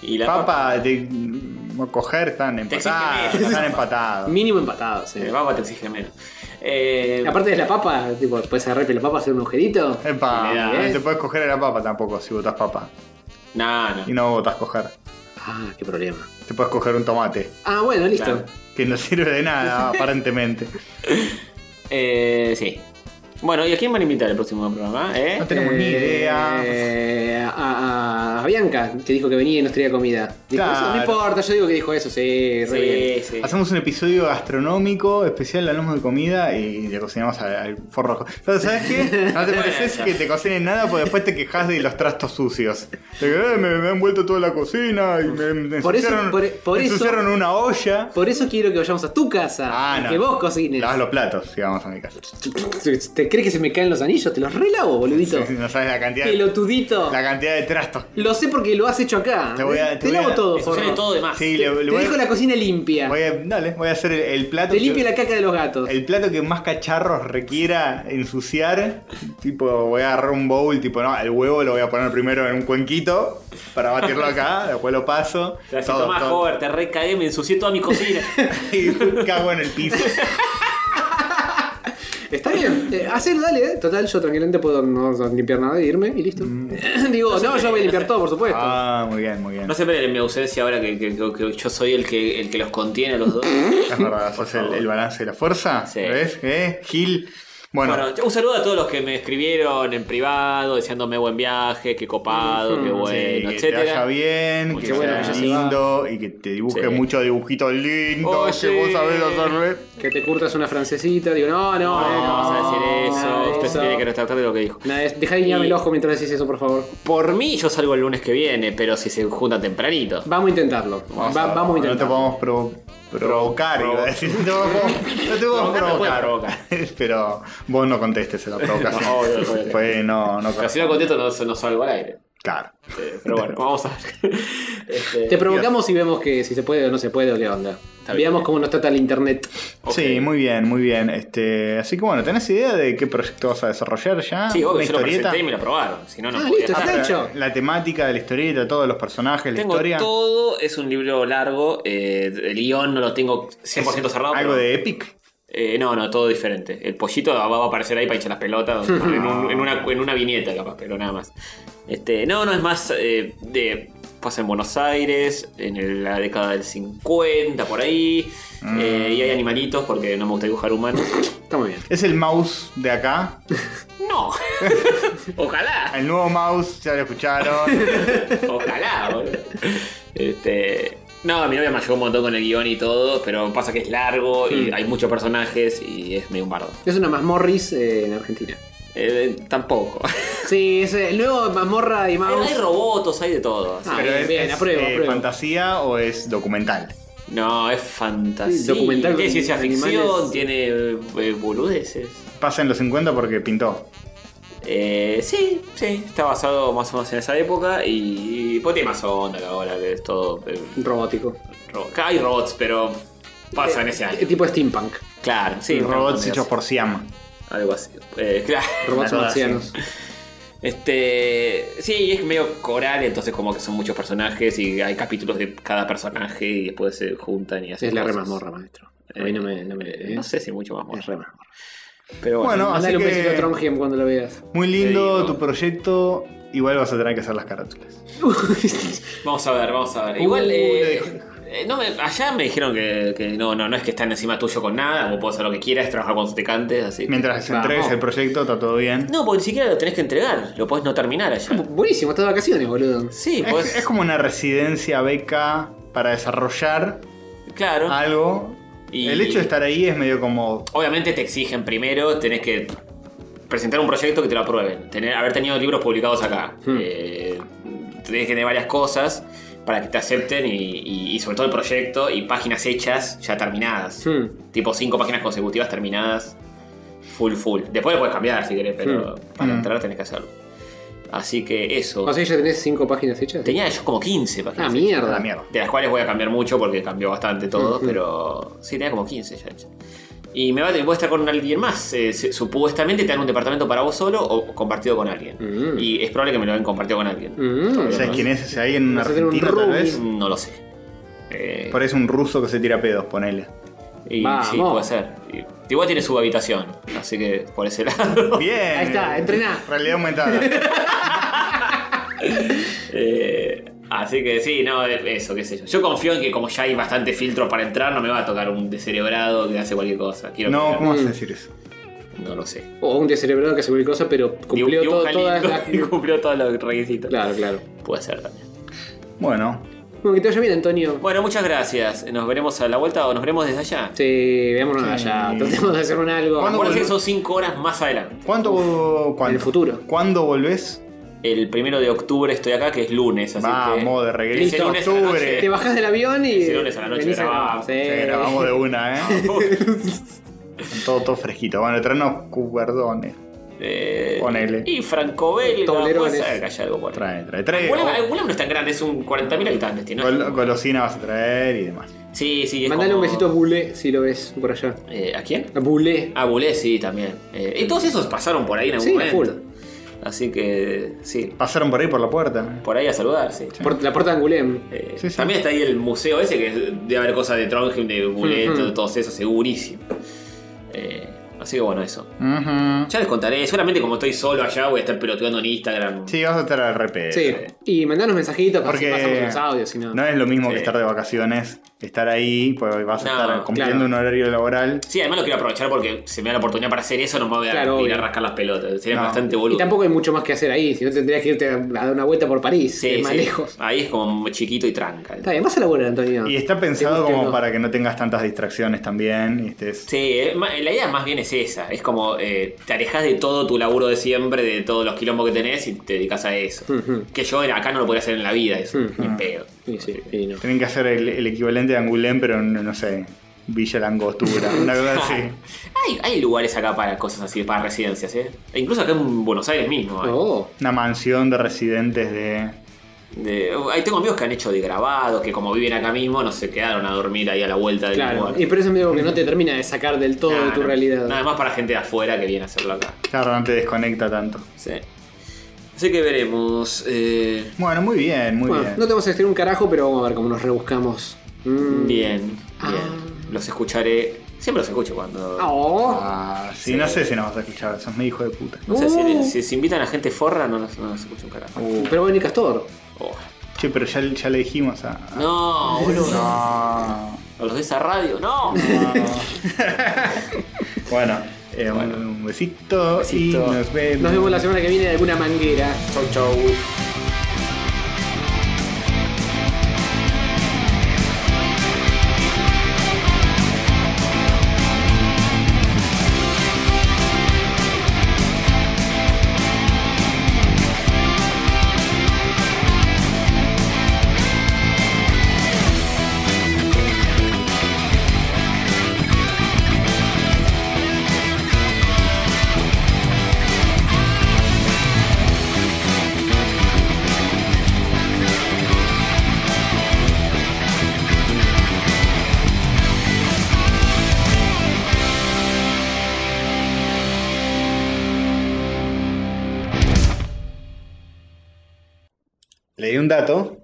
Speaker 1: Y la papa.
Speaker 2: Papa, de, mm, coger están
Speaker 1: exige
Speaker 2: empatados.
Speaker 1: menos,
Speaker 2: Están
Speaker 1: Papa.
Speaker 2: empatados.
Speaker 5: Mínimo empatado, sí.
Speaker 1: El papa te exige menos. Eh,
Speaker 5: Aparte de la papa, tipo, puedes agarrar la papa, hacer un agujerito.
Speaker 2: Epa,
Speaker 1: Mirá,
Speaker 2: no
Speaker 5: ¿eh?
Speaker 2: te puedes coger a la papa tampoco si votas papa.
Speaker 1: no, no.
Speaker 2: Y no votas coger.
Speaker 5: Ah, qué problema.
Speaker 2: Te puedes coger un tomate.
Speaker 5: Ah, bueno, listo.
Speaker 1: Claro.
Speaker 2: Que no sirve de nada, aparentemente.
Speaker 1: Eh, sí. Bueno, ¿y a quién van a invitar el próximo programa? ¿Eh?
Speaker 2: No tenemos ni
Speaker 5: Eh,
Speaker 2: idea.
Speaker 5: A, a- a Bianca, que dijo que venía y nos traía comida. Dijo,
Speaker 2: Claro.
Speaker 5: "Eso no importa, yo digo que dijo eso, sí, re bien.
Speaker 1: Sí, sí.
Speaker 2: Hacemos un episodio gastronómico, especial, hablamos de comida y le cocinamos al, al forro. Pero, ¿sabes qué? No te pareces que te cocinen nada porque después te quejas de los trastos sucios. De que, eh, me, me han vuelto toda la cocina y me, me
Speaker 5: Por eso-
Speaker 2: ensuciaron,
Speaker 5: por- por
Speaker 2: me
Speaker 5: eso-
Speaker 2: ensuciaron una olla.
Speaker 5: Por eso quiero que vayamos a tu casa.
Speaker 2: Ah,
Speaker 5: y
Speaker 2: no.
Speaker 5: Que vos cocines.
Speaker 2: Lavas los platos, si vamos a mi casa.
Speaker 5: ¿Te crees que se me caen los anillos? Te los relavo, boludito.
Speaker 2: No sabes la cantidad,
Speaker 5: Pelotudito.
Speaker 2: la cantidad de trastos.
Speaker 5: Lo sé porque lo has hecho acá.
Speaker 2: Te voy a- te voy
Speaker 5: lavo
Speaker 2: a-
Speaker 5: todo,
Speaker 1: Eso
Speaker 5: forro.
Speaker 1: tiene todo de más.
Speaker 2: Sí, le, le
Speaker 5: Ah, Te
Speaker 2: voy,
Speaker 5: dejo
Speaker 2: a,
Speaker 5: la cocina limpia.
Speaker 2: voy a- Dale, voy a hacer el, el plato.
Speaker 5: Te
Speaker 2: que-
Speaker 5: limpio la caca de los gatos.
Speaker 2: El plato que más cacharros requiera ensuciar, tipo, voy a agarrar un bowl, tipo, no, el huevo lo voy a poner primero en un cuenquito para batirlo acá, después lo paso.
Speaker 1: Te hace
Speaker 2: todo,
Speaker 1: tomar
Speaker 2: todo.
Speaker 1: Hover, te recagué, me ensucié toda mi cocina.
Speaker 2: Y cago en el piso.
Speaker 5: Está bien. Eh, hacelo, dale. eh. Total, yo tranquilamente puedo no limpiar nada y irme y listo.
Speaker 1: Mm.
Speaker 5: Digo, no, yo voy a limpiar todo, por supuesto.
Speaker 2: Ah, muy bien, muy bien.
Speaker 1: No se peleen en mi ausencia ahora que, que- que- que yo soy el que, el que los contiene a los dos.
Speaker 2: Es verdad, sos el, el balance de la fuerza.
Speaker 1: Sí.
Speaker 2: ¿Ves? ¿Eh? Gil. Bueno,
Speaker 1: Bueno, un saludo a todos los que me escribieron en privado, deseándome buen viaje, qué copado, qué
Speaker 2: sí,
Speaker 1: bueno,
Speaker 2: que te
Speaker 1: etcétera.
Speaker 2: vaya bien, que
Speaker 1: Muchas
Speaker 2: sea
Speaker 1: gracias.
Speaker 2: lindo y que te dibuje
Speaker 1: Sí.
Speaker 2: mucho dibujito lindo
Speaker 1: Oh,
Speaker 2: que
Speaker 1: sí.
Speaker 2: vos sabés hacerle.
Speaker 5: Que te curtas una francesita. Digo, no, no,
Speaker 1: No,
Speaker 5: eh,
Speaker 1: no vas a decir
Speaker 5: nada de
Speaker 1: eso. Usted se tiene que retratar de lo que dijo.
Speaker 5: Nada, es- Deja de guiñarme
Speaker 1: Y-
Speaker 5: el ojo mientras decís eso, por favor.
Speaker 1: Por mí, yo salgo el lunes que viene, pero si se juntan tempranito.
Speaker 5: Vamos a intentarlo.
Speaker 2: Vamos
Speaker 5: Va-
Speaker 2: a-
Speaker 5: vamos a
Speaker 2: No te
Speaker 5: intentarlo.
Speaker 2: podemos provo- provocar, iba a decir. No te podemos- no te podemos
Speaker 1: Provocar no puede
Speaker 2: provocar. Pero vos no contestes a la provocación.
Speaker 1: No, obvio, obvio.
Speaker 2: Pues no, no.
Speaker 1: Pero si no contesto, no, no salgo al aire.
Speaker 2: Claro.
Speaker 1: Eh, Pero bueno, vamos a ver. Este,
Speaker 5: Te provocamos y vemos que si se puede o no se puede o qué onda.
Speaker 1: Está bien.
Speaker 5: Veamos cómo nos trata el internet.
Speaker 1: ok.
Speaker 2: Sí, muy bien, muy bien. Este, así que bueno, ¿tenés idea de qué proyecto vas a desarrollar ya?
Speaker 1: Sí, obvio,
Speaker 2: ¿Una
Speaker 1: yo lo
Speaker 2: historieta?
Speaker 1: presenté y me lo aprobaron. Si no, no
Speaker 5: Ah,
Speaker 1: podía.
Speaker 5: listo, ya
Speaker 1: Ah,
Speaker 5: está
Speaker 1: pero
Speaker 5: hecho.
Speaker 2: La temática de la historieta, todos los personajes, la
Speaker 1: Tengo
Speaker 2: historia.
Speaker 1: todo, es un libro largo. eh, el guión no lo tengo 100% cerrado.
Speaker 2: Algo
Speaker 1: pero-
Speaker 2: de Epic.
Speaker 1: Eh, no, no, todo diferente. El pollito va, va a aparecer ahí para echar las pelotas en, un- en una, en una viñeta, capaz, pero nada más. Este, no, no, es más eh, de. Pasa en Buenos Aires, en el- la década del 50, por ahí. eh, y hay
Speaker 2: Mm.
Speaker 1: animalitos porque no me gusta dibujar humanos.
Speaker 5: Está muy bien.
Speaker 2: Es el mouse de acá.
Speaker 1: ¡No! ¡Ojalá!
Speaker 2: El nuevo mouse, ya lo escucharon.
Speaker 1: ¡Ojalá! boludo. Este. No, mi novia me ayudó un montón con el guión y todo, pero pasa
Speaker 5: Hmm.
Speaker 1: que es largo y hay muchos personajes y es medio un bardo.
Speaker 5: Es una mazmorris eh, en Argentina.
Speaker 1: Eh, tampoco.
Speaker 5: Sí, ese, luego mazmorra y
Speaker 1: Hay,
Speaker 5: mouse.
Speaker 1: hay robots, hay de todo.
Speaker 5: Ah,
Speaker 2: Pero
Speaker 5: bien,
Speaker 2: es,
Speaker 5: bien,
Speaker 2: es,
Speaker 5: apruebo,
Speaker 2: eh,
Speaker 5: apruebo.
Speaker 2: fantasía o es documental.
Speaker 1: No, es fantasía.
Speaker 5: Sí, documental
Speaker 1: Tiene
Speaker 5: con
Speaker 1: ciencia ficción,
Speaker 5: animales.
Speaker 1: tiene eh, boludeces.
Speaker 2: Pasa en los 50 porque pintó.
Speaker 1: Eh, sí, sí, está basado más o menos en esa época y pues tiene más onda que ahora, que es todo... eh,
Speaker 5: Robótico.
Speaker 1: ro- hay robots, pero pasa en ese
Speaker 5: Eh,
Speaker 1: año.
Speaker 5: Tipo steampunk.
Speaker 1: Claro, sí.
Speaker 2: robots
Speaker 1: también
Speaker 2: hechos
Speaker 1: es
Speaker 2: por Siam.
Speaker 1: Algo así. Eh, claro.
Speaker 5: Robots
Speaker 2: Una cosa
Speaker 5: marcianos.
Speaker 1: Este. Sí, es medio coral, entonces como que son muchos personajes y hay capítulos de cada personaje y después se juntan y hacen.
Speaker 5: Es la re
Speaker 1: cosas.
Speaker 5: mazmorra, maestro. A mí no me. No, me,
Speaker 1: Eh, no sé si mucho más
Speaker 5: Es re mazmorra.
Speaker 1: Pero bueno.
Speaker 2: Bueno, así
Speaker 5: Mandale un
Speaker 2: que-
Speaker 5: besito a Trondheim cuando lo veas.
Speaker 2: Muy lindo
Speaker 1: Te digo.
Speaker 2: tu proyecto. Igual vas a tener que hacer las carátulas.
Speaker 1: Vamos a ver, vamos a ver.
Speaker 5: Uh,
Speaker 1: Igual.
Speaker 5: le
Speaker 1: eh,
Speaker 5: dijo.
Speaker 1: eh, no me- allá me dijeron que, que no, no, no es que están encima tuyo con nada, vos puedes hacer lo que quieras, trabajar cuando te cantes, así.
Speaker 2: Mientras
Speaker 5: Vamos.
Speaker 2: entregues el proyecto, está todo bien.
Speaker 1: No, porque ni siquiera lo tenés que entregar, lo podés no terminar allá.
Speaker 5: Buenísimo, estás de vacaciones, boludo.
Speaker 1: Sí,
Speaker 2: Es,
Speaker 1: podés.
Speaker 2: es como una residencia beca para desarrollar
Speaker 1: Claro.
Speaker 5: Ah,
Speaker 2: algo.
Speaker 1: Y-
Speaker 2: El hecho de estar ahí es medio como.
Speaker 1: Obviamente te exigen primero, tenés que presentar un proyecto que te lo aprueben, tener, haber tenido libros publicados acá.
Speaker 5: Hmm.
Speaker 1: Eh, tenés que tener varias cosas para que te acepten y, y- y sobre todo el proyecto y páginas hechas ya terminadas.
Speaker 5: Hmm.
Speaker 1: Tipo cinco páginas consecutivas terminadas, full, full. Después lo puedes cambiar si querés,
Speaker 5: Hmm.
Speaker 1: pero para
Speaker 2: Mm.
Speaker 1: entrar tenés que hacerlo. Así que eso.
Speaker 5: O sea, ya tenés cinco páginas hechas.
Speaker 1: Tenía yo como 15 páginas.
Speaker 5: Ah,
Speaker 1: hechas.
Speaker 5: mierda.
Speaker 2: La mierda.
Speaker 1: De las cuales voy a cambiar mucho porque cambió bastante todo,
Speaker 5: Ujú.
Speaker 1: pero sí, tenía como 15 ya. hecho. Y me va, voy a estar con alguien más. eh, se- supuestamente te dan un departamento para vos solo o compartido con alguien.
Speaker 5: Mm.
Speaker 1: Y es probable que me lo hayan compartido con alguien.
Speaker 5: Mm.
Speaker 2: ¿Sabes quién es? Si hay en
Speaker 5: Vas a hacer un
Speaker 2: Argentina, tal
Speaker 5: roomie.
Speaker 2: vez.
Speaker 1: No lo sé. Eh,
Speaker 2: Parece un ruso que se tira pedos, ponele.
Speaker 1: y
Speaker 5: Vamos.
Speaker 1: sí, puede ser. Y- igual tiene su habitación, así que por ese lado.
Speaker 2: Bien.
Speaker 5: Oh, Ahí está, entrená.
Speaker 2: Realidad aumentada.
Speaker 1: Eh, así que sí, no, eh, eso, qué sé yo. Yo confío en que como ya hay bastante filtro para entrar, no me va a tocar un descerebrado que hace cualquier cosa. Quiero
Speaker 2: no,
Speaker 1: creer.
Speaker 2: ¿cómo vas
Speaker 5: Mm.
Speaker 2: a decir eso?
Speaker 1: No lo sé.
Speaker 5: O un descerebrado que hace cualquier cosa, pero cumplió
Speaker 1: Dibu-
Speaker 5: todo-
Speaker 1: dibuja
Speaker 5: todas
Speaker 1: lindo
Speaker 5: las.
Speaker 1: y cumplió todos los requisitos.
Speaker 5: Claro, claro.
Speaker 1: Puede ser también.
Speaker 2: Bueno,
Speaker 5: Bueno, que te vaya bien, Antonio.
Speaker 1: Bueno, muchas gracias. Nos veremos a la vuelta o nos veremos desde allá.
Speaker 5: Sí, veámonos
Speaker 2: Sí.
Speaker 5: allá. Tratemos de hacer un algo.
Speaker 2: ¿Cuándo
Speaker 1: Acuérdense que
Speaker 2: volvemos?
Speaker 1: son 5 horas más adelante.
Speaker 2: ¿cuánto. cuánto?
Speaker 5: el futuro.
Speaker 2: ¿Cuándo volvés?
Speaker 1: El primero de octubre estoy acá, que es lunes, así que.
Speaker 2: Vamos, de regreso.
Speaker 1: Ese lunes a la noche. Eh,
Speaker 2: octubre.
Speaker 5: Te bajás del avión y.
Speaker 1: Sí, lunes a la noche
Speaker 5: venís
Speaker 1: grabamos.
Speaker 5: Sí.
Speaker 2: Sí, grabamos de una, ¿eh? todo, todo fresquito. Bueno, traenos cuberdones.
Speaker 1: Eh,
Speaker 2: Ponele.
Speaker 1: Y Franco Belga, puede
Speaker 5: Toblerones.
Speaker 1: ser que haya algo por ahí.
Speaker 2: Trae, trae, trae.
Speaker 1: Bueno, no es tan grande, es un 40.000 habitantes. tiene, ¿no?
Speaker 2: Gol- golosina vas a traer y demás.
Speaker 1: Sí, sí. es
Speaker 5: Mandale
Speaker 1: como-
Speaker 5: un besito a Bule si lo ves por allá.
Speaker 1: Eh, ¿A quién?
Speaker 5: A Bule.
Speaker 1: A Bulé, sí, también. Eh, y todos esos pasaron por ahí en algún
Speaker 5: Sí, a
Speaker 1: momento. Así que, sí.
Speaker 2: Pasaron por ahí por la puerta.
Speaker 1: Por ahí a saludar, sí.
Speaker 5: Por- la puerta de Angulem.
Speaker 1: Eh,
Speaker 2: Sí, sí.
Speaker 1: También está ahí el museo ese que es- debe haber cosas de Trondheim, de Bullet,
Speaker 5: Ujú.
Speaker 1: de todos esos, segurísimo. Eh, así que bueno, eso.
Speaker 2: Ujú.
Speaker 1: Ya les contaré, seguramente como estoy solo allá voy a estar peloteando en Instagram.
Speaker 2: Sí, vas a estar al repete.
Speaker 5: Sí. Y mandanos mensajitos para
Speaker 2: Porque
Speaker 5: que pasamos los audios, si no.
Speaker 2: no es lo mismo que
Speaker 1: Sí.
Speaker 2: estar de vacaciones, estar ahí, porque vas a
Speaker 1: No,
Speaker 2: estar cumpliendo
Speaker 5: claro.
Speaker 2: un horario laboral.
Speaker 1: Sí, además lo quiero aprovechar porque se me da la oportunidad para hacer eso, no me voy a
Speaker 5: Claro,
Speaker 1: ir a
Speaker 5: obvio.
Speaker 1: rascar las pelotas. Sería
Speaker 2: No.
Speaker 1: bastante boludo.
Speaker 5: Y tampoco hay mucho más que hacer ahí, si no tendrías que irte a a dar una vuelta por París,
Speaker 1: Sí,
Speaker 5: que es más
Speaker 1: sí.
Speaker 5: lejos.
Speaker 1: Ahí es como muy chiquito y tranca.
Speaker 5: Está bien, vas a laburar, Antonio.
Speaker 2: Y está
Speaker 5: Te
Speaker 2: pensado
Speaker 5: guste o
Speaker 2: como
Speaker 5: no.
Speaker 2: para que no tengas tantas distracciones también. y estés-
Speaker 1: Sí, eh, ma- la idea más bien es esa. Es como eh, te alejas de todo tu laburo de siempre, de todos los quilombos que tenés y te dedicas a eso.
Speaker 5: Ujú.
Speaker 1: Que yo era- acá no lo podría hacer en la vida, eso.
Speaker 5: Ujú.
Speaker 1: Ni en pedo.
Speaker 5: Y sí, y no.
Speaker 2: Tienen que hacer el, el equivalente de Angulén, pero no, no sé, Villa Langostura, una cosa así.
Speaker 1: Hay, hay lugares acá para cosas así, para residencias, ¿eh? E incluso acá en Buenos Aires mismo. hay.
Speaker 5: Oh,
Speaker 2: Una mansión de residentes de.
Speaker 1: De- ahí tengo amigos que han hecho de grabados, que como viven acá mismo, no se quedaron a dormir ahí a la vuelta del
Speaker 5: claro.
Speaker 1: lugar.
Speaker 5: Y por eso me digo que no te termina de sacar del todo
Speaker 1: Nah,
Speaker 5: de tu
Speaker 1: no.
Speaker 5: realidad.
Speaker 1: Nada más para gente de afuera que viene a hacerlo acá.
Speaker 2: Claro, no te desconecta tanto.
Speaker 1: Sí. Así que veremos. eh,
Speaker 2: Bueno, muy bien, muy
Speaker 5: Bueno,
Speaker 2: bien.
Speaker 5: no te vamos a decir un carajo, pero vamos a ver cómo nos rebuscamos. Mm.
Speaker 1: Bien, bien.
Speaker 5: Ah.
Speaker 1: Los escucharé. Siempre los escucho cuando.
Speaker 5: Oh.
Speaker 2: Ah, sí, no sé si nos vas a escuchar, sos mi hijo de puta.
Speaker 1: No sé, si,
Speaker 5: Uh.
Speaker 1: si- si invitan a gente forra, no los, no los escucho un carajo.
Speaker 5: Pero bueno, y Castor.
Speaker 1: Oh.
Speaker 2: Uh, Che, pero ya, ya le dijimos a.
Speaker 1: No, boludo.
Speaker 2: No.
Speaker 1: A los de esa radio, no.
Speaker 2: bueno, eh, un- Un besito,
Speaker 1: Besito.
Speaker 2: y nos vemos.
Speaker 5: Nos vemos la semana que viene en alguna manguera.
Speaker 1: chau, chau.
Speaker 2: leí un dato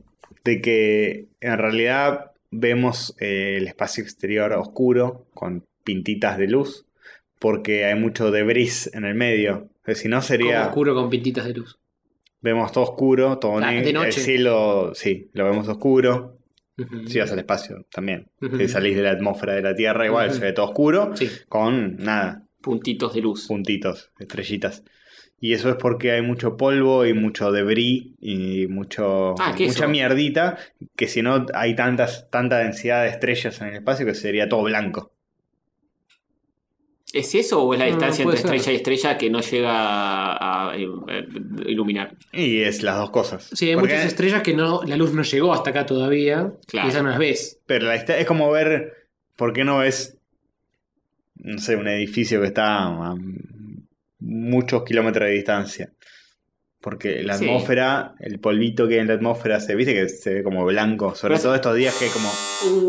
Speaker 2: de que en realidad vemos eh, el espacio exterior oscuro con pintitas de luz porque hay mucho debris en el medio. Que Si no
Speaker 5: Como
Speaker 2: sería...
Speaker 5: oscuro con pintitas de luz.
Speaker 2: Vemos todo oscuro, todo
Speaker 5: Ah,
Speaker 2: negro.
Speaker 5: de
Speaker 2: El
Speaker 5: noche.
Speaker 2: cielo, sí, lo vemos oscuro.
Speaker 5: Ujú.
Speaker 2: Si vas al espacio también.
Speaker 5: Ujú.
Speaker 2: Si salís de la atmósfera de la Tierra, igual
Speaker 5: Ujú.
Speaker 2: se ve todo oscuro.
Speaker 5: Sí.
Speaker 2: Con nada,
Speaker 1: Puntitos de luz.
Speaker 2: puntitos, estrellitas. Y eso es porque hay mucho polvo y mucho debris y mucho,
Speaker 1: Ah, ¿qué es
Speaker 2: mucha
Speaker 1: eso?
Speaker 2: mierdita. Que si no hay tantas, tanta densidad de estrellas en el espacio que sería todo blanco.
Speaker 1: ¿Es eso o es la
Speaker 5: No,
Speaker 1: distancia
Speaker 5: puede
Speaker 1: entre
Speaker 5: ser.
Speaker 1: estrella y estrella que no llega a, a, eh, iluminar?
Speaker 2: Y es las dos cosas.
Speaker 5: Sí, hay
Speaker 2: Porque-
Speaker 5: muchas estrellas que no, la luz no llegó hasta acá todavía.
Speaker 1: Claro.
Speaker 5: Y esas no las ves.
Speaker 2: Pero la estre- es como ver, ¿por qué no es, no sé, un edificio que está a muchos kilómetros de distancia? Porque la
Speaker 1: Sí.
Speaker 2: atmósfera, el polvito que hay en la atmósfera se viste que se ve como blanco, sobre
Speaker 1: Pero-
Speaker 2: todo estos días que como,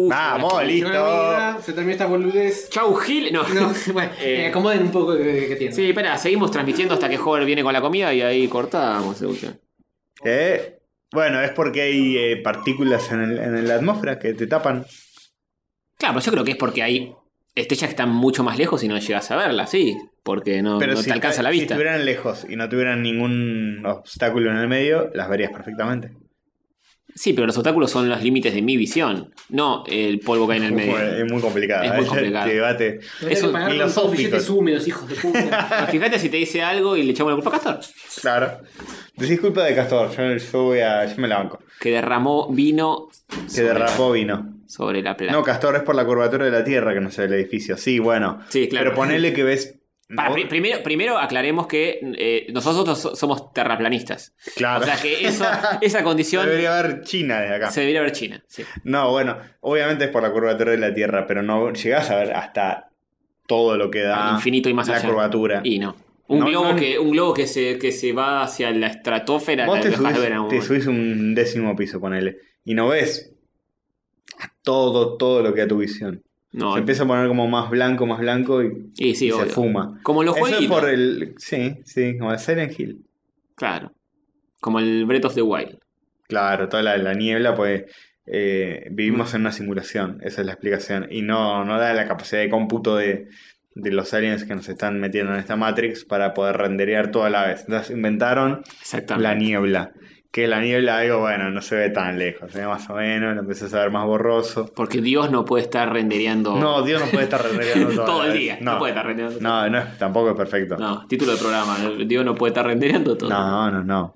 Speaker 2: Uh, vamos, listo.
Speaker 5: Se termina esta boludez.
Speaker 1: Chau, Gil. No.
Speaker 5: No, bueno,
Speaker 1: Eh,
Speaker 5: eh, acomoden un poco que, que tienen.
Speaker 1: Sí, espera, seguimos transmitiendo hasta que Hover viene con la comida y ahí cortamos. de última.
Speaker 2: Eh, Bueno, es porque hay eh, partículas en, el- en la atmósfera que te tapan.
Speaker 1: Claro, pero yo creo que es porque hay estrellas que están mucho más lejos y no llegas a verlas, sí. Porque no,
Speaker 2: Pero
Speaker 1: no
Speaker 2: si,
Speaker 1: te alcanza la
Speaker 2: si
Speaker 1: vista.
Speaker 2: estuvieran lejos y no tuvieran ningún obstáculo en el medio, las verías perfectamente.
Speaker 1: Sí, pero los obstáculos son los límites de mi visión, no el polvo que hay en el medio.
Speaker 2: Es muy complicado.
Speaker 1: Es muy
Speaker 2: ¿eh?
Speaker 1: complicado.
Speaker 2: Este debate.
Speaker 5: Tendría
Speaker 1: eso
Speaker 5: que pagar con todos
Speaker 2: filosófico.
Speaker 5: billetes húmedos, hijos de puta.
Speaker 1: Ah, Fíjate si te dice algo y le echamos la culpa a Castor.
Speaker 2: Claro. Decís culpa de Castor, yo, yo voy a. yo me la banco.
Speaker 1: Que derramó vino
Speaker 2: Que derrapó vino.
Speaker 1: sobre la playa.
Speaker 2: No, Castor es por la curvatura de la tierra que no se ve el edificio. Sí, bueno.
Speaker 1: Sí, claro.
Speaker 2: Pero ponele que ves.
Speaker 1: Para,
Speaker 2: ¿no?
Speaker 1: pri- primero, primero aclaremos que eh, nosotros so- somos terraplanistas.
Speaker 2: Claro.
Speaker 1: O sea que eso, esa condición
Speaker 2: Ah. Debería haber China desde acá.
Speaker 1: se debería ver China. sí.
Speaker 2: No, bueno, obviamente es por la curvatura de la tierra, pero no llegás a ver hasta todo lo que da.
Speaker 1: Al Ah, infinito y más
Speaker 2: la
Speaker 1: allá.
Speaker 2: curvatura.
Speaker 1: Y no. Un
Speaker 2: No,
Speaker 1: globo,
Speaker 2: no.
Speaker 1: que, un globo que, se, que se va hacia la estratosfera.
Speaker 2: Vos
Speaker 1: la
Speaker 2: te
Speaker 1: dejás de
Speaker 2: subís,
Speaker 1: ver a un-
Speaker 2: te subís un décimo piso, ponele. Y no ves todo, todo lo que da tu visión.
Speaker 1: No,
Speaker 2: Se empieza a poner como más blanco, más blanco y
Speaker 1: y sí,
Speaker 2: y se
Speaker 1: obvio.
Speaker 2: fuma.
Speaker 1: Como los
Speaker 2: Eso es
Speaker 1: jueguitos.
Speaker 2: por el. Sí, sí, como el Silent Hill.
Speaker 1: Claro. Como el Breath of the Wild.
Speaker 2: Claro, toda la, la niebla, pues eh,
Speaker 1: Mm.
Speaker 2: vivimos en una simulación. Esa es la explicación. Y no, no da la capacidad de cómputo de, de los aliens que nos están metiendo en esta Matrix para poder renderear toda la vez. Entonces inventaron la
Speaker 1: Exactamente.
Speaker 2: niebla. Que la niebla, digo, bueno, no se ve tan lejos, se ve más o menos, lo empiezas a ver más borroso.
Speaker 1: Porque Dios no puede estar rendereando
Speaker 2: No, Dios no puede estar rendereando toda
Speaker 1: todo
Speaker 2: la
Speaker 1: el
Speaker 2: vez.
Speaker 1: día. No.
Speaker 2: No,
Speaker 1: puede estar rendereando.
Speaker 2: no, no es- tampoco es perfecto. No,
Speaker 1: No, título del programa. Dios no puede estar rendereando todo.
Speaker 2: no, no. no.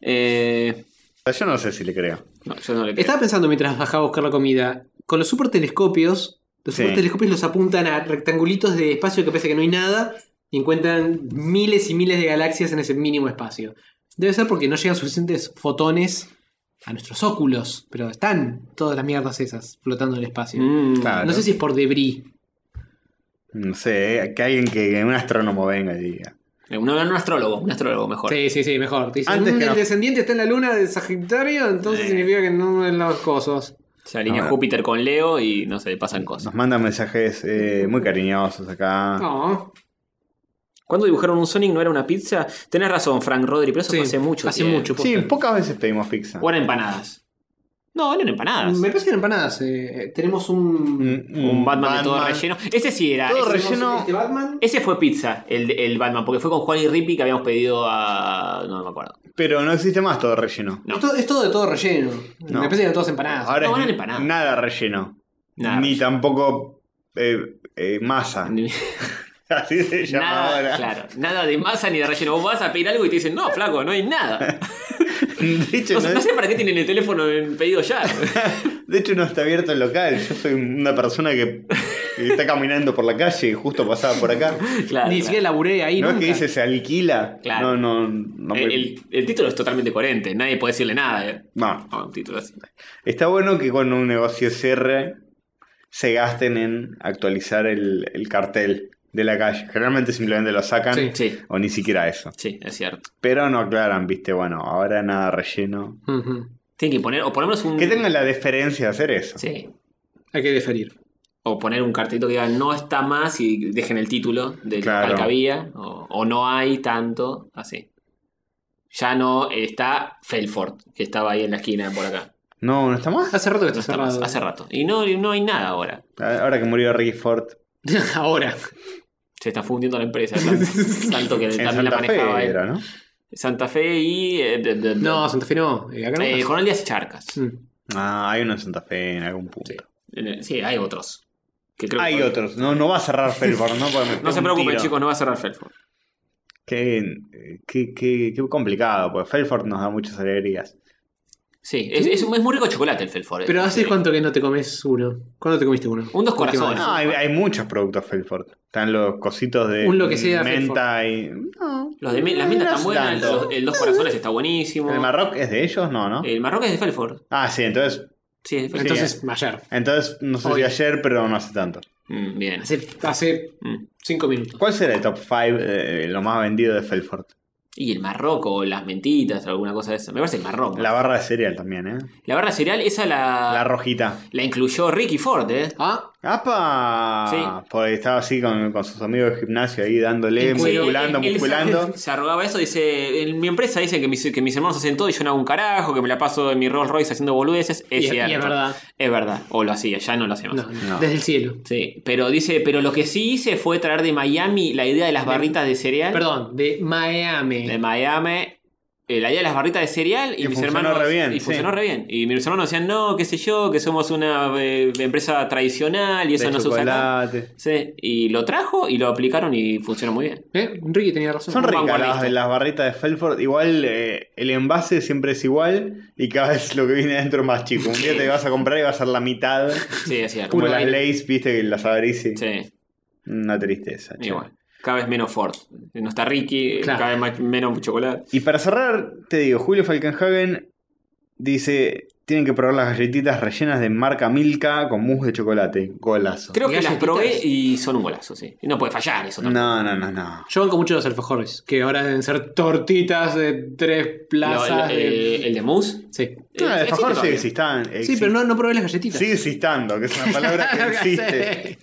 Speaker 1: Eh,
Speaker 2: O sea, Yo no sé si le creo.
Speaker 1: no, yo no le creo.
Speaker 5: Estaba pensando mientras bajaba a buscar la comida. Con los super telescopios, los
Speaker 2: Sí.
Speaker 5: super telescopios los apuntan a rectangulitos de espacio que parece que no hay nada y encuentran miles y miles de galaxias en ese mínimo espacio. Debe ser porque no llegan suficientes fotones a nuestros óculos, pero están todas las mierdas esas flotando en el espacio.
Speaker 1: Mm,
Speaker 2: Claro.
Speaker 5: No sé si es por debris.
Speaker 2: No sé, eh, que alguien que, que un astrónomo venga y diga.
Speaker 1: Eh, Un, un astrólogo, un astrólogo mejor.
Speaker 5: Sí, sí, sí, mejor. Te dicen,
Speaker 2: Antes
Speaker 5: "Mm,
Speaker 2: que
Speaker 5: el
Speaker 2: no".
Speaker 5: descendiente está en la luna de Sagitario, entonces significa que no en las cosas.
Speaker 1: Se alinea
Speaker 2: Ahora.
Speaker 1: Júpiter con Leo y no sé, pasan cosas.
Speaker 2: Nos mandan mensajes eh, muy cariñosos acá.
Speaker 5: No.
Speaker 1: ¿Cuándo dibujaron un Sonic no era una pizza? Tenés razón, Frank Rodri, pero eso
Speaker 5: Sí,
Speaker 1: fue hace mucho
Speaker 5: hace
Speaker 1: tiempo.
Speaker 5: mucho.
Speaker 2: sí,
Speaker 5: posta.
Speaker 2: pocas veces pedimos pizza.
Speaker 1: O eran empanadas. No, eran empanadas.
Speaker 5: Me parece que eran empanadas. eh, tenemos un.
Speaker 2: Mm,
Speaker 1: Un Batman, de todo relleno. Ese sí era.
Speaker 2: Todo
Speaker 1: ese,
Speaker 2: relleno.
Speaker 5: tenemos Este Batman.
Speaker 1: ese fue pizza, el, el Batman, porque fue con Juan y Rippy que habíamos pedido a. No, no me acuerdo.
Speaker 2: Pero no existe más todo relleno.
Speaker 1: No.
Speaker 5: Es, todo, es todo de todo relleno.
Speaker 2: No.
Speaker 5: Me parece que eran todas empanadas.
Speaker 2: Ahora
Speaker 1: No,
Speaker 2: es
Speaker 1: eran empanadas.
Speaker 2: nada relleno.
Speaker 1: Nada.
Speaker 2: Ni tampoco eh, eh, masa. Así se llama
Speaker 1: nada,
Speaker 2: ahora.
Speaker 1: claro, nada de masa ni de relleno. Vos vas a pedir algo y te dicen, no, flaco, no hay nada.
Speaker 2: De, hecho,
Speaker 1: No,
Speaker 2: no,
Speaker 1: sé- no sé para qué tienen el teléfono en pedido ya.
Speaker 2: de hecho, no está abierto el local. Yo soy una persona que está caminando por la calle y justo pasaba por acá.
Speaker 1: Claro,
Speaker 5: Ni
Speaker 1: claro.
Speaker 5: siquiera laburé ahí.
Speaker 2: no
Speaker 5: nunca.
Speaker 2: es que dice se alquila.
Speaker 1: Claro.
Speaker 2: No, no, no.
Speaker 1: El, Eh, el- el título es totalmente coherente, nadie puede decirle nada. eh.
Speaker 2: no.
Speaker 1: A un título así.
Speaker 2: Está bueno que cuando un negocio cierre se gasten en actualizar el, el cartel de la calle. Generalmente simplemente lo sacan
Speaker 5: Sí.
Speaker 1: Sí,
Speaker 2: o ni siquiera eso.
Speaker 1: sí, es cierto.
Speaker 2: Pero no aclaran, viste, bueno, ahora nada relleno.
Speaker 5: Ujú.
Speaker 1: Tienen que poner, o por lo menos un.
Speaker 2: Que tengan la deferencia de hacer eso.
Speaker 1: Sí.
Speaker 5: Hay que diferir.
Speaker 1: O poner un cartelito que diga no está más y dejen el título del
Speaker 2: Claro.
Speaker 1: tal que había. O, o no hay tanto. Así. Ya no está Felford, que estaba ahí en la esquina por acá.
Speaker 2: No, ¿no está más?
Speaker 5: Hace rato que
Speaker 1: No
Speaker 5: está
Speaker 1: está más,
Speaker 5: cerrado.
Speaker 1: hace rato. Y no, no hay nada ahora.
Speaker 2: Ahora que murió Ricky Ford.
Speaker 1: ahora. Se está fundiendo la empresa. tan- Tanto que
Speaker 2: En
Speaker 1: Eh, también la
Speaker 2: Santa Fe
Speaker 1: manejaba él.
Speaker 2: era, ¿no?
Speaker 1: Santa Fe y. eh, de- de- de-
Speaker 5: No, Santa Fe no. eh, acá no
Speaker 1: eh,
Speaker 5: pasa.
Speaker 1: Coronel Díaz y Charcas.
Speaker 5: Mm.
Speaker 2: Ah, hay uno en Santa Fe en algún punto.
Speaker 1: Sí. Eh, Sí, hay otros. Que creo que-
Speaker 2: Hay otros. No, no va a cerrar Felford, ¿no? Porque me pega
Speaker 1: No se
Speaker 2: un
Speaker 1: preocupen,
Speaker 2: tiro.
Speaker 1: chicos, no va a cerrar Felford.
Speaker 2: Qué, qué, qué, qué complicado, porque Felford nos da muchas alegrías.
Speaker 1: Sí, es, es, un- es muy rico chocolate el Felford. eh.
Speaker 5: Pero hace
Speaker 1: Sí.
Speaker 5: cuánto que no te comes uno. ¿Cuándo te comiste uno?
Speaker 1: Un dos corazones.
Speaker 2: No, hay, hay muchos productos Felford. Están los cositos de
Speaker 5: Un lo que sea
Speaker 2: menta y. No,
Speaker 1: Los de, me- las mentas
Speaker 2: no
Speaker 1: están
Speaker 2: es
Speaker 1: buenas, el,
Speaker 2: tanto.
Speaker 1: dos- el dos corazones está buenísimo.
Speaker 2: ¿El Marroc es de ellos? No, ¿no?
Speaker 1: El Marroquí es de Felford.
Speaker 2: Ah, sí, entonces.
Speaker 1: Sí, es de Felford.
Speaker 5: Entonces, ayer.
Speaker 2: Entonces, no sé
Speaker 5: Hoy.
Speaker 2: si ayer, pero no hace tanto.
Speaker 1: Mm, bien.
Speaker 5: Hace, hace
Speaker 1: Mm.
Speaker 5: cinco minutos.
Speaker 2: ¿Cuál será el top 5 lo más vendido de Felford?
Speaker 1: Y el Marroco, las mentitas, alguna cosa de eso. Me parece el Marroco.
Speaker 2: La barra de cereal también, ¿eh?
Speaker 1: La barra cereal, esa la,
Speaker 2: La
Speaker 1: la,
Speaker 2: rojita.
Speaker 1: incluyó Ricky Ford, ¿eh?
Speaker 5: Ah,
Speaker 2: ¡Apa!
Speaker 1: Sí.
Speaker 2: Porque estaba así con, con sus amigos de gimnasio ahí dándole,
Speaker 1: Sí,
Speaker 2: musculando,
Speaker 1: él- él
Speaker 2: musculando.
Speaker 1: Se, se arrogaba eso, dice, en mi empresa dicen que mis, que mis hermanos hacen todo y yo no hago un carajo, que me la paso en mi Rolls Royce haciendo boludeces. Es
Speaker 5: y, y
Speaker 1: cierto.
Speaker 5: es verdad.
Speaker 1: Es verdad. O lo hacía, ya no lo hacemos.
Speaker 5: No,
Speaker 2: No.
Speaker 5: Desde el cielo.
Speaker 1: Sí, pero dice, pero lo que sí hice fue traer de Miami la idea de las barritas de cereal.
Speaker 5: Perdón, de Miami.
Speaker 1: ¿Eh? De Miami. eh, la idea de las barritas de cereal y
Speaker 2: Que
Speaker 1: mis
Speaker 2: funcionó
Speaker 1: hermanos.
Speaker 2: re bien,
Speaker 1: y
Speaker 2: sí.
Speaker 1: funcionó re bien. Y mis hermanos decían, no, qué sé yo, que somos una eh, empresa tradicional y eso
Speaker 2: de
Speaker 1: no se usa acá.
Speaker 2: chocolate.
Speaker 1: Sí, y lo trajo y lo aplicaron y funcionó muy bien.
Speaker 5: ¿Eh? Ricky tenía razón.
Speaker 2: Son
Speaker 1: Un
Speaker 2: ricas
Speaker 1: vanguardista.
Speaker 2: las, las barritas de Felford. Igual eh, el envase siempre es igual y cada vez lo que viene adentro es más chico. Un día te vas a comprar y va a ser la mitad.
Speaker 1: Sí, es cierto.
Speaker 2: Como
Speaker 5: Puro
Speaker 2: las
Speaker 5: aire.
Speaker 2: Lays, viste, que las abrís y-
Speaker 1: Sí,
Speaker 2: Una tristeza. che.
Speaker 1: igual. Cada vez menos Ford. No está Ricky,
Speaker 5: Claro.
Speaker 1: cada vez más- menos chocolate.
Speaker 2: Y para cerrar, te digo, Julio Falkenhagen dice... Tienen que probar las galletitas rellenas de marca Milka con mousse de chocolate. Golazo.
Speaker 1: Creo que las
Speaker 5: Galletitas.
Speaker 1: probé y son un golazo, sí. Y no Eh, puede fallar eso tampoco.
Speaker 2: No, no, no, no.
Speaker 5: Yo banco mucho los alfajores, que ahora deben ser tortitas de tres
Speaker 1: Lo-
Speaker 5: plazas.
Speaker 1: lo-
Speaker 5: de-
Speaker 1: eh, el de mousse.
Speaker 5: Sí.
Speaker 2: No, el
Speaker 1: Eh,
Speaker 2: alfajor
Speaker 1: existe
Speaker 2: sigue
Speaker 1: todavía.
Speaker 2: existan- exi-
Speaker 5: Sí, pero no, no probé las galletitas.
Speaker 2: Sigue existando, que es una palabra que existe.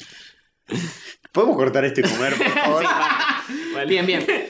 Speaker 2: ¿Podemos cortar esto y comer, por favor?
Speaker 1: Vale.
Speaker 5: Bien, bien.